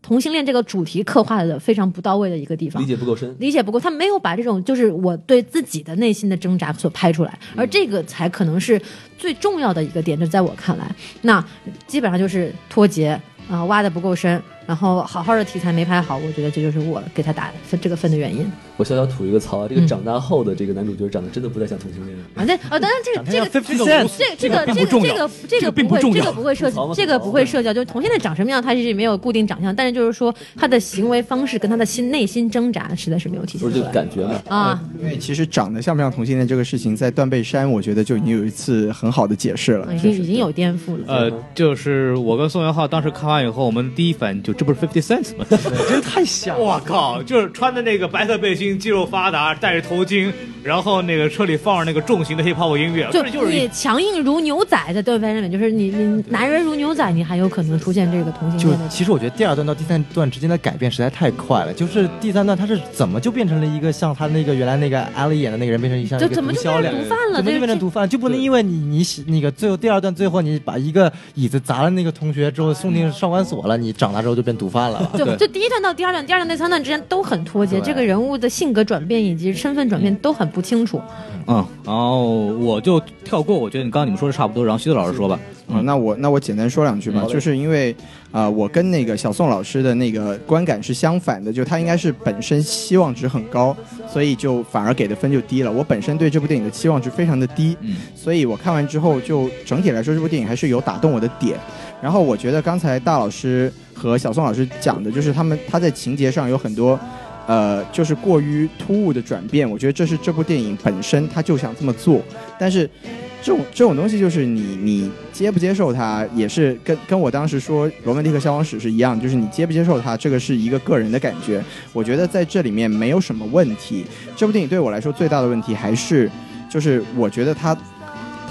D: 同性恋这个主题刻画的非常不到位的一个地方
C: 理。解不够深。
D: 理解不过，他没有把这种就是我对自己的内心的挣扎所拍出来，而这个才可能是最重要的一个点，就在我看来，那基本上就是脱节啊、挖的不够深，然后好好的题材没拍好，我觉得这就是我给他打分这个分的原因。
C: 我小小吐一个槽啊，这个
D: 嗯
C: 长大后的这个男主角长得真的不太像同性恋。
D: 啊，对，啊，当然这个这个。
E: 这个
D: 这这个这个这个这个不会这个不会涉及
C: 吐槽吗
D: 这个不会涉及到，啊就是同性恋长什么样，他是没有固定长相，但是就是说他的行为方式跟他的心内心挣扎实在是没有体
C: 不是
D: 现出
C: 就
D: 来
C: 感觉嘛，
D: 啊。
A: 因为 [laughs] 其实长得像不像同性恋这个事情，在断背山我觉得就已经有一次很好的解释了。
D: 已经已经有颠覆了。
E: 呃，就是我跟宋元浩当时看完以后，我们第一反应就这不是 Fifty Cent 吗？真太像！我靠，就是穿的那个白色背心，肌肉发达，戴着头巾，然后那个车里放着那个重型的 hip hop 音乐，
D: 就
E: 这啊就是
D: 你
E: 一
D: 强硬如牛仔在断片上面，就是你你男人如牛仔，你还有可能出现这个同性
H: 就
D: 恋的。
H: 其实我觉得第二段到第三段之间的改变实在太快了，就是第三段他是怎么就变成了一个像他那个原来那个艾丽演的那个人变成像一
D: 就
H: 个
D: 怎么就变
H: 枭
D: 成
H: 两
D: 毒贩了？
H: 怎么
D: 这
H: 就变成毒贩？就不能因为你你喜那个最后第二段最后你把一个椅子砸了那个同学之后送进少管所了，你长大之后就变毒贩了。
D: 就
E: 对
D: 就第一段到第二段，第二段到第三段之间都很脱节，
H: 对
D: 这个人物的性格转变以及身份转变都很不清楚。
E: 嗯，然后我就跳过，我觉得你刚刚你们说的差不多，然后徐子老师说吧。嗯
A: 啊、那我那我简单说两句吧，就是因为啊、呃我跟那个小宋老师的那个观感是相反的，就他应该是本身期望值很高，所以就反而给的分就低了。我本身对这部电影的期望值非常的低，
E: 嗯
A: 所以我看完之后就整体来说这部电影还是有打动我的点。然后我觉得刚才大老师和小宋老师讲的，就是他们他在情节上有很多。呃，就是过于突兀的转变，我觉得这是这部电影本身他就想这么做，但是这种这种东西就是你你接不接受它，也是跟跟我当时说《罗曼蒂克消亡史》是一样，就是你接不接受它，这个是一个个人的感觉。我觉得在这里面没有什么问题。这部电影对我来说最大的问题还是，就是我觉得它。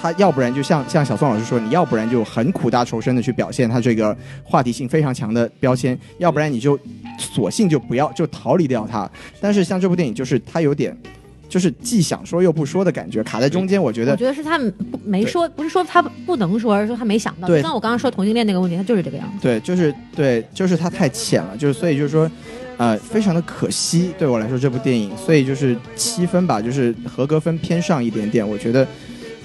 A: 它要不然就像像小宋老师说，你要不然就很苦大仇深的去表现它这个话题性非常强的标签，要不然你就索性就不要就逃离掉它。但是像这部电影，就是它有点，就是既想说又不说的感觉，卡在中间。我觉
D: 我
A: 得
D: 觉得是他不没说，不是说他不能说，而是说他没想到。
A: 对
D: 就像我刚刚说同性恋那个问题，他就是这个样子。
A: 对，就是对，就是它太浅了，就是所以就是说，呃，非常的可惜，对我来说这部电影，所以就是七分吧，就是合格分偏上一点点，我觉得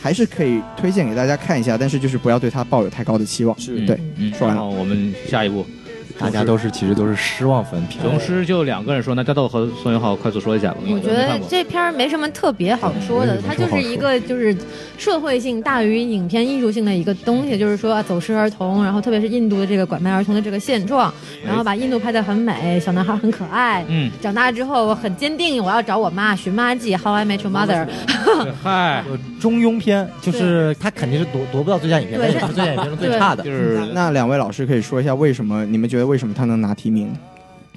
A: 还是可以推荐给大家看一下，但是就是不要对它抱有太高的期望。
C: 是
A: 对，
E: 嗯，
A: 说完
E: 然
A: 了
E: 后我们下一步，
H: [laughs] 大家都是其实都是失望分评。
E: 雄狮就两个人说，那大豆和宋元浩快速说一下吧。因为
D: 我
E: 没
D: 觉得
E: 看过
D: 这片儿没什么特别好说的，它就是一个就是社会性大于影片艺术性的一个东西，就是说啊走失儿童，然后特别是印度的这个拐卖儿童的这个现状，然后把印度拍得很美，小男孩很可爱，
E: 嗯，
D: 长大之后很坚定，我要找我妈寻妈记，How I Met Your Mother，
E: 嗨，
H: 呃中庸片就是他肯定是夺夺不到最佳影片，
D: 对
H: 但是不是最佳影片中最
D: [laughs]
H: 差的
E: 就。
A: 那
E: 是
A: 那两位老师可以说一下为什么你们觉得为什么他能拿提名？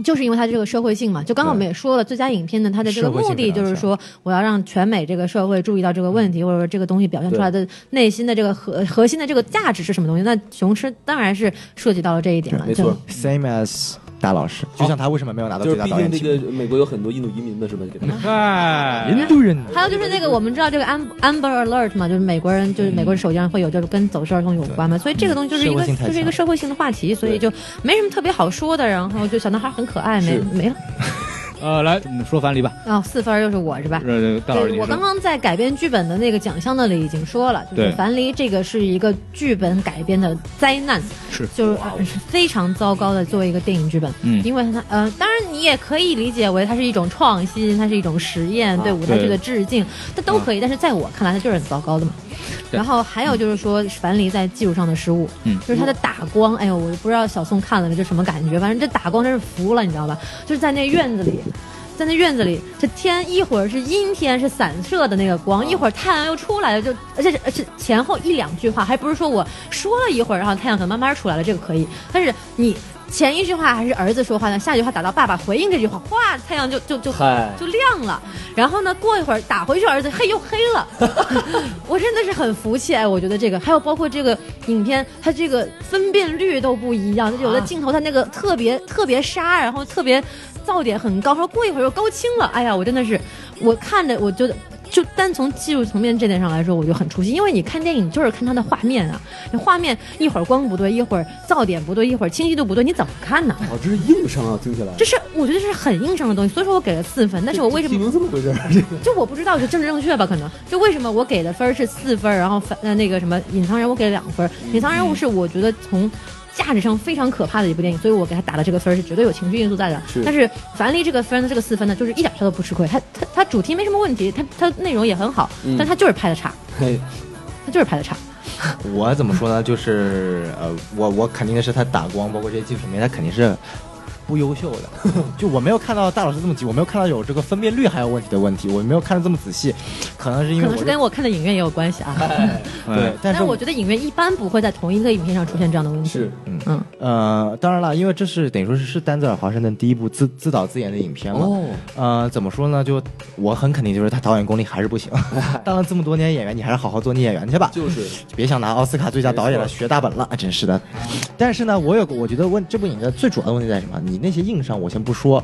D: 就是因为它这个社会性嘛，就刚刚我们也说了，最佳影片呢，它的这个目的就是说，我要让全美这个社会注意到这个问题，或者说这个东西表现出来的内心的这个核核心的这个价值是什么东西。那雄狮当然是涉及到了这一点了，
C: 没错
D: 就
H: Same as 大老师，就像他为什么没有拿到
C: 就
H: 最
C: 是
H: 佳
C: 毕
H: 导
C: 竟
H: 演
C: 这
H: 提名？
C: 个美国有很多印度移民的是吧？给他们
E: 嗨，
H: 印度人
D: 还有就是那个我们知道这个 Am- Amber Alert 嘛，就是美国人就是美国人手机上会有就是跟走失儿童有关嘛，所以这个东西就是一
H: 嗯社
D: 个
H: 会性太强
D: 就是一个社会性的话题，所以就没什么特别好说的。然后就小男孩很可爱，没
C: 是
D: 没了
E: 呃，来你说樊篱吧，
D: 啊、四分儿又是我是吧？
E: 呃，大老师
D: 对，
E: 你
D: 我
E: 说
D: 刚。刚在改编剧本的那个奖项那里已经说了，就是
E: 对
D: 《樊篱》这个是一个剧本改编的灾难，
E: 是哦
D: 就是呃是非常糟糕的作为一个电影剧本，
E: 嗯
D: 因为它呃，当然你也可以理解为它是一种创新，它是一种实验，
E: 啊
D: 对舞台剧的致敬，它都可以，但是在我看来，它就是很糟糕的嘛。
E: 对
D: 然后还有就是说，樊篱在技术上的失误，
E: 嗯
D: 就是他的打光，哎呦，我不知道小宋看了没，这什么感觉？反正这打光真是服了，你知道吧？就是在那院子里，在那院子里，这天一会儿是阴天，是散射的那个光，一会儿太阳又出来了，就而且是而且前后一两句话，还不是说我说了一会儿，然后太阳可能慢慢出来了，这个可以。但是你前一句话还是儿子说话呢，下一句话打到爸爸回应这句话，哗，太阳就就就
C: 嗨
D: 就亮了。然后呢，过一会儿打回去，儿子嘿又黑了。我真的是很服气哎，我觉得这个还有包括这个影片，它这个分辨率都不一样，有的镜头它那个特别特别沙，然后特别噪点很高，然后过一会儿又高清了。哎呀，我真的是我看着我觉得。就单从技术层面这点上来说，我就很出戏，因为你看电影就是看它的画面啊，你画面一会儿光不对，一会儿噪点不对，一会儿清晰度不对，你怎么看呢？
C: 哦，这是硬伤啊，听起来
D: 这是我觉得这是很硬伤的东西，所以说我给了四分。但是我为什
C: 提
D: 么
C: 名这么回事儿？这个
D: 就我不知道，就政治正确吧，可能就为什么我给的分儿是四分儿，然后反呃那个什么隐藏人物给了两分儿，隐藏人物是我觉得从。价值上非常可怕的一部电影，所以我给他打的这个分儿是绝对有情绪因素在的。
C: 是
D: 但是樊篱这个分呢，这个四分呢，就是一点儿他都不吃亏，他他他主题没什么问题，他他内容也很好，
C: 嗯
D: 但他就是拍的差，
C: 嘿，
D: 他就是拍的差。
H: 我怎么说呢？就是呃，我我肯定的是他打光，包括这些技术层面，他肯定是不优秀的。就我没有看到大老师这么急，我没有看到有这个分辨率还有问题的问题，我没有看的这么仔细，可能是因
D: 可
H: 为
D: 能
H: 我
D: 是跟我看的影院也有关系啊。
H: 对，但
D: 但
H: 是
D: 是我觉得影院一般不会在同一个影片上出现这样的问题。
C: 是
D: 嗯，
H: 呃，当然了，因为这是等于说是是丹泽尔华盛顿第一部自自导自演的影片嘛。
C: 哦，
H: 呃，怎么说呢？就我很肯定，就是他导演功力还是不行。当了这么多年演员，你还是好好做你演员去吧。
C: 就是
H: 别想拿奥斯卡最佳导演了，学大本了，啊真是的。但是呢，我有个我觉得问这部影片最主要的问题在什么？你那些硬伤我先不说，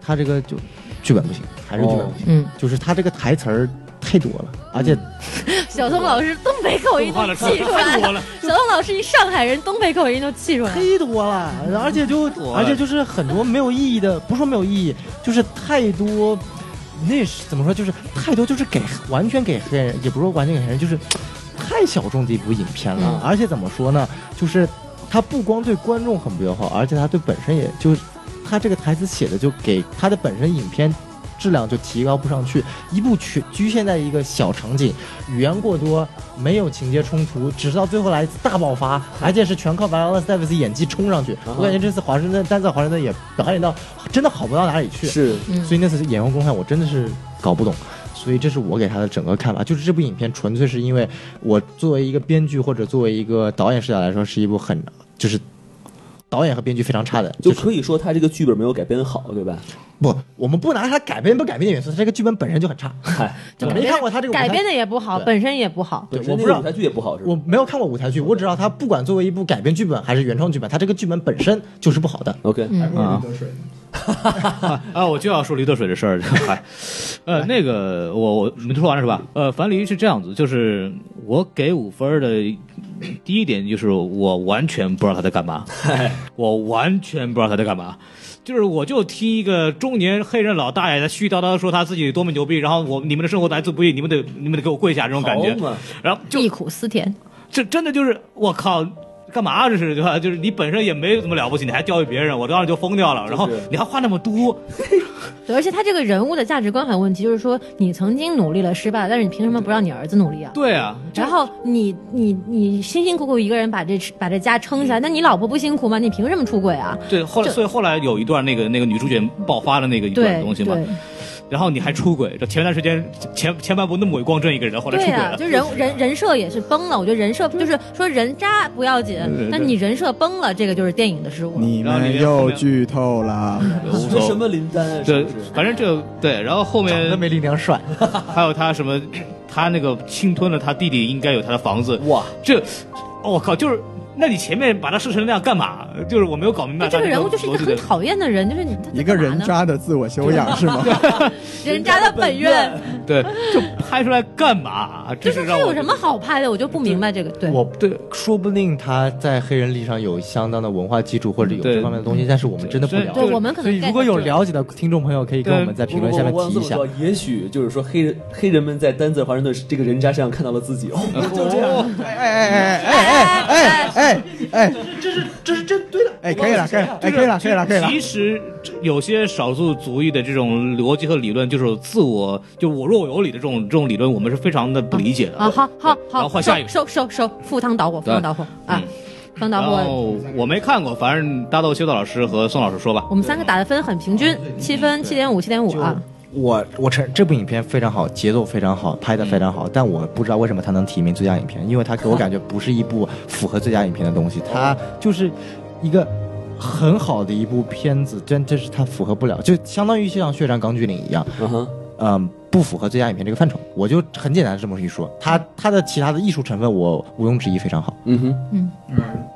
H: 他这个就
E: 哦
H: 剧本不行，还是剧本不行，
D: 嗯，
E: 嗯
H: 就是他这个台词儿太多了，而且
D: 小宋老师东北口音
M: 动画
D: 都
M: 的
D: 气出来
M: 太多
D: 了，
M: 了，
D: 小宋老师一上海人，东北口音都气出来了。
H: 忒多了，而且就
E: 多了
H: 而且就是很多没有意义的，不是说没有意义，就是太多，那是怎么说？就是太多，就是给完全给黑人，也不是说完全给黑人，就是太小众的一部影片了。
D: 嗯
H: 而且怎么说呢？就是他不光对观众很不友好，而且他对本身也就是他这个台词写的就给他的本身影片。质量就提高不上去，一部曲局限在一个小场景，语言过多，没有情节冲突，直到最后来一次大爆发，而且是全靠 Viola Davis 演技冲上去。我感觉这次华盛顿丹泽华盛顿也表演到真的好不到哪里去，
C: 是
D: 嗯
H: 所以那次演员公开我真的是搞不懂。所以这是我给他的整个看法，就是这部影片纯粹是因为我作为一个编剧或者作为一个导演视角来说，是一部很就是导演和编剧非常差的，
C: 就
H: 就是
C: 可以说他这个剧本没有改编好，对吧？
H: 不，我们不拿它改编不改编的元素，它这个剧本本身就很 [laughs] 差。我没看过他这个舞台
D: 改编的也不好，
H: 对
D: 本身也不好。
H: 对
C: 本身
H: 我不
C: 那
H: 知
C: 个
H: 道
C: 舞台剧也不好，是吧？
H: 我没有看过舞台剧，我只知道它不管作为一部改编剧本还是原创剧本，它这个剧本本身就是不好的。
C: OK，
D: 嗯
E: 啊
A: 得水。
E: [laughs] 啊，我就要说驴得水的事儿。嗨，呃，那个我我你说完了是吧？呃，樊梨是这样子，就是我给五分儿的第一点就是我完全不知道他在干嘛，我完全不知道他在干嘛。就是我就听一个中年黑人老大爷他絮絮叨叨地说他自己多么牛逼，然后我你们的生活来之不易，你们得你们得给我跪下这种感觉
C: 好，嘛，
E: 然后就
D: 忆苦思甜，
E: 这真的就是我靠，干嘛、啊、这是对吧？就是你本身也没怎么了不起，你还教育别人，我当时就疯掉了。然后
C: 就是
E: 你还话那么多，
D: 对，而且他这个人物的价值观很有问题，就是说你曾经努力了失败了，但是你凭什么不让你儿子努力啊？
E: 对啊，这
D: 然后你你你辛辛苦苦一个人把这把这家撑起
E: 嗯
D: 来，那你老婆不辛苦吗？你凭什么出轨啊？
E: 对，后来
D: 这
E: 所以后来有一段那个那个女主角爆发的那个一段
D: 对
E: 东西嘛，
D: 对
E: 然后你还出轨，这前段时间前前半部那么伟光正一个人，后来
D: 对
E: 出轨
D: 啊，
E: 了，
D: 就人人人设也是崩了。我觉得人设就是说人渣不要紧
E: 对，
D: 但你人设崩了，这个就是电影的失误了。
A: 你们又剧透了，
D: 啊
C: 你说什么林丹啊？
E: 这
C: 是不是
E: 反正这对，然后后
H: 长得
E: 面
H: 没林良帅，
E: 还有他什么，他那个侵吞了他弟弟应该有他的房子，
C: 哇，
E: 这哦我、靠，就是那你前面把他设成那样干嘛？就是我没有搞明白
D: 哎那这
E: 他
D: 个
E: 那
D: 人物
E: 个
D: 就是一
E: 逻
D: 个
E: 辑
D: 很
E: 的。
D: 讨厌的人，就是你他
A: 一个人
D: 他干嘛
A: 渣
D: 呢
A: 的自我修养是吗？
D: 人渣的本愿，
E: 对，就拍出来干嘛？
D: 就
E: 这
D: 是
E: 是
D: 他
E: 让
D: 有
E: 我
D: 什么好拍的，我就不明白这个。对，
H: 我对，说不定他在黑人历史上有相当的文化基础或者有
E: 对
H: 这方面的东西，但是我们真的不
E: 对
H: 了
E: 对
H: 解。
D: 对我们可
H: 所
D: 能
H: 以
D: get
H: 如果
D: 到
H: 有
D: 这个
H: 了解的听众朋友，可以跟
E: 对
H: 我们在评论下面
C: 我我
H: 提一下
C: 我。我也许就是说黑人黑人们在丹泽华盛顿这个人渣身上看到了自己，哦，就这样，
A: 哎哎哎哎哎哎哎哎，
N: 这是这是针对的。
A: 哎，可以了，可以了，哎，可以了，可以了，可以了。
E: 其实这有些少数族裔的这种逻辑和理论，就是有自我，就我若我有理的这种这种理论，我们是非常的不理解的。
D: 啊，好好
E: 然后
D: 好，
E: 换
D: 收
E: 下一个。
D: 收收收，赴汤蹈火，赴汤蹈火啊，赴汤蹈
E: 然
D: 火。
E: 后我没看过，反正大豆修道老师和宋老师说吧。
D: 我们三个打的分很平均，七分、七点五、七点五啊。
H: 我我承认这部影片非常好，节奏非常好，拍的非常好，但我不知道为什么它能提名最佳影片，因为它给我感觉不是一部符合最佳影片的东西，它就是一个很好的一部片子，但这是它符合不了，就相当于像《血战钢锯岭》一样，
C: 嗯哼，
H: 嗯，不符合最佳影片这个范畴。我就很简单地这么一说，它它的其他的艺术成分，我毋庸置疑非常好。
C: 嗯哼，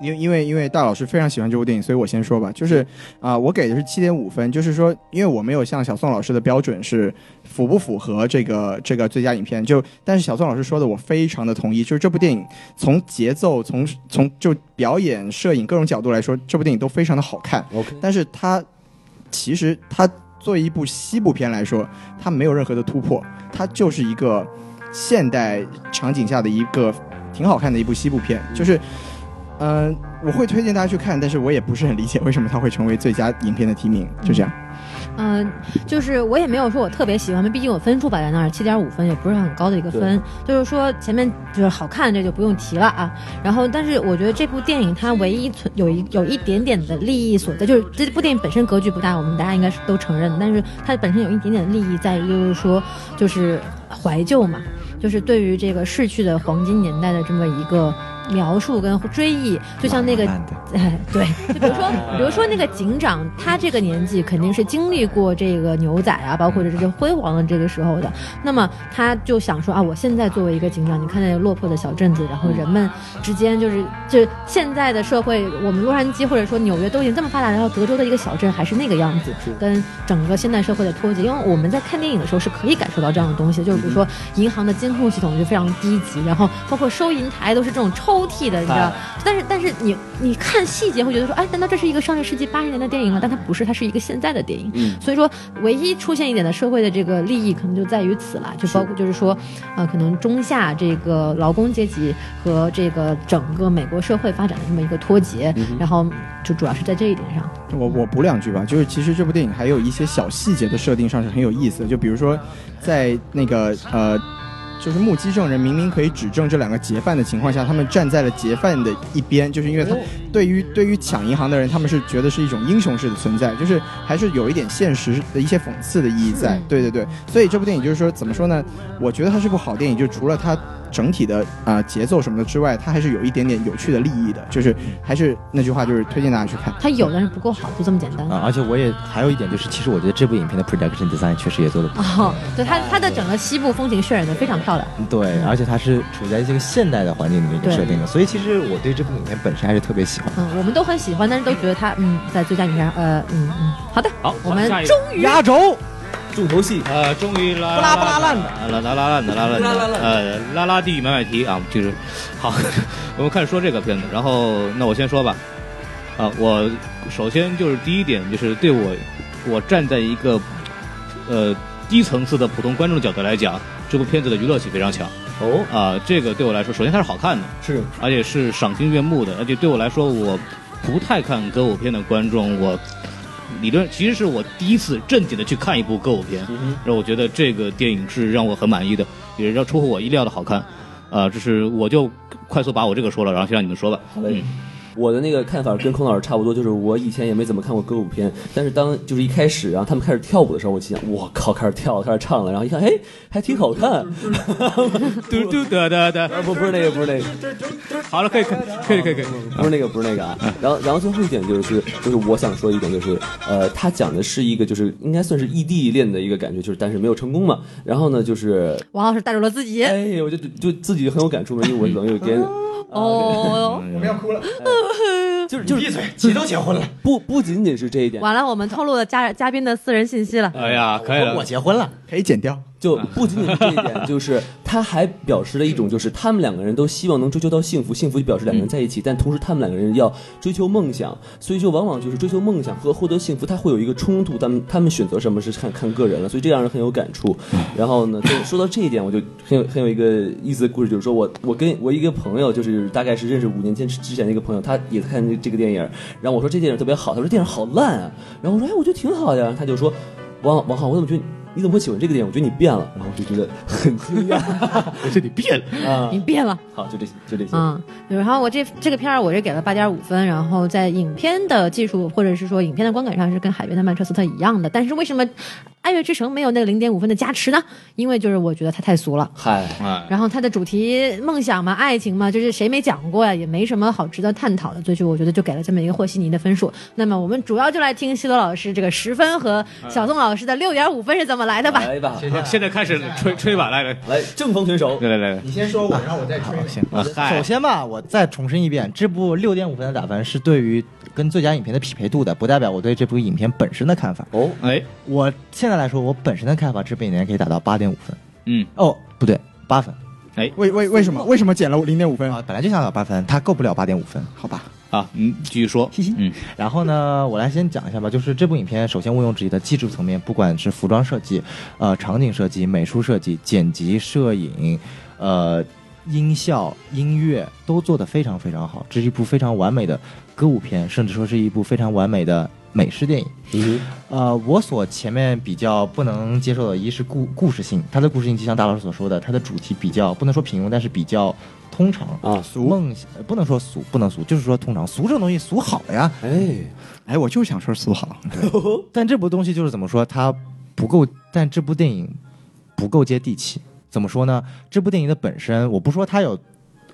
A: 因为因为因为大老师非常喜欢这部电影，所以我先说吧，就是啊、我给的是七点五分，就是说，因为我没有像小宋老师的标准是符不符合这个这个最佳影片，就但是小宋老师说的我非常的同意，就是这部电影从节奏、从从就表演、摄影各种角度来说，这部电影都非常的好看。
C: OK
A: 但是它其实它作为一部西部片来说，它没有任何的突破，它就是一个现代场景下的一个挺好看的一部西部片，就是。嗯、我会推荐大家去看，但是我也不是很理解为什么它会成为最佳影片的提名，就这样。
D: 嗯，就是我也没有说我特别喜欢，毕竟我分数摆在那儿，七点五分也不是很高的一个分。就是说前面就是好看，这就不用提了啊。然后，但是我觉得这部电影它唯一存有一有一点点的利益所在，就是这部电影本身格局不大，我们大家应该是都承认的，但是它本身有一点点利益在于，就是说就是怀旧嘛，就是对于这个逝去的黄金年代的这么一个描述跟追忆，就像那个
H: 慢慢地
D: 哎， [laughs] 对，就比如说，比如说那个警长，他这个年纪肯定是经历过这个牛仔啊，包括这这辉煌的这个时候的。那么他就想说啊，我现在作为一个警长，你看那个落魄的小镇子，然后人们之间就是就是现在的社会，我们洛杉矶或者说纽约都已经这么发达，然后德州的一个小镇还是那个样子，跟整个现代社会的脱节。因为我们在看电影的时候是可以感受到这样的东西，就是比如说银行的监控系统就非常低级，然后包括收银台都是这种抽屉的，你知道。但是但是你你看细节会觉得说，哎，难道这是一个上个世纪八十年代的电影吗？但它不是，它是一个现在的电影。
C: 嗯
D: 所以说，唯一出现一点的社会的这个利益，可能就在于此啦，就包括就是说，呃，可能中下这个劳工阶级和这个整个美国社会发展的这么一个脱节，
E: 嗯
D: 然后就主要是在这一点上。
A: 我我补两句吧，就是其实这部电影还有一些小细节的设定上是很有意思的，就比如说在那个呃，就是目击证人明明可以指证这两个劫犯的情况下，他们站在了劫犯的一边，就是因为他对于对于抢银行的人，他们是觉得是一种英雄式的存在，就是还是有一点现实的一些讽刺的意义在
D: 嗯。
A: 对对对，所以这部电影就是说怎么说呢？我觉得它是部好电影，就除了它整体的啊、呃节奏什么的之外，它还是有一点点有趣的利益的，就是还是那句话，就是推荐大家去看。
D: 它有，但是不够好，就这么简单。
H: 啊，而且我也还有一点就是，其实我觉得这部影片的 production design 确实也做的
D: 哦，对
E: 啊
D: 它它的整个西部风情渲染的非常漂亮。
H: 对，而且它是处在这个现代的环境里面一个
D: 对
H: 设定的，所以其实我对这部影片本身还是特别喜欢。
D: 嗯，我们都很喜欢，但是都觉得它嗯，在最佳影片上，呃，嗯嗯，好的，
E: 好
D: 我们
E: 下一个
D: 终于
H: 压轴，
C: 重头戏，
E: 呃，终于拉不拉不拉烂的，拉拉拉烂的拉烂的，呃，拉拉地狱买买提啊，就是 [laughs] 好，我们开始说这个片子，然后那我先说吧，啊，我首先就是第一点就是对我，我站在一个呃低层次的普通观众的角度来讲，这部片子的娱乐性非常强
C: 哦，
E: 啊，这个对我来说，首先它是好看的，
C: 是
E: 而且是赏心悦目的，而且对我来说，我不太看歌舞片的观众，我理论其实是我第一次正经的去看一部歌舞片，让我觉得这个电影是让我很满意的，也让出乎我意料的好看，啊、这是我就快速把我这个说了，然后先让你们说吧。嗯
C: 好嘞。我的那个看法跟孔老师差不多，就是我以前也没怎么看过歌舞片，但是当就是一开始啊，他们开始跳舞的时候，我心想，我靠，开始跳了，开始唱了，然后一看，哎，还挺好看。
E: 嘟嘟哒哒哒，
C: 啊不，不是那个，不是那个，
E: 好了，可以可以可以可以可以，
C: 不是那个，不是那个啊。然后，然后最后一点就是，就是我想说一点，就是，呃，他讲的是一个，就是应该算是异地恋的一个感觉，就是但是没有成功嘛。然后呢，就是，
D: 王老师带入了自己。
C: 哎，我就就自己很有感触嘛，因为我总有一点，
D: 哦，
A: 我们要哭了。
C: 就是就是
H: 嘴，谁都结婚了，
C: 不不仅仅是这一点，
D: 完了，我们透露了嘉嘉宾的私人信息了。
E: 哎呀，可以了
H: 我，结婚了，
A: 可以剪掉。
C: 就不仅仅是这一点，就是他还表示了一种，就是他们两个人都希望能追求到幸福，幸福就表示两个人在一起，但同时他们两个人要追求梦想，所以就往往就是追求梦想和获得幸福，它会有一个冲突。他们他们选择什么是看看个人了，所以这让人很有感触。然后呢，就说到这一点，我就很有很有一个意思的故事，就是说我我跟我一个朋友，就是大概是认识五年前之前的一个朋友，他也看这这个电影，然后我说这电影特别好，他说电影好烂啊，然后我说哎我觉得挺好的呀，然后他就说王王浩，我怎么觉得？你怎么会喜欢这个电影？我觉得你变了，然后我就觉得很惊讶 [laughs]
E: 我这里变了，
C: 啊
D: 你。变了。
C: 好，就这些，就这些。
D: 嗯，然后我这这个片儿我是给了八点五分，然后在影片的技术或者是说影片的观感上是跟《海边的曼彻斯特》一样的，但是为什么《爱乐之城》没有那个零点五分的加持呢？因为就是我觉得它太俗了。
C: 嗨，
E: 哎，
D: 然后它的主题梦想嘛，爱情嘛，就是谁没讲过呀，也没什么好值得探讨的，所以就我觉得就给了这么一个和稀泥的分数。那么我们主要就来听西罗老师这个十分和小宋老师的六点五分是怎么来的吧。
C: 来吧，
E: 啊现在开始吹吹吧，来来
C: 来正风拳手。
E: 来来来，
A: 你先说我，然后我再吹。
H: 行。
E: 啊嗨
H: 呃首，先吧，我再重申一遍，这部六点五分的打分是对于跟最佳影片的匹配度的，不代表我对这部影片本身的看法。
C: 哦，
E: 哎，
H: 我现在来说，我本身的看法，这部影片可以打到八点五分。
E: 嗯，
H: 哦，不对，八分
A: 为为为什么为什么减了零点五分？
H: 啊，本来就想打八分，它够不了八点五分，好吧？
E: 啊，嗯，继续说，嗯，
H: 然后呢，我来先讲一下吧，就是这部影片，首先毋庸置疑的技术层面，不管是服装设计、呃场景设计、美术设计、剪辑、摄影，呃音效、音乐都做得非常非常好，这是一部非常完美的歌舞片，甚至说是一部非常完美的美式电影。
C: 嗯
H: 呃，我所前面比较不能接受的，一是故故事性，它的故事性就像大老师所说的，它的主题比较不能说平庸，但是比较通常
C: 啊
H: 俗梦想呃不能说俗，不能俗，就是说通常俗这种东西俗好了呀，
C: 哼，哎，
A: 哎，我就想说苏豪，
H: 但这部东西就是怎么说，它不够，但这部电影不够接地气。怎么说呢？这部电影的本身，我不说它有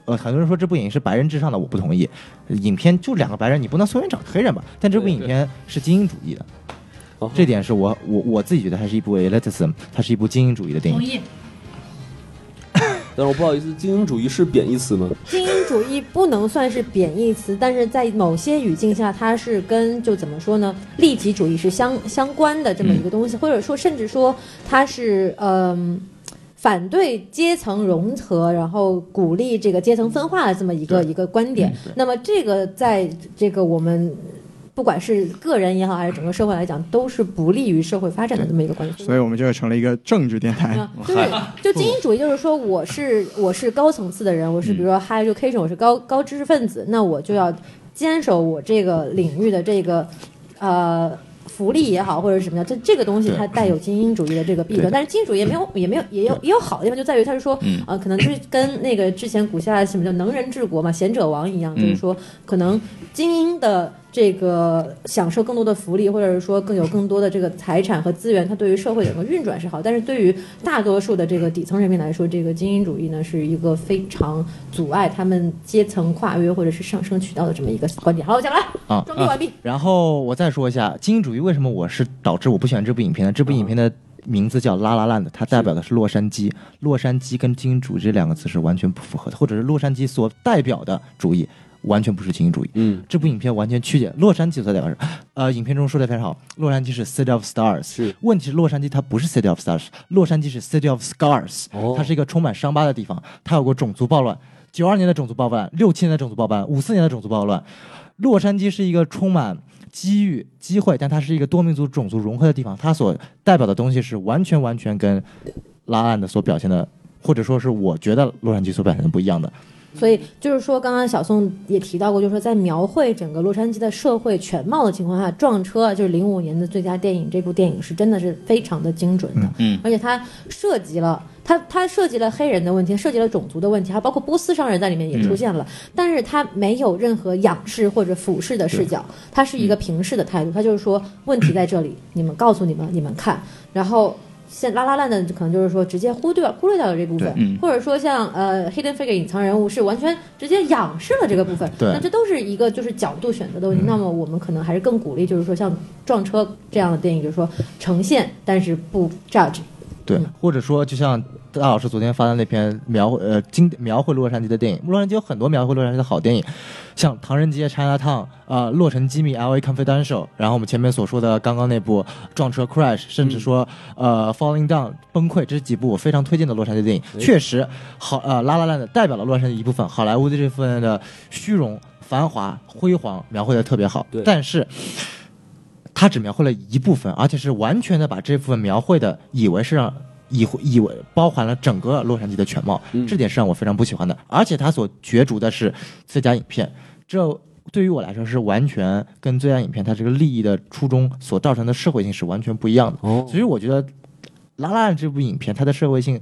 H: 呃，很多人说这部影是白人至上的，我不同意。影片就两个白人，你不能随便找黑人吧？但这部影片是精英主义的
C: 哦，
H: 这点是我我我自己觉得它是一部 elitism，它是一部精英主义的电影。
O: 意。
C: 但是我不好意思，精英主义是贬义词吗？
D: 精英主义不能算是贬义词，但是在某些语境下，它是跟就怎么说呢，利己主义是相相关的这么一个东西，或者说甚至说它是嗯、反对阶层融合，然后鼓励这个阶层分化的这么一个一个观点。那么这个在这个我们。不管是个人也好，还是整个社会来讲，都是不利于社会发展的这么一个观点。
A: 所以我们就成了一个政治电台。
D: 啊，对，就精英主义就是说，我是我是高层次的人，我是比如说 high education，我是高高知识分子，那我就要坚守我这个领域的这个呃福利也好，或者是什么样，这这个东西它带有精英主义的这个弊端。但是精英主义也没有也没有也有也有好的地方，就在于它是说
E: 嗯，
D: 呃，可能就是跟那个之前古希腊什么叫能人治国嘛，贤者王一样，就是说可能精英的。这个享受更多的福利，或者是说更有更多的这个财产和资源，它对于社会整个运转是好，但是对于大多数的这个底层人民来说，这个精英主义呢是一个非常阻碍他们阶层跨越或者是上升渠道的这么一个观点。好，我讲完
H: 啊
D: 了，装逼完毕。
H: 然后我再说一下精英主义为什么我是导致我不喜欢这部影片呢？这部影片的名字叫《拉拉烂》的，它代表的是洛杉矶。洛杉矶跟精英主义这两个词是完全不符合的，或者是洛杉矶所代表的主义完全不是精英主义。
C: 嗯，
H: 这部影片完全曲解洛杉矶所代表是，呃，影片中说的非常好，洛杉矶是 City of Stars，
C: 是
H: 问题是洛杉矶它不是 City of Stars，洛杉矶是 City of Scars，、
C: 哦
H: 它是一个充满伤疤的地方，它有过种族暴乱，九二年的种族暴乱，六七年的种族暴乱，五四年的种族暴乱，洛杉矶是一个充满机遇、机会，但它是一个多民族种族融合的地方，它所代表的东西是完全完全跟拉岸的所表现的，或者说是我觉得洛杉矶所表现的不一样的。
D: 所以就是说，刚刚小宋也提到过，就是说在描绘整个洛杉矶的社会全貌的情况下，《撞车》啊就是零五年的最佳电影，这部电影是真的是非常的精准的，
E: 嗯嗯
D: 而且它涉及了。它它涉及了黑人的问题，涉及了种族的问题，还包括波斯商人在里面也出现了，
E: 嗯
D: 但是它没有任何仰视或者俯视的视角，它是一个平视的态度，它就是说问题在这
E: 嗯
D: 里，你们告诉你们，你们看，然后现拉拉烂的可能就是说直接忽略忽略掉了这部分，
E: 对嗯
D: 或者说像呃 hidden figure 隐藏人物是完全直接仰视了这个部分，
H: 对
D: 那这都是一个就是角度选择
E: 嗯
D: 的问题。那么我们可能还是更鼓励就是说像撞车这样的电影，就是说呈现但是不 judge。
H: 对
D: 嗯，
H: 或者说就像大老师昨天发的那篇描绘呃经描绘洛杉矶的电影，洛杉矶有很多描绘洛杉矶的好电影，像《唐人街》《Chinatown》呃，《洛城机密》《L.A. Confidential》，然后我们前面所说的刚刚那部《撞车 Crash》，甚至说、呃《Falling Down》崩溃，这是几部我非常推荐的洛杉矶电影。确实好呃，《拉拉烂》的代表了洛杉矶一部分，好莱坞的这部分的虚荣、繁华、辉煌描绘的特别好
C: 对，
H: 但是。他只描绘了一部分，而且是完全的把这部分描绘的以为是让以为以为包含了整个洛杉矶的全貌，这点是让我非常不喜欢的。而且他所角逐的是最佳影片，这对于我来说是完全跟最佳影片它这个利益的初衷所造成的社会性是完全不一样的。
C: 哦
H: 所以我觉得《拉拉烂》这部影片它的社会性，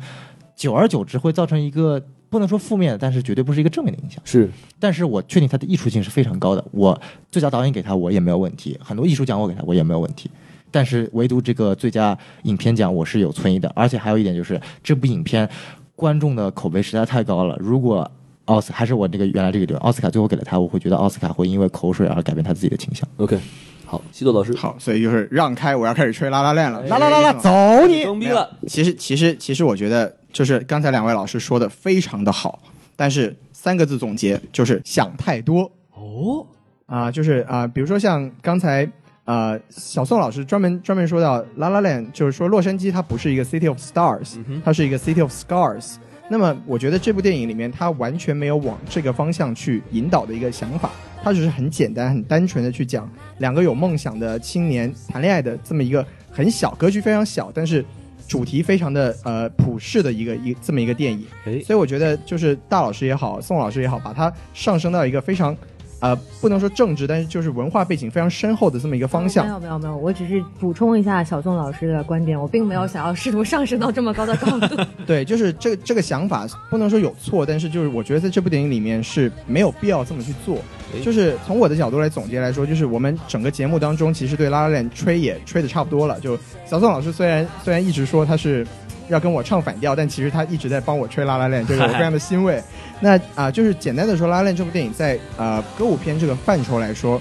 H: 久而久之会造成一个不能说负面的，但是绝对不是一个正面的影响。
C: 是
H: 但是我确定他的艺术性是非常高的，我最佳导演给他我也没有问题，很多艺术奖我给他我也没有问题，但是唯独这个最佳影片奖我是有存疑的，而且还有一点就是这部影片观众的口碑实在太高了，如果奥斯还是我这个原来这个理论，奥斯卡最后给了他，我会觉得奥斯卡会因为口水而改变他自己的倾向。
C: OK，好，西多老师，
A: 好，所以就是让开，我要开始吹拉拉链了，
H: 啦啦啦啦，
A: 走。
H: 走你！
C: 装逼了，
A: 其实，其实，其实，我觉得就是刚才两位老师说的非常的好，但是三个字总结就是想太多。哦，啊、就是啊、比如说像刚才呃小宋老师专门专门说到 La La Land，就是说洛杉矶它不是一个 City of Stars，、它是一个 City of Scars。那么我觉得这部电影里面，它完全没有往这个方向去引导的一个想法，它只是很简单、很单纯的去讲两个有梦想的青年谈恋爱的这么一个很小格局非常小，但是主题非常的呃普世的一个一这么一个电影，
C: 哎
A: 所以我觉得就是大老师也好，宋老师也好，把它上升到一个非常呃不能说政治，但是就是文化背景非常深厚的这么一个方向
O: 没。有没有没有，我只是补充一下小宋老师的观点，我并没有想要试图上升到这么高的高度。
A: [laughs] 对，就是这个这个想法不能说有错，但是就是我觉得在这部电影里面是没有必要这么去做。就是从我的角度来总结来说，就是我们整个节目当中，其实对拉拉链吹也吹的差不多了。就小宋老师虽然虽然一直说他是要跟我唱反调，但其实他一直在帮我吹《拉拉链》，这个我非常的欣慰。那啊、就是简单的说，《拉拉链》这部电影在呃歌舞片这个范畴来说，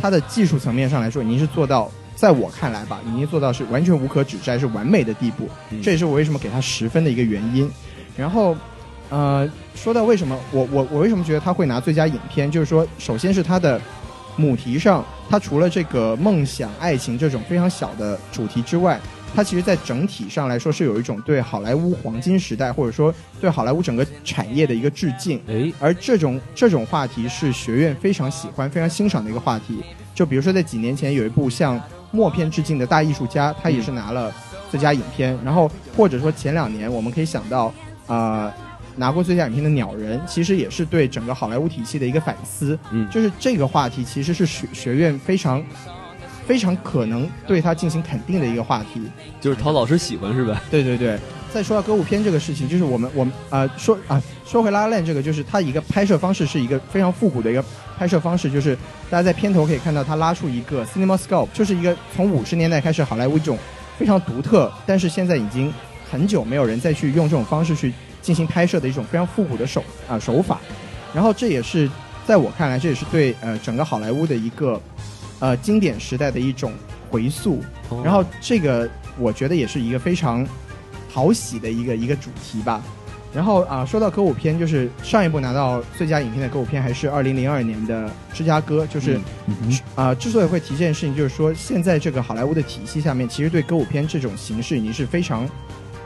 A: 它的技术层面上来说，已经是做到，在我看来吧，已经做到是完全无可指摘，是完美的地步。这也是我为什么给它十分的一个原因。然后，呃，说到为什么我我我为什么觉得他会拿最佳影片，就是说，首先是他的母题上，它除了这个梦想、爱情这种非常小的主题之外，它其实在整体上来说是有一种对好莱坞黄金时代，或者说对好莱坞整个产业的一个致敬。
C: 哎，
A: 而这种这种话题是学院非常喜欢、非常欣赏的一个话题。就比如说，在几年前有一部向默片致敬的大艺术家，他也是拿了最佳影片。然后或者说前两年，我们可以想到，呃，拿过最佳影片的《鸟人》，其实也是对整个好莱坞体系的一个反思。
C: 嗯
A: 就是这个话题其实是学学院非常非常可能对它进行肯定的一个话题。
C: 就是陶老师喜欢是吧？
A: 对对对。再说到歌舞片这个事情，就是我们我们啊、说啊、说回《拉拉 n 这个，就是它一个拍摄方式是一个非常复古的一个拍摄方式，就是大家在片头可以看到它拉出一个 CinemaScope，就是一个从五十年代开始好莱坞一种非常独特，但是现在已经很久没有人再去用这种方式去进行拍摄的一种非常复古的手啊、手法。然后这也是在我看来，这也是对呃整个好莱坞的一个呃经典时代的一种回溯。然后这个我觉得也是一个非常讨喜的一个一个主题吧。然后啊、说到歌舞片，就是上一部拿到最佳影片的歌舞片还是二零零二年的《芝加哥》，就是啊、之所以会提这件事情，就是说现在这个好莱坞的体系下面，其实对歌舞片这种形式已经是非常，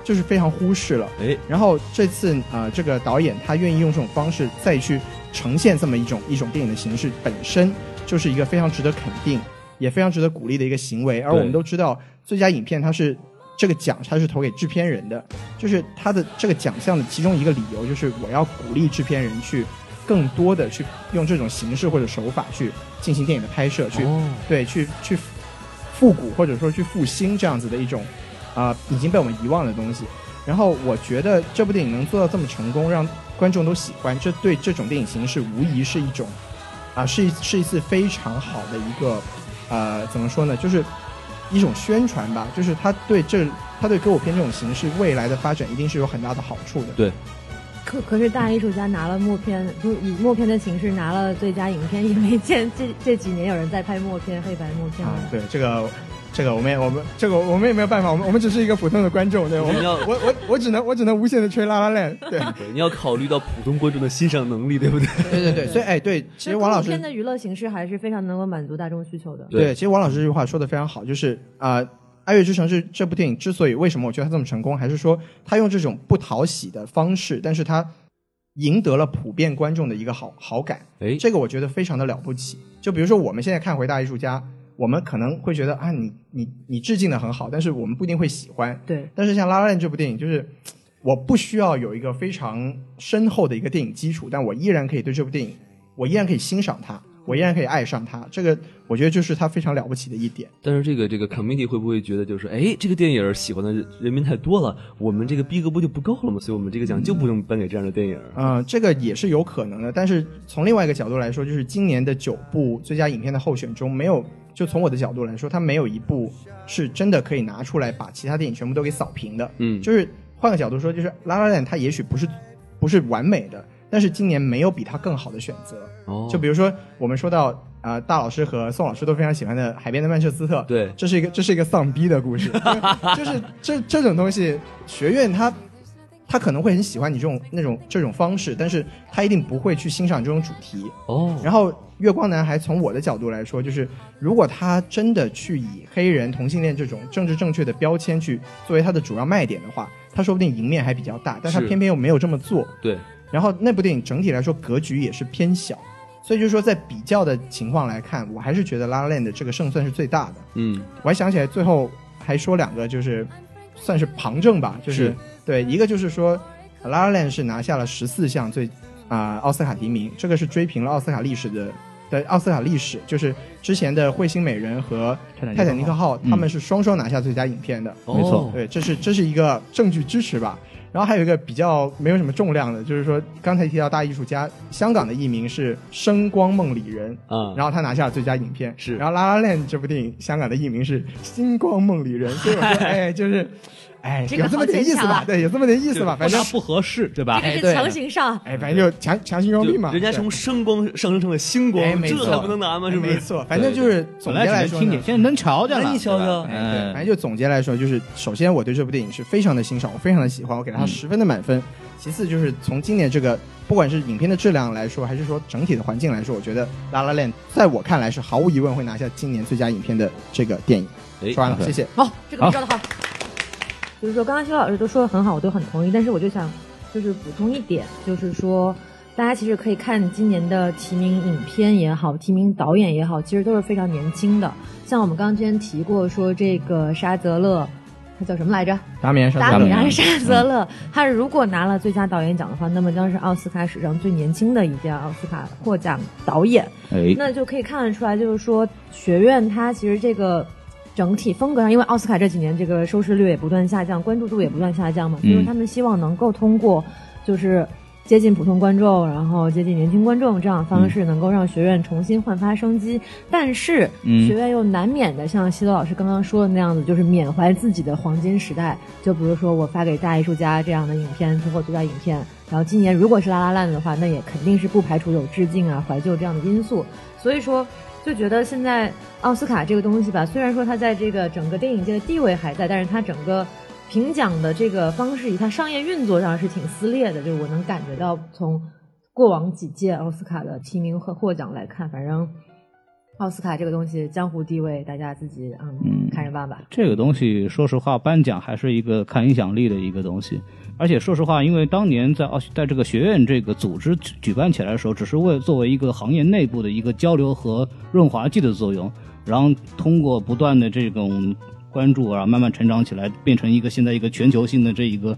A: 就是非常忽视了。
C: 哎，
A: 然后这次啊、这个导演他愿意用这种方式再去呈现这么一种一种电影的形式，本身就是一个非常值得肯定，也非常值得鼓励的一个行为。而我们都知道，最佳影片它是这个奖，它是投给制片人的，就是它的这个奖项的其中一个理由就是我要鼓励制片人去。更多的去用这种形式或者手法去进行电影的拍摄，去
C: 哦，
A: 对，去去复古或者说去复兴这样子的一种啊、已经被我们遗忘的东西。然后我觉得这部电影能做到这么成功，让观众都喜欢，这对这种电影形式无疑是一种啊、是一是一次非常好的一个呃，怎么说呢，就是一种宣传吧，就是它对这它对歌舞片这种形式未来的发展一定是有很大的好处的。
D: [laughs] 可可是大艺术家拿了默片，就以默片的形式拿了最佳影片，也没见这这几年有人在拍默片、黑白默片
A: 啊
D: 了。，
A: 对这个，这个我们也我们这个我们也没有办法，我们我们只是一个普通的观众，对我们
C: 要
A: 我我我只能我只能无限的吹拉拉链，对
C: 对 [laughs] 你要考虑到普通观众的欣赏能力，对不对？
A: 对对对，所以哎对，其实王老
D: 歌舞片
A: 师
D: 的娱乐形式还是非常能够满足大众需求的。
C: 对
A: 对，其实王老师这句话说的非常好，就是啊。呃《爱乐之城》是这部电影之所以为什么我觉得它这么成功，还是说它用这种不讨喜的方式，但是它赢得了普遍观众的一个好好感。
C: 哎，
A: 这个我觉得非常的了不起。就比如说我们现在看回大艺术家，我们可能会觉得啊，你你你致敬的很好，但是我们不一定会喜欢。
D: 对，
A: 但是像《拉拉链》这部电影，就是我不需要有一个非常深厚的一个电影基础，但我依然可以对这部电影，我依然可以欣赏它，我依然可以爱上它。这个我觉得就是它非常了不起的一点。
C: [laughs] 但是这个这个 committee 会不会觉得就是，哎，这个电影喜欢的人人民太多了，我们这个逼格不就不够了吗？所以我们这个奖就不能颁给这样的电影。
A: 嗯、这个也是有可能的。但是从另外一个角度来说，就是今年的九部最佳影片的候选中，没有就从我的角度来说，它没有一部是真的可以拿出来把其他电影全部都给扫平的。
C: 嗯，
A: 就是换个角度说，就是《拉拉链》它也许不是不是完美的，但是今年没有比它更好的选择。
C: 哦，
A: 就比如说我们说到呃大老师和宋老师都非常喜欢的《海边的曼彻斯特》，
C: 对
A: 这是一个这是一个丧逼的故
C: [laughs]
A: 事，就是这这种东西，学院他他可能会很喜欢你这种那种这种方式，但是他一定不会去欣赏这种主题。
C: 哦，
A: 然后月光男孩从我的角度来说，就是如果他真的去以黑人同性恋这种政治正确的标签去作为他的主要卖点的话，他说不定赢面还比较大，但他
C: 是
A: 偏偏又没有这么做。
C: 对，
A: 然后那部电影整体来说格局也是偏小，所以就是说在比较的情况来看，我还是觉得《拉拉 n 的这个胜算是最大的。
C: 嗯，
A: 我还想起来最后还说两个，就是算是旁证吧，就是
C: 是
A: 对一个就是说，《拉拉 n 是拿下了十四项最啊、奥斯卡提名，这个是追平了奥斯卡历史的。的奥斯卡历史就是之前的《彗星美人》和《泰坦尼克号》，嗯他们是双双拿下最佳影片的。
E: 没错
C: 哦，
A: 对，这是这是一个证据支持吧。然后还有一个比较没有什么重量的，就是说刚才提到大艺术家，香港的艺名是《声光梦里人》，
C: 啊，
A: 然后他拿下了最佳影片。
C: 是
A: 然后《拉拉链》这部电影，香港的译名是《星光梦里人》，所以我说，哎，就是，哎，
P: 这个
A: 有这么点意思
P: 好牵强
A: 吧
P: 啊？
A: 对，有这么点意思吧？
C: 哦
A: 反正
E: 它不合适，对吧？
P: 这个
A: 对
P: 是强行上，
A: 哎，反正就强强行装逼嘛。
Q: 人家
A: 对
Q: 从声光上升成了星光
A: 哎，没
Q: 这
A: 错
Q: 还不能拿吗？是不
A: 没
Q: 是？
A: 错，反正就是总
E: 本
A: 结
E: 来只能
A: 说
E: 听
A: 呢
E: 见，，现在能瞧见了，
Q: 那你瞧瞧
E: 对吧
A: 哎，对，反正
E: 嗯，
A: 就总结来说，就是首先我对这部电影是非常的欣赏，我非常的喜欢，我给了它
E: 嗯
A: 十分的满分。其次就是从今年这个，不管是影片的质量来说，还是说整体的环境来说，我觉得《La La Land》在我看来是毫无疑问会拿下今年最佳影片的这个电影。
E: 哎
A: 说完了，
E: 好
A: 谢谢。
P: 好，这个比较的好。
D: 就是说，刚刚邱老师都说的很好，我都很同意。但是我就想，就是补充一点，就是说，大家其实可以看今年的提名影片也好，提名导演也好，其实都是非常年轻的。像我们刚刚之前提过，说这个沙泽勒，他叫什么来着？
A: 达米安上
D: 达
E: 泽勒
D: 米安·沙泽勒，他如果拿了最佳导演奖的话，那么将是奥斯卡史上最年轻的一届奥斯卡获奖导演。
E: 哎，
D: 那就可以看得出来，就是说学院它其实这个整体风格上，因为奥斯卡这几年这个收视率也不断下降，关注度也不断下降嘛，所以说他们希望能够通过就是接近普通观众，然后接近年轻观众这样的方式，能够让学院重新焕发生机。但是
E: 嗯
D: 学院又难免的像西多老师刚刚说的那样子，就是缅怀自己的黄金时代，就比如说我发给大艺术家这样的影片，通过最佳影片。然后今年如果是拉拉烂的话，那也肯定是不排除有致敬啊、怀旧这样的因素。所以说，就觉得现在奥斯卡这个东西吧，虽然说它在这个整个电影界的地位还在，但是它整个评奖的这个方式以及它商业运作上是挺撕裂的，就是我能感觉到从过往几届奥斯卡的提名和获奖来看，反正。奥斯卡这个东西，江湖地位，大家自己嗯
E: 嗯
D: 看着办吧。
E: 这个东西，说实话，颁奖还是一个看影响力的一个东西。而且说实话，因为当年在奥在这个学院这个组织举举办起来的时候，只是为作为一个行业内部的一个交流和润滑剂的作用，然后通过不断的这种关注啊，慢慢成长起来，变成一个现在一个全球性的这一个，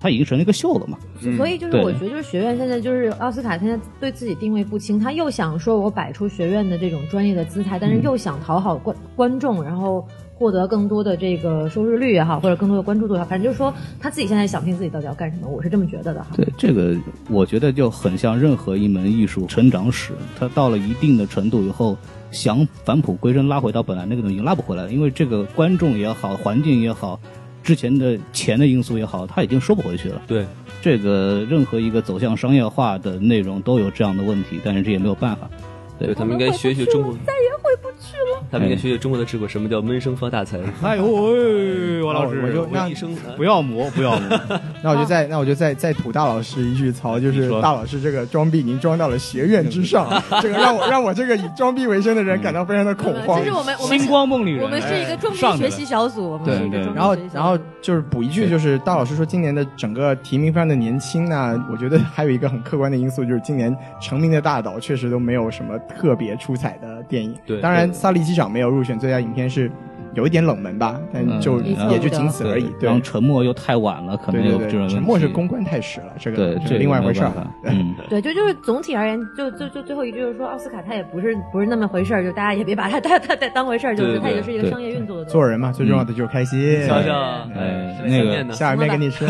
E: 它已经成了一个秀了嘛。
D: 所以就是
E: 嗯对
D: 我觉得，就是学院现在就是奥斯卡现在对自己定位不清，他又想说我摆出学院的这种专业的姿态，
E: 嗯
D: 但是又想讨好观观众，然后获得更多的这个收视率也好，或者更多的关注度也好，反正就是说他自己现在想清自己到底要干什么，我是这么觉得的哈。
E: 对，这个我觉得就很像任何一门艺术成长史，它到了一定的程度以后，想返璞归真，拉回到本来那个东西已经拉不回来了，因为这个观众也好，环境也好，之前的钱的因素也好，它已经收不回去了。
C: 对，
E: 这个任何一个走向商业化的内容都有这样的问题，但是这也没有办法。对
C: 对他们应该学学中国，再也回不去了。他们应该学学中国的智慧，什么叫闷声发大财？
E: 哎呦喂，王
A: 老师我就
C: 我一生
Q: 啊
E: 不要磨，不要磨。
A: 那我就再那我就再再吐大老师一句槽，就
E: 你
A: 是
E: 说
A: 大老师这个装逼已经装到了学院之上，
E: [laughs]
A: 这个让我让我这个以装逼为生的人感到非常的恐
D: [laughs]
A: 慌
P: 这。是我们我们
E: 星光梦里人，
P: 我们是一个装逼
E: 上去
P: 学
E: 了
P: 习小组，我们
E: 对
P: 是一个
E: 对
P: 装逼
A: 然后
P: 学
D: 嗯
P: 习，小
A: 然后
P: 组
A: 就是补一句，就是大老师说今年的整个提名非常的年轻呢，我觉得还有一个很客观的因素，就是今年成名的大导确实都没有什么特别出彩的电影。
C: 对
A: 当然《
C: 对
A: 萨利机长》没有入选最佳影片是有一点冷门吧，但就
E: 嗯
A: 也就仅此而已。对
E: 然后沉默又太晚了，可
A: 对
E: 能有
A: 对
E: 这
A: 对，
E: 种问题。
A: 沉默是公关太实了，这
E: 对
A: 个，这
E: 这
A: 是
E: 个
A: 另外一
E: 没有
A: 回事儿 [laughs]
E: 办。法嗯，
P: 对，就就是总体而言，就就就最后一句就是说，奥斯卡它也不是不是那么回事儿，就大家也别把它它它它当回事儿，就是
C: 对对
P: 它也是一个
E: 对
P: 商业运作的东
A: 做
P: 西。
A: 人嘛，最重要的就是开心。
C: 瞧
Q: 啊
C: 瞧，
E: 哎，
C: 下
E: 嗯那个
C: 面呢？
A: 下面给你吃。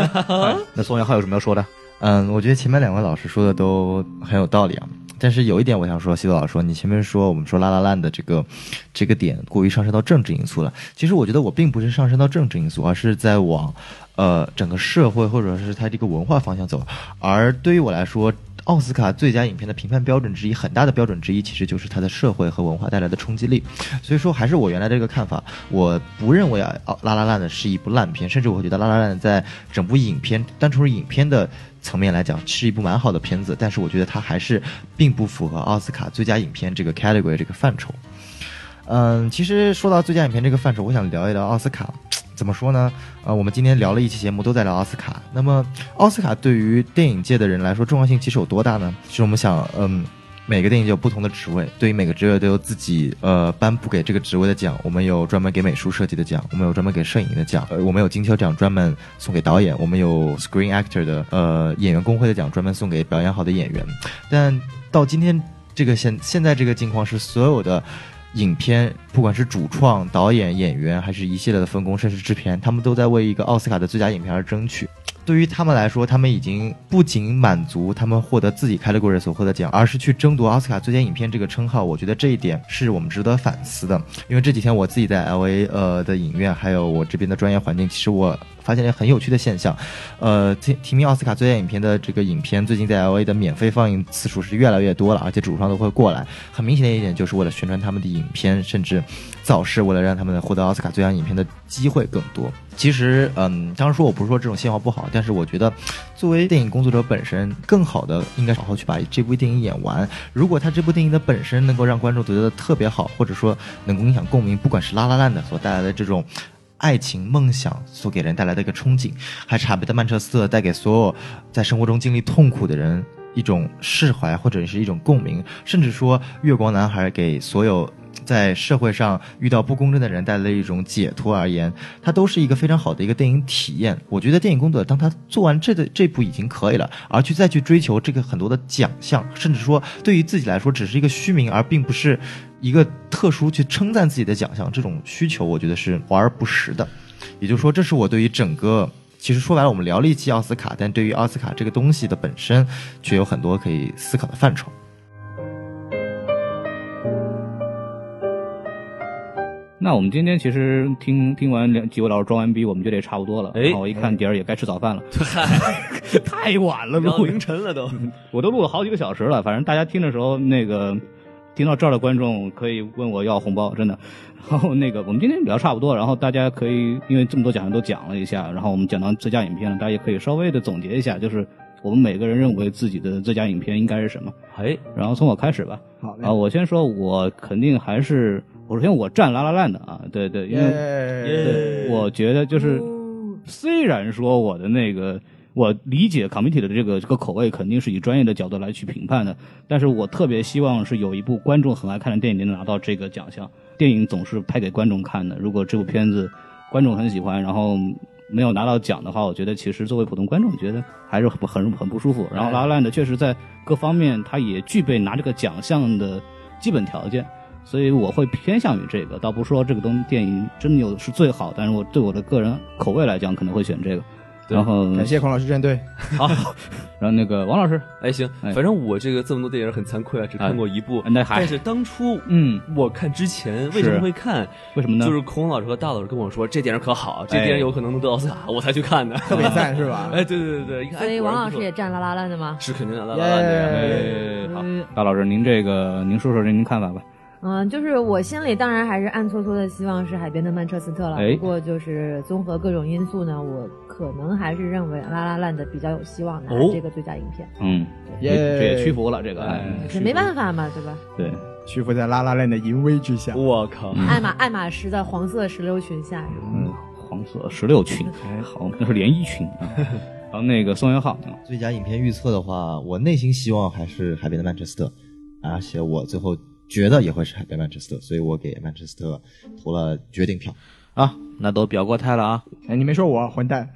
H: 那宋元浩有什么要说的？嗯，我觉得前面两位老师说的都很有道理啊。但是有一点我想说，西多老师说，你前面说我们说拉拉烂的这个这个点过于上升到政治因素了。其实我觉得我并不是上升到政治因素，而是在往呃整个社会或者是它这个文化方向走。而对于我来说，奥斯卡最佳影片的评判标准之一，很大的标准之一，其实就是它的社会和文化带来的冲击力。所以说，还是我原来这个看法，我不认为啊，《拉拉烂》的是一部烂片，甚至我觉得《拉拉烂》在整部影片单纯是影片的层面来讲，是一部蛮好的片子，但是我觉得它还是并不符合奥斯卡最佳影片这个 category 这个范畴。嗯，其实说到最佳影片这个范畴，我想聊一聊奥斯卡。怎么说呢？呃，我们今天聊了一期节目，都在聊奥斯卡。那么，奥斯卡对于电影界的人来说重要性其实有多大呢？其实我们想，嗯，每个电影界有不同的职位，对于每个职位都有自己呃颁布给这个职位的奖。我们有专门给美术设计的奖，我们有专门给摄影的奖，呃，我们有金球奖专门送给导演，我们有 Screen Actor 的呃演员工会的奖专门送给表演好的演员。但到今天这个现现在这个境况是所有的影片，不管是主创、导演、演员，还是一系列的分工，甚至制片，他们都在为一个奥斯卡的最佳影片而争取。对于他们来说，他们已经不仅满足他们获得自己 category 所获得奖，而是去争夺奥斯卡最佳影片这个称号。我觉得这一点是我们值得反思的。因为这几天我自己在 L A 呃的影院，还有我这边的专业环境，其实我发现了一个很有趣的现象，呃，提提名奥斯卡最佳影片的这个影片，最近在 L A 的免费放映次数是越来越多了，而且主创都会过来。很明显的一点就是为了宣传他们的影片，甚至造势，为了让他们获得奥斯卡最佳影片的机会更多。其实，嗯，当然说我不是说这种现况不好，但是我觉得，作为电影工作者本身，更好的应该好好去把这部电影演完。如果他这部电影的本身能够让观众觉得特别好，或者说能够影响共鸣，不管是拉拉烂的所带来的这种爱情梦想所给人带来的一个憧憬，还是《哈贝的曼彻斯特》带给所有在生活中经历痛苦的人一种释怀，或者是一种共鸣，甚至说《月光男孩》给所有在社会上遇到不公正的人带来的一种解脱而言，它都是一个非常好的一个电影体验。我觉得电影工作者当他做完这个这步已经可以了，而去再去追求这个很多的奖项，甚至说对于自己来说只是一个虚名，而并不是一个特殊去称赞自己的奖项，这种需求我觉得是华而不实的。也就是说，这是我对于整个。其实说白了，我们聊了一期奥斯卡，但对于奥斯卡这个东西的本身，却有很多可以思考的范畴。
E: 那我们今天其实听听完两几位老师装完逼，我们就得差不多了。
C: 哎
E: 然后我一看点儿也该吃早饭了，
C: [laughs]
E: 太晚了，
R: 然后
E: 录
R: 凌晨了都。
E: 我都录了好几个小时了。反正大家听的时候，那个听到这儿的观众可以问我要红包，真的。然后那个我们今天聊差不多，然后大家可以因为这么多奖项都讲了一下，然后我们讲到最佳影片了，大家也可以稍微的总结一下，就是我们每个人认为自己的最佳影片应该是什么。
C: 哎，
E: 然后从我开始吧。
A: 好嘞
E: 啊，我先说，我肯定还是我首先我站拉拉烂的啊，对对，因为。对，我觉得就是，
D: 嗯
E: 虽然说我的那个，我理解 committee 的这个这个口味肯定是以专业的角度来去评判的，但是我特别希望是有一部观众很爱看的电影能拿到这个奖项。电影总是拍给观众看的，如果这部片子观众很喜欢，然后没有拿到奖的话，我觉得其实作为普通观众，觉得还是很很很不舒服。
C: 哎
E: 然后拉拉烂的确实在各方面，它也具备拿这个奖项的基本条件。所以我会偏向于这个，倒不是说这个东电影真的有是最好，但是我对我的个人口味来讲，可能会选这个。然后，
A: 感谢孔老师站队，
E: 好，然后那个王老师，
C: 哎行，
E: 哎
C: 反正我这个这么多电影很惭愧啊，
A: 哎
C: 只看过一部。
E: 那还
C: 但是当初
E: 嗯，
C: 我看之前为什么会看，
E: 为什么呢？
C: 就是孔老师和大老师跟我说这电影可好，这
E: 哎
C: 电影有可能能得奥斯卡，我才去看的。
A: 特别赞是吧？
C: [laughs] 哎，对对对对，一看
D: 所
C: 哎
D: 以
C: 果
D: 王
C: 然
D: 老
C: 不
D: 师
C: 错
D: 也站拉拉烂的吗？
C: 是肯定啊的，啦啦啦的。
E: 哎，好，
D: 嗯
E: 大老师，您这个您说说您看法吧。
D: 嗯，就是我心里当然还是暗搓搓的希望是海边的曼彻斯特了。
E: 哎
D: 不过就是综合各种因素呢，我可能还是认为拉拉烂的比较有希望拿
C: 哦
D: 这个最佳影片。
E: 嗯，
A: 耶
E: 这也屈服了，这个哎，
D: 这没办法嘛，对吧？
E: 对，
A: 屈服在拉拉链的淫威之下。
C: 我靠！
D: 爱马爱马仕在黄色石榴裙下，
E: 嗯，黄色十六群，哎好，那是连衣裙 [laughs] 啊。然后那个宋元嗯浩，
H: 最佳影片预测的话，我内心希望还是《海边的曼彻斯特》，而且我最后觉得也会是《海边曼彻斯特》，所以我给曼彻斯特投了决定票。
B: 啊，那都表过态了啊。
A: 哎，你没说我混蛋，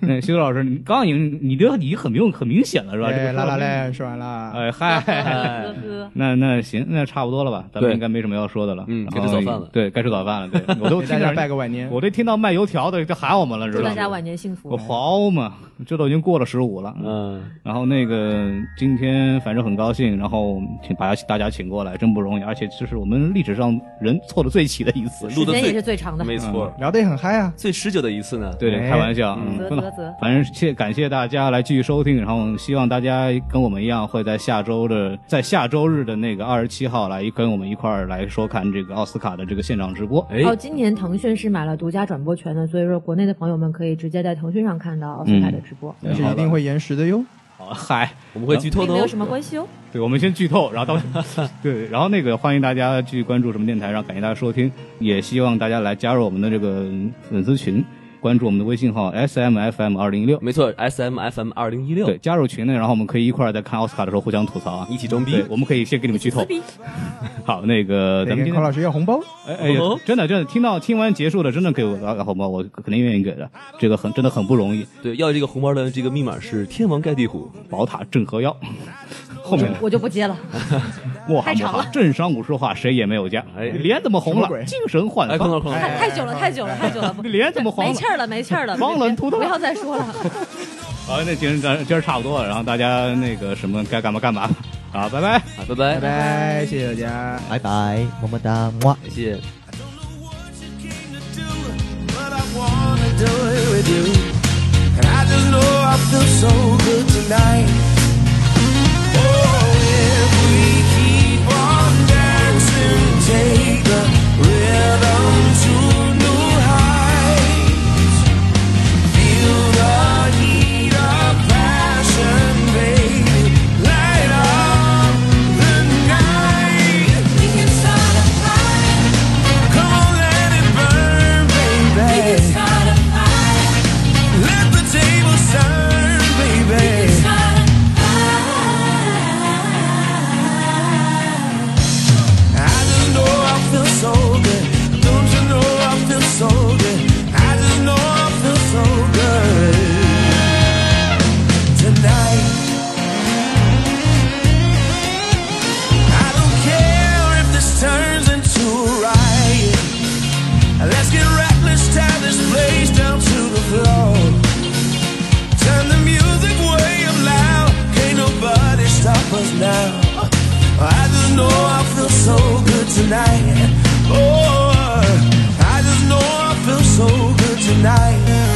E: 那徐老师，你刚刚已经你这你很明很明显了是啊吧？这
A: 哎，
E: 个
A: 拉拉链说完了，
E: 哎 [laughs] 嗨，
D: 呵呵，
E: 那那行，那差不多了吧？咱们
C: 对
E: 应该没什么要说的了。
C: 嗯
E: 然
C: 该吃
E: 后
C: 早饭了
E: 对，该吃早饭了。对， [laughs] 我都
A: 给
E: 听
A: 大家
E: 着
A: 拜个晚年。
E: 我都听到卖油条的就喊我们了，知
D: 祝
E: 道
D: 大家
E: 吗？
D: 晚年幸福嗯
E: 我。好嘛，这都已经过了十五了。
C: 嗯，
E: 然后那个今天反正很高兴，然后请把大家请过来，真不容易，而且这是我们历史上人凑的最齐的一次。
C: 录
D: 嗯时
C: 的
D: 间也
C: 最
D: 是最长的。哦嗯
C: 没错，
A: 聊得也很嗨啊！
C: 最持久的一次呢。
E: 对对，
A: 哎
E: 开玩笑，
C: 嗯
E: 嗯，
D: 啧
E: 不能
D: 啧啧，
E: 反正谢感谢大家来继续收听，然后希望大家跟我们一样，会在下周的在下周日的那个二十七号来跟我们一块儿来收看这个奥斯卡的这个现场直播。
C: 哎，
D: 哦，今年腾讯是买了独家转播权的，所以说国内的朋友们可以直接在腾讯上看到奥斯卡的直播，
A: 但是一定会延时的哟。
E: 好，嗨，
C: 我们会剧透
D: 并
C: 的
D: 没有
C: 哦。
D: 什么关系哦。
E: 对，我们先剧透，然后到对，然后那个欢迎大家去关注什么电台，然后感谢大家收听，也希望大家来加入我们的这个粉丝群，关注我们的微信号 S M F M 二零一六，
C: 没错，S M F M 二零一六
E: 对，，加入群呢，然后我们可以一块儿在看奥斯卡的时候互相吐槽啊。
C: 一起装逼
E: 对，。我们可以先给你们剧透。好，那个咱
A: 得
E: 们
A: 跟
E: 今
A: 孔
E: 天
A: 老师要红包，
E: 哎哎
C: 哦
E: 呀，真的真的，听到听完结束了，真的给我个红包，我肯定愿意给的。这个很真的很不容易，
C: 对，要这个红包的这个密码是天王盖地虎。
E: 宝塔镇河妖，后面
D: 我就不接了。
E: 莫哈
D: 太
E: 莫
D: 长
E: 哈
D: 了，
E: 政商武术化谁也没有加，
C: 哎
E: 脸怎么红
A: 什么
E: 了？
A: 鬼
E: 精神焕
C: 哎，
E: 发
C: 空，了空了，
D: 太太久了，太久了，太久
E: [laughs]
D: 了，不
E: 脸怎么黄
D: 没
E: 了？
D: 气儿了，没气儿了，
E: 光轮秃头
D: 不要再说了。
E: 好，那今儿咱今儿差不多了，然后大家那个什么该干嘛干嘛，好，拜拜。
C: 啊拜拜
A: 拜。拜，谢谢大家。
H: 拜拜，么么哒，么。
C: 谢
B: I
C: 谢。
B: don't know what you came to do, but I wanna do it with
A: with you. And I just know I feel so good tonight. Oh, if we keep on dancing, take the rhythm to new heights. Feel the heat of passion, baby. Light up the night. We can start a fire. Come on, let it burn, baby. We can start a fire. Let the tables turn, baby. We can start a I just know I feel so good. Don't you know I feel so good? I just know I feel so good tonight. I don't care if this turns into a riot. Let's get reckless, tear this place down to the floor. Turn the music way up loud. Can't nobody stop us now. I just know I feel so good tonight. Oh, I just know I feel so good tonight. Oh,